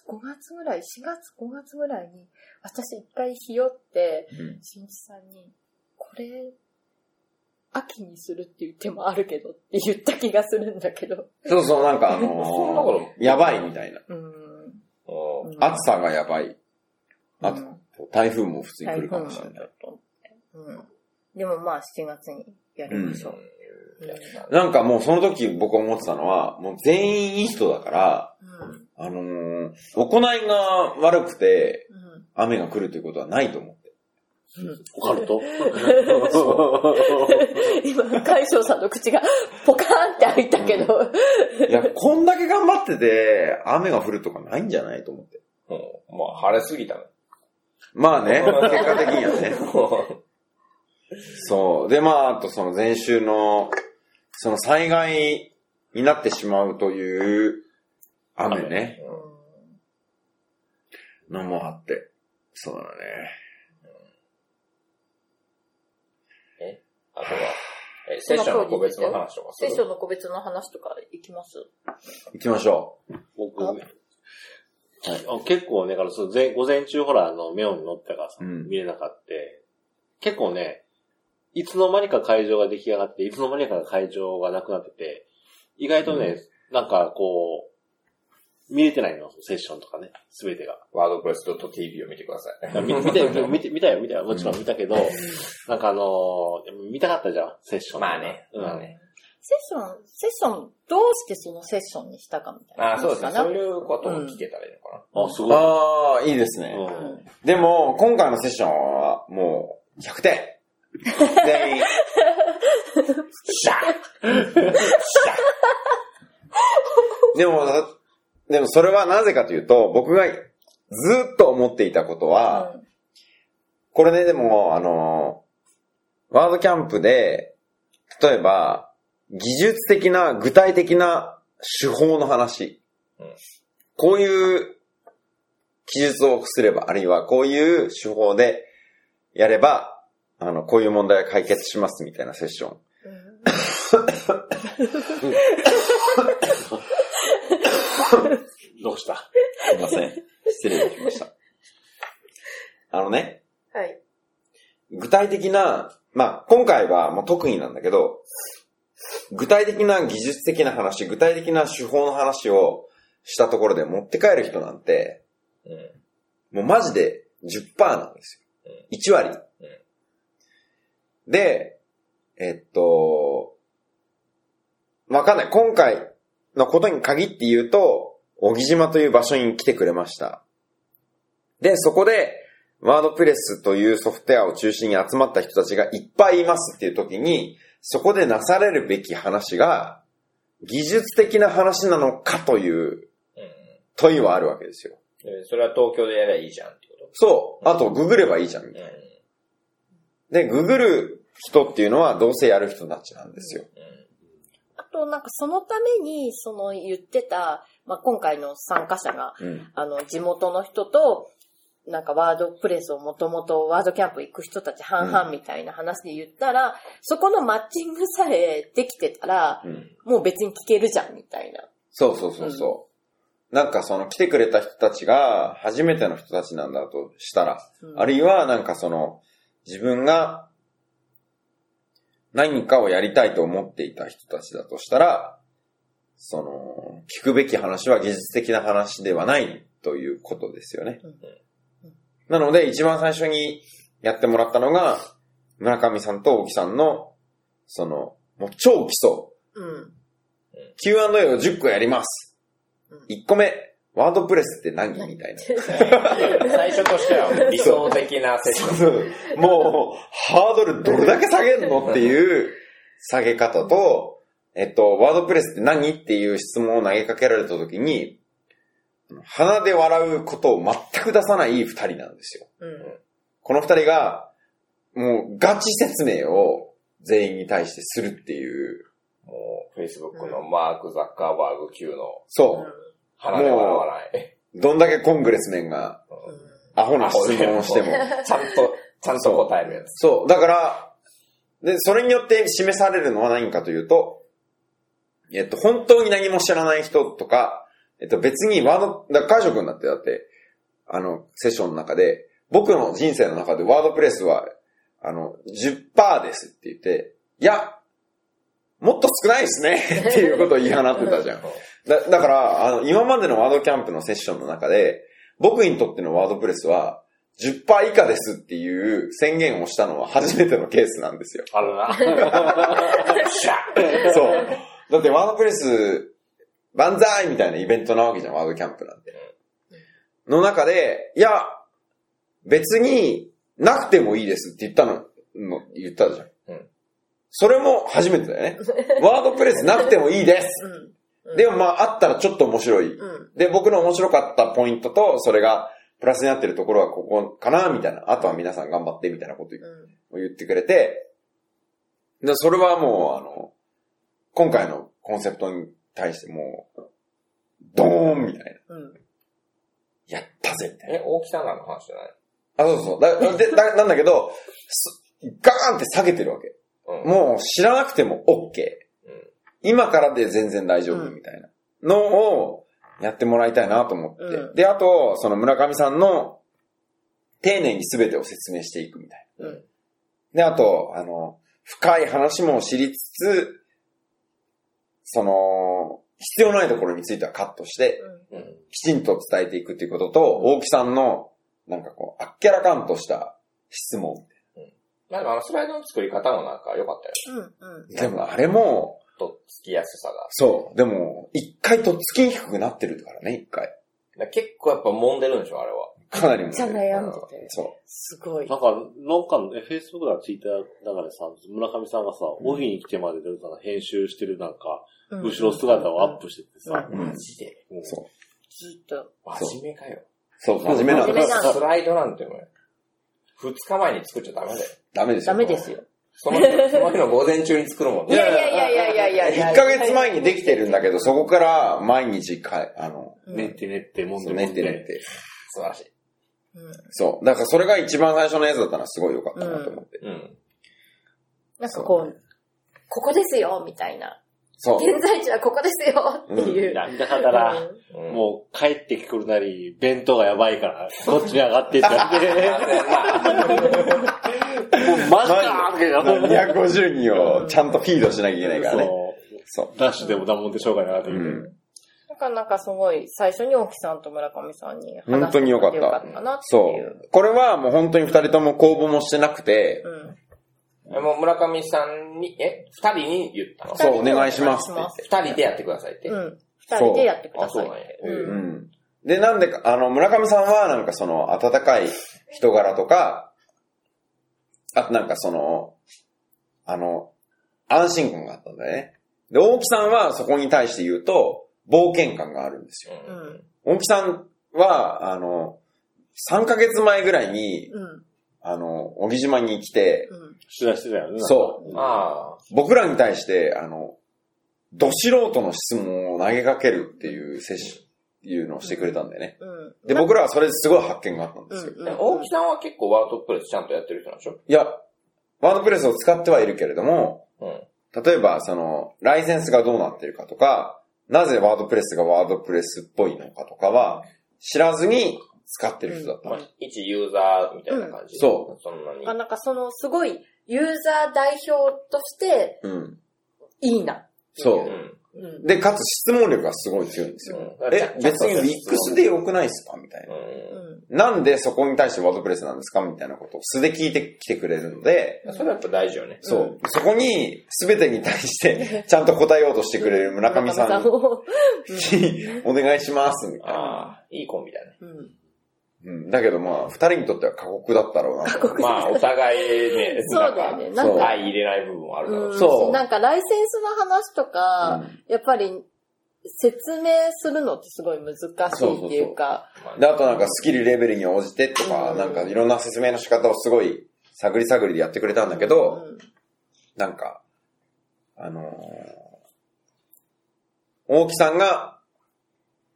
Speaker 4: 5月ぐらい、4月、5月ぐらいに、私一回ひよって、
Speaker 1: うん
Speaker 4: しんいちさんに、これ、秋にするっていう手もあるけどって言った気がするんだけど。
Speaker 1: そうそう、なんかあの
Speaker 2: そんなこ
Speaker 1: ー、やばいみたいな。
Speaker 4: うん。
Speaker 2: と
Speaker 4: うん
Speaker 1: 暑さがやばい。あ
Speaker 4: う
Speaker 1: と
Speaker 4: ん、
Speaker 1: 台風も普通に来
Speaker 4: 台
Speaker 1: る
Speaker 4: 風
Speaker 1: か
Speaker 4: も
Speaker 1: もし
Speaker 4: ちょ
Speaker 1: れ
Speaker 4: っ
Speaker 1: ない。
Speaker 4: と。うん。でもまあ7月にやりましょう。うん。
Speaker 1: なんかもうその時僕思ってたのは、もう全員いい人だから、
Speaker 4: うん。
Speaker 1: あのー、行いが悪くて、
Speaker 4: うん。
Speaker 1: 雨が来るということはないと思って。
Speaker 12: オカルト
Speaker 4: *laughs* 今、海翔さんの口がポカーンって開いたけど、
Speaker 2: *laughs*
Speaker 1: いや、こんだけ頑張ってて、雨が降るとかないんじゃないと思って。
Speaker 2: もう、まあ、晴れすぎたの。
Speaker 1: まあね、結
Speaker 2: *laughs*
Speaker 1: 果的にはね。そう。で、まあ、あとその前週の、その災害になってしまうという雨ね、のもあって。そうだね。
Speaker 2: あとは、え、セッションの個別の話とかす
Speaker 4: 聖
Speaker 2: る
Speaker 4: 書の個別の話とかいきます
Speaker 1: 行きましょ
Speaker 12: 僕、あ結構ね、だからそう前午前中ほら、あの、メオンに乗ったからさ、
Speaker 1: うん
Speaker 12: 見れなかった。結構ね、いつの間にか会場が出来上がって、いつの間にか会場がなくなってて、意外とね、なんかこう、見れてないの、セッションとかね、すべて
Speaker 2: *laughs*
Speaker 12: が。
Speaker 2: ワードプレス .tv を見てください。
Speaker 12: 見見たよ、見て見たよ、見たよ、もちろん見たけど、なんかあのー見たかったじゃん、セッション。
Speaker 2: まあね。
Speaker 12: うん
Speaker 2: まあね。
Speaker 4: セッション、セッション、どうしてそのセッションにしたかみたいな。
Speaker 2: あそうですね。
Speaker 4: か
Speaker 2: そ
Speaker 4: な
Speaker 2: ういうことを聞けたらいいのか
Speaker 12: あ、すごい。
Speaker 1: ああ、いいですね。
Speaker 12: うん
Speaker 1: でも、今回のセッションは、もう、100点全員。シャッでも、でもそれはなぜかというと、僕がずっと思っていたことは、これね、でも、あの、ワードキャンプで、例えば、技術的な、具体的な手法の話。こういう記述をすれば、あるいはこういう手法でやれば、あの、こういう問題が解決しますみたいなセッション。
Speaker 12: どうした
Speaker 1: すいません。失礼いたしました。あのね、
Speaker 4: はい。
Speaker 1: 具体的な、まあ、今回はもう特になんだけど、具体的な技術的な話、具体的な手法の話をしたところで持って帰る人なんて、もうマジで10%なんですよ。1割。で、えっと、わかんない。今回のことに限って言うと、小木島という場所に来てくれました。で、そこで、ワードプレスというソフトウェアを中心に集まった人たちがいっぱいいますっていう時に、そこでなされるべき話が、技術的な話なのかという
Speaker 2: な。うん
Speaker 1: 問いはあるわけですよ。
Speaker 2: うん。でそれは東京でやればいいじゃんってこ
Speaker 1: そう。あと、ググればいいじゃん。みた
Speaker 2: と。
Speaker 1: い
Speaker 2: うん
Speaker 1: な。で、ググる人っていうのはどうせやる人たちなんですよ。
Speaker 4: あと、なんかそのために、その言ってた、まあ、今回の参加者が、
Speaker 1: うん。
Speaker 4: あの、地元の人と、なんかワードプレスをもともとワードキャンプ行く人たち半々みたいな話で言ったら、そこのマッチングさえできてたら、
Speaker 1: うん。
Speaker 4: もう別に聞けるじゃん、みたいな。
Speaker 1: そうそうそうそう。なんかその来てくれた人たちが初めての人たちなんだとしたら、
Speaker 4: うん
Speaker 1: あるいはなんかその自分が何かをやりたいと思っていた人たちだとしたら、その、聞くべき話は技術的な話ではないということですよね。
Speaker 4: うん
Speaker 1: なので一番最初にやってもらったのが、村上さんと大木さんの、その、もう超基礎、
Speaker 4: うん。
Speaker 1: Q&A を10個やります
Speaker 4: うん。
Speaker 1: 1個目、ワードプレスって何みたい
Speaker 2: 最初としては理想的なセッ *laughs* ション。
Speaker 1: な。 *laughs* もう、ハードルどれだけ下げんのっていう下げ方と、えっと、ワードプレスって何っていう質問を投げかけられた時に、鼻で笑うことを全く出さない二人なんですよ。
Speaker 4: うん。
Speaker 1: この二人が、もうガチ説明を全員に対してするっていう、
Speaker 2: もう、Facebook のマーク・ザッカーバーグ級の
Speaker 1: そう。
Speaker 2: 鼻で笑わない。
Speaker 1: どんだけコングレスメンが、アホな質問をして
Speaker 4: *laughs*
Speaker 1: も。
Speaker 2: ちゃんと、ちゃんと答えるやつ。
Speaker 1: そう。だから、で、それによって示されるのは何かというと、えっと、本当に何も知らない人とか、えっと、別にワード、だから、カーショ君だってだって、あの、セッションの中で、僕の人生の中でワードプレスは、あの、10%ですって言って、いや、もっと少ないですねっていうことを言い放ってたじゃん。だだから、あの、今までのワードキャンプのセッションの中で、僕にとってのワードプレスは、10%以下ですっていう宣言をしたのは初めてのケースなんです
Speaker 2: *laughs*
Speaker 1: よ。
Speaker 12: あるな。しゃ
Speaker 1: そう。だってワードプレス、万歳みたいなイベントなわけじゃん、ワードキャンプなんて。の中で、いや、別になくてもいいですって言ったの、の言ったじゃん。
Speaker 2: うん
Speaker 1: それも初めてだよね。
Speaker 2: *laughs*
Speaker 1: ワードプレスなくてもいいです。でもまあ、あったらちょっと面白い。
Speaker 4: うん。
Speaker 1: で、僕の面白かったポイントと、それがプラスになってるところはここかな、みたいな。あとは皆さん頑張って、みたいなこと言う
Speaker 4: うん。
Speaker 1: 言ってくれて、で、それはもう、あの、今回のコンセプトに対してもう、ドーンみたいな。
Speaker 4: うん。
Speaker 1: やったぜみたいな。
Speaker 2: え、大木さんらの話じゃない
Speaker 1: あ、そうそう。だ、で、だなんだけど、すガーンって下げてるわけ。
Speaker 2: うん
Speaker 1: もう知らなくても OK。
Speaker 2: うん
Speaker 1: 今からで全然大丈夫みたいなのをやってもらいたいなと思って。
Speaker 4: うん
Speaker 1: で、あと、その村上さんの丁寧に全てを説明していくみたいな。
Speaker 4: うん
Speaker 1: で、あと、あの、深い話も知りつつ、その、必要ないところについてはカットして、きちんと伝えていくっていうことと、大木さんの、なんかこう、あっけらかんとした質問。
Speaker 2: まあでもあのスライドの作り方もなんか良かったよ。
Speaker 4: うんうん。
Speaker 1: でもあれも、
Speaker 2: とっつきやすさが。
Speaker 1: そう、でも、一回とっつきにくくなってるからね、一回。
Speaker 2: だから結構やっぱ揉んでるんでしょ、あれは。
Speaker 1: かなりも
Speaker 4: めっちゃ悩んでて
Speaker 1: そ
Speaker 4: すごい。
Speaker 12: なんか、なんか、え、Facebook だ、Twitter だからさ、村上さんがさ、オフィに来てまでなんか編集してるなんか、
Speaker 4: うん
Speaker 12: 後ろ姿をアップしててさ、
Speaker 1: う。うん。
Speaker 2: ジで。
Speaker 12: うん
Speaker 1: そう。
Speaker 4: ずっと。
Speaker 2: 真面目かよ。
Speaker 1: そう、真面目なん
Speaker 4: 真面
Speaker 1: で
Speaker 4: 目
Speaker 1: す。
Speaker 4: な
Speaker 2: スライドなんてもう、二日前に作っちゃダメだよ。
Speaker 1: ダメですよ。
Speaker 4: ダメですよ。
Speaker 2: その日、その日の午前中に作るもん
Speaker 4: い
Speaker 2: ね。
Speaker 4: やいやいやいやいやいやいや。
Speaker 1: 1ヶ月前にできてるんだけど、そこから毎日かい、あの、
Speaker 12: 練って練って、もん
Speaker 1: そ
Speaker 12: で
Speaker 1: う
Speaker 12: も
Speaker 1: 練
Speaker 12: ん
Speaker 1: って
Speaker 12: で。
Speaker 1: 練って。
Speaker 2: 素晴らしい。
Speaker 4: うん
Speaker 1: そう。だからそれが一番最初のやつだったのはすごい良かったなと思って。
Speaker 2: うん。
Speaker 4: なんかこう、ここですよ、みたいな。
Speaker 1: そう。
Speaker 4: 現在地はここですよ、っていう。
Speaker 12: なんだかんだら、
Speaker 2: うん
Speaker 12: もう帰ってくるなり、弁当がやばいから、こっちに上がってったもうマジかーみたいな。
Speaker 1: 250人をちゃんとフィードしなきゃいけないからね。そ
Speaker 12: そうダッシュでもダモンでしょうがなかった
Speaker 1: う。
Speaker 12: け
Speaker 1: う
Speaker 12: ど
Speaker 1: ん。
Speaker 4: なんかなんかすごい、最初に大木さんと村上さんに話して
Speaker 1: 本当に良かった
Speaker 4: よかったなって
Speaker 1: そ
Speaker 4: いう。
Speaker 1: う。これはもう本当に二人とも公募もしてなくて、
Speaker 4: うん。
Speaker 2: えもう村上さんに、え二人に言ったの
Speaker 1: そう、お願いします
Speaker 4: お
Speaker 1: っ
Speaker 4: 願いしま
Speaker 1: て
Speaker 2: 二人でやってくださいって。
Speaker 4: うん。二人でやってくだ
Speaker 2: あ、そ
Speaker 4: さ
Speaker 2: う
Speaker 4: い
Speaker 2: なんや
Speaker 4: っ。て。
Speaker 1: 言って。うん。で、なんでか、あの、村上さんはなんかその、温かい人柄とか、あとなんかその、あの、安心感があったんだよね。で、大木さんはそこに対して言うと、冒険感があるんですよ。
Speaker 2: うん
Speaker 4: うん。
Speaker 1: 大木さんは、あの、3ヶ月前ぐらいに、
Speaker 4: うん。
Speaker 1: あの、小木島に来て、
Speaker 4: うん。
Speaker 12: 取材してたよね。。
Speaker 1: そう
Speaker 2: ああ、
Speaker 1: 僕らに対して、あの、ど素人の質問を投げかけるっていう接種、いうのをしてくれたんだよね。
Speaker 4: うん。
Speaker 1: で、僕らはそれですごい発見があったんで
Speaker 4: う
Speaker 1: すよ。
Speaker 4: ん。
Speaker 2: でも大木さんは結構ワードプレスちゃんとやってる人なんでしょ
Speaker 1: いや、ワードプレスを使ってはいるけれども、
Speaker 2: うん。
Speaker 1: 例えば、その、ライセンスがどうなってるかとか、なぜワードプレスがワードプレスっぽいのかとかは、知らずに使ってる人だった
Speaker 2: まあ、一ユーザーみたいな感じ。。
Speaker 1: うんそう
Speaker 2: そんなに
Speaker 4: あ。なんかその、すごい、ユーザー代表として、
Speaker 1: うん。
Speaker 4: いいな。
Speaker 1: そうう。
Speaker 2: ん。
Speaker 4: うん。
Speaker 1: で、かつ質問力がすごい強いんですよ。
Speaker 2: うん
Speaker 1: え、別に Wix で良くないですかみたいな
Speaker 2: う。ん。
Speaker 1: なんでそこに対してワードプレスなんですかみたいなことを素で聞いてきてくれるので、
Speaker 2: それはやっぱ大事よね。
Speaker 1: そう。そこに全てに対してちゃんと答えようとしてくれる村上さんに
Speaker 4: を。
Speaker 1: *laughs* お願いします、みたいな。
Speaker 2: ああ、いいコンビだね。
Speaker 4: うん。
Speaker 1: うん、だけどまあ、二人にとっては過酷だったろうなと。
Speaker 2: まあ、お互い *laughs* ね、
Speaker 4: そうだよね。
Speaker 1: な
Speaker 4: なんん
Speaker 1: か
Speaker 4: か、
Speaker 2: 相入れない部分もあるだろうし。
Speaker 1: そう
Speaker 4: なんかライセンスの話とか、やっぱり説明するのってすごい難しいっていうか、
Speaker 2: まあ
Speaker 1: で、あとなんかスキルレベルに応じてとか、
Speaker 4: うん
Speaker 1: なんかいろんな説明の仕方をすごい探り探りでやってくれたんだけど、なんか、あのー大木さんが、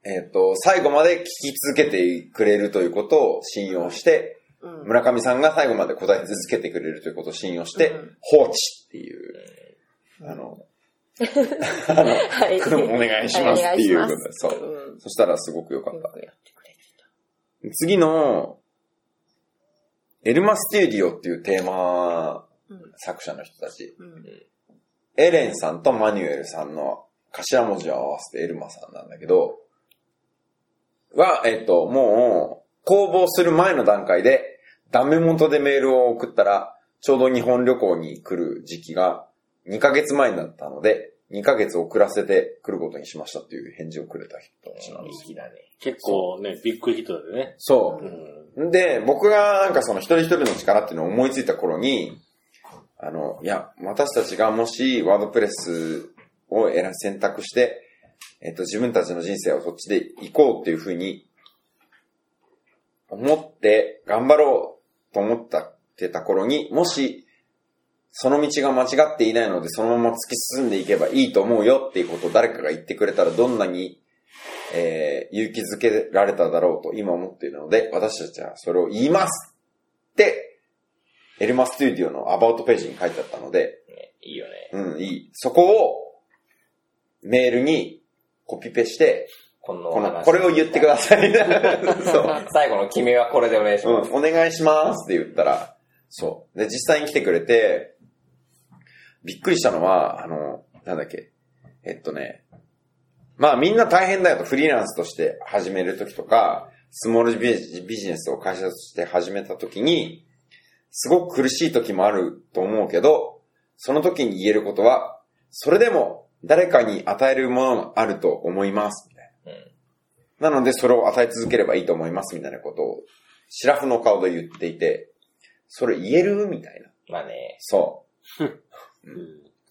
Speaker 1: えっ、と、最後まで聞き続けてくれるということを信用して、
Speaker 4: うん、うん
Speaker 1: 村上さんが最後まで答え続けてくれるということを信用して、
Speaker 4: うん
Speaker 1: 放置っていう、あ *laughs* の、あの、
Speaker 4: はい。
Speaker 1: お願いしますっていうことで、そうう。
Speaker 4: ん。
Speaker 1: そしたらすごく良かっ
Speaker 4: よ
Speaker 1: た。
Speaker 4: くやってくれる。
Speaker 1: 次の、エルマスティーリオっていうテーマ
Speaker 4: うん
Speaker 1: 作者の人たち。
Speaker 4: うん
Speaker 1: エレンさんとマニュエルさんの頭文字を合わせてエルマさんなんだけど、は、えっと、もう、公募する前の段階で、ダメ元でメールを送ったら、ちょうど日本旅行に来る時期が2ヶ月前だったので、2ヶ月遅らせて来ることにしましたっていう返事をくれた人たちなんです。
Speaker 2: 好きだね。
Speaker 12: 結構ね、ビッグヒットだよね。
Speaker 1: そうう。
Speaker 12: ん。
Speaker 1: で、僕がなんかその一人一人の力っていうのを思いついた頃に、あの、いや、私たちがもしワードプレスを選選択して、えっと、自分たちの人生をそっちで行こうっていうふうに、思って頑張ろうと思ったってた頃に、もし、その道が間違っていないので、そのまま突き進んでいけばいいと思うよっていうことを誰かが言ってくれたら、どんなにえー勇気づけられただろうと今思っているので、私たちはそれを言いますって、エルマステューディオのアバウトページに書いてあったので、
Speaker 2: いいよね。
Speaker 1: うん、いい。そこをメールにコピペして、
Speaker 2: この
Speaker 1: このこれを言ってくだ
Speaker 2: さ
Speaker 1: さ
Speaker 2: *laughs*
Speaker 1: い。そう。
Speaker 2: 最後の君はこれでお願いします。
Speaker 1: うん、お願いしますって言ったら、そう。で、実際に来てくれて、びっくりしたのは、あの、なんだっけ、えっとね、まあみんな大変だよと、フリーランスとして始めるときとか、スモールビジビジネスを会社として始めたときに、すごく苦しいときもあると思うけど、その時に言えることは、それでも誰かに与えるものがあると思います。みたいななのでそれを与え続ければいいと思います、みたいなことを、シラフの顔で言っていて、それ言えるみたいな。
Speaker 2: まあね。
Speaker 1: そ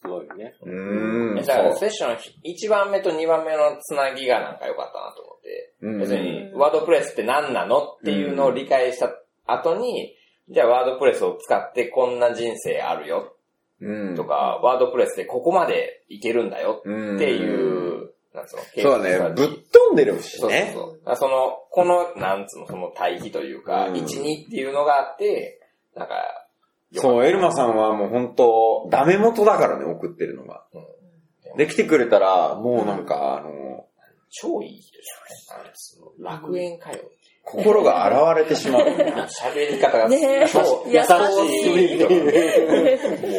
Speaker 12: すごいね。
Speaker 1: う。うーん。
Speaker 2: だから
Speaker 1: そ
Speaker 2: セッション1番目と2番目のつなぎがなんか良かったなと思って。
Speaker 1: う。うん
Speaker 2: 別に、ワードプレスって何なのっていうのを理解した後に、じゃあワードプレスを使ってこんな人生あるよ
Speaker 1: うん。
Speaker 2: とか、ワードプレスでここまでいけるんだよ
Speaker 1: うん、
Speaker 2: っていう、なんつうの、
Speaker 1: そうだね。ぶっ
Speaker 2: ね。
Speaker 1: 飛んでるし
Speaker 2: そうそう
Speaker 1: ね。
Speaker 2: そう。だからその、この、なんつうの、その対比というか、
Speaker 1: うん
Speaker 2: 1、2っていうのがあって、なんか、
Speaker 1: そう、エルマさんはもう本当ダメ元だからね、送ってるのが。で、来てくれたら、もうなんか、あの、
Speaker 2: 超いい人じゃないなんつうの楽園かよ。
Speaker 1: 心が洗われてし
Speaker 2: *laughs*
Speaker 1: まう。
Speaker 2: 喋り方が、
Speaker 4: ねえ
Speaker 2: そう
Speaker 4: 優し
Speaker 2: い人も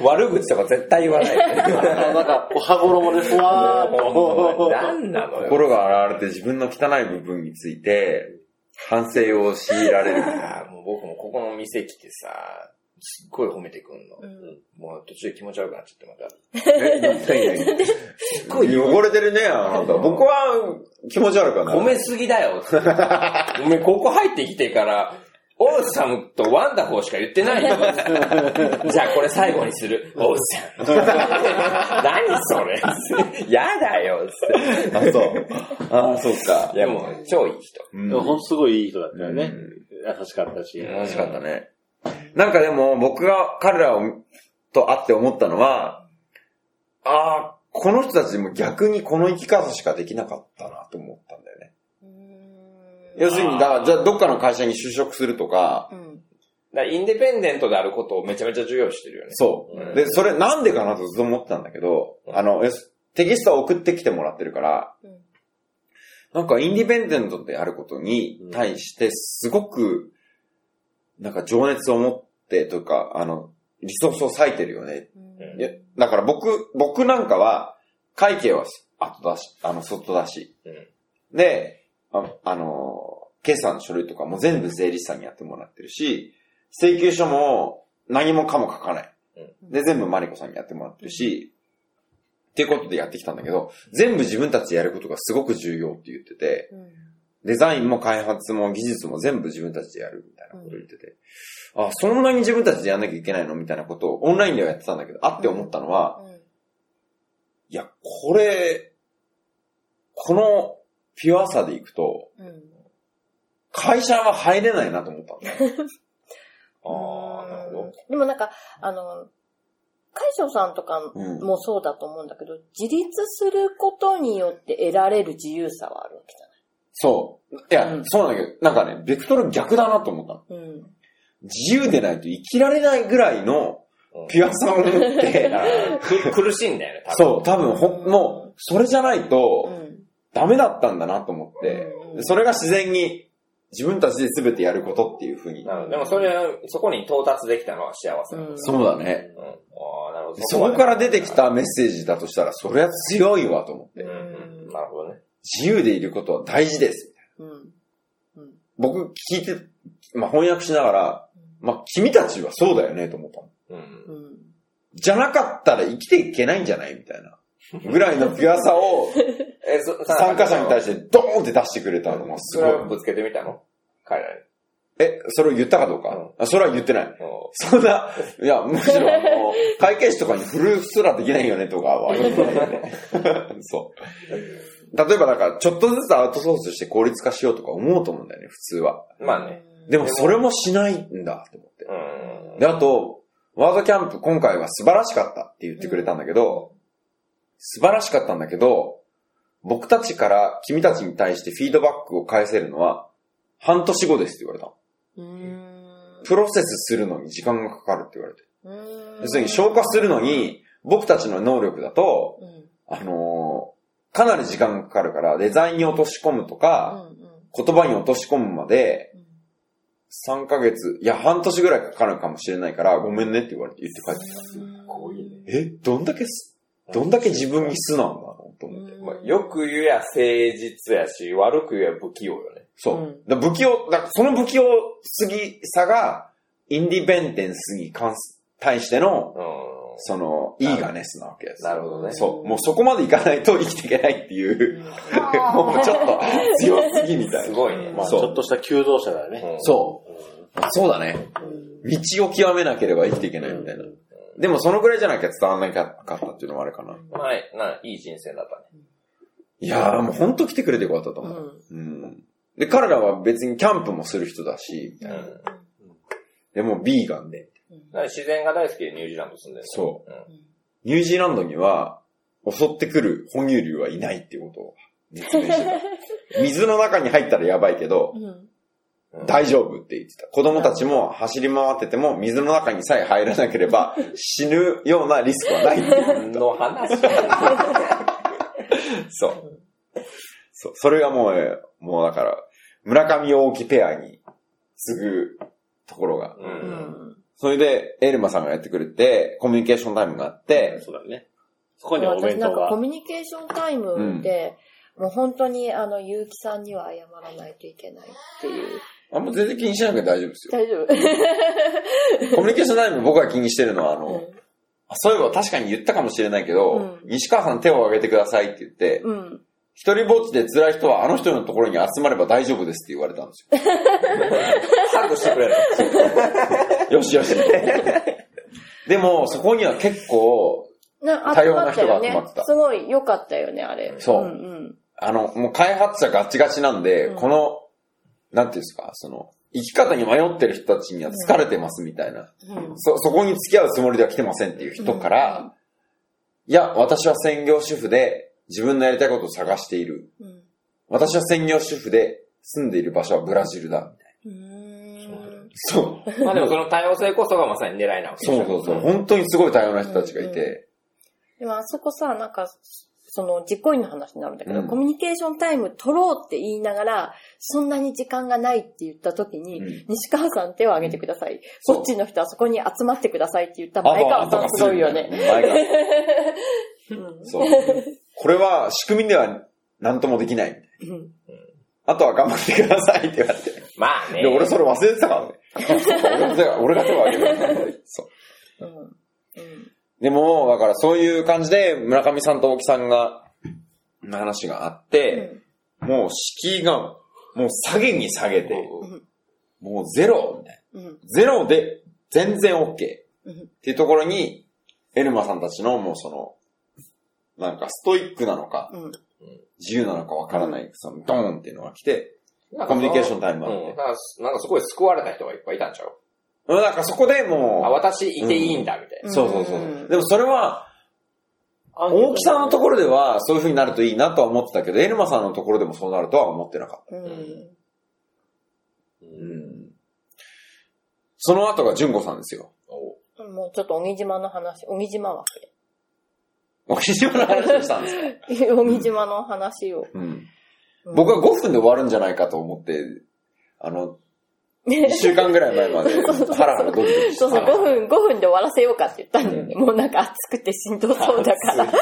Speaker 2: う、悪口とか絶対言 *laughs* わない。
Speaker 12: *laughs* なんか、おはごろもでふわーっと。
Speaker 2: 何なのよ。
Speaker 1: 心が洗われて自分の汚い部分について、反省を強いられる。
Speaker 2: あーもう僕もここの店来てさ、すっごい褒めてくんの。もう途中で気持ち悪くなっちゃってまた。
Speaker 1: え言ったよねすっごい *laughs* 汚れてるね、あなた。僕は気持ち悪くはない。
Speaker 2: 褒めすぎだよ。おめえここ入ってきてから、オーサムとワンダフォーしか言って
Speaker 1: *laughs*
Speaker 2: ないよ。じゃあこれ最後にする。オーサム。 *laughs* 何それ。やだよ。
Speaker 1: あ、そう。あ、そうか。
Speaker 2: いやもう、超いい人。
Speaker 1: うん、
Speaker 12: でもほんとすごいいい人だったよ
Speaker 1: う
Speaker 12: ね。
Speaker 1: ん
Speaker 12: 優しかったし。
Speaker 2: うん
Speaker 1: 楽しかったね。なんかでも、僕が彼らをと会って思ったのは、ああ、この人たちも逆にこの生き方しかできなかったなと思ったんだよね。要するに、だから、じゃあどっかの会社に就職するとか、
Speaker 2: だからインディペンデントであることをめちゃめちゃ重要視してるよね。
Speaker 1: そうう。
Speaker 2: ん
Speaker 1: で、それなんでかなとずっと思ってたんだけど、あの、要すテキストを送ってきてもらってるから、なんかインディペンデントであることに対してすごく、なんか情熱を持ってというか、あの、リソースを割いてるよねいや、だから僕、僕なんかは、会計は後だし、あの、外だし。で、ああのー、決算の書類とかも全部税理士さんにやってもらってるし、請求書も何もかも書かない。で、全部マリコさんにやってもらってるし、っていうことでやってきたんだけど、全部自分たちでやることがすごく重要って言ってて、デザインも開発も技術も全部自分たちでやるみたいなこと言ってて、あ、そんなに自分たちでやんなきゃいけないのみたいなことをオンラインではやってたんだけど、あって思ったのは、いや、これ、このピュアさでいくと、会社は入れないなと思ったんだよ。
Speaker 2: ああ、なるほ
Speaker 4: でもなんか、あの、海翔さんとか
Speaker 1: うん
Speaker 4: もそうだと思うんだけど、自立することによって得られる自由さはあるわけじ
Speaker 1: そう。いや、
Speaker 4: うん
Speaker 1: そうなんだけど、なんかね、ベクトル逆だなと思ったの。
Speaker 4: ゃないうん。
Speaker 1: 自由でないと生きられないぐらいの
Speaker 2: ど。
Speaker 1: ピュアさを持って、
Speaker 4: *laughs*
Speaker 2: く苦しいんだよね、多分。
Speaker 1: そう、多分ほん、もう、それじゃないと、
Speaker 4: うん
Speaker 1: ダメだったんだなと思って、
Speaker 4: うん
Speaker 1: それが自然に自分たちで全てやることっていうふうに。
Speaker 2: なるほどでもそれ、そこに到達できたのは幸せなんです。
Speaker 1: そうだね。
Speaker 2: うん。ああ、なるほど。
Speaker 1: そこから出てきたメッセージだとしたら、そりゃ強いわと思って。
Speaker 2: うんうん。なるほどね。
Speaker 1: 自由でいることは大事です。
Speaker 4: うん。
Speaker 1: 僕聞いて、まあ、翻訳しながら、まあ、君たちはそうだよねと思ったの。
Speaker 2: うん。
Speaker 4: うん。
Speaker 1: じゃなかったら生きていけないんじゃないみたいな。ぐらいのピュアさを
Speaker 2: え、そ
Speaker 1: 参加者に対
Speaker 2: て。
Speaker 1: してドーンって出してくれたのがす
Speaker 2: そ
Speaker 1: ご
Speaker 2: れ
Speaker 1: い
Speaker 2: を。ぶつけてみたの彼らに。
Speaker 1: え、それを言ったかどうか、
Speaker 2: うん
Speaker 1: あそれは言ってない。 *laughs*
Speaker 2: も
Speaker 1: そんな、いや、むしろ、あの会計士とかに振るすらできないよねとかは言ってないよね。そう。例えばだから、ちょっとずつアウトソースして効率化しようとか思うと思うんだよね、普通は。
Speaker 2: うまあね。
Speaker 1: でもそれもしないんだと思って。
Speaker 2: うん。
Speaker 1: で、あと、ワードキャンプ今回は素晴らしかったって言ってくれたんだけど、素晴らしかったんだけど、僕たちから君たちに対してフィードバックを返せるのは半年後ですって言われたの。プロセスするのに時間がかかるって言われて。要するに消化するのに、僕たちの能力だと、あのーかなり時間がかかるから、デザインに落とし込むとか、言葉に落とし込むまで、3ヶ月、いや、半年ぐらいかかるかもしれないから、ごめんねって言われて、言って帰ってきた。
Speaker 2: こういいね。
Speaker 1: え、どんだけす、どんだけ自分に素なんだろと思って。
Speaker 2: まあよく言えば誠実やし、悪く言えば不器用よね。
Speaker 1: そう。だから不器用、だからその不器用すぎさが、インディペンデンスに関す対しての、
Speaker 2: う
Speaker 1: その、イーガネスなわけです。
Speaker 2: なるほどね
Speaker 1: そう。もうそこまでいかないと生きていけないっていう、もうちょっと強すぎみた
Speaker 2: ん。
Speaker 1: い
Speaker 2: す
Speaker 1: な。
Speaker 2: ごいね。
Speaker 12: まあ、ち
Speaker 1: そう
Speaker 12: ょっとした求道者だよね。
Speaker 1: そう。そうだね。道を極めなければ生きていけないみたいな。でもそのぐらいじゃなきゃ伝わんなかったっていうのもあるかな。
Speaker 2: うん。まあ、な、いい人生だったね。
Speaker 1: いやーもうほんと来てくれてよかったと思う。うん。で、彼らは別にキャンプもする人だし、みたいな
Speaker 2: うん
Speaker 1: でもうビーガンで。
Speaker 2: だから自然が大好きでニュージーランド住んでるの
Speaker 1: そ
Speaker 2: うん
Speaker 1: ニュージーランドには、襲ってくる哺乳類はいないっていうこと
Speaker 2: *laughs*
Speaker 1: を熱弁してた。水の中に入ったらやばいけど、大丈夫って言ってた。子供たちも走り回ってても、水の中にさえ入らなければ死ぬようなリスクはないって言ってた。
Speaker 2: の話。
Speaker 1: そう。そう。それがもうね、もうだから、村上大木ペアに次ぐところが。
Speaker 2: うん。
Speaker 1: それで、エルマさんがやってくれて、コミュニケーションタイムがあって、
Speaker 12: そうだね。そこにはお
Speaker 4: 私
Speaker 12: 弁
Speaker 4: なん
Speaker 12: 当
Speaker 4: かコ
Speaker 12: が。
Speaker 4: ミュニケーションタイムで、もう本当にあの、結城さんには謝らないといけないっていう。
Speaker 1: あんま全然気にしなくて大丈夫ですよ。
Speaker 4: 大丈
Speaker 1: *laughs*
Speaker 4: 夫
Speaker 1: コミュニケーションタイム僕が気にしてるのは、あの、
Speaker 4: うん
Speaker 1: あそういえば確かに言ったかもしれないけど、
Speaker 4: うん
Speaker 1: 西川さん手を挙げてくださいって言って、
Speaker 4: うん。
Speaker 1: 一人ぼっちで辛い人はあの人のところに集まれば大丈夫ですって言われたんですよ。
Speaker 2: ハグしてくれる。
Speaker 1: よしよし。でも、そこには結構、
Speaker 4: な
Speaker 1: 多様な人が
Speaker 4: よね
Speaker 1: 集まってた
Speaker 4: すごい良かったよね、あれ。
Speaker 1: そう
Speaker 4: うんうん。
Speaker 1: あの、もう開発者ガチガチなんで、
Speaker 4: うん
Speaker 1: この、なんていうんですか、その、生き方に迷ってる人たちには疲れてますみたいな。
Speaker 4: うん
Speaker 1: そ、そこに付き合うつもりでは来てませんっていう人から、いや、私は専業主婦で自分のやりたいことを探している。
Speaker 4: うん
Speaker 1: 私は専業主婦で住んでいる場所はブラジルだ。
Speaker 4: うーん。
Speaker 1: そう。
Speaker 2: まあでもその多様性こそがまさに狙いなわけでし
Speaker 1: そ
Speaker 2: ょ
Speaker 1: うそうそう。。本当にすごい多様な人たちがいて。
Speaker 4: でもあそこさ、なんか、その、実行委員の話になるんだけど、
Speaker 1: うん
Speaker 4: コミュニケーションタイム取ろうって言いながら、そんなに時間がないって言った時に、
Speaker 1: うん
Speaker 4: 西川さん手を挙げてください。
Speaker 1: そう
Speaker 4: こっちの人はそこに集まってくださいって言った
Speaker 1: あ
Speaker 4: 前川さんすごいよね。
Speaker 1: 前川。
Speaker 4: うん
Speaker 1: そう。これは仕組みでは何ともできない。
Speaker 4: うん
Speaker 1: あとは頑張ってくださいって言われて。
Speaker 2: まあね。
Speaker 1: いや、俺それ忘れてたからね。 *laughs* 俺が俺が手を挙げてたからねそう。
Speaker 4: うんうん
Speaker 1: でも、だからそういう感じで、村上さんと大木さんが、話があって、もう敷居が、もう下げに下げて、
Speaker 4: ん
Speaker 1: もうゼロみたいな。
Speaker 4: うん
Speaker 1: ゼロで全然 OK っ
Speaker 4: うん
Speaker 1: ていうところに、エルマさんたちのもうその、なんかストイックなのか、
Speaker 4: うん
Speaker 1: 自由なのかわからない、そのドーンっていうのが来て、
Speaker 2: なん
Speaker 1: コ
Speaker 2: か
Speaker 1: ミュニケーション
Speaker 2: だ
Speaker 1: タイムあっ
Speaker 2: うん。
Speaker 1: て。
Speaker 2: なんかすなんかすごい救われた人がいっぱいいたんちゃう
Speaker 1: うん、なんかそこで
Speaker 2: あ、
Speaker 1: も
Speaker 2: 私いていいんだ、みたいな。
Speaker 1: そうそうそ
Speaker 4: うん
Speaker 1: う、でもそれは、大木さんのところではそういう風になるといいなとは思ってたけど、エルマさんのところでもそうなるとは思ってなかった。
Speaker 4: うん
Speaker 1: うん。その後が純子さんですよ。
Speaker 4: もうちょっと、小木島の話、小木島枠で。
Speaker 1: お木島の話をしたんです
Speaker 4: *laughs*
Speaker 1: か
Speaker 4: 小木島の話を。
Speaker 1: うん。僕は5分で終わるんじゃないかと思って、あの、1週間ぐらい前まで、ハラハラドキドキして
Speaker 4: そうそう、5分、5分で終わらせようかって言ったんだよね。もうなんか暑くてしんどそうだ *laughs* から。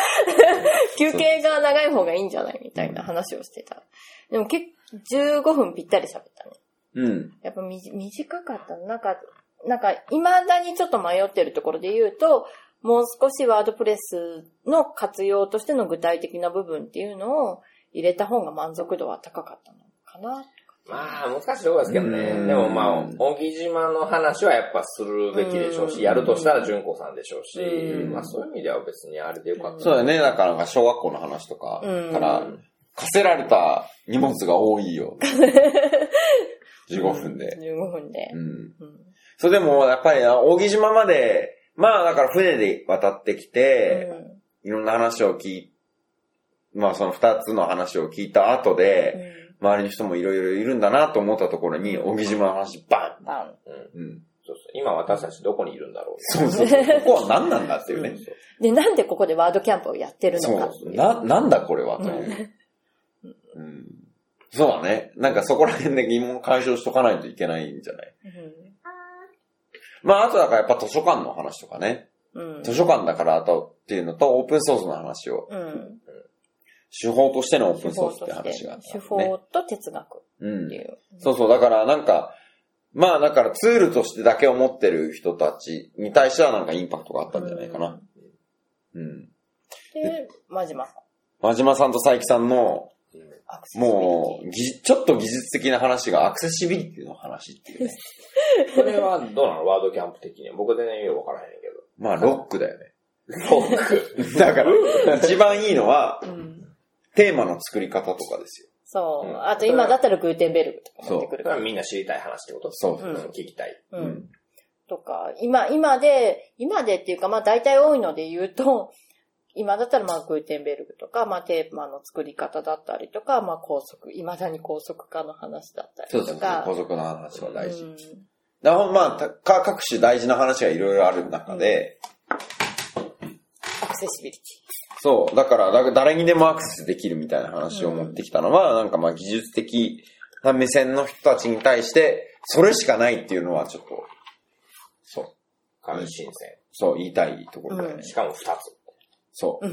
Speaker 4: 休憩が長い方がいいんじゃないみたいな話をしてた。でも結構、15分ぴったり喋ったね。
Speaker 1: うん。
Speaker 4: やっぱみじ短かったな。なんか、なんか、未だにちょっと迷ってるところで言うと、もう少しワードプレスの活用としての具体的な部分っていうのを入れた方が満足度は高かったのかな。
Speaker 2: まあ、難しいところですけど
Speaker 1: う
Speaker 2: ね。
Speaker 1: ん
Speaker 2: でもまあ、小木島の話はやっぱするべきでしょう
Speaker 4: う
Speaker 2: し、
Speaker 4: ん
Speaker 2: やるとしたら純子さんでしょうし
Speaker 4: う、ん
Speaker 2: まあそういう意味では別にあれでよかった。
Speaker 1: そうだよね。だから、なんか小学校の話とか
Speaker 4: うん
Speaker 1: から、課せられた荷物が多い
Speaker 4: *laughs*
Speaker 1: よ。15分で。
Speaker 4: 15分で。
Speaker 1: うん。
Speaker 4: うん
Speaker 1: それでも、やっぱりな、大木島まで、まあだから船で渡ってきて、
Speaker 4: う
Speaker 1: いろんな話を聞い、まあその二つの話を聞いた後
Speaker 4: ん
Speaker 1: で、
Speaker 4: う
Speaker 1: 周りの人もいろいろいるんだなと思ったところに、大木島の話バ
Speaker 4: んバン
Speaker 1: ンうん。
Speaker 2: そうそう今私たちどこにいるんだろう。
Speaker 1: そうそうそう。
Speaker 2: *laughs*
Speaker 1: ここは何なんだっていうね。
Speaker 4: で、なんでここでワードキャンプをやってるの
Speaker 1: そ
Speaker 4: か
Speaker 1: う
Speaker 4: っていう。
Speaker 1: な、なんだこれはという。うんそうだね。なんかそこら辺で疑問解消しとかないといけないんじゃないまあ、あとだからやっぱ図書館の話とかね。
Speaker 4: うん。うん
Speaker 1: 図書館だからあとっていうのと、オープンソースの話を。
Speaker 4: うん。
Speaker 1: 手法としてのオープ
Speaker 4: 手
Speaker 1: ンソ
Speaker 4: 法
Speaker 1: ースっ
Speaker 4: と
Speaker 1: て
Speaker 4: し
Speaker 1: 話
Speaker 4: て
Speaker 1: があっ。た
Speaker 4: 手
Speaker 1: んだね、
Speaker 4: 法と哲学
Speaker 1: うん
Speaker 4: っていう。
Speaker 1: そうそう、だからなんか、まあだからツールとしてだけ思ってる人たちに対してはなんかインパクトがあったんじゃないかな。うん。
Speaker 4: で、真島さん。
Speaker 1: 真島さんと佐伯さんの、
Speaker 4: アクセシビリティ
Speaker 1: もう、ぎちょっと技術的な話がアクセシビリティの話っていうね。
Speaker 2: これはどうなのワードキャンプ的には。僕全然よくわからへんけど。
Speaker 1: まあロックだよね。 *laughs*
Speaker 2: ロック。
Speaker 1: だから、一番いいのは、
Speaker 4: うん
Speaker 1: テーマの作り方とかですよ。
Speaker 4: そうう。
Speaker 2: ん
Speaker 4: あと今だったらグーテンベルグとか持ってくる
Speaker 2: それ
Speaker 4: か
Speaker 2: は
Speaker 4: ら。
Speaker 2: みんな知りたい話ってこと
Speaker 1: そう
Speaker 4: うん
Speaker 2: 聞きたい。
Speaker 4: う。
Speaker 1: うんん
Speaker 4: とか、今、今で、今でっていうか、まあ大体多いので言うと、 *laughs* 今だったらまあグーテンベルグとか、まあテーマの作り方だったりとか、まあ高速、未だに高速化の話だったり
Speaker 1: そう
Speaker 4: と
Speaker 1: そうそう、
Speaker 4: か。
Speaker 1: 補足の話は大事。
Speaker 4: うん
Speaker 1: だからまあたか、各種大事な話がいろいろある中で、
Speaker 4: アクセシビ *laughs* リテ
Speaker 1: そう、だから、だ誰にでもアクセスできるみたいな話を持ってきたのは、なんかまあ技術的な目線の人たちに対して、それしかないっていうのはちょっと、そう、
Speaker 2: 神新鮮。
Speaker 1: そう言いたいところだよね。
Speaker 2: しかも二つ。
Speaker 1: そ
Speaker 12: ま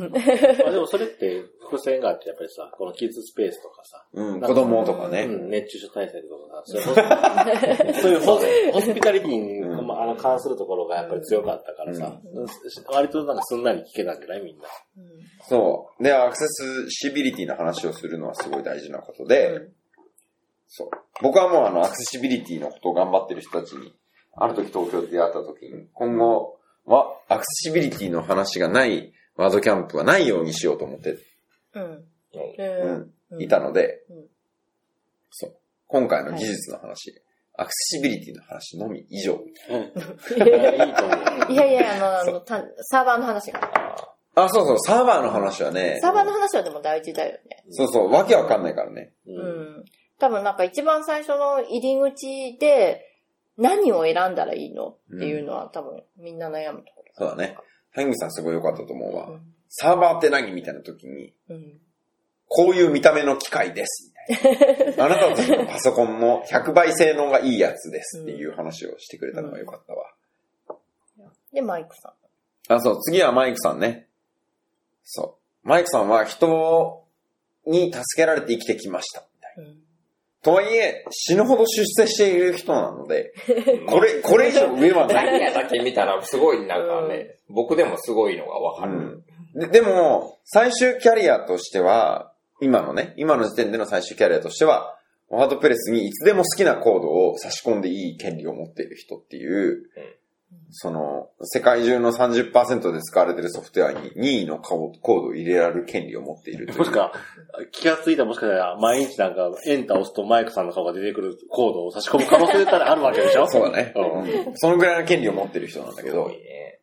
Speaker 12: あでもそれって伏線があって、やっぱりさ、このキッズスペースとかさ、
Speaker 1: う、うん、子供とかね。
Speaker 12: うん熱中症対策とかさ、そういうホスそういうホスホスピタリティに、
Speaker 1: うん
Speaker 12: まあ、あの関するところがやっぱり強かったからさ、割となんかすんなり聞けたんじゃないみんな。
Speaker 1: そう。で、アクセスシビリティの話をするのはすごい大事なことで、そう。僕はもうあの、アクセシビリティのことを頑張ってる人たちに、ある時東京で出会った時に、今後はアクセシビリティの話がないワードキャンプはないようにしようと思って、
Speaker 4: ィ。うん。
Speaker 1: う
Speaker 4: うん
Speaker 1: ん、いたので、
Speaker 4: うん
Speaker 1: そう。今回の技術の話、アクセシビリティの話のみ以上。
Speaker 12: いやいいと思う。
Speaker 4: いやいや、あのあの、たサーバーの話が。
Speaker 1: あ、そうそう、サーバーの話はね、
Speaker 4: サーバーの話はでも大事だよね。
Speaker 1: そうそう、わけわかんないからね。
Speaker 12: う
Speaker 4: うんん。多分なんか一番最初の入り口で、何を選んだらいいのっていうのは多分みんな悩むとこ
Speaker 1: そうだね。ハングさんすごい良かったと思うわ。
Speaker 4: ろ。
Speaker 1: サーバーって何みたいな時に、
Speaker 4: うん。
Speaker 1: こういう見た目の機械です。みたい *laughs* なあなたの時のパソコンの100倍性能がいいやつですっていう話をしてくれたのが良かったわ。
Speaker 4: で、マイクさん。
Speaker 1: あ、そう、次はマイクさんね。そう。マイクさんは人に助けられて生きてきました。みたいな
Speaker 4: うん
Speaker 1: とはいえ、死ぬほど出世している人なので、これ、これ以上上はない。
Speaker 2: 何やだけ見たらすごいなんかね、僕でもすごいのがわかる。
Speaker 1: ででも、最終キャリアとしては、今のね、今の時点での最終キャリアとしては、ワードプレスにいつでも好きなコードを差し込んでいい権利を持っている人っていう、その、世界中の30%で使われているソフトウェアに任意のコードを入れられる権利を持っていると
Speaker 12: *laughs*
Speaker 1: い
Speaker 12: もし
Speaker 1: う。
Speaker 12: か、気がついたらもしかしたら、毎日なんか、エンター押すとマイクさんの顔が出てくるコードを差し込む可能性だったらあるわけでしょ
Speaker 1: *laughs* そうだね、
Speaker 12: うん
Speaker 1: うんそのぐらいの権利を持っている人なんだけ
Speaker 2: すご
Speaker 1: ど
Speaker 2: い、ね。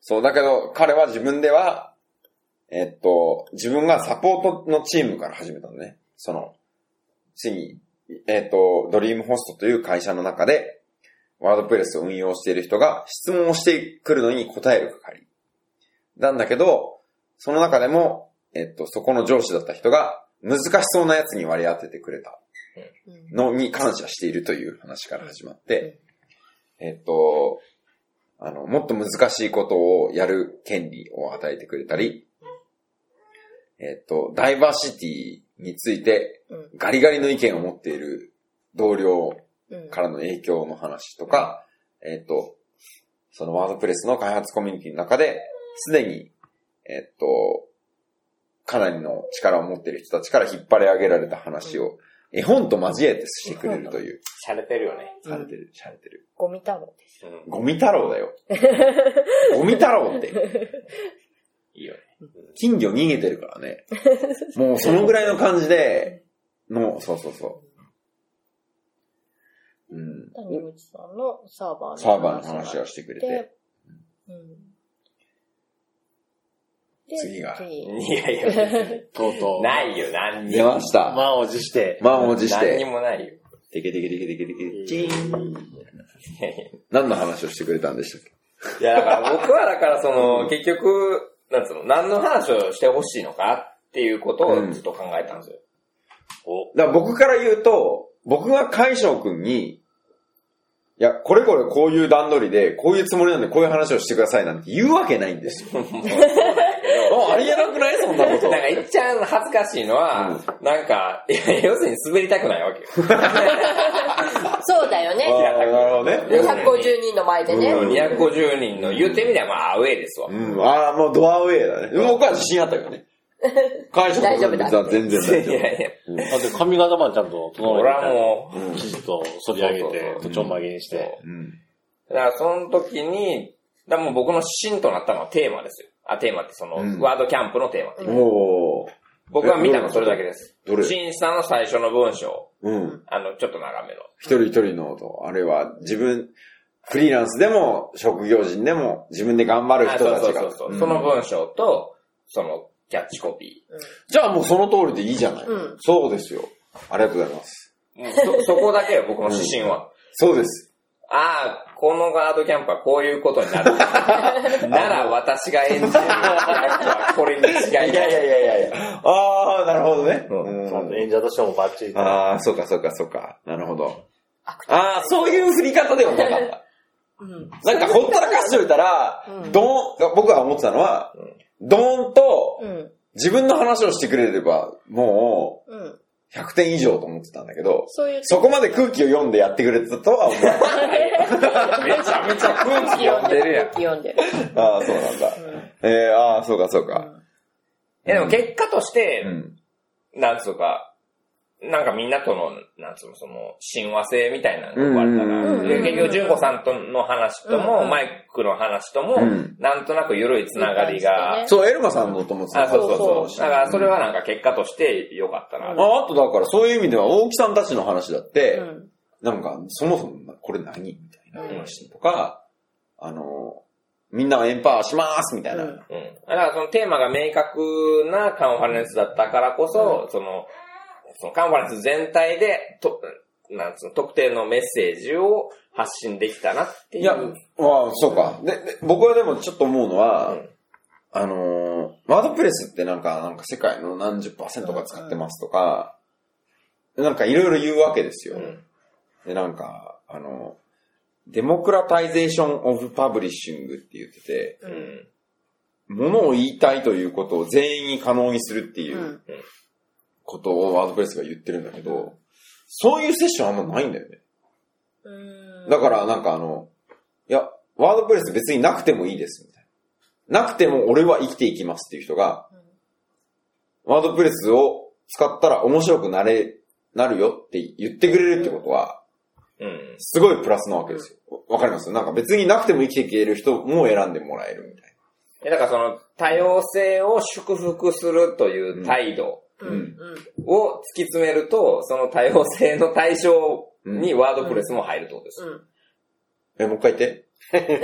Speaker 1: そう、だけど彼は自分では、えっと、自分がサポートのチームから始めたのね。その、ついに、えっと、ドリームホストという会社の中で、ワードプレスを運用している人が質問をしてくるのに答える係。なんだけど、その中でも、えっと、そこの上司だった人が難しそうなやつに割り当ててくれたのに感謝しているという話から始まって、えっと、あの、もっと難しいことをやる権利を与えてくれたり、えっと、ダイバーシティについて
Speaker 4: うん
Speaker 1: ガリガリの意見を持っている同僚
Speaker 4: うん。
Speaker 1: からの影響の話とか、えっと、そのワードプレスの開発コミュニティの中で、すでに、えっと、かなりの力を持っている人たちから引っ張り上げられた話を絵本と交えてしてくれるという。
Speaker 2: 洒落てるよね。
Speaker 1: されてる、されてる。
Speaker 4: ゴミ太郎です。
Speaker 2: うん。
Speaker 1: ゴミ太郎 *laughs* だよ。ゴミ太郎って。
Speaker 2: いいよね。
Speaker 1: 金魚逃げてるからね。もうそのぐらいの感じで、の、そうそうそう。うん。
Speaker 4: 谷口さんのサーバーの話。
Speaker 1: サーバーの話をしてくれて。
Speaker 4: で、うん。
Speaker 1: 次が
Speaker 2: いやいや、
Speaker 12: とうとう。
Speaker 2: ないよ、何に
Speaker 1: 出
Speaker 2: も。
Speaker 1: ました。
Speaker 12: 満を持して。
Speaker 1: 満を持し
Speaker 2: 何に
Speaker 1: て。
Speaker 2: もないよ。
Speaker 1: テケテケテケテケテケ。
Speaker 12: チーン。
Speaker 1: 何の話をしてくれたんでしたっけ
Speaker 2: いや、だから僕はだからその、結局、なんつうの、何の話をしてほしいのかっていうことをずっと考えたんですよ。
Speaker 1: だから僕から言うと、僕が海翔くんに、いや、これこれこういう段取りで、こういうつもりなんでこういう話をしてくださいなんて言うわけないんですよ。あありえななくないそんなこと。
Speaker 2: なんか、いっちゃん恥ずかしいのは、なんか、いや要するに滑りたくないわけよ。
Speaker 4: そうだよね。
Speaker 1: あーなるほどね。
Speaker 4: 250人の前でね。
Speaker 1: うん
Speaker 2: 250人の、言ってみれば、まあ、アウェイですわ。
Speaker 1: うん、ああ、もうドアウェイだね。僕は自信あったからね。会社
Speaker 4: 大丈夫だって
Speaker 1: 全然
Speaker 2: いや
Speaker 1: 大
Speaker 2: い
Speaker 1: 丈夫。
Speaker 2: や、
Speaker 12: あと髪型までちゃんと整え
Speaker 2: 俺
Speaker 12: て
Speaker 2: はもう、
Speaker 12: きちっと反り上げ
Speaker 2: そうそう
Speaker 12: て
Speaker 2: そ、う
Speaker 12: とちょんまげにして。
Speaker 1: うん。
Speaker 2: だからその時に、だからもう僕の芯となったのはテーマですよ。あ、テーマってその、
Speaker 1: うん
Speaker 2: ワードキャンプのテーマっていう。
Speaker 1: おお。
Speaker 2: 僕は見たのそれだけです。
Speaker 1: どれ
Speaker 2: 審査の最初の文章。
Speaker 1: うん。
Speaker 2: あの、ちょっと長めの。
Speaker 1: 一人一人のと、あるいは自分、フリーランスでも、職業人でも、自分で頑張る
Speaker 2: あ
Speaker 1: 人
Speaker 2: そう
Speaker 1: た
Speaker 2: そ
Speaker 1: ち
Speaker 2: うそ
Speaker 1: が
Speaker 2: うそう、。
Speaker 1: うん
Speaker 2: その文章と、そのキャッチコピ
Speaker 1: じゃあもうその通りでいいじゃない。
Speaker 4: うん
Speaker 1: そうですよ。ありがとうございます。
Speaker 2: ー。も
Speaker 1: *laughs*
Speaker 2: うそ、そこだけよ、僕の指針は。
Speaker 1: そうです。
Speaker 2: ああ、このガードキャンプはこういうことに
Speaker 1: *laughs*
Speaker 2: なる。なら私が演じる役はこれに違いな
Speaker 1: や
Speaker 2: い。
Speaker 1: いやいや。ああ、なるほどね。
Speaker 6: ちゃんと演者としてもバッチリと。
Speaker 1: ああ、そうかそうかそうか。なるほど。ああ、そういう振り方ではなか
Speaker 2: *laughs*
Speaker 1: った。
Speaker 4: うん。
Speaker 1: なんかほったらかしといたら、
Speaker 4: うん
Speaker 1: ドーン、僕が思ってたのは、ドーンと
Speaker 4: うん。
Speaker 1: 自分の話をしてくれれば、も
Speaker 4: うん。
Speaker 1: う100点以上と思ってたんだけど、
Speaker 4: そういう。
Speaker 1: そこまで空気を読んでやってくれてたとは思わない。
Speaker 2: めちゃめちゃ空気読んでるやん。
Speaker 4: 読んでる。
Speaker 1: ああ、そうなんだ。えー、ああ、そうかそうか。
Speaker 2: いやでも結果として、
Speaker 1: うん。
Speaker 2: なんつうか、なんかみんなとの、なんつうの、その、親和性みたいなのがあるか
Speaker 1: うんうんうん
Speaker 2: ら、で結局、純子さんとの話と
Speaker 4: うんう
Speaker 2: も、
Speaker 4: ん
Speaker 2: マイクの話とも
Speaker 1: うん、
Speaker 2: なんとなく緩いつながり
Speaker 4: い
Speaker 2: が
Speaker 4: い感、
Speaker 1: そう、エルマさんのともつ
Speaker 2: あ、そうそうそう
Speaker 1: し
Speaker 2: だから、それはなんか結果として良かったな。
Speaker 1: ああとだから、そういう意味では、大木さんたちの話だって、
Speaker 4: うん。
Speaker 1: なんか、そもそもこれ何みたいな話とか、あの、みんながエンパワーしますみたいな。
Speaker 4: うん。
Speaker 2: うん。だから、そのテーマが明確なカンファレンスだったからこそ、その、そのカンファレンス全体で、と、なんつうの、特定のメッセージを発信できたなっていう。
Speaker 1: いや、まあ、そうか。で、で僕はでもちょっと思うのは、
Speaker 2: うん
Speaker 1: あのー、ワードプレスってなんか、なんか世界の何十パーセントが使ってますとか、なんかいろいろ言うわけですよ。
Speaker 2: ん
Speaker 1: で、なんか、あの、デモクラタイゼーションオブパブリッシングって言ってて、
Speaker 2: うん。
Speaker 1: ものを言いたいということを全員に可能にするっていううんことをワードプレスが言ってるんだけど、そういうセッションあんまないんだよね。
Speaker 4: うん。
Speaker 1: だからなんかあの、いや、ワードプレス別になくてもいいです、みたいな。なくても俺は生きていきますっていう人が、ワードプレスを使ったら面白くなれ、なるよって言ってくれるってことは、
Speaker 2: うん。
Speaker 1: すごいプラスなわけですよ。わかりますなんか別になくても生きていける人も選んでもらえるみたい
Speaker 2: え、だからその多様性を祝福するという態度
Speaker 1: な。うん。
Speaker 2: を突き詰めると、その多様性の対象にワードプレスも入るってことです。
Speaker 1: え、もう一回言
Speaker 2: *laughs*
Speaker 1: って。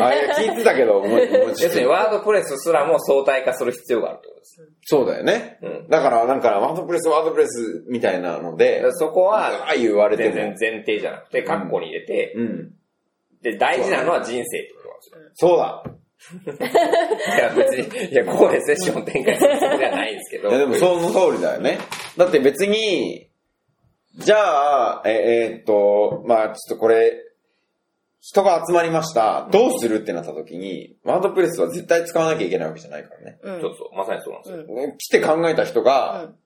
Speaker 1: あ、いや、聞いてたけど、もう、もうちょ
Speaker 2: 要
Speaker 1: っ
Speaker 2: するに
Speaker 1: と。
Speaker 2: ワードプレスすらも相対化する必要があるってことです。
Speaker 1: そうだよね。
Speaker 2: うん。
Speaker 1: だから、なんか、ワードプレス、ワードプレスみたいなの
Speaker 2: だ
Speaker 1: で
Speaker 2: から、そこ
Speaker 1: あ
Speaker 2: は
Speaker 1: あ言われて
Speaker 2: 全
Speaker 1: も。
Speaker 2: 然前提じゃなくて、カッコに入れて、
Speaker 1: うん。
Speaker 2: で、大事なのは人生ってことなんですよ。
Speaker 1: そうだ。
Speaker 2: いや、別に、いや、ここでセッションを展開するつもりはないんですけど。
Speaker 1: いやでもその通りだよね。だって別に、じゃあ、ええーっと、まあちょっとこれ、人が集まりました。どうするってなった時に、ワードプレスは絶対使わなきゃいけないわけじゃないからね。
Speaker 4: うん。
Speaker 2: そうそう、まさにそうなんですよ。
Speaker 1: ね来て考えた人が、
Speaker 4: うん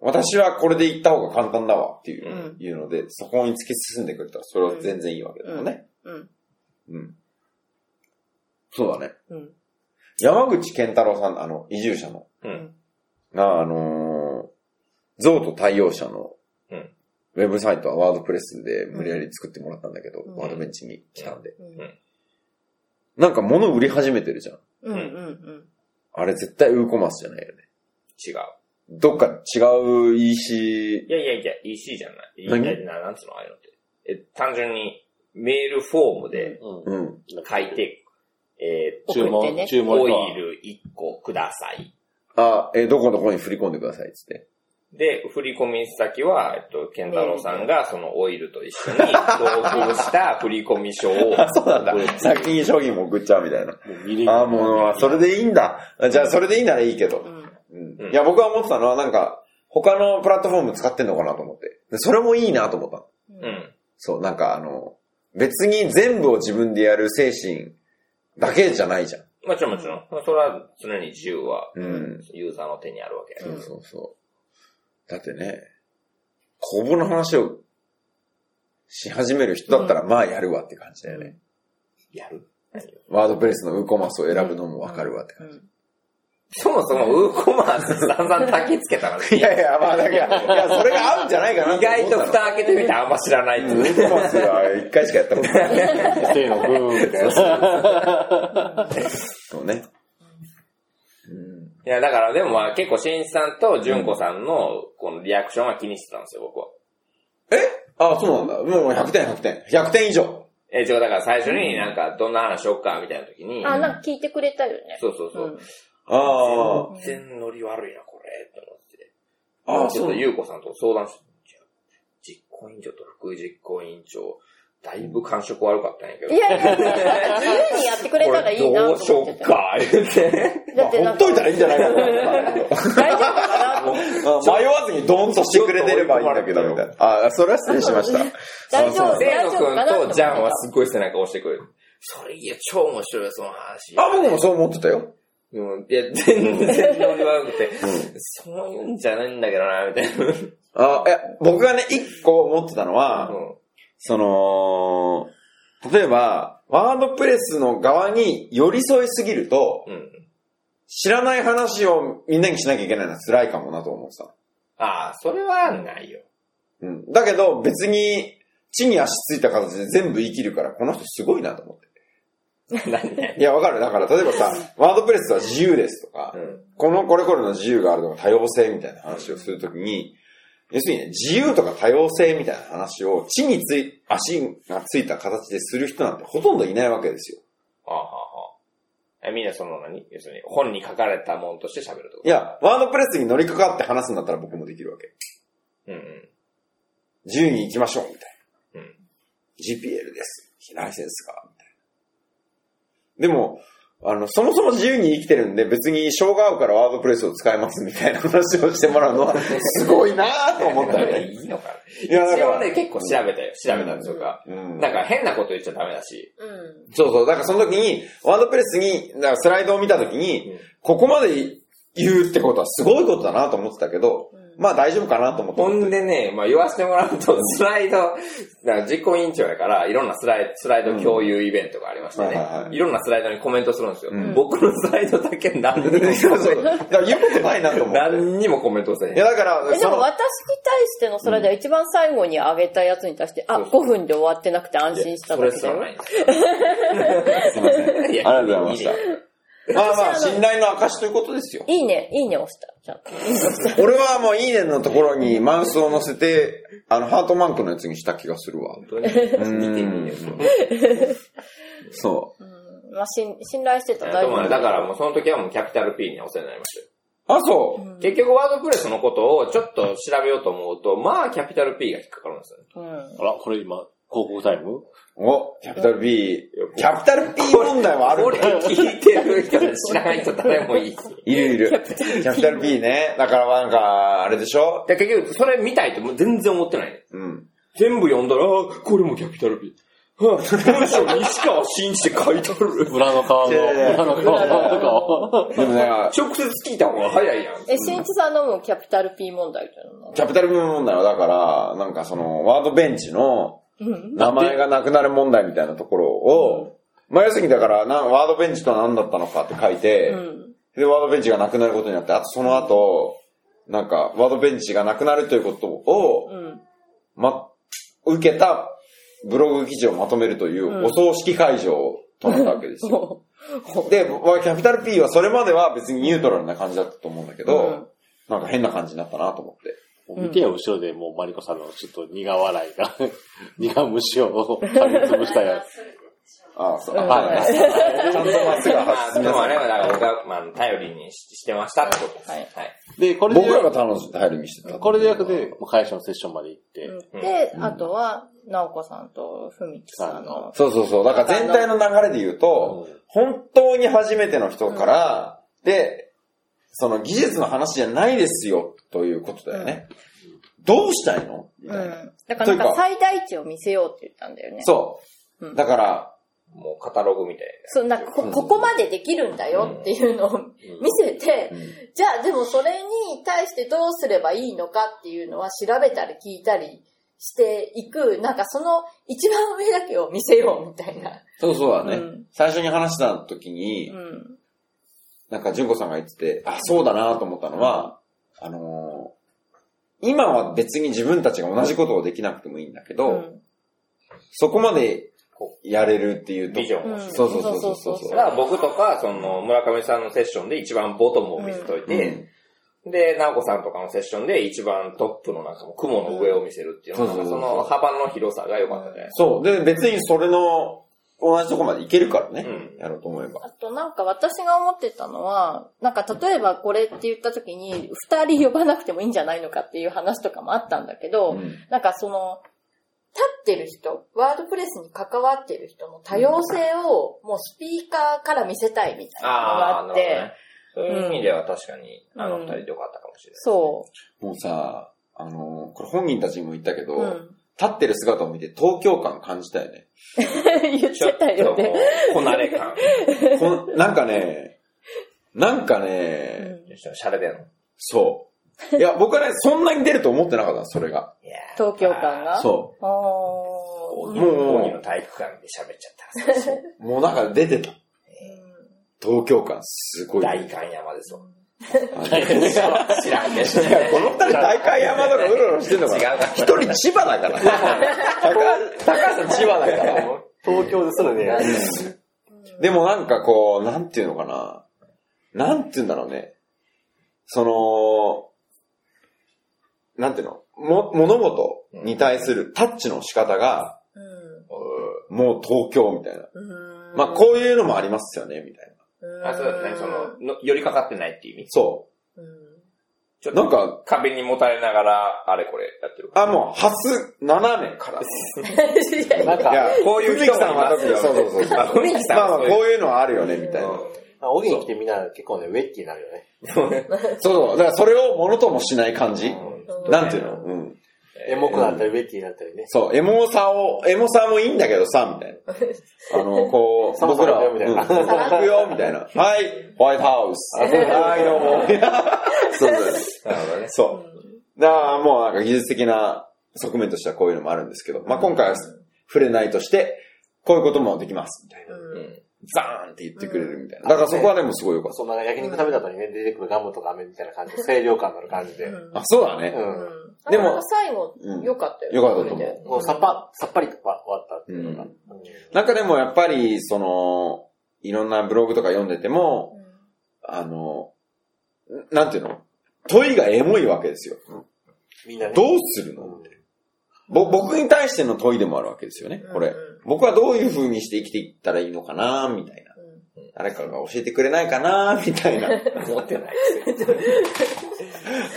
Speaker 1: 私はこれで行った方が簡単だわっていう,、
Speaker 4: うん
Speaker 1: いうので、そこに突き進んでくれたら、それは全然いいわけだよね。
Speaker 4: うん。
Speaker 1: うん。そうだね。
Speaker 4: うん
Speaker 1: 山口健太郎さん、あの、移住者の、
Speaker 2: うん
Speaker 1: が、あのー、象と太陽社の、
Speaker 2: うん
Speaker 1: ウェブサイトはワードプレスで無理やり作ってもらったんだけど、
Speaker 4: ん
Speaker 1: ワードベンチに来たんで。
Speaker 4: うん
Speaker 1: なんか物売り始めてるじゃん。
Speaker 4: うん。うん。
Speaker 1: あれ絶対ウーコマースじゃないよね。
Speaker 2: 違う。
Speaker 1: どっか違う EC、
Speaker 2: いやいやいや、EC じゃない。い
Speaker 1: 何
Speaker 2: やいやななんつうのああいうのって。え、単純にメールフォームで
Speaker 12: う
Speaker 1: うん。
Speaker 2: 書いて、え
Speaker 12: 注
Speaker 4: 送ってね
Speaker 12: 文、注
Speaker 2: ー、
Speaker 12: 文
Speaker 2: オ
Speaker 12: と
Speaker 2: イ
Speaker 12: は
Speaker 2: ル1個ください。
Speaker 1: あ、えーどこどこに振り込んでくださいっつって。
Speaker 2: で、振り込み先は、えっと、ケンタロウさんがそのオイルと一
Speaker 1: *laughs*
Speaker 2: 緒に同封した振り込み書を、
Speaker 1: あ、そうなんだ。先に商品も送っちゃうみたいな。
Speaker 12: もう見れる
Speaker 1: あ、もう、それでいいんだ。じゃあ、それでいいならいいけど。うんいや、僕は思ってたのは、なんか、他のプラットフォーム使ってんのかなと思って。でそれもいいなと思ったの。
Speaker 2: うん。
Speaker 1: そう、なんかあの、別に全部を自分でやる精神だけじゃないじゃん。
Speaker 2: もちろんもちろん。それは常に自由は、
Speaker 1: うん
Speaker 2: ユーザーの手にあるわけやけ
Speaker 1: そ
Speaker 2: ど
Speaker 1: うそうそう。だってね、公募の話をし始める人だったら、まあやるわって感じだよね。
Speaker 2: やる
Speaker 1: ワードプレスのウーコマースを選ぶのもわかるわって感じ。
Speaker 2: そもそもウーコマース散々焚きつけたら、
Speaker 1: いやいや、まあだから、いや、それが合うんじゃないかな
Speaker 2: 意外と
Speaker 1: 思っ
Speaker 2: 蓋
Speaker 1: たの
Speaker 2: 開けてみてあんま知らないってい
Speaker 1: *laughs*
Speaker 2: う
Speaker 1: ウーコマースは一回しかやったことない。
Speaker 12: せーの、ブーンみたい
Speaker 1: *laughs*
Speaker 12: な。
Speaker 1: そうね。うん。
Speaker 2: いや、だからでもまあ結構、新一さんと純子さんのこのリアクションは気にしてたんですよ、僕は。
Speaker 1: ああ、そうなんだ。もう100点、100点。100点以上。
Speaker 2: え、ちょ、だから最初になんか、どんな話しよっか、みたいな時に、
Speaker 4: あ、なんか聞いてくれたよね。
Speaker 2: そうそうそうう、
Speaker 1: あ
Speaker 2: 全然ノリ悪いな、これ、と思って。
Speaker 1: あ。ああ、
Speaker 2: ちょ
Speaker 1: そう
Speaker 2: っと
Speaker 1: なんだ。
Speaker 2: ゆうこさんと相談して、実行委員長と副実行委員長、だいぶ感触悪かったんやけど。
Speaker 4: いやいやいや、自由にやってくれたらいいな
Speaker 2: これど
Speaker 4: と
Speaker 2: うしよ
Speaker 4: 思って。
Speaker 2: ってか、言って。
Speaker 1: ま
Speaker 4: だ
Speaker 1: あ
Speaker 4: って
Speaker 1: ほ
Speaker 4: な
Speaker 1: っ
Speaker 4: んか
Speaker 1: といたらいいんじゃないかな。 *laughs*
Speaker 4: 大丈夫かな
Speaker 1: 迷わずにドーンとしてくれてればいいんだけど、みたいな。ああ、それは失礼しました。
Speaker 4: 大丈夫
Speaker 1: あそうなんだ
Speaker 2: せ
Speaker 4: 大
Speaker 2: いの
Speaker 4: 丈夫かなと
Speaker 2: く
Speaker 4: 思っ
Speaker 2: んと
Speaker 4: て
Speaker 2: ジャンはすっごい背中押してくれる。それいや、超面白いよ、その話。
Speaker 1: あ、僕もそう思ってたよ。
Speaker 2: うんいや、全然ノリ悪くて、そういうんじゃないんだけどな、みたいな。
Speaker 1: あいや僕がね、一個思ってたのは、その、例えば、ワードプレスの側に寄り添いすぎると、
Speaker 2: うん。うん。
Speaker 1: 知らない話をみんなにしなきゃいけないのは辛いかもなと思ってた。
Speaker 2: ああ、それはないよ。 *laughs*
Speaker 1: うん。だけど、別に、地に足ついた形で全部言い切るから、この人すごいなと思って。
Speaker 2: 何ね。
Speaker 1: いや、わかる。だから、例えばさ、ワードプレスは自由ですとか、
Speaker 2: うん。
Speaker 1: このこれこれの自由があるとか多様性みたいな話をするときに、要するにね、自由とか多様性みたいな話を地につい、足がついた形でする人なんてほとんどいないわけですよ。
Speaker 2: ああ、はあ、はあ。みんなその何要するに、本に書かれたもんとして喋るってこ
Speaker 1: いや、ワードプレスに乗りかかって話すんだったら僕もできるわけ。
Speaker 2: と。うんうん。
Speaker 1: 自由に行きましょう、みたいな。
Speaker 2: うん
Speaker 1: GPL です。ライセンスが、みたいな。でも、あの、そもそも自由に生きてるんで、別に障が合うからワードプレスを使いますみたいな話をしてもらうのは、すごいなぁと思ったよね。
Speaker 2: いいのか
Speaker 1: い
Speaker 2: な。 *laughs* 一応ね、結構調べたよ。調べたんですよか。
Speaker 1: うん
Speaker 2: なんか変なこと言っちゃダメだし。
Speaker 1: そうそう。だからその時に、ワードプレスに、だからスライドを見た時に、ここまで言うってことはすごいことだなと思ってたけど、まあ大丈夫かなと思って。
Speaker 2: ほんでね、まあ言わせてもらうと、スライド、なんか実行委員長やから、いろんなスライド、スライド共有イベントがありまして
Speaker 1: うんはいはいは
Speaker 2: ね、
Speaker 1: い
Speaker 2: いろんなスライドにコメントするんですよ
Speaker 1: うん。
Speaker 2: 僕のスライドだけ何にもコメン
Speaker 1: *laughs* そうそう。
Speaker 2: ト
Speaker 1: だから言うことないなと
Speaker 2: *laughs*
Speaker 1: 思って。
Speaker 2: 何にもコメントせえへん
Speaker 1: いや。だから、
Speaker 4: えで
Speaker 1: そ
Speaker 4: も
Speaker 1: の、
Speaker 4: 私に対してのそれでは一番最後に上げたやつに対して、あ、
Speaker 2: そう
Speaker 4: 5
Speaker 2: そう
Speaker 4: 分で終わってなくて安心した
Speaker 2: そ
Speaker 4: だ
Speaker 2: れ
Speaker 4: け
Speaker 2: す
Speaker 4: だ
Speaker 2: ら
Speaker 4: よ
Speaker 2: な。いんですよ。いや
Speaker 1: ありがとうございました。まあまあ、信頼の証ということですよ。
Speaker 4: いいね、いいね押した。ちゃんと。いいね押した。
Speaker 1: 俺はもういいねのところにマウスを乗せて、あの、ハートマークのやつにした気がするわ。
Speaker 2: 本当に見てみる
Speaker 1: そ
Speaker 4: うんまあ、信信頼してたら大丈夫。
Speaker 2: だからもうその時はもうキャピタル P にお世話になりましたよ。
Speaker 1: う。あ、そう。
Speaker 2: 結局ワードプレスのことをちょっと調べようと思うと、まあキャピタル P が引っかかるんですよね。
Speaker 4: うん。
Speaker 12: あら、これ今、広告タイム
Speaker 1: お、キャピタル B。キャピタル B 問題はある
Speaker 2: これ聞いてる人で知らない人誰もいいし。
Speaker 1: *laughs* いるいる。キャピタル B ね。だからなんか、あれでしょ
Speaker 2: で結局それ見たいってもう全然思ってないね。
Speaker 1: うん。
Speaker 2: 全部読んだら、あーこれもキャピタル P。はあ文章西川真一って書いてある。
Speaker 12: 裏の顔の、
Speaker 1: いやいやいや
Speaker 12: 裏の顔の顔。
Speaker 1: でもね、
Speaker 2: 直接聞いた方が早いやん。
Speaker 4: え、新一さんのもキャピタル P 問題っていうのは
Speaker 1: キャピタル B 問題はだから、なんかその、ワードベンチの名前がなくなる問題みたいなところを、まあ要するにだから、なワードベンチとは何だったのかって書いて、
Speaker 4: うん。
Speaker 1: で、ワードベンチがなくなることになって、あとその後、なんか、ワードベンチがなくなるということを、
Speaker 4: うん。
Speaker 1: ま、受けたブログ記事をまとめるという、お葬式会場となったわけですよ。 *laughs*
Speaker 4: ほ
Speaker 1: で、まあキャピタル P はそれまでは別にニュートラルな感じだったと思うんだけど、なんか変な感じになったなと思って。
Speaker 12: もう見てよ、後ろでもうマリコさんのちょっと苦笑いが、苦虫を噛み潰したや *laughs* つ。
Speaker 1: ああ、そう。
Speaker 4: うん
Speaker 1: はい。ちゃんとまっすぐは
Speaker 2: まあ、
Speaker 1: 発
Speaker 2: で
Speaker 1: 進
Speaker 2: もあれはだから僕が、まあ、頼りにししてましたってことです。
Speaker 4: はい
Speaker 2: はい。
Speaker 12: で、これで、
Speaker 1: 僕らが楽しんで入るにしてた。
Speaker 12: これで約で、もう会社のセッションまで行って、
Speaker 4: うん。で、あとは、なおこさんとふみきさんの。
Speaker 1: そうそうそう。だから全体の流れで言うと、本当に初めての人から、で、その技術の話じゃないですよ、ということだよね。どうしたいのみ
Speaker 4: う
Speaker 1: たいな。
Speaker 4: ん。だからなん
Speaker 1: というか
Speaker 4: か最大値を見せようって言ったんだよね。
Speaker 1: そうう。
Speaker 4: ん
Speaker 1: だから、
Speaker 2: もうカタログみたい
Speaker 4: そう、なんかこ、ここまでできるんだよっていうのを見せて、じゃあでもそれに対してどうすればいいのかっていうのは調べたり聞いたりしていく、なんかその一番上だけを見せようみたいな。
Speaker 1: そうそうだね。
Speaker 4: うん
Speaker 1: 最初に話した時に、
Speaker 4: うん。
Speaker 1: なんか、純子さんが言ってて、あ、そうだなと思ったのは、あのー今は別に自分たちが同じことをできなくてもいいんだけど、
Speaker 4: うん
Speaker 1: そこまでやれるっていうと
Speaker 2: ビジョンを
Speaker 4: うん
Speaker 1: そうそうそうそうそう
Speaker 2: な。だから僕とか、その、村上さんのセッションで一番ボトムを見せといて、で、直子さんとかのセッションで一番トップのなんかもう雲の上を見せるっていうの
Speaker 1: うん
Speaker 2: が、
Speaker 1: そうそう
Speaker 2: そ
Speaker 1: そう
Speaker 2: の幅の広さが良かったね。
Speaker 1: そう。で、別にそれの、同じとこまでいけるからね。
Speaker 2: う
Speaker 1: やろうと思えば。
Speaker 4: あとなんか私が思ってたのは、なんか例えばこれって言った時に、二人呼ばなくてもいいんじゃないのかっていう話とかもあったんだけど、
Speaker 1: うん
Speaker 4: なんかその、立ってる人、ワードプレスに関わってる人の多様性をもうスピーカーから見せたいみたいなのが
Speaker 2: ああ、
Speaker 4: あ
Speaker 2: な
Speaker 4: っ
Speaker 2: るほど
Speaker 4: て、
Speaker 2: ね。そういう意味では確かに、あの二人で良かったかもしれない。
Speaker 4: そ
Speaker 1: もうさ、あのーこれ本人たちにも言ったけど、
Speaker 4: う。うん。
Speaker 1: 立ってる姿を見て東京感感じたよね。
Speaker 4: *laughs* 言ってたよ
Speaker 2: ちょっとも
Speaker 4: ね。
Speaker 2: うこなれ感。
Speaker 1: こんなんかね、なんかね、
Speaker 4: うん
Speaker 2: ちょっとシャレでんの。
Speaker 1: そう。いや、僕はね、そんなに出ると思ってなかったのそれが。
Speaker 2: いやー
Speaker 4: 東京感が
Speaker 1: そう。
Speaker 4: あーうん
Speaker 2: 大
Speaker 1: も
Speaker 2: 木の体育館で喋っちゃった。
Speaker 1: う、もうなんか出てた。東京感すごい。
Speaker 2: 大観山ですわ。
Speaker 1: い
Speaker 2: 知らんけど。
Speaker 1: やこの二人大会山とかうろうろしてんのか
Speaker 2: 違う
Speaker 1: な
Speaker 2: か
Speaker 1: 一人千葉だから。
Speaker 4: *laughs*
Speaker 1: 高橋さん千葉だから。
Speaker 12: 東京ですらね、
Speaker 1: でもなんかこう、なんていうのかな。なんていうんだろうね。その、なんていうのも、物事に対するタッチの仕方が、もう東京みたいな。
Speaker 4: うん
Speaker 1: まあこういうのもありますよね、みたいな。
Speaker 2: あ、そうだね、その、の寄りかかってないっていう意味。
Speaker 1: そ
Speaker 2: ちょっ
Speaker 1: う。な
Speaker 2: と
Speaker 1: んか、
Speaker 2: 壁にもたれながら、あれこれやってる。
Speaker 1: あ、もう、初、斜めから。
Speaker 12: なん
Speaker 1: い
Speaker 12: か、
Speaker 1: や、こういう人もいますよ。そうそうそう。
Speaker 2: あ、雰囲気さん
Speaker 1: まあまあ、
Speaker 2: は
Speaker 1: こういうのはあるよね、みたいな。
Speaker 12: まあ大喜利来てみんな結構ね、ウェッキーになるよね。
Speaker 1: そうそう。だからそれをものともしない感じ。なんていうのうん。
Speaker 12: エモくなったり、ウェッキーになったりね。
Speaker 1: そう、エモさを、エモさもいいんだけどさ、み
Speaker 12: *laughs*
Speaker 1: たいな。あの、こう、
Speaker 12: サモ
Speaker 1: 僕
Speaker 12: さん
Speaker 1: らは、
Speaker 12: 行
Speaker 1: う
Speaker 12: く
Speaker 1: ん
Speaker 12: よみたいな
Speaker 1: 行くよ、み
Speaker 12: *laughs*
Speaker 1: たいな。はい、ホワイトハウス。はい、どうも。
Speaker 12: *laughs*
Speaker 1: そうそう。なるほどね。そう。だからもうなんか技術的な側面としてはこういうのもあるんですけど、まあ今回は触れないとして、こういうこともできます、みたいな。ザーンって言ってくれるみたいな。だからそこはでもすごいよかっ
Speaker 12: そんな焼肉食べた後にね、出てくるガムとか飴みたいな感じで、清涼感のある感じで。う
Speaker 1: た。あ、そうだね。
Speaker 12: ん。
Speaker 4: うん。
Speaker 1: で
Speaker 4: で
Speaker 1: も
Speaker 4: も、最後、
Speaker 1: うん
Speaker 4: 良かったよね。
Speaker 1: 良かったと思う
Speaker 4: それで
Speaker 12: もうさっぱ、さっぱりと終わったっていうのが。
Speaker 1: うんなんかでもやっぱり、その、いろんなブログとか読んでても、あの、なんていうの問いがエモいわけですよ。
Speaker 12: みんなね。
Speaker 1: どうするの
Speaker 12: うん
Speaker 1: ぼ僕に対しての問いでもあるわけですよね、これ。僕はどういう風にして生きていったらいいのかなみたいな。誰かが教えてくれないかなみたいな。
Speaker 2: 持ってない。
Speaker 1: *laughs*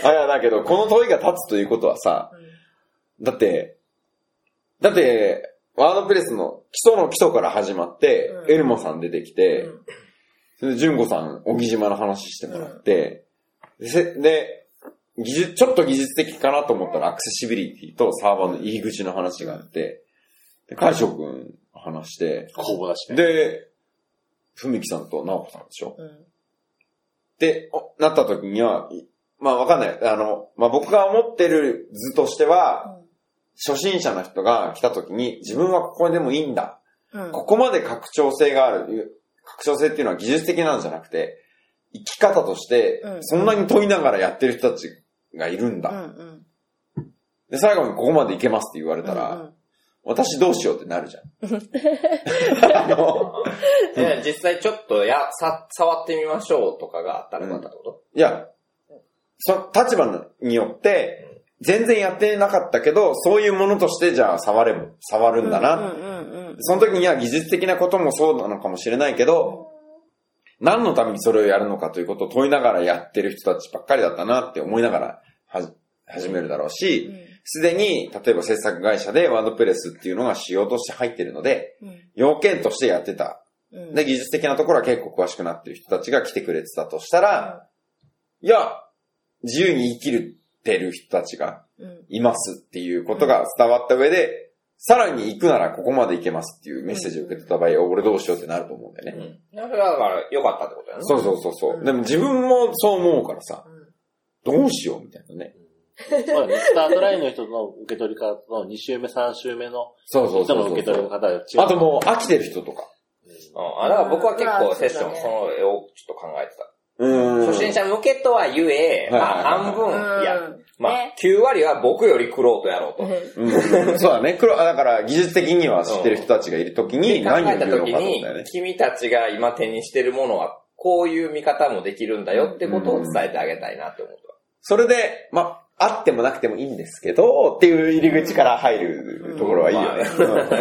Speaker 1: あれだけど、この問いが立つということはさ、だって、だって、ワードプレスの基礎の基礎から始まって、エルモさん出てきて、それで、純子さん、小木島の話してもらって、でせで、技術、ちょっと技術的かなと思ったら、アクセシビリティとサーバーの入り口の話があって、で、海翔くん話して、
Speaker 12: 公募だしね。
Speaker 1: で、ふみきさんと直子さんでしょ、で、おなった時には、いまあわかんない。あの、まあ僕が思ってる図としては、初心者の人が来た時に、自分はここでもいいんだ。ここまで拡張性がある。拡張性っていうのは技術的なんじゃなくて、生き方として、そんなに問いながらやってる人たちがいるんだ。で、最後にここまでいけますって言われたら、私どうしようってなるじゃん。あの、
Speaker 2: で実際ちょっとや、さ、触ってみましょうとかがあったらよかったってこ
Speaker 1: いや、そ、立場によって、全然やってなかったけど、そういうものとして、じゃあ触れも、触るんだな。その時には技術的なこともそうなのかもしれないけど、何のためにそれをやるのかということを問いながらやってる人たちばっかりだったなって思いながら、はじ、始めるだろうし、すでに、例えば制作会社でワードプレスっていうのが仕様として入ってるので、要件としてやってた。で、技術的なところは結構詳しくなってる人たちが来てくれてたとしたら、いや、自由に生きてる人たちがいますっていうことが伝わった上で、さらに行くならここまで行けますっていうメッセージを受けてた場合、お俺どうしようってなると思うんだよね。
Speaker 2: だから、良かったってことだよね。
Speaker 1: そうそうそうそう。でも自分もそう思うからさ、どうしようみたいなね。
Speaker 12: そうだねスタートラインの人の受け取り方と、2周目、3周目の
Speaker 1: そうそう
Speaker 12: 人
Speaker 1: そう
Speaker 12: の
Speaker 1: そう
Speaker 12: 受け取り方が違う。
Speaker 1: あともう飽きてる人とか。
Speaker 2: うん。あだから僕は結
Speaker 4: まあま
Speaker 2: 構
Speaker 4: あ
Speaker 2: セッション、
Speaker 4: そうだね
Speaker 2: その絵をちょっと考えてた。
Speaker 1: うーん。
Speaker 2: 初心者向けとは言え、
Speaker 1: はい
Speaker 2: ま
Speaker 1: はい
Speaker 2: あ
Speaker 1: はい
Speaker 2: 半分、いや、まあ
Speaker 7: ね
Speaker 2: 9割は僕より苦労とやろうと。
Speaker 1: うんそうだね。黒、あだから技術的には知ってる人たちがいるときに
Speaker 2: 考
Speaker 1: 何を
Speaker 2: え
Speaker 1: 言
Speaker 2: た
Speaker 1: うのかと
Speaker 2: とき
Speaker 1: か
Speaker 2: に
Speaker 1: だよね、。
Speaker 2: 君たちが今手にしてるものは、こういう見方もできるんだよってことを伝えてあげたいなって思っ
Speaker 1: それで、まあ、あってもなくてもいいんですけど、っていう入り口から入るところはいいよね。うん *laughs* バ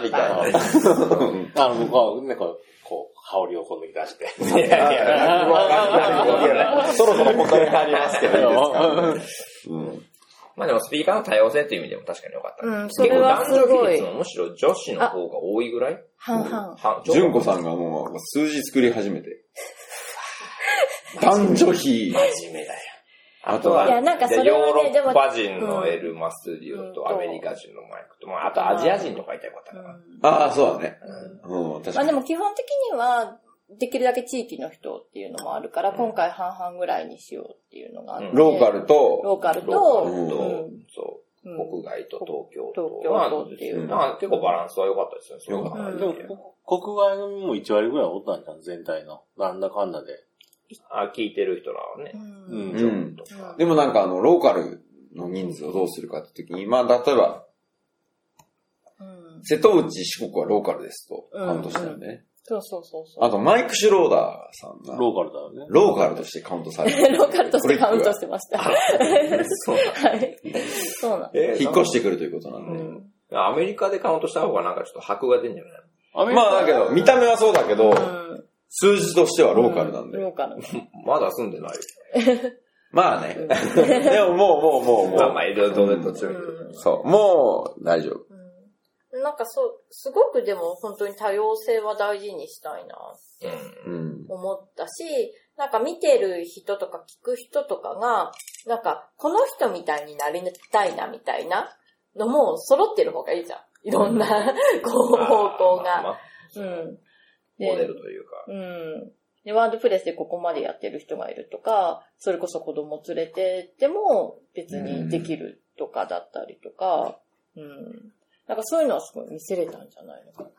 Speaker 1: ーンみたいな。
Speaker 12: あの、向こうはね、こう、こう、羽織をこんで出して。
Speaker 2: た。い *laughs* やいや、
Speaker 1: そろそろ本題に入りますけど、いいですか、うん、
Speaker 2: まあでもスピーカーの多様性っていう意味でも確かに良かった。
Speaker 4: うんそ
Speaker 2: 結
Speaker 4: れ
Speaker 2: 構
Speaker 4: はす
Speaker 2: 男
Speaker 4: ごい
Speaker 2: 女比率もむしろ女子の方が多いぐらい
Speaker 4: 半々。
Speaker 2: は
Speaker 1: 純子さんがもう数字作り始めて。男女比。
Speaker 2: 真面目だよ。
Speaker 1: あ
Speaker 2: あ
Speaker 1: と
Speaker 2: と
Speaker 1: は
Speaker 2: は、
Speaker 4: いやなんかそれはね
Speaker 2: ヨーロ
Speaker 4: でも
Speaker 2: ッパ人のエル・マスリオとアメリカ人のマイクと、まあ、あとアジア人とかいたよかったかな。
Speaker 1: ああ、そうだね。うん、確
Speaker 4: ま
Speaker 1: か
Speaker 4: あ
Speaker 1: に
Speaker 4: で。も基本的には、できるだけ地域の人っていうのもあるから、今回半々ぐらいにしようっていうのがあって。
Speaker 2: うん
Speaker 1: ローカルと、
Speaker 4: ローカル
Speaker 2: ロ
Speaker 4: と、
Speaker 2: ーカルと
Speaker 4: う、
Speaker 2: そう、
Speaker 4: うん
Speaker 2: 国外と東京と
Speaker 4: 東。京とっていう
Speaker 2: ま
Speaker 1: ん
Speaker 2: あ、まあ結構バランスは良かったですよね。
Speaker 1: 良か
Speaker 4: った
Speaker 2: そ
Speaker 12: でも
Speaker 2: う考えて、
Speaker 12: こ国外組も1割ぐらいおったんじゃん、全体の。なんだかんだで。
Speaker 2: あ、聞いてる人らはね。
Speaker 12: うん
Speaker 1: う。ん。でもなんかあの、ローカルの人数をどうするかって時に、まあ、例えば、
Speaker 4: うん
Speaker 1: 瀬戸内四国はローカルですとカウントしたよね。
Speaker 4: そうそうそうそう。
Speaker 1: あと、マイク・シュローダーさんが、
Speaker 12: ローカルだよね。
Speaker 1: ローカルとしてカウントされてる
Speaker 4: *laughs* ローカルとしてカウントしてました。
Speaker 2: そう
Speaker 4: はい。そうなんで
Speaker 2: え
Speaker 1: 引っ越してくるということなん
Speaker 4: す。う
Speaker 1: で。
Speaker 4: ん
Speaker 2: アメリカでカウントした方がなんかちょっと箔が出るんじゃない
Speaker 12: アメリ
Speaker 1: ま
Speaker 12: カ
Speaker 1: あだけど、見た目はそうだけど、数字としてはローカルなんで。
Speaker 4: ローカル。
Speaker 2: まだ住んでないよ。
Speaker 1: まあね。 *laughs* でももうもうもう
Speaker 2: まあ
Speaker 1: も
Speaker 2: まあ、いろいろどれどっちもいいけど
Speaker 1: う。そう、もう大丈夫。
Speaker 4: うんなんかそう、すごくでも本当に多様性は大事にしたいな
Speaker 1: うん。
Speaker 4: 思ったし、なんか見てる人とか聞く人とかが、なんかこの人みたいになりたいなみたいなのも揃ってる方がいいじゃん。いろんな、こう方向
Speaker 2: まあま
Speaker 4: が。
Speaker 2: あ
Speaker 4: うん。
Speaker 2: モデルというか。
Speaker 4: うん。で、ワードプレスでここまでやってる人がいるとか、それこそ子供連れてでも別にできるとかだったりとか、うん。なんかそういうのはすごい見せれたんじゃないのかな。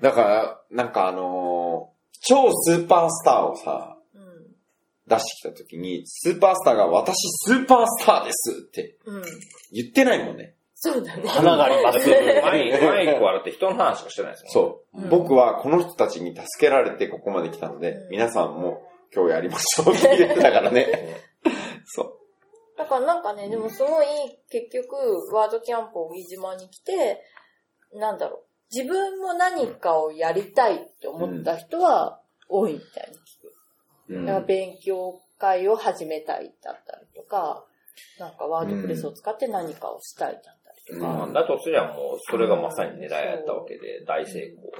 Speaker 1: だから、なんかあのー超スーパースターをさ、出してきた時に、スーパースターが私スーパースターですって
Speaker 4: うん。うん。
Speaker 1: 言ってないもんね。
Speaker 4: そうだね。
Speaker 12: 花があります。
Speaker 2: マイク、マイク割って人の話しかしてないですもん
Speaker 1: そう。
Speaker 2: ね
Speaker 1: 僕はこの人たちに助けられてここまで来たので、皆さんも今日やりましょうって言ってたからね。そ
Speaker 4: *laughs* だからなんかね、でもすごい結局、ワードキャンプを木島に来て、なんだろう、自分も何かをやりたいって思った人は多いみたいに聞く。
Speaker 1: *laughs* う。うん
Speaker 4: だから勉強会を始めたいだったりとか、なんかワードプレスを使って何かをしたいだったりと
Speaker 1: う
Speaker 4: か。
Speaker 1: ん
Speaker 2: まあだとすりゃもう、それがまさに狙いだったわけで、大成功と。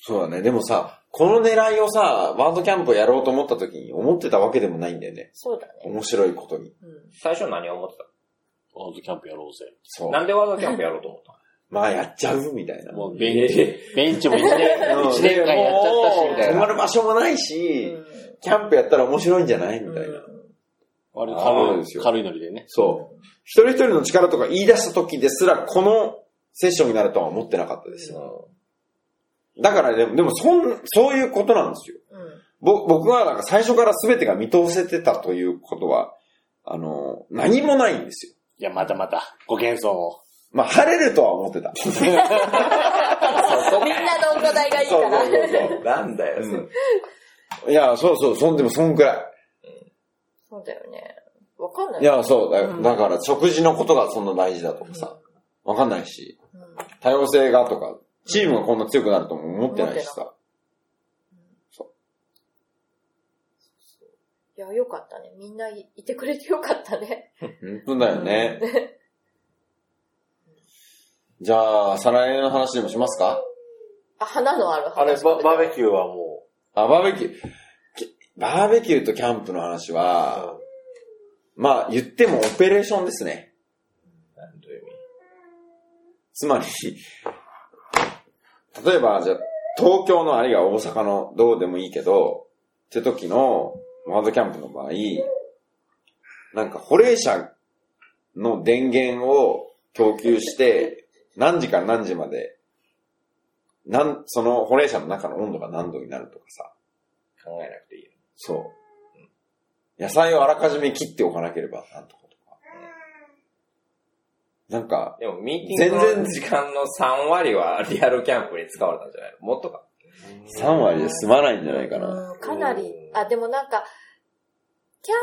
Speaker 1: そうだね。でもさ、この狙いをさ、ワードキャンプをやろうと思った時に思ってたわけでもないんだよね。
Speaker 4: そうだね。
Speaker 1: 面白いことに。
Speaker 4: うん。
Speaker 2: 最初何を思って
Speaker 12: ワードキャンプやろうぜ。
Speaker 1: そ
Speaker 2: た
Speaker 1: う。
Speaker 2: なんでワードキャンプやろうと思った
Speaker 1: まあやっちゃうみたいな。
Speaker 12: もうベンチ、ベンチも1年、一年間やっちゃったし、みたい
Speaker 1: 泊ま
Speaker 12: な。
Speaker 1: る場所もないし、キャンプやったら面白いんじゃないみたいな。
Speaker 12: 割と
Speaker 1: そう
Speaker 12: 軽
Speaker 1: で
Speaker 12: い
Speaker 1: すよ
Speaker 12: 軽いノリでね。
Speaker 1: そう。一人一人の力とか言い出した時ですら、このセッションになるとは思ってなかったです。だからでも、でもそん、そういうことなんですよ。ぼ僕はなんか最初から全てが見通せてたということは、あの、何もないんですよ。
Speaker 12: いや、またまた、ご謙遜を。
Speaker 1: まあ、晴れるとは思ってた。
Speaker 4: みんなのお答えがいいから。
Speaker 2: のなんだよ、それ
Speaker 1: いや、そうそう、そんでもそんくらい。
Speaker 4: そうだよね。わかんない
Speaker 1: い
Speaker 4: よ。
Speaker 1: や、そうだ、だから食事のことがそんな大事だとかさ、わかんないし、多様性がとか、チームがこんな強くなるとも思ってないしさ。
Speaker 4: いや、よかったね。みんないいてくれてよかったね。
Speaker 1: 本当だよね。じゃあ、再来年の話でもしますか
Speaker 4: あ、花のある
Speaker 6: あれ、
Speaker 4: 話。
Speaker 6: ババーベキューはも
Speaker 1: あ、バーベキュー。きバーベキューとキャンプの話は、まあ言ってもオペレーションですね。
Speaker 2: なんという意味。
Speaker 1: つまり、例えば、じゃあ東京のあるいは大阪のどうでもいいけど、って時のワードキャンプの場合、なんか保冷車の電源を供給して、何時から何時まで、なん、その保冷車の中の温度が何度になるとかさ、
Speaker 2: 考えなくていいよ。
Speaker 1: そう。野菜をあらかじめ切っておかなければなんとかとか。なんか、
Speaker 2: でも、ミーティング
Speaker 1: 全
Speaker 2: の
Speaker 1: 然
Speaker 2: 時間の3割はリアルキャンプに使われたんじゃないのもっとか。
Speaker 1: 3割で済まないんじゃないかな。
Speaker 4: うんかなり、あ、でもなんか、キャン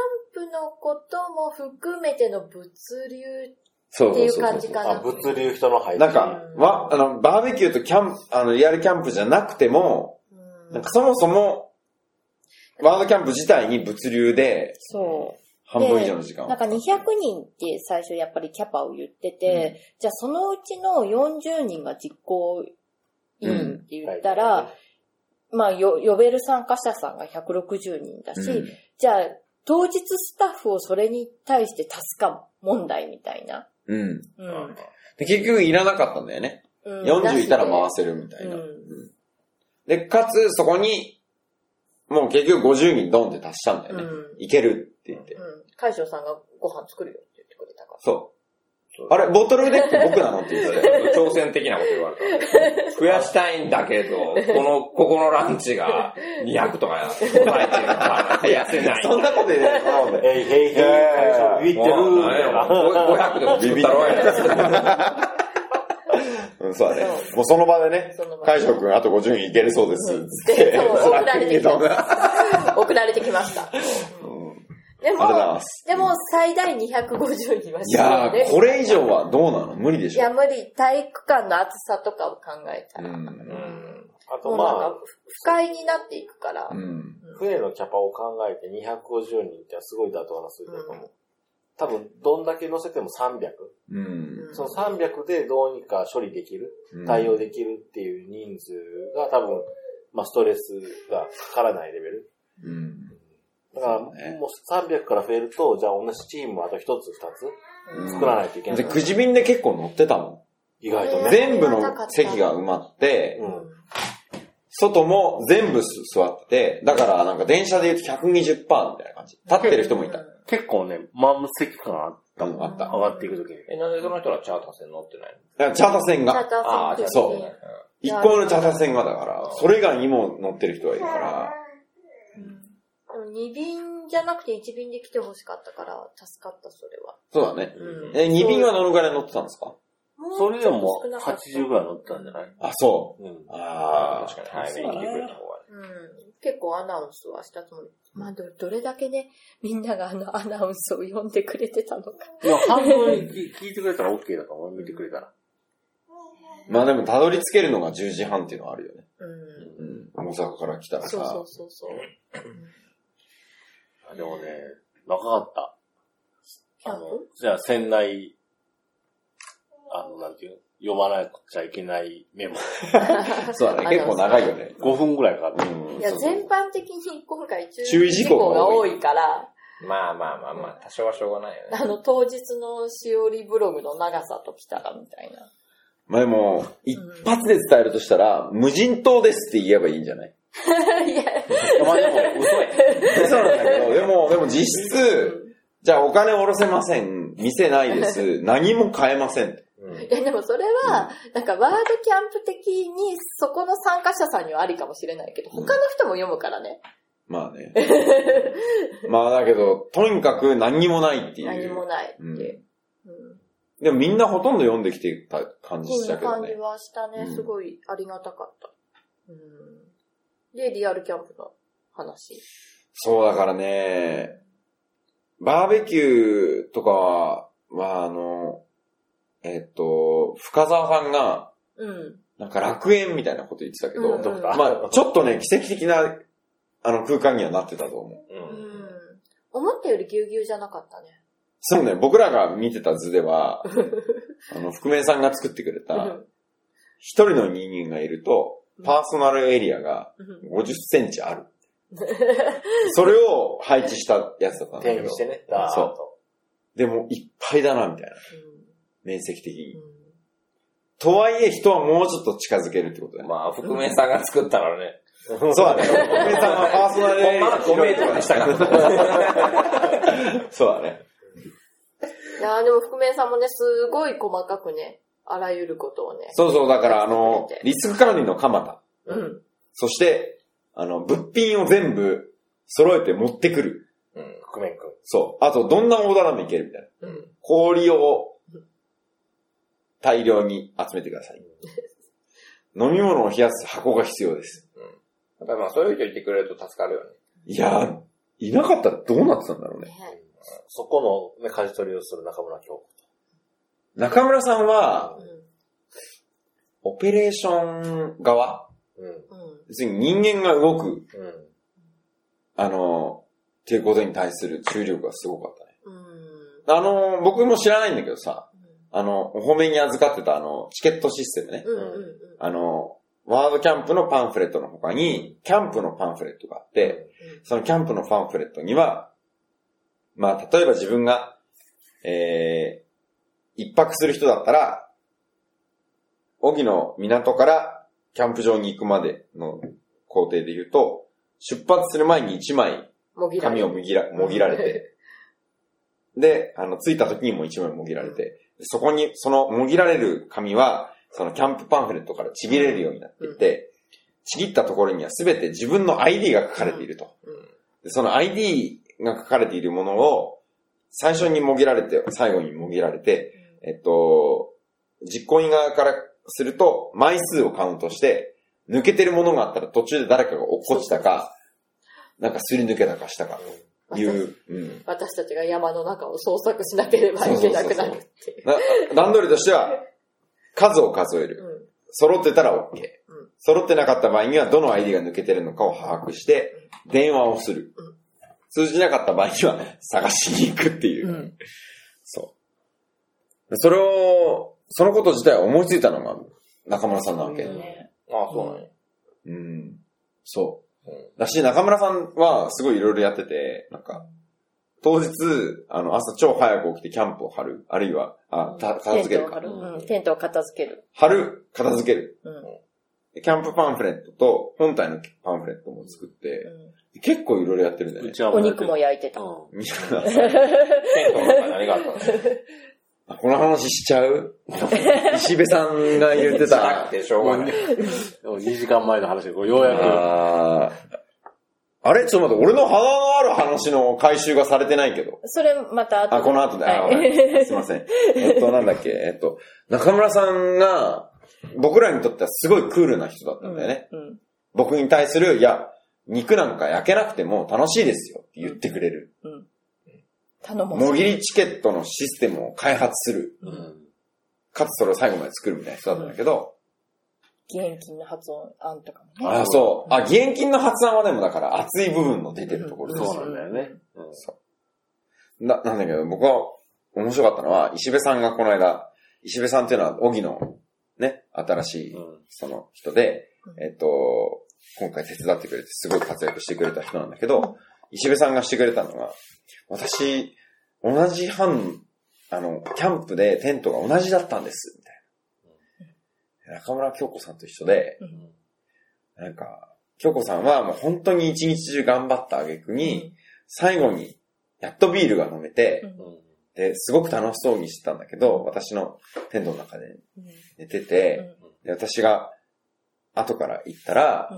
Speaker 4: プのことも含めての物流
Speaker 1: そう
Speaker 4: って
Speaker 1: そうそ
Speaker 4: い
Speaker 1: うう
Speaker 4: 感じか
Speaker 12: あ、
Speaker 4: な。
Speaker 12: 物流人の配置。
Speaker 1: なんか、わ、あの、バーベキューとキャンプ、あの、リアルキャンプじゃなくても、
Speaker 4: うん
Speaker 1: なんかそもそも、ワードキャンプ自体に物流で、
Speaker 4: そ
Speaker 1: 半分以上の時間
Speaker 4: う。
Speaker 1: を
Speaker 4: なんか200人って最初やっぱりキャパを言ってて、じゃあそのうちの40人が実行委員って言ったら、まあよ、呼べる参加者さんが160人だし、
Speaker 1: うん
Speaker 4: じゃあ当日スタッフをそれに対して足すか問題みたいな。
Speaker 1: うん。
Speaker 4: うん。
Speaker 1: で、結局いらなかったんだよね。
Speaker 4: うん、
Speaker 1: 40いたら回
Speaker 4: す。
Speaker 1: せるみたいな。
Speaker 4: うん
Speaker 1: うんで、かつ、そこに、もう結局50人ドンって足したんだよね。
Speaker 4: う
Speaker 1: いけるって言って
Speaker 4: う。ん。大将さんがご飯作るよって言ってくれたか
Speaker 1: そう。あれ、ボトルネック僕なのって言ってた
Speaker 4: *laughs*
Speaker 1: よ。
Speaker 2: 挑戦的なこと言われた。増やしたいんだけど、この、ここのランチが200とか入ってるから、増やせない。
Speaker 1: そんなこと言えないと
Speaker 4: *laughs*
Speaker 1: 思うね。
Speaker 12: えいへいへい、
Speaker 1: いやいやいや
Speaker 12: 最初ビビってるみたいな。
Speaker 2: 500でも作ったろや。
Speaker 1: うん、そうだね。もうその場でね
Speaker 4: その場、で
Speaker 1: 海翔くんあと50人いけるそうです。つっ
Speaker 4: う
Speaker 1: て
Speaker 4: んそう送られてきたら。送られてきました。
Speaker 1: *laughs* うん
Speaker 4: で
Speaker 1: ありがとうござい
Speaker 4: も
Speaker 1: ま、す。
Speaker 4: でも最大250人はい必
Speaker 1: やー、
Speaker 4: 要で。
Speaker 1: これ以上はどうなの無理で
Speaker 4: い
Speaker 1: しょ
Speaker 4: や、。無理。体育館の暑さとかを考えた
Speaker 1: う
Speaker 4: ら。も
Speaker 1: ん。
Speaker 12: あと
Speaker 4: う
Speaker 12: ま
Speaker 4: なん
Speaker 12: あ
Speaker 4: か、、不快になっていくから。
Speaker 1: うん。
Speaker 12: 船のキャパを考えて250人ってすごい妥当な数字だと思う。多分、どんだけ乗せても300。
Speaker 1: うん。
Speaker 12: その300でどうにか処理できる、対応できるっていう人数が多分、まあ、ストレスがかからないレベル。
Speaker 1: うん。
Speaker 12: だから、
Speaker 1: そうね
Speaker 12: もう300から増えると、じゃあ同じチームあと1つ、2つ作らないといけない。
Speaker 1: で、くじ便で結構乗ってたも
Speaker 12: 意外と
Speaker 1: ん。
Speaker 12: ね。
Speaker 1: 全部の席が埋まって
Speaker 12: う、ん。
Speaker 1: 外も全部す座ってて、だからなんか電車で言うと120%みたいな感じ。立ってる人もいた。
Speaker 12: 結構ね、満席感
Speaker 1: 多分あった。
Speaker 12: 上がっていくときに。
Speaker 2: え、なんでその人らチャーター船乗ってないの
Speaker 1: だからチャーター船
Speaker 4: チャ
Speaker 1: が
Speaker 4: ー、ター船
Speaker 1: そ
Speaker 4: 来
Speaker 1: う
Speaker 4: るね。
Speaker 1: 一個のチャーター船がだから、それ以外にも乗ってる人がいるから、
Speaker 4: でも2便じゃなくて1便で来てほしかったから、助かった、それは。
Speaker 1: そうだね。
Speaker 4: うん
Speaker 1: え、2便はどのくらい乗ってたんですか
Speaker 12: それでも
Speaker 4: ちょっと少なかった
Speaker 12: 80ぐらい乗ったんじゃない
Speaker 1: あ、そう。
Speaker 12: うん。
Speaker 1: あ
Speaker 2: 確かに早めに来てくれた方が
Speaker 4: うん、結構アナウンスはしたつもり。まあど、どれだけね、みんながあのアナウンスを読んでくれてたのか。
Speaker 12: いや、半分聞聞いてくれたら OK だと思う。見てくれたら。
Speaker 1: まあでも、たどり着けるのが10時半っていうのはあるよね。
Speaker 4: うん。
Speaker 1: うん。大阪から来たら
Speaker 4: そうそ
Speaker 1: さ
Speaker 4: う、そうそう。
Speaker 12: でもね、長かった。
Speaker 4: キャ
Speaker 12: あ
Speaker 4: ン
Speaker 12: の
Speaker 4: プ、
Speaker 12: じゃあ、船内、あの、なんていうの読まなくちゃいけないメモ。
Speaker 4: *laughs*
Speaker 1: そうだね。結構長いよね。
Speaker 12: 5分ぐらいかかった。
Speaker 1: うん
Speaker 4: いや、
Speaker 1: そうそう
Speaker 4: 全般的に今回
Speaker 1: 注意事項が
Speaker 4: が
Speaker 1: 多
Speaker 4: 多
Speaker 1: い
Speaker 4: いから、
Speaker 2: まあまあまあまあ、多少はしょうがないよね。
Speaker 4: あの、当日のしおりブログの長さときたらみたいな。
Speaker 1: まあでも、一発で伝えるとしたら、無人島ですって言えばいいんじゃない
Speaker 4: いや、
Speaker 12: まあでも、嘘や。
Speaker 1: そうなんだけど、でも、でも実質、じゃあお金下ろせません、店ないです、何も買えません。
Speaker 4: いやでもそれは、なんかワードキャンプ的にそこの参加者さんにはありかもしれないけど、他の人も読むからね。
Speaker 1: まあね。まあだけど、とにかく何にもないっていう。
Speaker 4: 何もないって。
Speaker 1: うん
Speaker 4: うん
Speaker 1: でもみんなほとんど読んできてた感じした
Speaker 4: 金
Speaker 1: けど
Speaker 4: 感じ
Speaker 1: ね。
Speaker 4: はした
Speaker 1: う
Speaker 4: ね。
Speaker 1: ん
Speaker 4: すごいありがたかった。うん、で、リアルキャンプの話。
Speaker 1: そうだからね、バーベキューとかは、まああの、えっと、深澤さんが、
Speaker 4: うん。
Speaker 1: なんか楽園みたいなこと言ってたけど、
Speaker 4: うんうん
Speaker 1: まあちょっとね、奇跡的な、あの空間にはなってたと思う。
Speaker 2: う。
Speaker 4: うんん。思ったよりぎゅうぎゅうじゃなかったね。
Speaker 1: そう
Speaker 4: *laughs*
Speaker 1: ね、僕らが見てた図では、あの、覆面さんが作ってくれ
Speaker 4: う
Speaker 1: た、
Speaker 4: ん
Speaker 1: 一人の人間がいると、パーソナルエリアが
Speaker 4: *laughs* うん
Speaker 1: 50センチある。それを配置したやつだったんだ
Speaker 6: 定
Speaker 1: け
Speaker 6: 義
Speaker 1: ど
Speaker 6: し。てね、ダーッと。
Speaker 1: でも、いっぱいだな、みたいな。面積的に。とはいえ人はもうちょっと近づけるってことだね。
Speaker 2: まあ、覆面さんが作ったらね、
Speaker 1: そうだね。おめさんはパーソナル
Speaker 2: ほんまは5メートルでしたから。
Speaker 1: そうだね。
Speaker 9: いやーでも覆面さんもね、すごい細かくね、あらゆることをね。
Speaker 1: そうそう、だからあの、リスク管理の鎌田。
Speaker 9: うん。
Speaker 1: そして、あの、物品を全部揃えて持ってくる。
Speaker 6: 覆面くん。
Speaker 1: そう。あと、どんなオーダーでもいけるみたいな。
Speaker 2: うん
Speaker 1: 氷を大量に集めてください。飲み物を冷やす箱が必要です。
Speaker 2: やっぱりまあ、そういう人いてくれると助かるよね。
Speaker 1: いやー、いなかったらどうなってたんだろうね。
Speaker 6: そこのね、舵取りをする中村京
Speaker 1: 中村さんは、オペレーション側
Speaker 6: 子。うん。
Speaker 1: 別に人間が動く
Speaker 6: うん。
Speaker 1: あの、っていうことに対する注力がすごかったね。
Speaker 9: うん。
Speaker 1: あの、僕も知らないんだけどさ、あの、お褒めに預かってたあの、チケットシステムね。
Speaker 9: うん。うん。
Speaker 1: あの、ワードキャンプのパンフレットの他に、キャンプのパンフレットがあって、そのキャンプのパンフレットには、まあ、例えば自分が、えー、一泊する人だったら、荻の港からキャンプ場に行くまでの工程で言うと、出発する前に1枚
Speaker 9: もぎられ
Speaker 1: 髪をもぎらもぎられて、で、あの、着いた時にも一枚もぎられて、そこに、そのもぎられる髪は、そのキャンプパンフレットからちぎれるようになっていて、ちぎったところには全て自分の ID が書かれていると。でその ID が書かれているものを、最初にもぎられて、最後にもぎられて、えっと、実行委員側からすると、枚数をカウントして、抜けてるものがあったら途中で誰かが落っこちたか、なんかすり抜けたかしたか、いう、うん。
Speaker 9: 私たちが山の中を捜索しなければいけなくなるっていう。
Speaker 1: な段取りとしては、数を数える。
Speaker 9: うん
Speaker 1: 揃ってたら OK
Speaker 9: ん。
Speaker 1: 揃ってなかった場合には、どの ID が抜けてるのかを把握して、電話をする。通じなかった場合には、探しに行くっていう。
Speaker 9: うん
Speaker 1: そう。それを、そのこと自体を思いついたのが中村さんなわけ。
Speaker 2: ああ、そうなんや。
Speaker 1: うん。そう。だし、中村さんはすごいいろいろやってて、なんか、当日、あの、朝超早く起きてキャンプを張る。あるいは、あ、た片付けるか。
Speaker 7: うん、テントを片付ける。
Speaker 1: 貼る、片付ける。
Speaker 7: うん
Speaker 1: でキャンプパンフレットと本体のパンフレットも作って、結構いろいろやってるんだよ
Speaker 12: う
Speaker 1: ね。
Speaker 12: ちはも
Speaker 7: お
Speaker 12: う
Speaker 7: 肉も焼いてた。
Speaker 12: う
Speaker 1: みんな
Speaker 2: テントの中に何があったの
Speaker 1: あこの話しちゃう石部さんが言って
Speaker 2: した
Speaker 1: た
Speaker 2: く。てしょうがない。
Speaker 12: ん。2時間前の話で、こうようや
Speaker 1: あーあれちょっと待って、俺の鼻のある話の回収がされてないけど。
Speaker 7: それまた後
Speaker 1: あ、この後で。あはいすいません。えっと、なんだっけ、えっと、中村さんが、僕らにとってはすごいクールな人だったんだよね。
Speaker 7: うん。
Speaker 1: 僕に対する、いや、肉なんか焼けなくても楽しいですよって言ってくれる。
Speaker 7: 頼も
Speaker 1: も
Speaker 7: う。
Speaker 1: ぎりチケットのシステムを開発する。
Speaker 12: く、うん。
Speaker 1: かつそれを最後まで作るみたいな人だったんだけど、
Speaker 7: 現金の発音案とかもね。
Speaker 1: ああ、そう。あ、義援金の発案はでもだから熱い部分の出てるところです
Speaker 12: そう
Speaker 1: よ
Speaker 12: なんだよね。うん
Speaker 1: な、なんだけど、僕は面白かったのは、石部さんがこの間、石部さんっていうのは、荻の、ね、新しい、その人で、えっと、今回手伝ってくれて、すごい活躍してくれた人なんだけど、石部さんがしてくれたのが、私、同じ班、あの、キャンプでテントが同じだったんです、みたいな。中村京子さんと一緒で、なんか、京子さんはもう本当に一日中頑張った挙句に、最後に、やっとビールが飲めて、で、すごく楽しそうにしてたんだけど、私のテントの中で寝てて、で私が後から行ったら、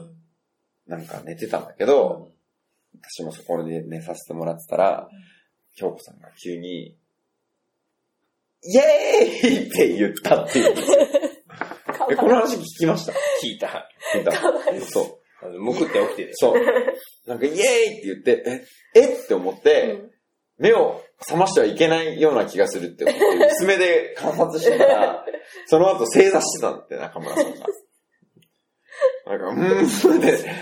Speaker 1: なんか寝てたんだけど、私もそこで寝させてもらってたら、京子さんが急に、イエーイって言ったって *laughs* いう。え、この話聞きました
Speaker 2: 聞いた。
Speaker 1: 聞いた。そう。
Speaker 2: むくって起きてる。 *laughs*
Speaker 1: そう。なんか、イエーイって言って、え、えって思って、目を覚ましてはいけないような気がするって思って、薄めで観察してた
Speaker 2: *laughs*
Speaker 1: ら、その後正座してたんだって、中村さんが。なんか、うーんっ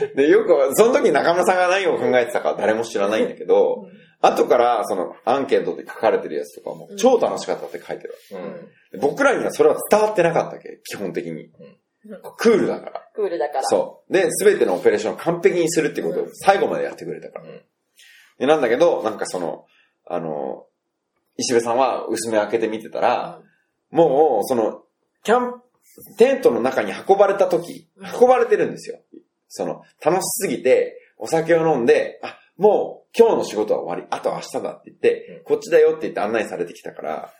Speaker 1: てで、よく、その時中村さんが何を考えてたかは誰も知らないんだけど、後から、その、アンケートで書かれてるやつとかも、超楽しかったって書いてる。
Speaker 2: うん。
Speaker 1: で僕らにはそれは伝わってなかったっけ、基本的に。クールだから。
Speaker 9: クールだから。
Speaker 1: そう。で、すべてのオペレーションを完璧にするってことを最後までやってくれたから。
Speaker 2: うん
Speaker 1: でなんだけど、なんかその、あの、石部さんは薄め開けて見てたら、もう、その、キャンテントの中に運ばれた時、運ばれてるんですよ。その、楽しすぎて、お酒を飲んで、あ、もう今日の仕事は終わり、あとは明日だって言って、こっちだよって言って案内されてきたから、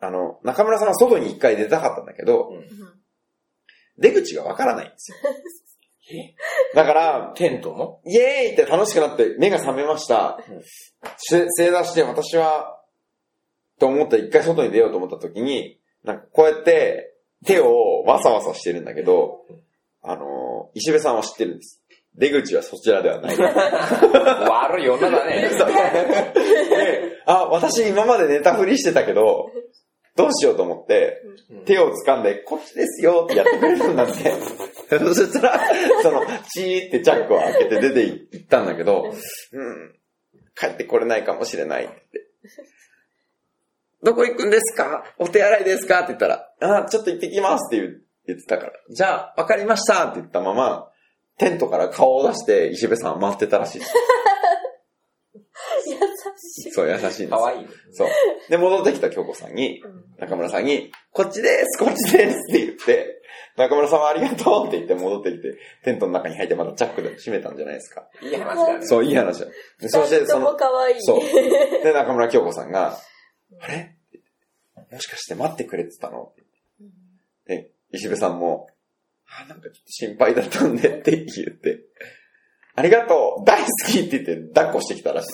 Speaker 1: あの、中村さんは外に一回出たかったんだけど、出口がわからないんですよ。だから、
Speaker 2: テントも
Speaker 1: イエーイって楽しくなって目が覚めました。せ正座して私は、と思って一回外に出ようと思った時に、なんかこうやって手をわさわさしてるんだけど、あの、石部さんは知ってるんです。出口はそちらではない。
Speaker 2: 悪い女だね。
Speaker 1: であ、私今まで寝たふりしてたけど、どうしようと思って、手を掴んで、こっちですよってやってくれたんだって。そしたら、その、チーってチャックを開けて出て行ったんだけど、うん、帰ってこれないかもしれないって。どこ行くんですかお手洗いですかって言ったら、あ、ちょっと行ってきますって言う言ってたから。じゃあ、わかりましたって言ったまま、テントから顔を出して石部さんを待ってたらしいです。
Speaker 9: 優しい。
Speaker 1: そう、優しいんですよ。
Speaker 2: 可愛いい。
Speaker 1: そう。で、戻ってきた京子さんに、中村さんに、こっちですこっちですって言って、中村さんはありがとうって言って戻ってきて、テントの中に入ってまたチャックで閉めたんじゃないですか。
Speaker 2: いい話だね。
Speaker 1: そう、いい話だ。でそして、
Speaker 9: 二人
Speaker 1: そ
Speaker 9: とも
Speaker 1: の、
Speaker 9: 可愛い。
Speaker 1: そう。で、中村京子さんが、あれもしかして待ってくれてたので、石部さんも、あ、なんかちょっと心配だったんでって言って、ありがとう大好きって言って抱っこしてきたらしい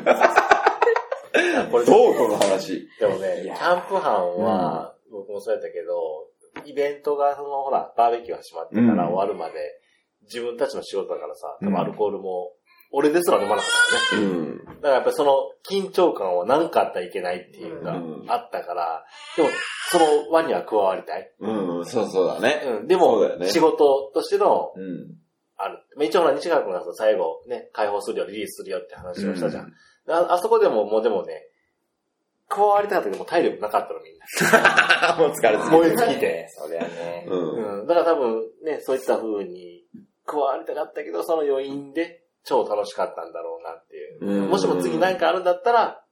Speaker 9: *laughs*
Speaker 1: です。これどうこの話。
Speaker 6: でもね、
Speaker 2: い
Speaker 6: キ
Speaker 2: や
Speaker 6: ャンプ班は、僕もそうやったけど、イベントが、その、ほら、バーベキュー始まってから終わるまで、自分たちの仕事だからさ、多分アルコールも、俺ですら飲まなかったね。
Speaker 1: うん。
Speaker 6: だからやっぱりその緊張感は何かあったらいけないっていうのが
Speaker 1: うん
Speaker 6: あったから、でもその輪には加わりたい。
Speaker 1: うん、そうそうだね。
Speaker 6: うん、で
Speaker 1: そう
Speaker 6: も
Speaker 1: だよ、ね
Speaker 6: 仕事としての、
Speaker 1: うん。
Speaker 6: ある。まあ一応ほら、西川君がさ最後ね、解放するよ、リリースするよって話をしたじゃん。
Speaker 1: う
Speaker 6: ああそこでも、もうでもね、加わりたかったけど、もう体力なかったのみんな。
Speaker 1: あ、もう疲れて
Speaker 6: 燃え尽きて。
Speaker 2: そりゃね。
Speaker 1: うん。
Speaker 6: うん。だから多分ね、そういった風に加わりたかったけど、その余韻で超楽しかったんだろうなっていう。
Speaker 1: うん
Speaker 6: もしも次何かあるんだったら、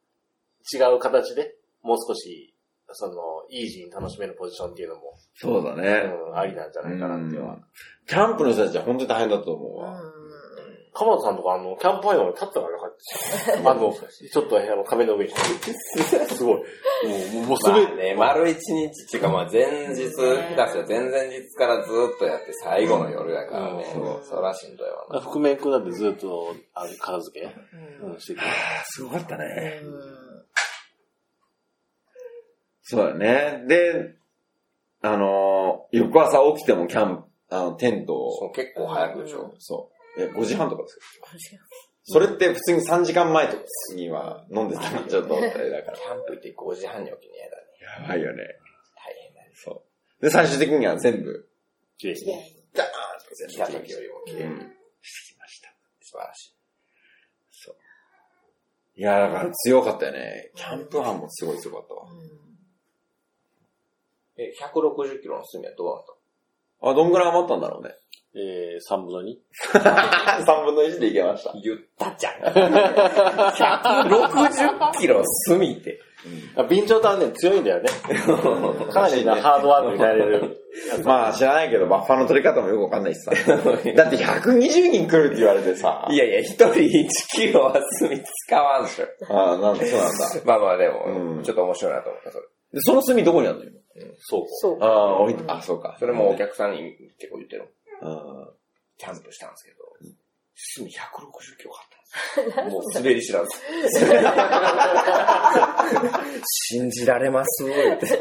Speaker 6: 違う形で、もう少し、その、イージーに楽しめるポジションっていうのも、
Speaker 1: そうだね。
Speaker 6: うん、ありなんじゃないかなっていうのは。
Speaker 1: キャンプの人たちは本当に大変だと思うわ。
Speaker 6: 鎌田さんとか、あの、キャンプファイヤーに立ったからなかった
Speaker 12: *laughs*
Speaker 6: し。あの、ちょっと、あの、壁の上に。すごい。もう、もう、もうす
Speaker 2: ま
Speaker 6: べて
Speaker 2: あ、ね、丸一日っていうか、まあ前日、下手したら前々日からずっとやって最後の夜やからね。
Speaker 6: うん
Speaker 2: そらしんどいわな。
Speaker 12: 覆面くんだってずっと、あの、片付け、うん、してくれ
Speaker 1: すごかったね。そうだね。で、あのー、翌朝起きてもキャンプ、あの、テント
Speaker 2: そ
Speaker 1: を、
Speaker 2: う結構早くでしょ。
Speaker 1: そう。いや、5時半とかですよ。それって普通に3時間前とかには飲んでたらちょっとあれだから
Speaker 2: キ。ャンプ行って5時半に起きにやだね。
Speaker 1: やばいよね。
Speaker 2: 大変だね。
Speaker 1: そう。で、最終的には全部、
Speaker 12: 綺麗にね。
Speaker 1: ダーンと
Speaker 2: 来
Speaker 1: 全
Speaker 2: た
Speaker 1: 部
Speaker 2: 時よりも綺麗に。
Speaker 1: してきました。
Speaker 2: 素晴らしい。
Speaker 1: いや、だから強かったよね。キャンプ班もすごい強かったわ。
Speaker 2: え、160キロの隅はどうなった
Speaker 1: あ、どんぐらい余ったんだろ
Speaker 2: *laughs*
Speaker 1: うね。
Speaker 12: えー、3分の2。
Speaker 1: 3分の1でいけました。
Speaker 2: 言ったじゃん。160キロ隅って。
Speaker 12: あ、備長炭ね、強いんだよ
Speaker 1: *laughs*
Speaker 12: ね。
Speaker 6: かなりなハードワークになれる。
Speaker 1: まあ知らないけど、バッファの取り方もよくわかんないしさ。だって120人来るって言われてさ。
Speaker 2: *laughs* いやいや、一人1キロは隅使わんでしょ。
Speaker 1: ああ、なんだ、そうなんだ。
Speaker 2: まあまあで
Speaker 1: う
Speaker 2: も、
Speaker 1: ん
Speaker 2: ちょっと面白いなと思った、それ。
Speaker 1: でその炭どこにある
Speaker 2: *laughs*
Speaker 1: のよ。
Speaker 6: そう。
Speaker 7: そう。
Speaker 1: ああ、置いて、あ、そうか。
Speaker 2: それもお客さんに結構言ってる。
Speaker 1: うん。
Speaker 2: キャンプしたんですけど、隅160キロ買ったん *laughs* ですよ。もう滑り知らず。信じられますって。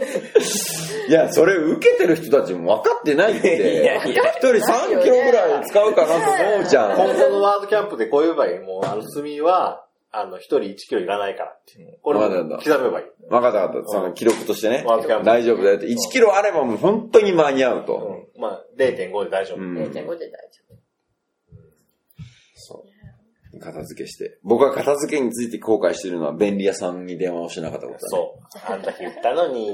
Speaker 1: いや、それ受けてる人たちも分かってないっ
Speaker 2: *laughs* いや
Speaker 1: て。
Speaker 2: いや、
Speaker 1: 一人3キロぐらい使うかなって思うじゃ
Speaker 6: 今
Speaker 1: ん。
Speaker 6: 後のワールドキャンプでこういう場合、もう、あの、炭は、あの、一人1キロいらないからっていう。これ、
Speaker 1: わ
Speaker 6: 刻
Speaker 1: かるん
Speaker 6: め
Speaker 1: だ
Speaker 6: ばいい。
Speaker 1: 分かった分かった。その記録としてね。
Speaker 6: ワールドキャンプ。
Speaker 1: 大丈夫だよって。1キロあればもう本当に間に合うと。
Speaker 6: うん。まあ、0.5で大丈夫。
Speaker 1: うん
Speaker 9: 0.5で大丈夫。
Speaker 1: そう。片付けして。僕は片付けについて後悔してるのは便利屋さんに電話をしなかったことだね。
Speaker 6: そう。あんだけ言ったのに。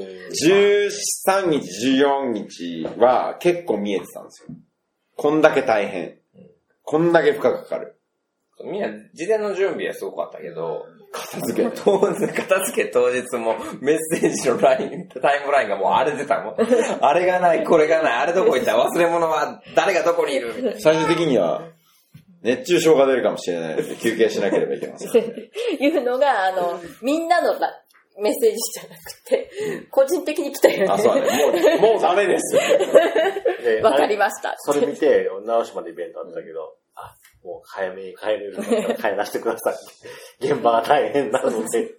Speaker 1: 13日、14日は結構見えてたんですよ。こんだけ大変。こんだけ負荷かかる。
Speaker 2: みんな事前の準備はすごかったけど、片付け、当日、片付け当日もメッセージのライン、タイムラインがもう荒れてたもん。あれがない、これがない、あれどこ行った、忘れ物は誰がどこにいるみたいな。
Speaker 1: 最終的には、熱中症が出るかもしれないので、休憩しなければいけません。
Speaker 4: いうのが、あの、みんなのなメッセージじゃなくて、個人的に来たよね。
Speaker 1: あ、そうだね。もう、もうダメ *laughs* ですよ。
Speaker 6: で
Speaker 4: わかりました。
Speaker 6: それ見て、直島でイベントあったけど、あ、もう早めに帰れるんだったら帰らせてください。現場が大
Speaker 1: *laughs*
Speaker 6: 変なので。
Speaker 4: わ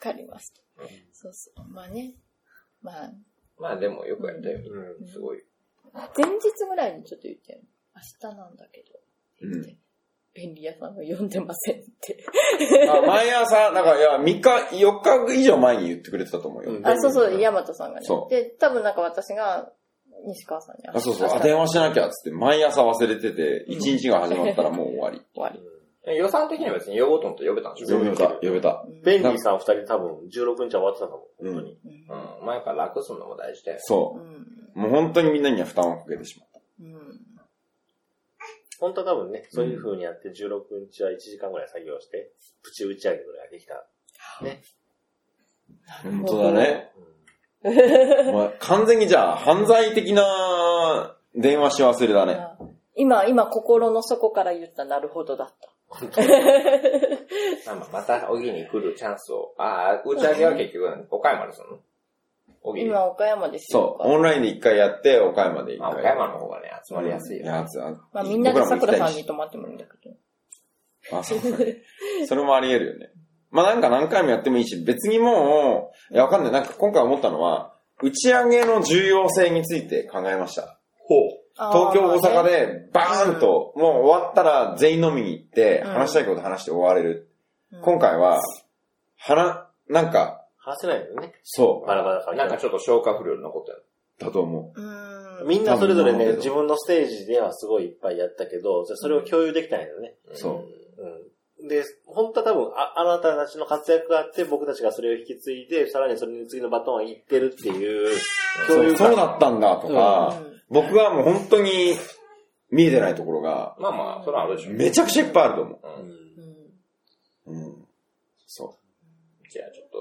Speaker 4: かりました。そうそう。まあね。まあ、
Speaker 2: まあでもよくやったよ。すごい。
Speaker 4: 前日ぐらいにちょっと言って明日なんだけど、
Speaker 1: うん
Speaker 4: って便利屋さんが呼んでませんって。
Speaker 1: あ毎朝、なんか、いや、3日、4日以上前に言ってくれてたと思うよ。
Speaker 6: うん
Speaker 4: あ、そうそう、ヤマトさんがね
Speaker 1: そ。う
Speaker 4: で、多分なんか私が、西川さんに
Speaker 1: あ、そうそう、
Speaker 4: 明
Speaker 1: あ、
Speaker 4: 日
Speaker 1: 電話しなきゃっつって、毎朝忘れてて、1日が始まったらもう終わり。
Speaker 4: 終わり。
Speaker 2: 予算的には別に呼ぼうと思って呼べたんでしょ
Speaker 1: 呼べた、呼べた。
Speaker 6: ベンディさん二人多分16日は終わってたかも、本当に。
Speaker 2: うん。まあやっぱ楽するのも大事だよ。
Speaker 1: そうう。
Speaker 4: ん。
Speaker 1: もう本当にみんなには負担をかけてしまっ
Speaker 4: うん。
Speaker 6: 本当は多分ね、そういう風にやって16日は1時間ぐらい作業して、プチ打ち上げぐらいできた。
Speaker 1: た。本当だね。
Speaker 6: うん
Speaker 1: まあ、完全にじゃあ、犯罪的な電話し忘れだね。
Speaker 4: あ今、今、心の底から言った、なるほどだった。
Speaker 2: まあまあまた、おぎに来るチャンスを。ああ、打ち上げは結局、岡山ですもん。おぎに。
Speaker 4: 今、岡山ですよ
Speaker 1: そ。う。オンラインで一回やって、岡山で一
Speaker 2: まあ、
Speaker 1: 回。
Speaker 2: 岡山の方がね、集まりやすいよね。
Speaker 1: やつは。
Speaker 4: まあ、みんなで
Speaker 1: 僕
Speaker 4: 桜
Speaker 1: らも
Speaker 4: さ
Speaker 1: 行
Speaker 4: ん
Speaker 1: き
Speaker 4: に泊まってもいいんだけど。
Speaker 1: たいしあ、そうだね。それもあり得るよね。まあなんか何回もやってもいいし、別にもう、いや、わかんない。なんか今回思ったのは、打ち上げの重要性について考えました。
Speaker 2: ほ
Speaker 1: 東京、
Speaker 4: あ
Speaker 1: 大阪
Speaker 4: ー。
Speaker 1: で、バーンと、もう終わったら全員飲みに行って、
Speaker 4: うん
Speaker 1: 話したいこと話して終われる。
Speaker 4: うん
Speaker 1: 今回は、話、なんか、
Speaker 6: 話せないよね。
Speaker 1: そ
Speaker 6: バラバラだから。
Speaker 2: なんかちょっと消化不良に残ったよ。
Speaker 1: う、だと思う。
Speaker 4: うーん。
Speaker 6: みんなそれぞれ
Speaker 1: 多分
Speaker 6: ね、自分のステージではすごいいっぱいやったけど、じゃあそれを共有できたんやよね。
Speaker 1: そう
Speaker 6: うん。で、本当は多分あ、あなたたちの活躍があって、僕たちがそれを引き継いで、さらにそれに次のバトンは行ってるっていう、
Speaker 1: そ
Speaker 6: 共
Speaker 1: う
Speaker 6: 有
Speaker 1: そう
Speaker 6: 感。
Speaker 1: だったんだとか、僕はもう本当に見えてないところが、
Speaker 2: まあまあ、それはあるでしょ。
Speaker 1: めちゃくちゃいっぱいあると思
Speaker 6: うん
Speaker 1: う。うん。そ
Speaker 2: じゃあちょっと、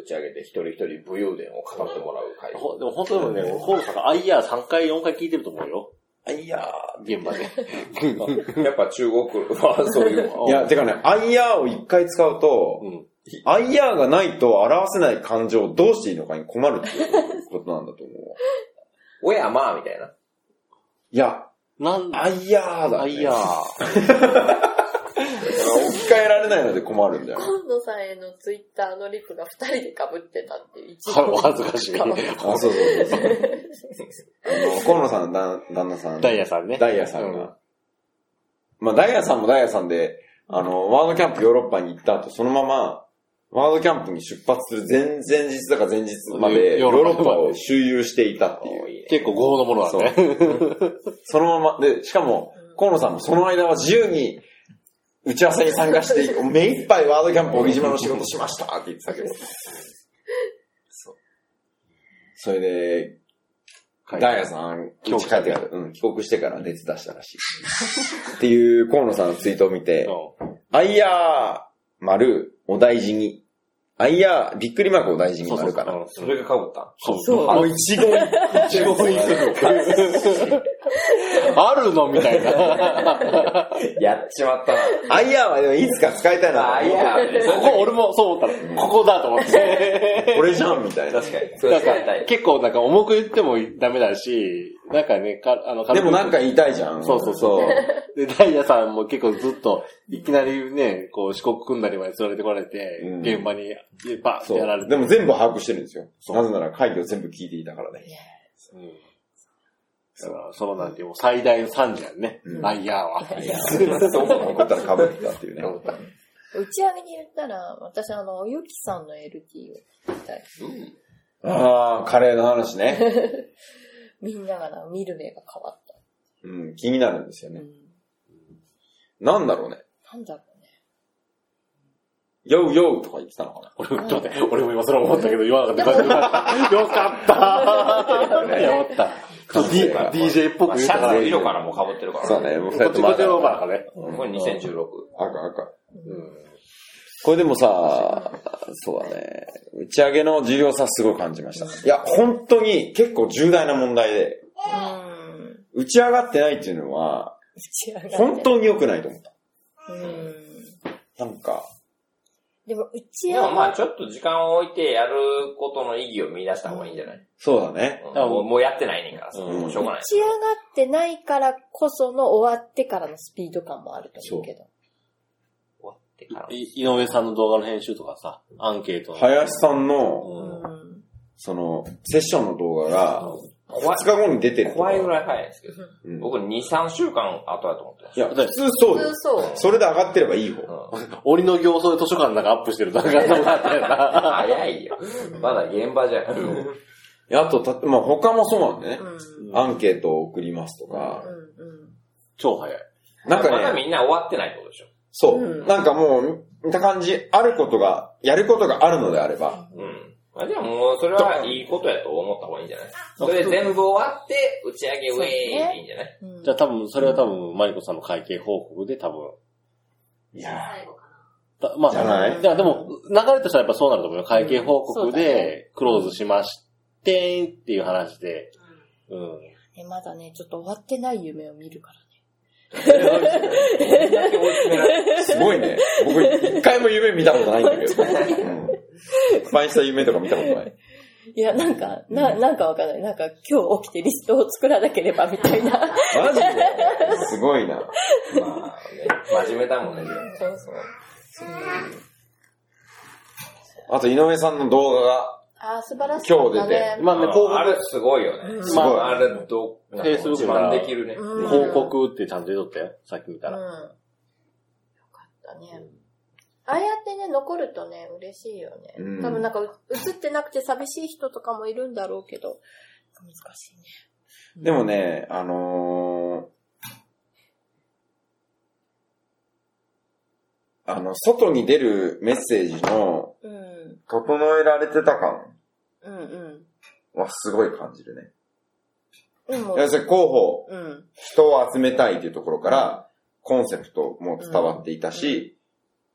Speaker 2: 打ち上げて一人一人武勇伝を語ってもらう会。
Speaker 6: ほでも本当でもね、ホームさんが IR3 回、4回聞いてると思うよ。IR 現場で。
Speaker 2: *laughs* やっぱ中国はそういう。
Speaker 1: う。いや、てかね、IR を一回使うと、
Speaker 6: うん
Speaker 1: IR がないと表せない感情をどうしていいのかに困るっていうことなんだと思うわ。
Speaker 2: おやまあみたいな。
Speaker 1: いや、
Speaker 6: なんだ
Speaker 1: IR だ、ね。
Speaker 6: ?IR。
Speaker 1: 置き換えられないので困るんだよね。
Speaker 9: 今野さんへのツイッターのリプが二人で被ってたっていう一
Speaker 6: *laughs* お恥ず
Speaker 4: *laughs*
Speaker 6: かしい。
Speaker 1: あ、 *laughs* そうそうそうそう。あの、河野さんの旦旦那さん。
Speaker 6: ダイヤさんね。
Speaker 1: ダイヤさんが。まあ、ダイヤさんもダイヤさんで、あの、ワードキャンプヨーロッパに行った後、そのまま、ワードキャンプに出発する前前日だか前日まで、ヨー
Speaker 6: ヨーロ
Speaker 1: ロ
Speaker 6: ッ
Speaker 1: ッ
Speaker 6: パ
Speaker 1: パを周遊していたっていう。
Speaker 6: 結構合法のものだね。
Speaker 1: そのまま、で、しかも、河野さんもその間は自由に、打ち合わせに参加して、目いっぱいワードキャンプ小木島の仕事しましたって言ってたけど。そう。それで、ダイヤさん、帰国帰ってから、うん、帰国してから熱出したらし
Speaker 6: *laughs*
Speaker 1: い。っていう河野さんのツイートを見て、あいやー、丸、お大事に。あいやー、びっくりマークお大事になるから。
Speaker 6: うん
Speaker 2: それが被った。
Speaker 6: そう。もう一言一言一句。あるのみた
Speaker 1: *laughs*
Speaker 6: いな。
Speaker 2: やっちまったな。
Speaker 1: あいやーはでもいつか使いたいな。
Speaker 2: あいやー
Speaker 6: そこ俺もそう思ったの。ここだと思って。
Speaker 1: 俺じゃんみたいな。
Speaker 2: 確かに。そ
Speaker 6: な
Speaker 2: れ
Speaker 6: ん
Speaker 2: 使
Speaker 6: か
Speaker 2: いたい。
Speaker 6: 結構なんか重く言ってもダメだし、なんかね、かあの、
Speaker 1: でもなんか
Speaker 6: い
Speaker 1: 言いたいじゃん。
Speaker 6: そうそうそう。で、ダイヤさんも結構ずっと、いきなりね、こう、四国組んだりまで連れてこられて、
Speaker 1: うん
Speaker 6: 現場に、バーって
Speaker 1: そ
Speaker 6: やられ
Speaker 1: う。
Speaker 6: て。
Speaker 1: でも全部把握してるんですよ。なぜなら会議を全部聞いていたからね。
Speaker 6: うんだからそうなんて、もう最大の惨事やんね。
Speaker 1: うん
Speaker 6: ダイヤは。
Speaker 1: そう怒ったら被ってたっていうね。
Speaker 4: 打ち上げに言ったら、私、あの、ゆきさんの LT を見たい。
Speaker 1: あー、カレーの話ね。
Speaker 4: みんながな、見る目が変わった。
Speaker 1: うん、気になるんですよ
Speaker 4: う
Speaker 1: ね。
Speaker 4: ん。
Speaker 1: なんだろうね。
Speaker 4: なんだろうね。
Speaker 1: ヨウヨウとか言ってたのかな。
Speaker 6: 俺も、ちょっ *laughs* と待って、俺も今それ思ったけど、言わなかった。よかった。よかった。ちょっと D- DJ っぽ
Speaker 2: ま
Speaker 6: く
Speaker 2: あシ
Speaker 6: 言うた
Speaker 2: ャツ
Speaker 6: ら。
Speaker 2: の色からも被ってるから。
Speaker 1: そうね、もう
Speaker 6: こっちこっちの方からね。
Speaker 2: これ2016。
Speaker 1: 赤赤。
Speaker 6: うん
Speaker 1: これでもさ、そうだね。打ち上げの重要さすごい感じました。いや、本当に結構重大な問題で、打ち上がってないっていうのは、
Speaker 4: ち上がって
Speaker 1: 本当に良くないと思っ
Speaker 4: うん
Speaker 1: た。なんか、
Speaker 4: でも、うち
Speaker 2: で
Speaker 4: は
Speaker 2: もまあちょっと時間を置いてやることの意義を見出した方がいいんじゃない
Speaker 1: そうだね。
Speaker 2: うんもうもうやってないねんからさ、
Speaker 1: うん
Speaker 2: もうしょうがない
Speaker 4: 打。ち上がってないからこその終わってからのスピード感もあると思うけど。
Speaker 2: 終わってからの
Speaker 6: い井上さんの動画の編集とかさ、アンケートの。
Speaker 1: 林さんの、
Speaker 6: うん
Speaker 1: その、セッションの動画が、
Speaker 2: 怖い
Speaker 1: 2日後に出てるとか。
Speaker 2: 怖いぐらい早いですけど。
Speaker 1: うん
Speaker 2: 僕2、3週間後だと思ってま
Speaker 1: *laughs* い
Speaker 2: す。
Speaker 1: や、普通そう
Speaker 14: 普
Speaker 1: よ
Speaker 14: 通。そう。
Speaker 1: それで上がってればいい方。
Speaker 6: 檻の行走で図書館なんかアップしてる動画とかあったよな。
Speaker 2: 早いよ。まだ現場じゃん。
Speaker 1: いやあとた、まあ、他もそうなんでね、アンケートを送りますとか、
Speaker 6: *laughs* 超早い。
Speaker 1: なん
Speaker 2: ま
Speaker 1: か
Speaker 2: だ
Speaker 1: ね、
Speaker 2: みんな終わってないってことでしょ。
Speaker 1: そう、なんかもう、見た感じ、あることが、やることがあるのであれば、
Speaker 2: うん。まあでももうそれはいいことやと思った方がいいんじゃないそれで全部終わって打ち上げウェーイでいいんじゃない
Speaker 6: じゃあ多分、それは多分、マリコさんの会計報告で多分、
Speaker 1: いや
Speaker 3: 最後か
Speaker 6: たまあ、
Speaker 1: じゃない
Speaker 6: いや、でも、流れとしてはやっぱそうなると思うよ。会計報告で、クローズしましてんっていう話で、うん。
Speaker 4: ねまだね、ちょっと終わってない夢を見るからね。
Speaker 2: そんだけ追い詰められて
Speaker 1: ーすごいね。僕、一回も夢見たことないんだけど。うん失敗した夢とか見たことない。
Speaker 4: いや、なんか、な、なんかわかんない。なんか、今日起きてリストを作らなければみたいな。
Speaker 1: マジですごいな。
Speaker 2: *laughs* まあね、真面目だもんね。そうそう。
Speaker 1: あと、井上さんの動画が、
Speaker 14: あー、素晴らしい。
Speaker 1: 今日出て、
Speaker 6: まあね、報
Speaker 2: あれ
Speaker 6: 告、
Speaker 2: すごいよね。
Speaker 1: すごい
Speaker 2: まああれど、なんか
Speaker 6: Facebook
Speaker 2: 自慢できるね。
Speaker 6: 報告ってちゃんと出とったよ。さっき見たら。
Speaker 14: だね。ああやってね、残るとね、嬉しいよね。
Speaker 1: うん
Speaker 14: 多分なんか、う映ってなくて寂しい人とかもいるんだろうけど、難しいね。
Speaker 1: でもね、あのーあの、外に出るメッセージの、
Speaker 4: うん。
Speaker 1: 整えられてた感
Speaker 4: うんうん。
Speaker 1: はすごい感じるね。
Speaker 4: でも、
Speaker 1: 要するに広報、
Speaker 4: うん。
Speaker 1: 人を集めたいというところから、コンセプトも伝わっていたし、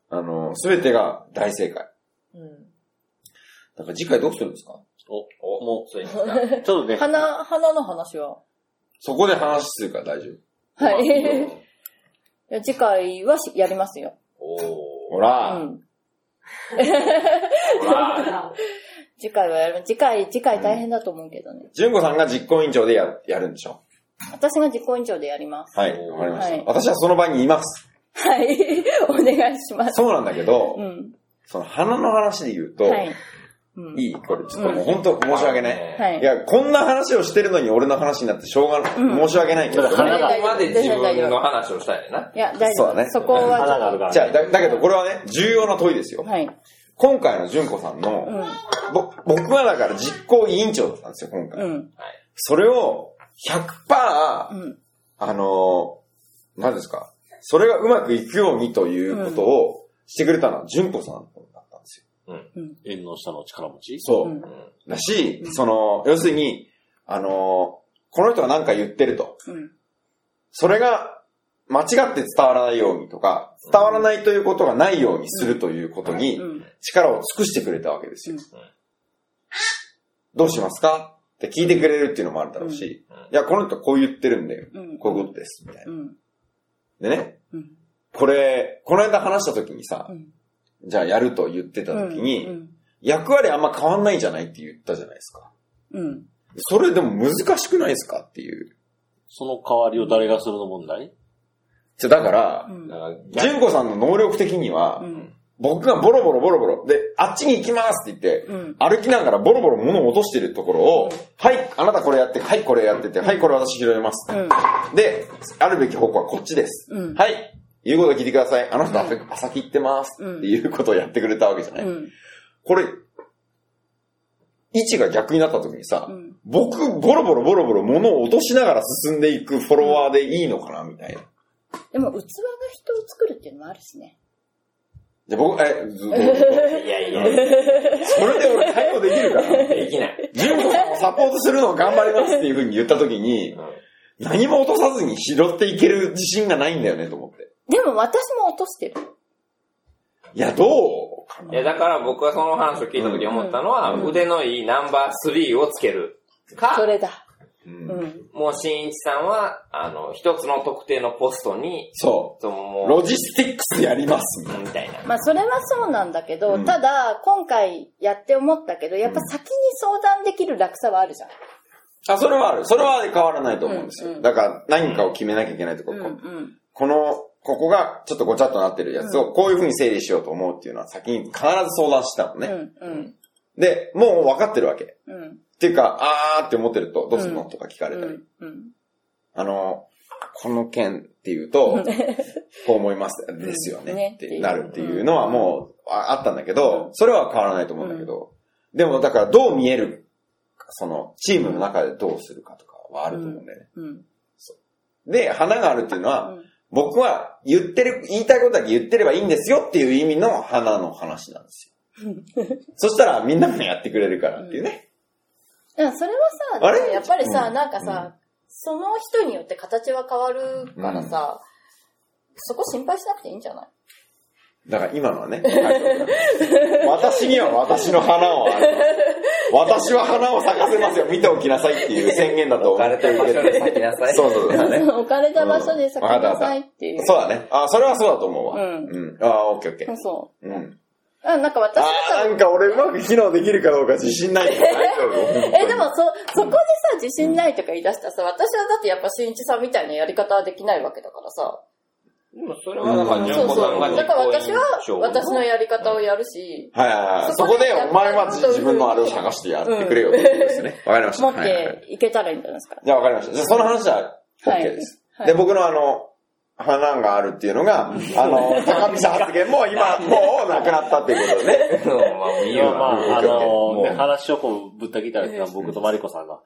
Speaker 1: あの、すべてが大正解。
Speaker 4: うん。
Speaker 1: だから次回どうするんですか
Speaker 2: お、もうついに来た。
Speaker 6: ちょっとね、
Speaker 4: 花、花の話は
Speaker 1: そこで話するから大丈夫。
Speaker 4: はい。 *laughs* いや次回はしやりますよ。
Speaker 2: お
Speaker 1: ほ
Speaker 2: ー。
Speaker 4: う
Speaker 1: ら、
Speaker 4: ん。
Speaker 2: ほら
Speaker 4: 次回はやる。次回、次回大変だと思うけどね。
Speaker 1: 純子さんが実行委員長でややるんでしょ
Speaker 4: 私が実行委員長でやります。 *laughs*
Speaker 1: はい、わかりました。
Speaker 4: はい
Speaker 1: 私はその場にい
Speaker 4: *laughs*
Speaker 1: ます。
Speaker 4: はい。お願いします。
Speaker 1: そうなんだけど、
Speaker 4: うん。
Speaker 1: その花の話で言うと、
Speaker 4: はい。うん
Speaker 1: いいこれ、ちょっともう本当申し訳ない。
Speaker 2: ね
Speaker 4: はい
Speaker 1: い。や、こんな話をしてるのに俺の話になってしょうがない。
Speaker 4: うん
Speaker 1: 申し訳ないけ
Speaker 4: *laughs*
Speaker 1: ど。
Speaker 6: だから
Speaker 2: ここまで自分の話をしたいねんな。
Speaker 4: いや、大丈
Speaker 1: そう
Speaker 4: 夫。
Speaker 1: だね
Speaker 4: そこは
Speaker 6: 花があるから。
Speaker 1: じゃあ、だだけどこれはね、重要な問いですよ。
Speaker 4: はい。
Speaker 1: 今回の純子さんの、
Speaker 4: うん。
Speaker 1: ぼ僕はだから実行委員長だったんですよ、今回。
Speaker 4: うん。
Speaker 1: それを100%、
Speaker 4: うん。
Speaker 1: あのー、何ですか、それがうまくいくようにということをしてくれたのは純子さんだったんですよ。
Speaker 6: 縁の下の力持ち
Speaker 1: そう。
Speaker 4: うん
Speaker 1: だし、その、要するに、あのー、この人が何か言ってると。
Speaker 4: うん。
Speaker 1: それが間違って伝わらないようにとか、伝わらないということがないようにするということに
Speaker 4: うん。
Speaker 1: 力を尽くしてくれたわけですよ
Speaker 4: うん。
Speaker 1: どうしますかって聞いてくれるっていうのもあるだろうし
Speaker 2: うんうん、
Speaker 1: いや、この人こう言ってるんだよ。
Speaker 4: うん。
Speaker 1: こういうことです。みたいな
Speaker 4: う。ん。
Speaker 1: でね
Speaker 4: うん、
Speaker 1: これ、この間話した時にさ
Speaker 4: う、ん。
Speaker 1: じゃあやると言ってた
Speaker 4: うん。
Speaker 1: 時に、役割あんま変わんないんじゃないって言ったじゃないですか。
Speaker 4: うん。
Speaker 1: それでも難しくないですかっていう。
Speaker 6: その代わりを誰がするの問題
Speaker 1: じゃあだから
Speaker 4: う、ん。
Speaker 2: だから
Speaker 1: 純子さんの能力的には
Speaker 4: う、ん。
Speaker 1: 僕がボロボロボロボロ、で、あっちに行きますって言って、
Speaker 4: うん。
Speaker 1: 歩きながらボロボロ物を落としてるところを、はい、あなたこれやって、はい、これやってて、はい、これ私拾います。
Speaker 4: うん。
Speaker 1: で、あるべき方向はこっちです。
Speaker 4: うん。
Speaker 1: はい、言うこと聞いてください。あなたあさ先行ってます。
Speaker 4: うん
Speaker 1: っていうことをやってくれたわけじゃない。
Speaker 4: うん。
Speaker 1: これ、位置が逆になった時にさ、
Speaker 4: うん
Speaker 1: 僕、ボロボロボロボロ物を落としながら進んでいくフォロワーでいいのかな、みたいな。
Speaker 4: でも、器が人を作るっていうのもあるしね。
Speaker 1: じゃあ僕、え、
Speaker 4: *laughs*
Speaker 1: ずいやいや。それで俺対応できるから。
Speaker 2: できない。
Speaker 1: 純子さんをサポートするのを頑張りますっていうふうに言ったときに、何も落とさずに拾っていける自信がないんだよねと思って。
Speaker 4: でも私も落としてる。
Speaker 1: いや、どう
Speaker 2: いや、だから僕はその話を聞いた時に思ったのは、腕のいいナンバー3をつける。か、
Speaker 4: それだ。
Speaker 1: うん
Speaker 4: うん。
Speaker 2: もう新一さんは、あの、一つの特定のポストに、
Speaker 1: そ
Speaker 2: その
Speaker 1: う。
Speaker 2: も
Speaker 1: ロジスティックスやります。
Speaker 2: う、みたいな。
Speaker 4: まあそれはそうなんだけど、
Speaker 1: うん
Speaker 4: ただ今回やって思ったけど、やっぱ先に相談できる楽さはあるじゃん。
Speaker 1: あ、それはある。それは変わらないと思うんです
Speaker 4: うんう
Speaker 1: よ。
Speaker 4: ん
Speaker 1: だから何かを決めなきゃいけないとこ、
Speaker 4: うんうん。
Speaker 1: この、ここがちょっとごちゃっとなってるやつをこういうふうに整理しようと思うっていうのは先に必ず相談してたの
Speaker 4: う
Speaker 1: ね。
Speaker 4: んうん。
Speaker 1: で、もう分かってるわけ。
Speaker 4: うん
Speaker 1: っていうか、あーって思ってると、どうするのとか聞か
Speaker 4: う
Speaker 1: れたり。
Speaker 4: んうん。
Speaker 1: あの、この件っていうと、こう思います。ですよ
Speaker 4: うんね
Speaker 1: ね。ってなるっていうのはもうああったんだけど、それは変わらないと思うんだけど、でもだからどう見えるか、その、チームの中でどうするかとかはあると思うんだよね。
Speaker 4: うん
Speaker 1: で、花があるっていうのは、
Speaker 4: うん
Speaker 1: 僕は言ってる、言いたいことだけ言ってればいいんですよっていう意味の花の話なんですよ。そしたらみんながやってくれるからっていうね。
Speaker 4: だからそれは
Speaker 1: あ
Speaker 4: さ、
Speaker 1: れ
Speaker 4: でもやっぱりさ、
Speaker 1: うん
Speaker 4: なんかさ、その人によって形は変わるからさ、そこ心配しなくていいんじゃない
Speaker 1: だから今のはね、私には私の花をあげます、私は花を咲かせますよ、見ておきなさいっていう宣言だと
Speaker 2: 置
Speaker 1: 思
Speaker 2: かれ
Speaker 1: ってて
Speaker 2: る場
Speaker 1: るけど。
Speaker 2: 所で咲きなさい。
Speaker 1: そうそうそう、
Speaker 4: *laughs*
Speaker 1: ね。
Speaker 4: 置かれた場所で咲きなさいっていう。
Speaker 1: そうだね。あ、それはそうだと思うわ。
Speaker 4: うん
Speaker 1: うん。ああ、オッケーオッケ
Speaker 4: そう
Speaker 1: ー。
Speaker 4: そ
Speaker 1: うん。
Speaker 4: う。あ、なんか私
Speaker 1: あ
Speaker 4: は
Speaker 1: あ、
Speaker 4: さ、
Speaker 1: なんか俺うまく機能できるかどうか自信ないけど大丈夫。
Speaker 4: *laughs* え、でもそ、そこでさ、自信ないとか言い出したらさ、私はだってやっぱ新一さんみたいなやり方はできないわけだからさ。
Speaker 2: でもそれはだから、
Speaker 4: そ
Speaker 2: 純
Speaker 4: う
Speaker 2: 子さんが
Speaker 4: そう。だ
Speaker 2: 実
Speaker 4: から
Speaker 2: 行委
Speaker 4: 私
Speaker 2: 員
Speaker 4: は、
Speaker 2: 長
Speaker 4: 私のやり方をやるし、
Speaker 1: はいはいはい。
Speaker 4: そ
Speaker 1: そ
Speaker 4: こ
Speaker 1: こ
Speaker 4: で
Speaker 1: で、お前は自自分のあれを探してやってくれよってことですね。わかりました。
Speaker 4: 持っ
Speaker 1: はいはいはい
Speaker 4: ていけたらいいんじゃないですか。
Speaker 1: じゃあわかりました。じゃあその話は
Speaker 4: は
Speaker 1: OK
Speaker 4: い
Speaker 1: です。
Speaker 4: はい
Speaker 1: で、僕のあの、花があるっていうのが、あの、高見さん発言も今、もうなくなったっていうことで
Speaker 4: *laughs*
Speaker 1: ね。
Speaker 2: うんまあ、いい
Speaker 6: いや、
Speaker 2: よ
Speaker 6: ま
Speaker 2: な。
Speaker 6: あ、あの
Speaker 1: もう
Speaker 6: ね、話をこうぶった切ったら、僕とマリコさんが、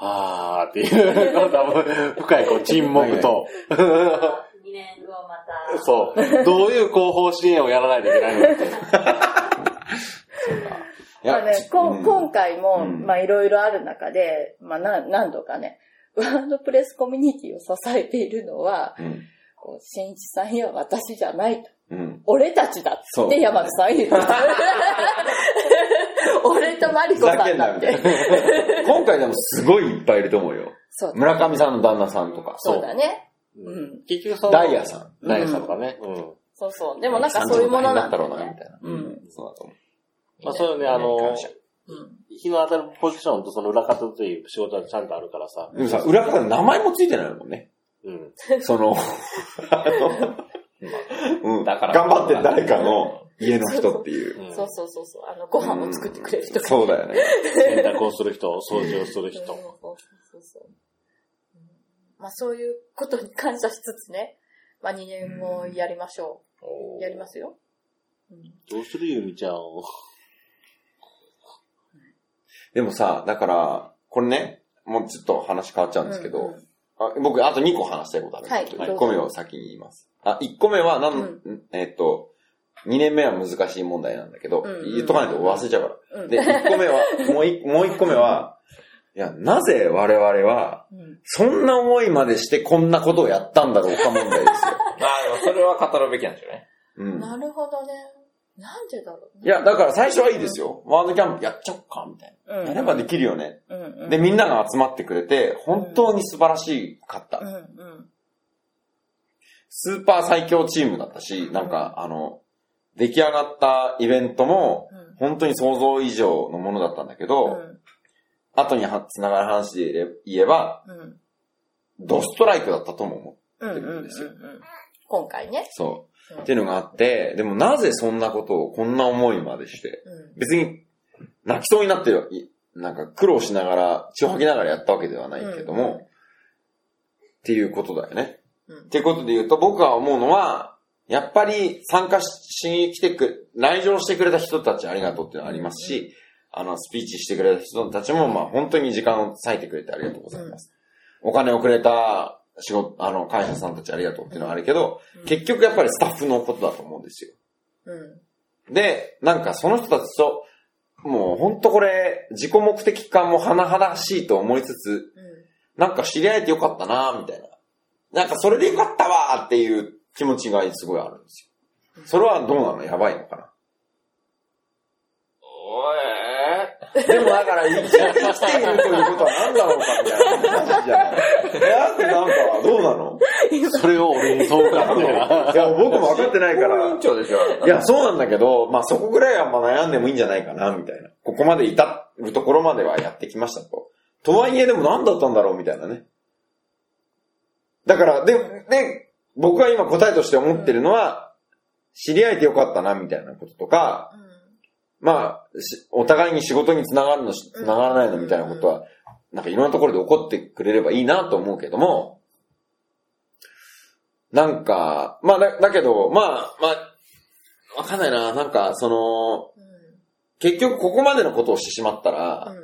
Speaker 6: あーっていう、多分深いこう沈黙と、
Speaker 3: 2年後また。
Speaker 6: そう、どういう広報支援をやらないといけないのかって。
Speaker 1: い
Speaker 4: まあね、こ
Speaker 1: うん
Speaker 4: 今回も、
Speaker 1: うん
Speaker 4: まあいろいろある中で、まあな何度かね、 *laughs* ワードプレスコミュニティを支えているのは、
Speaker 1: うん。
Speaker 4: こう、新一さんや私じゃないと。
Speaker 1: うん。
Speaker 4: 俺たちだ
Speaker 1: そ
Speaker 4: っ
Speaker 1: う
Speaker 4: て山田さん言ってた。俺とマリ
Speaker 1: ふ
Speaker 4: コさん
Speaker 1: ざけん
Speaker 4: だ
Speaker 1: な、
Speaker 4: っ
Speaker 1: み
Speaker 4: て
Speaker 1: た。い
Speaker 4: *laughs*
Speaker 1: な。今回でもすごいいっぱいいると思うよ。
Speaker 4: そうだ
Speaker 1: 村上さんの旦那さんとか、
Speaker 4: そうだね。うん。
Speaker 6: 結局その、
Speaker 1: ダイヤさん。
Speaker 6: ダイヤさんとかね。うん。
Speaker 4: そうそう。でもなんかそういうものなんだ
Speaker 1: ろ
Speaker 4: ろ
Speaker 1: う
Speaker 4: う
Speaker 1: な、
Speaker 4: な
Speaker 1: み。たいな。
Speaker 4: うん
Speaker 1: そうだと思う。
Speaker 6: まあ、そういうね、あの
Speaker 1: 感謝、
Speaker 6: 日の当たるポジションとその裏方という仕事はちゃんとあるからさ。
Speaker 1: でもさ、裏から名前もついてないもん
Speaker 4: *laughs*
Speaker 1: ね。
Speaker 6: うん。
Speaker 1: その、あの、うん、
Speaker 2: だから
Speaker 1: 頑張って誰かの家の人っていうう。
Speaker 6: ん
Speaker 4: そうそうそうそう。あの、ご飯を作ってくれる人か。
Speaker 1: そうだよね。
Speaker 6: 洗濯をする人、掃除をする
Speaker 4: そう
Speaker 6: 人。
Speaker 4: そうそうそううんまあそういうことに感謝しつつね、まあ2年後やりましょう。やりますよ。
Speaker 6: どうするゆみちゃんを。
Speaker 1: でもさ、だから、これね、もうちょっと話変わっちゃうんですけど、
Speaker 4: うんうん
Speaker 1: あ僕、あと2個話したいことあるんですけど、
Speaker 4: はい
Speaker 1: 1個目を先に言います。あ、1個目はなん、えっと、2年目は難しい問題なんだけど、
Speaker 4: うんうん
Speaker 1: 言っとかないと忘れちゃうから。
Speaker 4: うん
Speaker 1: で、1個目は、 *laughs* もう1、もう一個目は、いや、なぜ我々は、
Speaker 4: うん
Speaker 1: そんな思いまでしてこんなことをやったんだろうか問題ですよ。
Speaker 2: まあ、でもそれは語るべきなんですよね。
Speaker 1: うん。
Speaker 4: なるほどね。なんでだろう
Speaker 1: いや、だから最初はいいですよ。ワードキャンプやっちゃおっか、みたい
Speaker 4: うん
Speaker 1: な。やればできるよね。
Speaker 4: うんうん
Speaker 1: で、みんなが集まってくれて、本当に素晴らしかっ
Speaker 4: う
Speaker 1: た。
Speaker 4: んうん。
Speaker 1: スーパー最強チームだったし、なんか、あの、出来上がったイベントも、
Speaker 4: うん
Speaker 1: 本当に想像以上のものだったんだけど、後には繋がる話で言えば、
Speaker 4: うんうん
Speaker 1: ドストライクだったとも思う。
Speaker 4: うんうんうんうん今回ね。
Speaker 1: そう。
Speaker 4: うん
Speaker 1: っていうのがあって、でもなぜそんなことをこんな思いまでして、
Speaker 4: うん
Speaker 1: 別に泣きそうになってい、なんか苦労しながら、血を吐きながらやったわけではないけども、っていうことだよね。
Speaker 4: うん
Speaker 1: っていうことで言うと、僕は思うのは、やっぱり参加しに来てく、来場してくれた人たちありがとうっていうのはありますし、あの、スピーチしてくれた人たちも、まあ、本当に時間を割いてくれてありがとうございます。お金をくれた仕事、あの、会社さんたちありがとうっていうのはあるけど、結局やっぱりスタッフのことだと思うんですよ。
Speaker 4: うん。
Speaker 1: で、なんかその人たちと、もうほんとこれ、自己目的感も甚だしいと思いつつ、なんか知り合えてよかったなみたいな。なんかそれでよかったわーっていう気持ちがすごいあるんですよ。それはどうなのやばいのかな
Speaker 2: おえ
Speaker 1: でもだから、生きてるということは何だろうかみたいな話じゃない。え、なんか、どうなの
Speaker 12: それを俺にそうかみたい
Speaker 1: いや、僕も分かってないか
Speaker 2: 委
Speaker 1: ら
Speaker 2: 員。長でしょ
Speaker 1: いや、そうなんだけど、まあそこぐらいはまあ悩んでもいいんじゃないかな、みたいな。ここまで至るところまではやってきましたと。とはいえでも何だったんだろう、みたいなね。だから、で、で、僕が今答えとして思ってるのは、知り合えてよかったな、みたいなこととか、まあ、しお互いに仕事につながるの、つながらないの、みたいなことは、なんかいろんなところで起こってくれればいいなと思うけども、なんか、まあだ、だけど、まあ、まあ、わかんないな。なんか、その、結局ここまでのことをしてしまったら、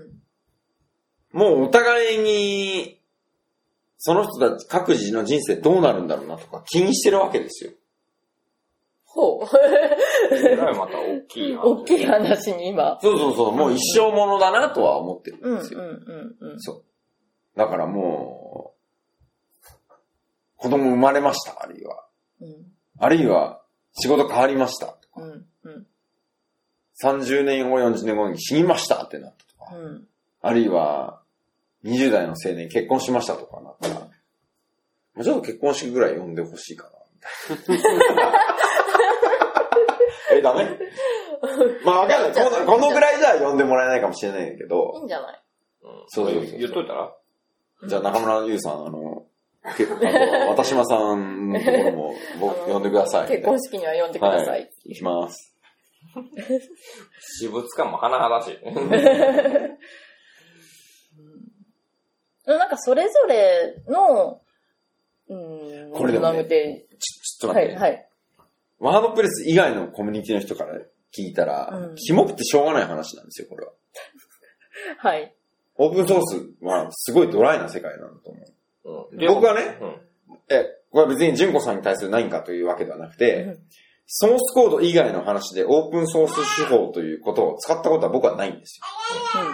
Speaker 1: もうお互いに、その人たち各自の人生どうなるんだろうなとか気にしてるわけですよ。
Speaker 4: ほう。
Speaker 2: えらいまた大きいな。
Speaker 4: 大きい話に今。
Speaker 1: そうそうそう、もう一生ものだなとは思ってる
Speaker 4: うんん、うん、う
Speaker 1: ですよ。
Speaker 4: ん、うん。
Speaker 1: だからもう、子供生まれました、あるいは。
Speaker 4: うん、
Speaker 1: あるいは、仕事変わりました。
Speaker 4: うん、うん、
Speaker 1: 30年後、40年後に死にましたってなったとか。
Speaker 4: うん。
Speaker 1: あるいは、20代の青年結婚しましたとかなったら、もうちょっと結婚式ぐらい呼んでほしいかな、みたいな。え、ダメまあわかんないこの。このぐらいじゃ呼んでもらえないかもしれないけ
Speaker 4: い
Speaker 1: ど、
Speaker 4: いんじゃない
Speaker 1: そうそうそう
Speaker 2: 言っといたら
Speaker 1: じゃあ中村優さん、あの、けあと、渡島さんのところも僕
Speaker 4: あの
Speaker 1: 呼んでください。
Speaker 4: 結婚式には呼んでくださ。
Speaker 1: はい行きます。
Speaker 2: 私物感も甚だしい。
Speaker 4: でもなんかそれぞれの、うん、
Speaker 1: これでもね
Speaker 4: なので
Speaker 1: ちょっと
Speaker 4: は
Speaker 1: 待って
Speaker 4: い、。はい。
Speaker 1: ワードプレス以外のコミュニティの人から聞いたら、
Speaker 4: うん
Speaker 1: キモくてしょうがない話なんですよ、これは。
Speaker 4: はい。
Speaker 1: オープンソースはすごいドライな世界なんだと思う。
Speaker 2: うん
Speaker 1: 僕はね、
Speaker 2: うん
Speaker 1: え、これは別に純子さんに対する何かというわけではなくて、
Speaker 4: うん
Speaker 1: ソースコード以外の話でオープンソース手法ということを使ったことは僕はないんですよ。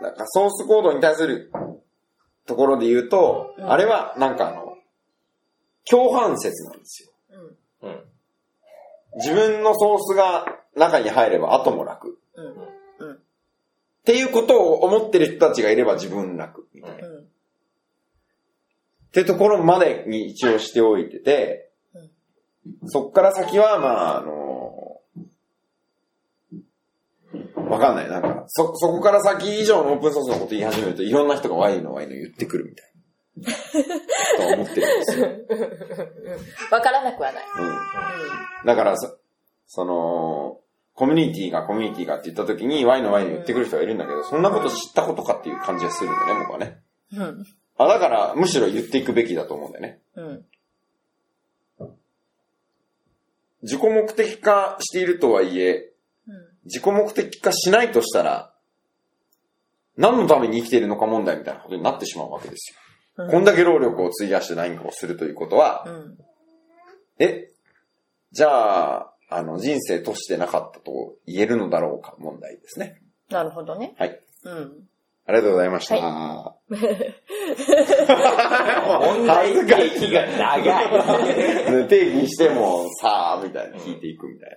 Speaker 1: なんかソースコードに対するところで言うと、
Speaker 4: うん
Speaker 1: あれはなんかあの、共犯説なんですよ。
Speaker 2: うん。うん。
Speaker 1: 自分のソースが中に入れば後も楽。
Speaker 4: うんうん
Speaker 1: っていうことを思ってる人たちがいれば自分楽。みたいな。
Speaker 4: う
Speaker 1: っ
Speaker 4: ん、うん、
Speaker 1: てところまでに一応しておいてて、そっから先は、まあ、あのわかんない。なんか、そ、そこから先以上のオープンソースのこと言い始めると、いろんな人がワインのワインの言ってくるみたいな。と思ってるんですよ。
Speaker 4: わからなくはない。
Speaker 1: うん。だからそ、その、コミュニティがコミュニティがって言った時に、ワイのワイに言ってくる人がいるんだけど、そんなこと知ったことかっていう感じがするんだね、僕はね。
Speaker 4: うん、
Speaker 1: あ、だから、むしろ言っていくべきだと思うんだよね。
Speaker 4: うん、
Speaker 1: 自己目的化しているとはいえ、自己目的化しないとしたら、何のために生きているのか問題みたいなことになってしまうわけですよ。
Speaker 4: うん
Speaker 1: こんだけ労力を費やして何かをするということは、
Speaker 4: うん、
Speaker 1: え、じゃあ、あの、人生としてなかったと言えるのだろうか問題ですね。
Speaker 4: なるほどね。
Speaker 1: はい。
Speaker 4: うん。
Speaker 1: ありがとうございました。
Speaker 2: 問題提
Speaker 1: *laughs*
Speaker 2: 起が長い。
Speaker 1: ね定義しても、さあ、みたいな、聞いていくみたい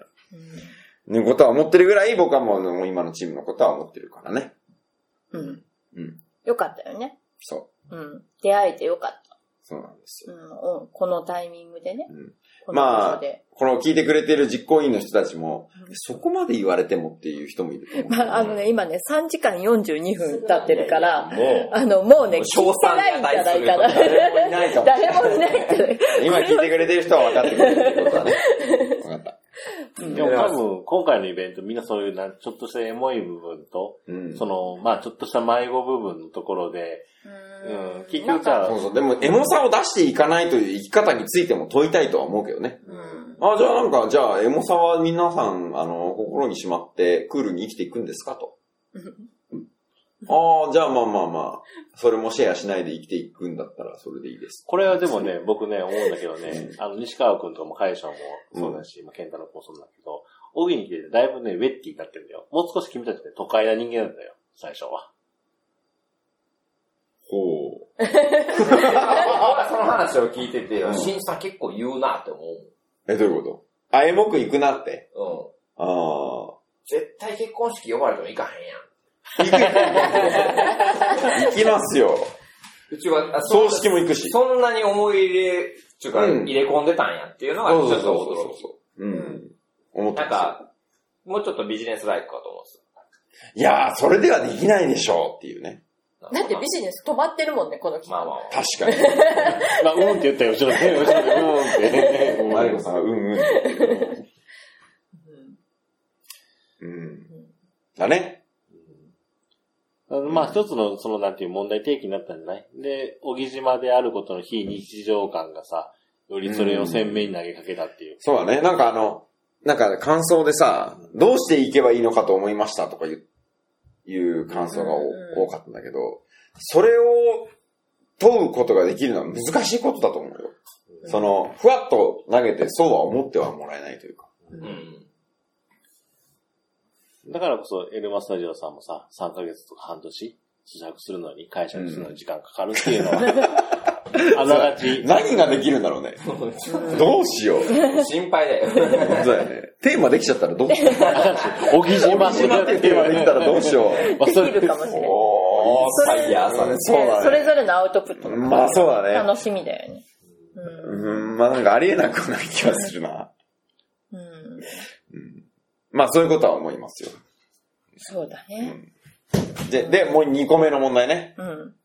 Speaker 1: な。ね、ことは思ってるぐらい、僕はもうもう今のチームのことは思ってるからね。
Speaker 4: うん。
Speaker 1: うん。
Speaker 4: よかったよね。
Speaker 1: そう。
Speaker 4: うん。出会えてよかった。
Speaker 1: そうなんですよ。
Speaker 4: うん、うんこのタイミングでね。
Speaker 1: うん
Speaker 4: この場
Speaker 1: ま
Speaker 4: 所
Speaker 1: あ
Speaker 4: で。、
Speaker 1: この聞いてくれてる実行委員の人たちも、そこまで言われてもっていう人もいると思う。
Speaker 4: まあ、あのね、今ね、3時間42分経ってるから、
Speaker 2: も
Speaker 4: あの、もうね、聞い
Speaker 2: 賞
Speaker 4: て
Speaker 2: 賛
Speaker 4: ないんじゃないか
Speaker 2: に値する
Speaker 4: な。
Speaker 1: いないかも
Speaker 4: 誰もいないんじゃない
Speaker 1: 今聞いてくれてる人は分かってくれてるってことだ
Speaker 4: *laughs*
Speaker 1: ね。分かった。
Speaker 12: な。でも多分、今回のイベントみんなそういうな、ちょっとしたエモい部分と、
Speaker 1: うん。
Speaker 12: その、まあちょっとした迷子部分のところで、うん、結局じゃあ
Speaker 1: そうそう。でも、エモさを出していかないという生き方についても問いたいとは思うけどね。あ、じゃあなんか、じゃあ、エモさは皆さん、あの、心にしまって、クールに生きていくんですかと。ああ、じゃあまあまあまあ、それもシェアしないで生きていくんだったら、それでいいです。
Speaker 12: これはでもね、僕ね、思うんだけどね
Speaker 1: う、
Speaker 12: あの、西川くんとかも、カイシャンもそうだし、まあ、ケンタロウ君もそうだけど、
Speaker 6: 大喜利に来てだいぶね、ウェッティになってるんだよ。もう少し君たちね、都会な人間なんだよ、最初は。
Speaker 1: ほう。
Speaker 2: その話を聞いてて、審査結構言うなって思
Speaker 1: え、どういうことあえもく行くなって。
Speaker 2: う。うん。
Speaker 1: ああ。
Speaker 2: 絶対結婚式呼ばれても行かへんやん。
Speaker 1: 行きますよ。
Speaker 2: うちは、あ
Speaker 1: 葬式も行くし。
Speaker 2: そんなに思い入れ、ちゅうか、
Speaker 1: うん
Speaker 2: 入れ込んでたんやっていうのが、ち
Speaker 1: そ
Speaker 2: ょ
Speaker 1: うそう
Speaker 2: っ
Speaker 1: そ
Speaker 2: と
Speaker 1: うそう
Speaker 2: 驚き。
Speaker 1: そう。うん。思って
Speaker 2: なん
Speaker 1: ました。
Speaker 2: か、もうちょっとビジネスライクかと思うんです
Speaker 1: いやー、それではできないでしょうっていうね。
Speaker 2: よ。
Speaker 15: だってビジネス止まってるもんね、この期
Speaker 2: まあ
Speaker 15: 間。
Speaker 2: まあ
Speaker 1: 確かに。
Speaker 6: まあ、うんって言ったよ、後ろ
Speaker 12: *laughs*
Speaker 6: で。後ろで、うんって。
Speaker 1: マリコさんはうんうんって言うけど。うん。だね。
Speaker 6: あのまあ一つの、そのなんていう問題提起になったんじゃないで、小木島であることの非日常感がさ、よりそれを鮮明に投げかけたっていう。
Speaker 1: そうだね。なんかあの、なんか感想でさ、どうしていけばいいのかと思いましたとかいう、いう感想がお多かったんだけど、それを問うことができるのは難しいことだと思うよ。その、ふわっと投げてそうは思ってはもらえないというか。
Speaker 2: まあ。うん。
Speaker 6: だからこそ、エルマスタジオさんもさ、3ヶ月とか半年、咀嚼するのに、解釈するのに時間かかるっていうのは、 *laughs* あな
Speaker 1: *laughs*
Speaker 6: がち、
Speaker 1: 何ができるんだろうね。どうしよう。
Speaker 2: 心配だよ。
Speaker 1: そうだよね。テーマできちゃったらどうしよう。
Speaker 16: *laughs*
Speaker 6: 小木島
Speaker 1: 小木島っていうテーマできたらどうしよう。
Speaker 6: まあ、それ
Speaker 16: できるかもしれ *laughs* ない。
Speaker 1: おー、最悪だね。そう
Speaker 16: ね
Speaker 1: だ
Speaker 16: そ
Speaker 1: ね。
Speaker 16: れぞれのアウトプットの
Speaker 1: まあそうだね。
Speaker 16: 楽しみだよね。
Speaker 1: うん、まあなんかありえなくない気がするな。
Speaker 16: うん。うん。
Speaker 1: まあそういうことは思いますよ。
Speaker 16: そうだね。
Speaker 1: で、で、もう2個目の問題ね。
Speaker 16: うん。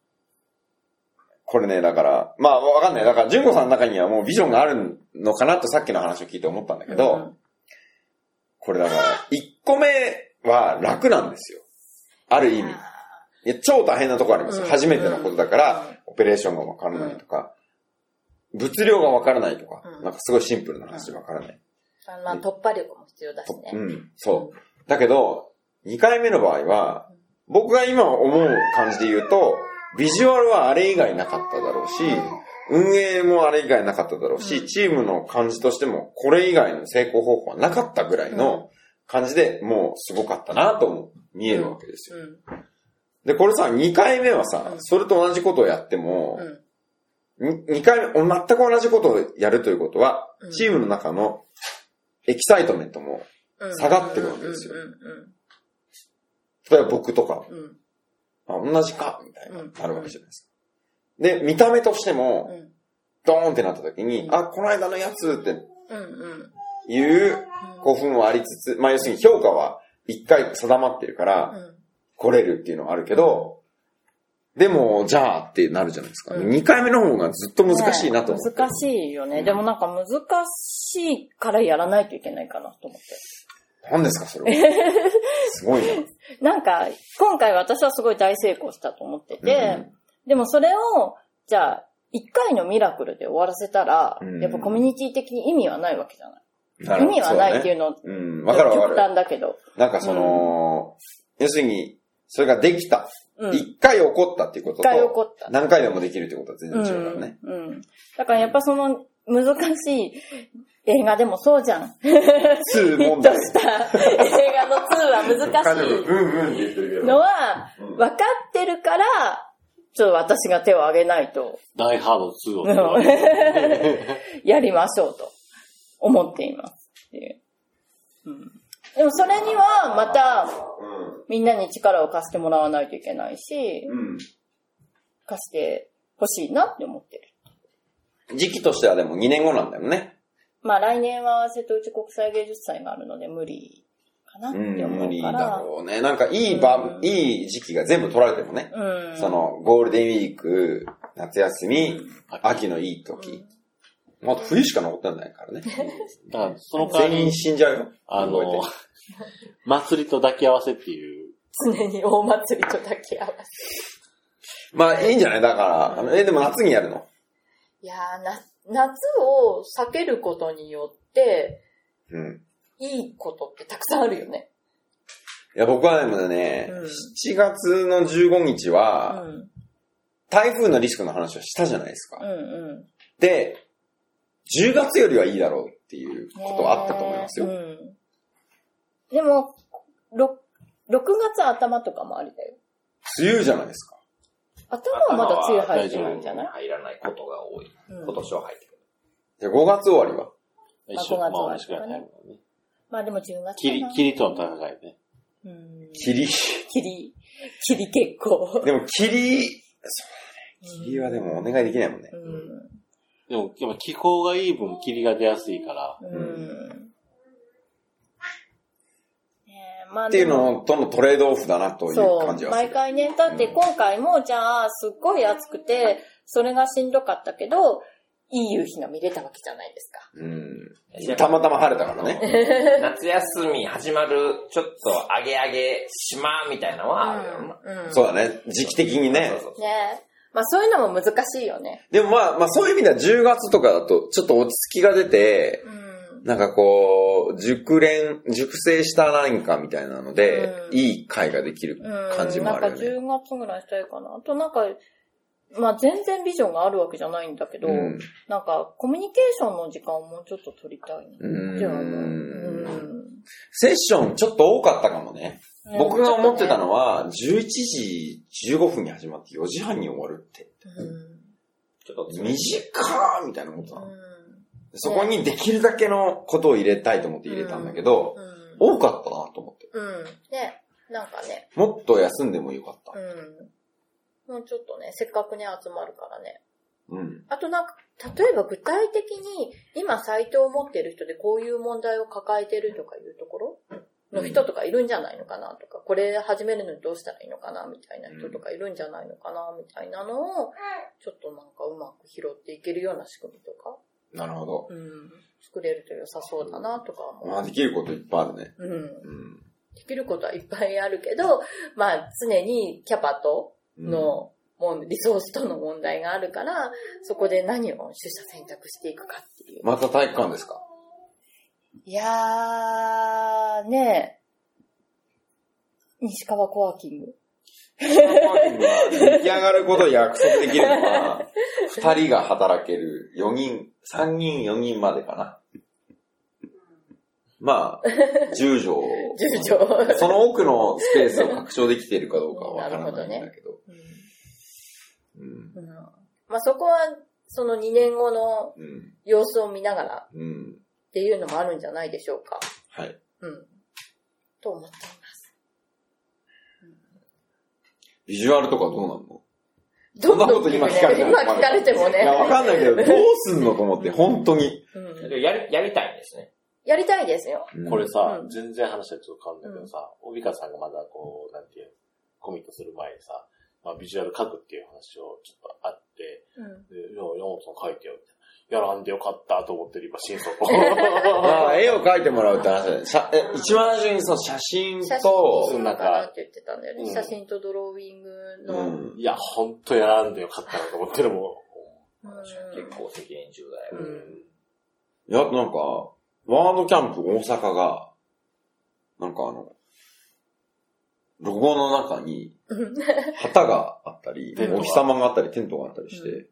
Speaker 1: これね、だから、まあわかんない。だから、純子さんの中にはもうビジョンがあるのかなとさっきの話を聞いて思ったんだけど、これだから、1個目は楽なんですよ。ある意味。いや、超大変なとこありますよ。初めてのことだから、オペレーションがわからないとか、物量がわからないとか、なんかすごいシンプルな話でわからない。
Speaker 16: あまあ、突破力も必要だしね。
Speaker 1: うん、そう。だけど、2回目の場合は、僕が今思う感じで言うと、ビジュアルはあれ以外なかっただろうし、運営もあれ以外なかっただろうし、チームの感じとしても、これ以外の成功方法はなかったぐらいの感じでもうすごかったなとも見えるわけですよ。で、これさ、2回目はさ、それと同じことをやっても、に2回目、全く同じことをやるということは、チームの中のエキサイトメントも下がってるわけですよ。例えば僕とか、あ同じか、みたいな、なるわけじゃないですか。で、見た目としても、ドーンってなった時に、あ、この間のやつっていう興奮はありつつ、まあ要するに評価は一回定まってるから、来れるっていうのはあるけど、でも、じゃあってなるじゃないですか。2回目の方がずっと難しいなと思って。
Speaker 4: 難しいよね。でもなんか難しいからやらないといけないかなと思って。
Speaker 1: 何ですか、それは。
Speaker 4: *laughs*
Speaker 1: すごいな。
Speaker 4: なんか、今回私はすごい大成功したと思ってて、でもそれを、じゃあ、一回のミラクルで終わらせたら、
Speaker 1: うん
Speaker 4: やっぱコミュニティ的に意味はないわけじゃない。
Speaker 1: なる
Speaker 4: 意
Speaker 1: ほど
Speaker 4: 味はないっていう。の、
Speaker 1: そうだねうん、わかるわか
Speaker 4: 極
Speaker 1: る。
Speaker 4: 端だけど。
Speaker 1: なんかその、要するに、それができた。
Speaker 4: うん
Speaker 1: 一、回起こったっていうことと、
Speaker 4: 一回起こった
Speaker 1: 何回でもできるってことは全然違うからね。
Speaker 4: うん。うん。だからやっぱその、難しい映画でもそうじゃん。ヒ
Speaker 1: ツー問
Speaker 4: ット
Speaker 1: 題。
Speaker 4: した映画の2は難しい
Speaker 1: うんうんって言ってるけ
Speaker 4: のは、分かってるから、ちょっと私が手を挙げないと、
Speaker 6: ダイハード2を
Speaker 4: う
Speaker 6: 取るわけ
Speaker 4: んやりましょうと思っていますっていう。うんでもそれにはまたみんなに力を貸してもらわないといけないし、貸してほしいなって思ってる。
Speaker 1: ど。時期としてはでも2年後なんだよね。
Speaker 4: まあ来年は瀬戸内国際芸術祭があるので無理かなっ
Speaker 1: う
Speaker 4: て
Speaker 1: ん、
Speaker 4: 思
Speaker 1: 無
Speaker 4: う
Speaker 1: 理
Speaker 4: か
Speaker 1: だ
Speaker 4: ら。
Speaker 1: ろうね。なんかいい場、いい時期が全部取られてもね。
Speaker 4: うん。
Speaker 1: その、ゴールデンウィーク、夏休み、秋のいい時。もう冬しか残ってないからね。
Speaker 6: だから、その代わ
Speaker 1: 全
Speaker 6: り
Speaker 1: 員、死んじゃうよ。
Speaker 6: あ
Speaker 1: 動い
Speaker 6: の
Speaker 1: て、
Speaker 6: *laughs* 祭りと抱き合わせっていう、
Speaker 15: 常に大祭りと抱き合わせ。
Speaker 1: まあいいんじゃないだからあの。え、でも夏にやるの
Speaker 15: いやーな、夏を避けることによって、
Speaker 1: うん。
Speaker 15: いいことってたくさんあるよね。
Speaker 1: いや、僕はでもね、7月の15日は、
Speaker 4: うん。
Speaker 1: 台風のリスクの話をしたじゃないですか。
Speaker 4: うんうん。
Speaker 1: で、10月よりはいいだろうっていうことはあったと思いますよ。
Speaker 4: うん。でも、ろ6月頭とかもありだよ。
Speaker 1: 梅雨じゃないですか。
Speaker 4: 頭はまだ梅雨入ってないんじゃない
Speaker 2: 入らないことが多い。
Speaker 4: うん
Speaker 2: 今年は入ってくる。
Speaker 1: じゃあ5月終わりは
Speaker 12: 一緒、まあ、
Speaker 4: まあ
Speaker 12: 同じくらいになるもんね。
Speaker 4: まあでも10月
Speaker 12: キ
Speaker 4: か
Speaker 12: リ
Speaker 4: な、。
Speaker 12: キリとの戦いね。
Speaker 4: うん
Speaker 1: 霧。
Speaker 4: 霧、霧結構。
Speaker 1: でも霧、そうね。霧はでもお願いできないもんね
Speaker 4: う。ん。
Speaker 12: でも、やっぱ気候がいい分、霧が出やすいから。
Speaker 4: うん。ねえまあ
Speaker 1: っていう
Speaker 4: でも
Speaker 1: のとのトレードオフだなという
Speaker 4: そ
Speaker 1: 感じ
Speaker 4: う、
Speaker 1: はす
Speaker 4: 毎
Speaker 1: る。
Speaker 4: 回ね。だって今回も、じゃあ、すっごい暑くて、それがしんどかったけど、いい夕日が見れたわけじゃないですか。
Speaker 1: うん。たまたま晴れたからね。
Speaker 2: 夏休み始まる、ちょっと上げ上げしまうみたいなのはあるよな。
Speaker 4: うん。
Speaker 1: そうだね。時期的にね。
Speaker 2: そうそう
Speaker 4: ねえ。まあそういうのも難しいよね。
Speaker 1: でもまあ、まあそういう意味では10月とかだとちょっと落ち着きが出て、
Speaker 4: うん。
Speaker 1: なんかこう、熟練、熟成した何かみたいなので、
Speaker 4: うん
Speaker 1: いい回ができる
Speaker 4: うん。
Speaker 1: 感じもあるよね。
Speaker 4: なんか10月ぐらいしたいかな。あとなんか、まあ全然ビジョンがあるわけじゃないんだけど、
Speaker 1: うん
Speaker 4: なんかコミュニケーションの時間をもうちょっと取りたいな。
Speaker 1: うん
Speaker 4: じゃあうん。
Speaker 1: セッションちょっと多かったかもね。僕が思ってたのは、
Speaker 4: は、
Speaker 1: 11時15分に始まって4時半に終わるって。
Speaker 4: うん
Speaker 2: ちょっと
Speaker 1: 短ーみたいなことなの
Speaker 4: うん
Speaker 1: そこにできるだけのことを入れたいと思って入れたんだけど、
Speaker 4: うん
Speaker 1: 多かったなと思って。
Speaker 4: うん。ね、なんかね、
Speaker 1: もっと休んでもよかった。
Speaker 4: うん。もうちょっとね、せっかくね、集まるからね。
Speaker 1: うん。
Speaker 4: あとなんか、例えば具体的に、今サイトを持ってる人でこういう問題を抱えてるとかいうところの人とかいるんじゃないのかなとか、これ始めるのにどうしたらいいのかなみたいな人とかいるんじゃないのかなみたいなのを、ちょっとなんかうまく拾っていけるような仕組みとか、
Speaker 1: なるほど。
Speaker 4: うん、作れると良さそうだなとか思う。
Speaker 1: まあできることいっぱいあるね。
Speaker 4: うん。
Speaker 1: うん。
Speaker 4: できることはいっぱいあるけど、まあ常にキャパと
Speaker 1: うん、
Speaker 4: の、もうリソースとの問題があるから、そこで何を取捨選択していくかっていう。
Speaker 1: また体育館ですか
Speaker 4: いやー、ねえ。西川コワーキン *laughs* グ。
Speaker 1: 出来上がることを約束できるのは、二人が働ける四人、三人四人までかな。まあ、十畳。
Speaker 4: 十畳
Speaker 1: その奥のスペースを拡張できているかどうかはわからないんだけど。うん
Speaker 4: うんまあそこは、その2年後の
Speaker 1: うん。
Speaker 4: 様子を見ながらっ
Speaker 1: うん。
Speaker 4: ていうのもあるんじゃないでしょうか。
Speaker 1: はい。
Speaker 4: うん。と思っています。
Speaker 1: ビジュアルとかどうなんの
Speaker 4: ど
Speaker 1: んなこと今聞かれても
Speaker 4: 今聞かれても
Speaker 1: いや、わ
Speaker 4: ね。
Speaker 1: かんないけど、どうすんのと思って、本当に。
Speaker 4: うん
Speaker 2: やり、やりたいんですね。
Speaker 4: やりたいですよ。
Speaker 1: うん
Speaker 12: これさ、
Speaker 4: うん
Speaker 12: 全然話はちょっと変わんないけどさ、帯川さんがまだこう、なんていう、コミットする前にさ、まあ、ビジュアル書くっていう話をちょっとあって、で、いや、山本さん書いてよって。やらんでよかったと思ってる、今、心底。
Speaker 4: *laughs*
Speaker 1: まあ、絵を描いてもらうって話だね。写え一番最初にそう、写真
Speaker 4: 写真
Speaker 1: と、
Speaker 4: そうかなって言ってたんだよね。
Speaker 12: うん
Speaker 4: 写真とドローイング
Speaker 1: う
Speaker 4: の。
Speaker 1: ん。
Speaker 12: いや、ほんとやらんでよかったなと思ってる、も
Speaker 4: うん
Speaker 2: 結構責任重大
Speaker 12: う。
Speaker 2: よ。
Speaker 12: うん。
Speaker 1: いや、なんか、ワードキャンプ大阪が、なんかあの、ロゴの中に、旗があったり、
Speaker 12: うん
Speaker 1: お日様があったり、テントがあったりして、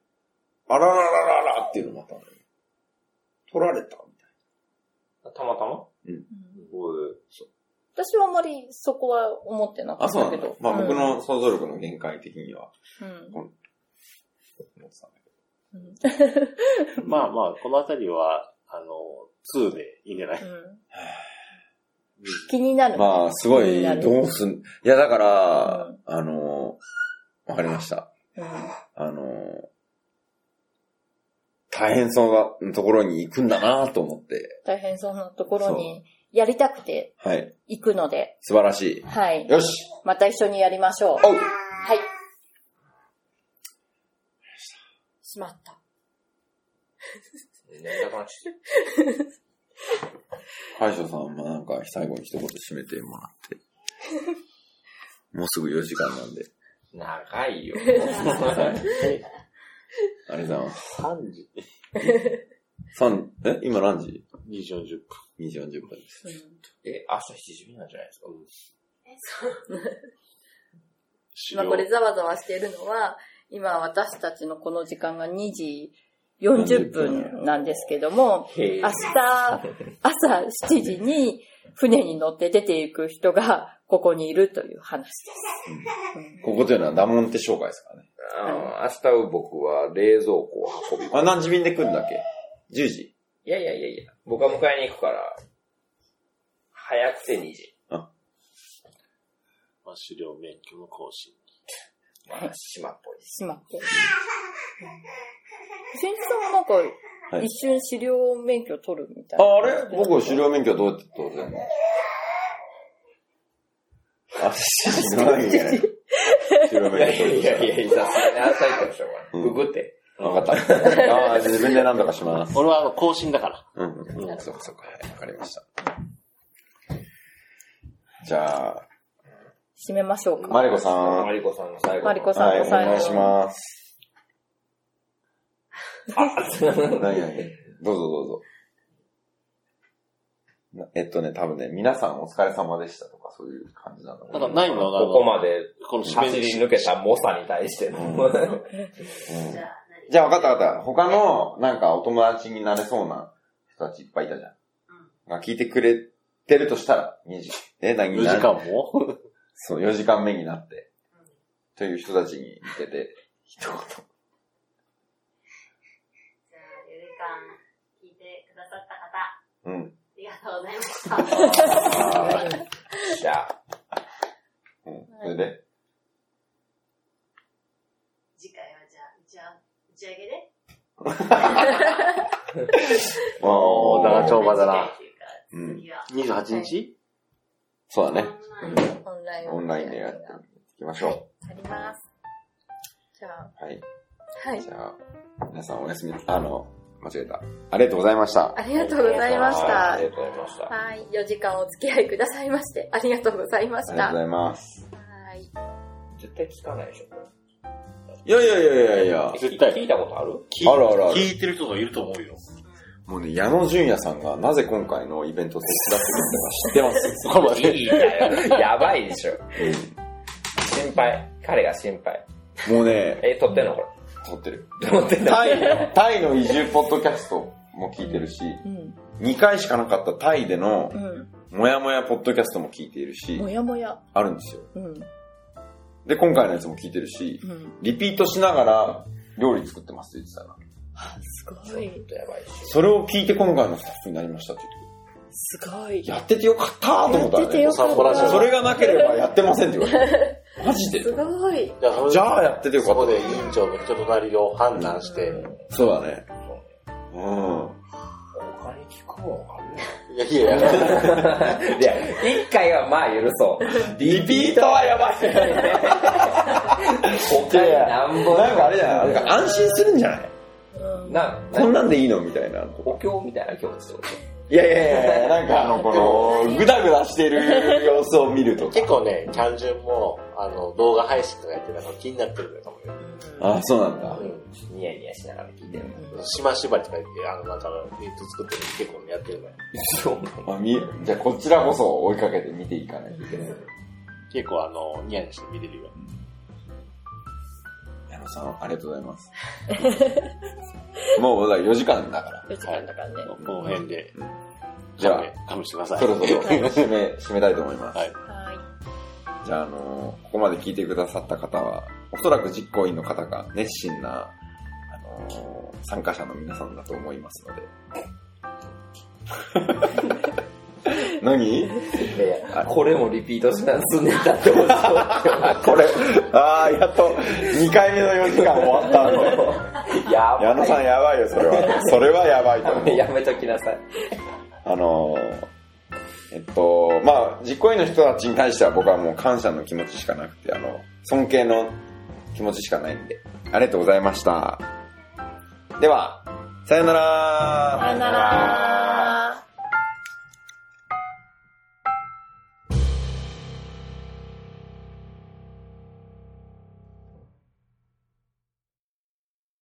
Speaker 1: あらららららっていうのもあったのよ。取られたみた
Speaker 2: たまたま
Speaker 1: うん。
Speaker 2: 僕
Speaker 4: 私はあんまりそこは思ってなか
Speaker 1: いな。あ、
Speaker 4: っ
Speaker 1: そう
Speaker 4: た
Speaker 1: なん
Speaker 4: け
Speaker 1: だ
Speaker 4: ど。。
Speaker 1: まあ僕の想像力の限界的には、
Speaker 4: うん。
Speaker 1: 思ってたんだけ
Speaker 4: うん。うん
Speaker 12: まあまあ、このあたりは、あの、2でいいんじゃない
Speaker 4: うん *laughs* 気になる
Speaker 1: ど
Speaker 4: ね。
Speaker 1: まあ、すご
Speaker 4: 気に
Speaker 1: い
Speaker 4: な、る
Speaker 1: どうすん、いやだから、
Speaker 4: うん
Speaker 1: あの、わかりました。あの、大変そうなところに行くんだなと思って、
Speaker 4: 大変そうなところにやりたくて
Speaker 1: はい。
Speaker 4: 行くので、
Speaker 1: 素晴らし
Speaker 4: はい
Speaker 1: い。。よし
Speaker 4: また一緒にやりましょう。
Speaker 1: おう
Speaker 4: はい。しまった。
Speaker 2: 寝たくなっちゃっ
Speaker 1: 大将さん、まあなんか最後に一言締めてもらって。 *laughs* もうすぐ4時間なんで。
Speaker 2: た長いよ。
Speaker 1: はい。ありがとうございます。
Speaker 12: ?3 時。
Speaker 1: 三え今何時
Speaker 12: 2時40分。
Speaker 1: ?2 時40分です。
Speaker 2: え、明日7時になんじゃないですか
Speaker 4: 今これざわざわしてるのは、今私たちのこの時間が2時40分なんですけども、
Speaker 2: へ
Speaker 4: 明日朝7時に船に乗って出ていく人がここにいるという話です。
Speaker 1: ここというのはダモンテ商会ですからね。
Speaker 2: あー明日僕は冷蔵庫を運びます。
Speaker 1: あ、何時便で来るんだっけ ?10 時。
Speaker 2: いやいやいやいや、僕は迎えに行くから、早くて2時。
Speaker 12: まあ、狩猟免許の更新。
Speaker 2: まあ、島っぽいです。
Speaker 4: しまって。先日さんはなん
Speaker 1: は
Speaker 4: か、
Speaker 1: い
Speaker 4: 一瞬狩猟免許取るみたい
Speaker 1: あ、
Speaker 4: な。
Speaker 1: あれ僕は狩猟免許どうやって取るのあ、知らなきゃいけない。狩猟
Speaker 2: いや
Speaker 1: 免許取
Speaker 2: いやい
Speaker 1: る
Speaker 2: やいや、さすがに朝行ったでしょ、こ
Speaker 1: う
Speaker 2: れ。
Speaker 1: ん
Speaker 2: ググって。
Speaker 1: わかった。あー自分で何とかします。
Speaker 12: 俺はあの、更新だから。
Speaker 1: うん。うん、そうかそうか。はい、わかりました。じゃあ、
Speaker 4: 締めましょうか。
Speaker 1: マリコさん
Speaker 2: マ。リコさんの最後。
Speaker 4: マリコさん
Speaker 1: はい、
Speaker 4: の
Speaker 1: お
Speaker 4: 最後
Speaker 1: 願いします。
Speaker 2: *laughs* ん。
Speaker 1: 何々どうぞどうぞ。なえっとね、多分ね、皆さんお疲れ様でしたとか、そういう感じなんだ
Speaker 12: た
Speaker 1: ろ
Speaker 12: だ、
Speaker 1: う
Speaker 12: ないのが、あの
Speaker 2: ここまで
Speaker 12: この締め
Speaker 2: 走り抜けた猛者に対しての。 *laughs*
Speaker 1: うんじゃあ分かった分かった。他の、なんかお友達になれそうな人たちいっぱいいたじゃん。が聞いてくれてるとしたら、2時、え、何
Speaker 12: 4時間も
Speaker 1: そう、4時間目になって、という人たちに向けて、一言。
Speaker 17: じゃあ、4時間聞いてくださった方、あ
Speaker 1: うん。
Speaker 17: りがとうございました。
Speaker 2: じゃあ、
Speaker 1: うん。それで、
Speaker 17: 次回はじゃあ、打ちあ打ち上げで
Speaker 12: おーだから
Speaker 1: ちょ
Speaker 12: 長馬だな。
Speaker 17: 次回っていうか、
Speaker 12: 28日
Speaker 1: そうだね。
Speaker 17: 次は。
Speaker 9: オンライン。
Speaker 1: オンラインでやっていきましょ
Speaker 9: あります。じゃあ、
Speaker 1: う。はい。
Speaker 9: はい。
Speaker 1: じゃあ、皆さんおやすみ、あの、間違えた。ありがとうございました。
Speaker 9: ありがとうございまし
Speaker 2: あ
Speaker 9: た
Speaker 2: り。がとうございました。
Speaker 9: はい。4時間お付き合いくださいまして、ありがとうございま
Speaker 1: あ
Speaker 9: し
Speaker 1: りが
Speaker 9: た。
Speaker 1: とうございます。
Speaker 9: はい。
Speaker 2: 絶対聞かないでしょ。
Speaker 1: いやいやいやいやいや。
Speaker 12: 絶対
Speaker 2: 聞いたことある
Speaker 1: あるあるある。
Speaker 12: 聞いてる人がいると思うよ。
Speaker 1: もうね、矢野純也さんがなぜ今回のイベントを手伝ってくれたのか知ってま
Speaker 12: そ
Speaker 1: す。
Speaker 12: こまで。
Speaker 2: いいんだよ。 *laughs* やばいでしょ。心配。彼が心配。
Speaker 1: もうね、
Speaker 2: え、撮ってんのこ
Speaker 1: 撮ってる。
Speaker 2: れ。撮ってんの
Speaker 1: タイ、 *laughs* タイの移住ポッドキャストも聞いてるし、
Speaker 4: うん。
Speaker 1: 2回しかなかったタイでの
Speaker 4: うん。
Speaker 1: もやもやポッドキャストも聞いているし
Speaker 4: も、やもや。
Speaker 1: あるんですよ。
Speaker 4: うん。
Speaker 1: で、今回のやつも聞いてるし、
Speaker 4: うん。
Speaker 1: リピートしながら料理作ってますって言ってたな。
Speaker 4: すごい。
Speaker 2: やばいでし
Speaker 1: それを聞いて今回のスタッフになりましたって言って
Speaker 4: すごい。
Speaker 1: やっててよかったーと思ったら
Speaker 4: やっててよかった
Speaker 1: お散歩ラジオそれがなければやってませんって言われて。マジです
Speaker 9: ごい。
Speaker 1: じゃあやっててよか
Speaker 12: そ
Speaker 1: った
Speaker 12: こで委員長の人となりを判断して、
Speaker 1: そうだね。う
Speaker 2: ょ。他に聞くもんある
Speaker 12: いやいやいや、*laughs*
Speaker 2: *laughs* いや、一回はまあ許 *laughs* そう。リピートはやばい。他になんぼ
Speaker 1: ん。なんかあれじゃないなんか安心するんじゃない
Speaker 2: な、
Speaker 1: こん
Speaker 2: な、
Speaker 1: なんでいいのみたいな。
Speaker 2: お経みたいな今日ですよ。
Speaker 1: いやいやいやいや、なんかあの、こ *laughs* の、ぐだぐだしてる様子を見るとか。
Speaker 12: 結構ね、キャンジュンも、あの、動画配信とかやってたから気になってるんだと思うよ。
Speaker 1: *laughs* あ、そうなんだ。
Speaker 2: ニヤニヤしながら聞いてる。
Speaker 12: 島縛りとか言って、あの、なんか、ネット作ってる結構ねやってるから。
Speaker 2: そう。
Speaker 1: まあ、みじゃあこちらこそ追いかけて見ていかないといけない。
Speaker 12: 結構あの、ニヤニヤして見れるよ。
Speaker 1: 矢野さん、ありがとうございます。 *laughs* もう、だ4時間だから。
Speaker 4: 4時間だからね。
Speaker 12: この辺で、
Speaker 1: じゃあ、
Speaker 12: あ、勘弁してください。
Speaker 1: そろそろ締め、締めたいと思います。
Speaker 12: はい
Speaker 4: はい。
Speaker 1: じゃあ、あのーここまで聞いてくださった方は、おそらく実行委員の方が熱心な、あのー参加者の皆さんだと思いますので。 *laughs* 何
Speaker 2: これもリピートしなすんねんだって思って。
Speaker 1: *laughs* これ、ああ、やっと2回目の4時間終わったの。
Speaker 2: や
Speaker 1: 矢野さんやばいよ、それは。それはやばいと思
Speaker 2: ばい。
Speaker 1: う。
Speaker 2: やめときなさい。
Speaker 1: あのーえっと、まあ、実行委員の人たちに対しては僕はもう感謝の気持ちしかなくて、あの、尊敬の気持ちしかないんで、ありがとうございました。では、さよなら
Speaker 4: さよなら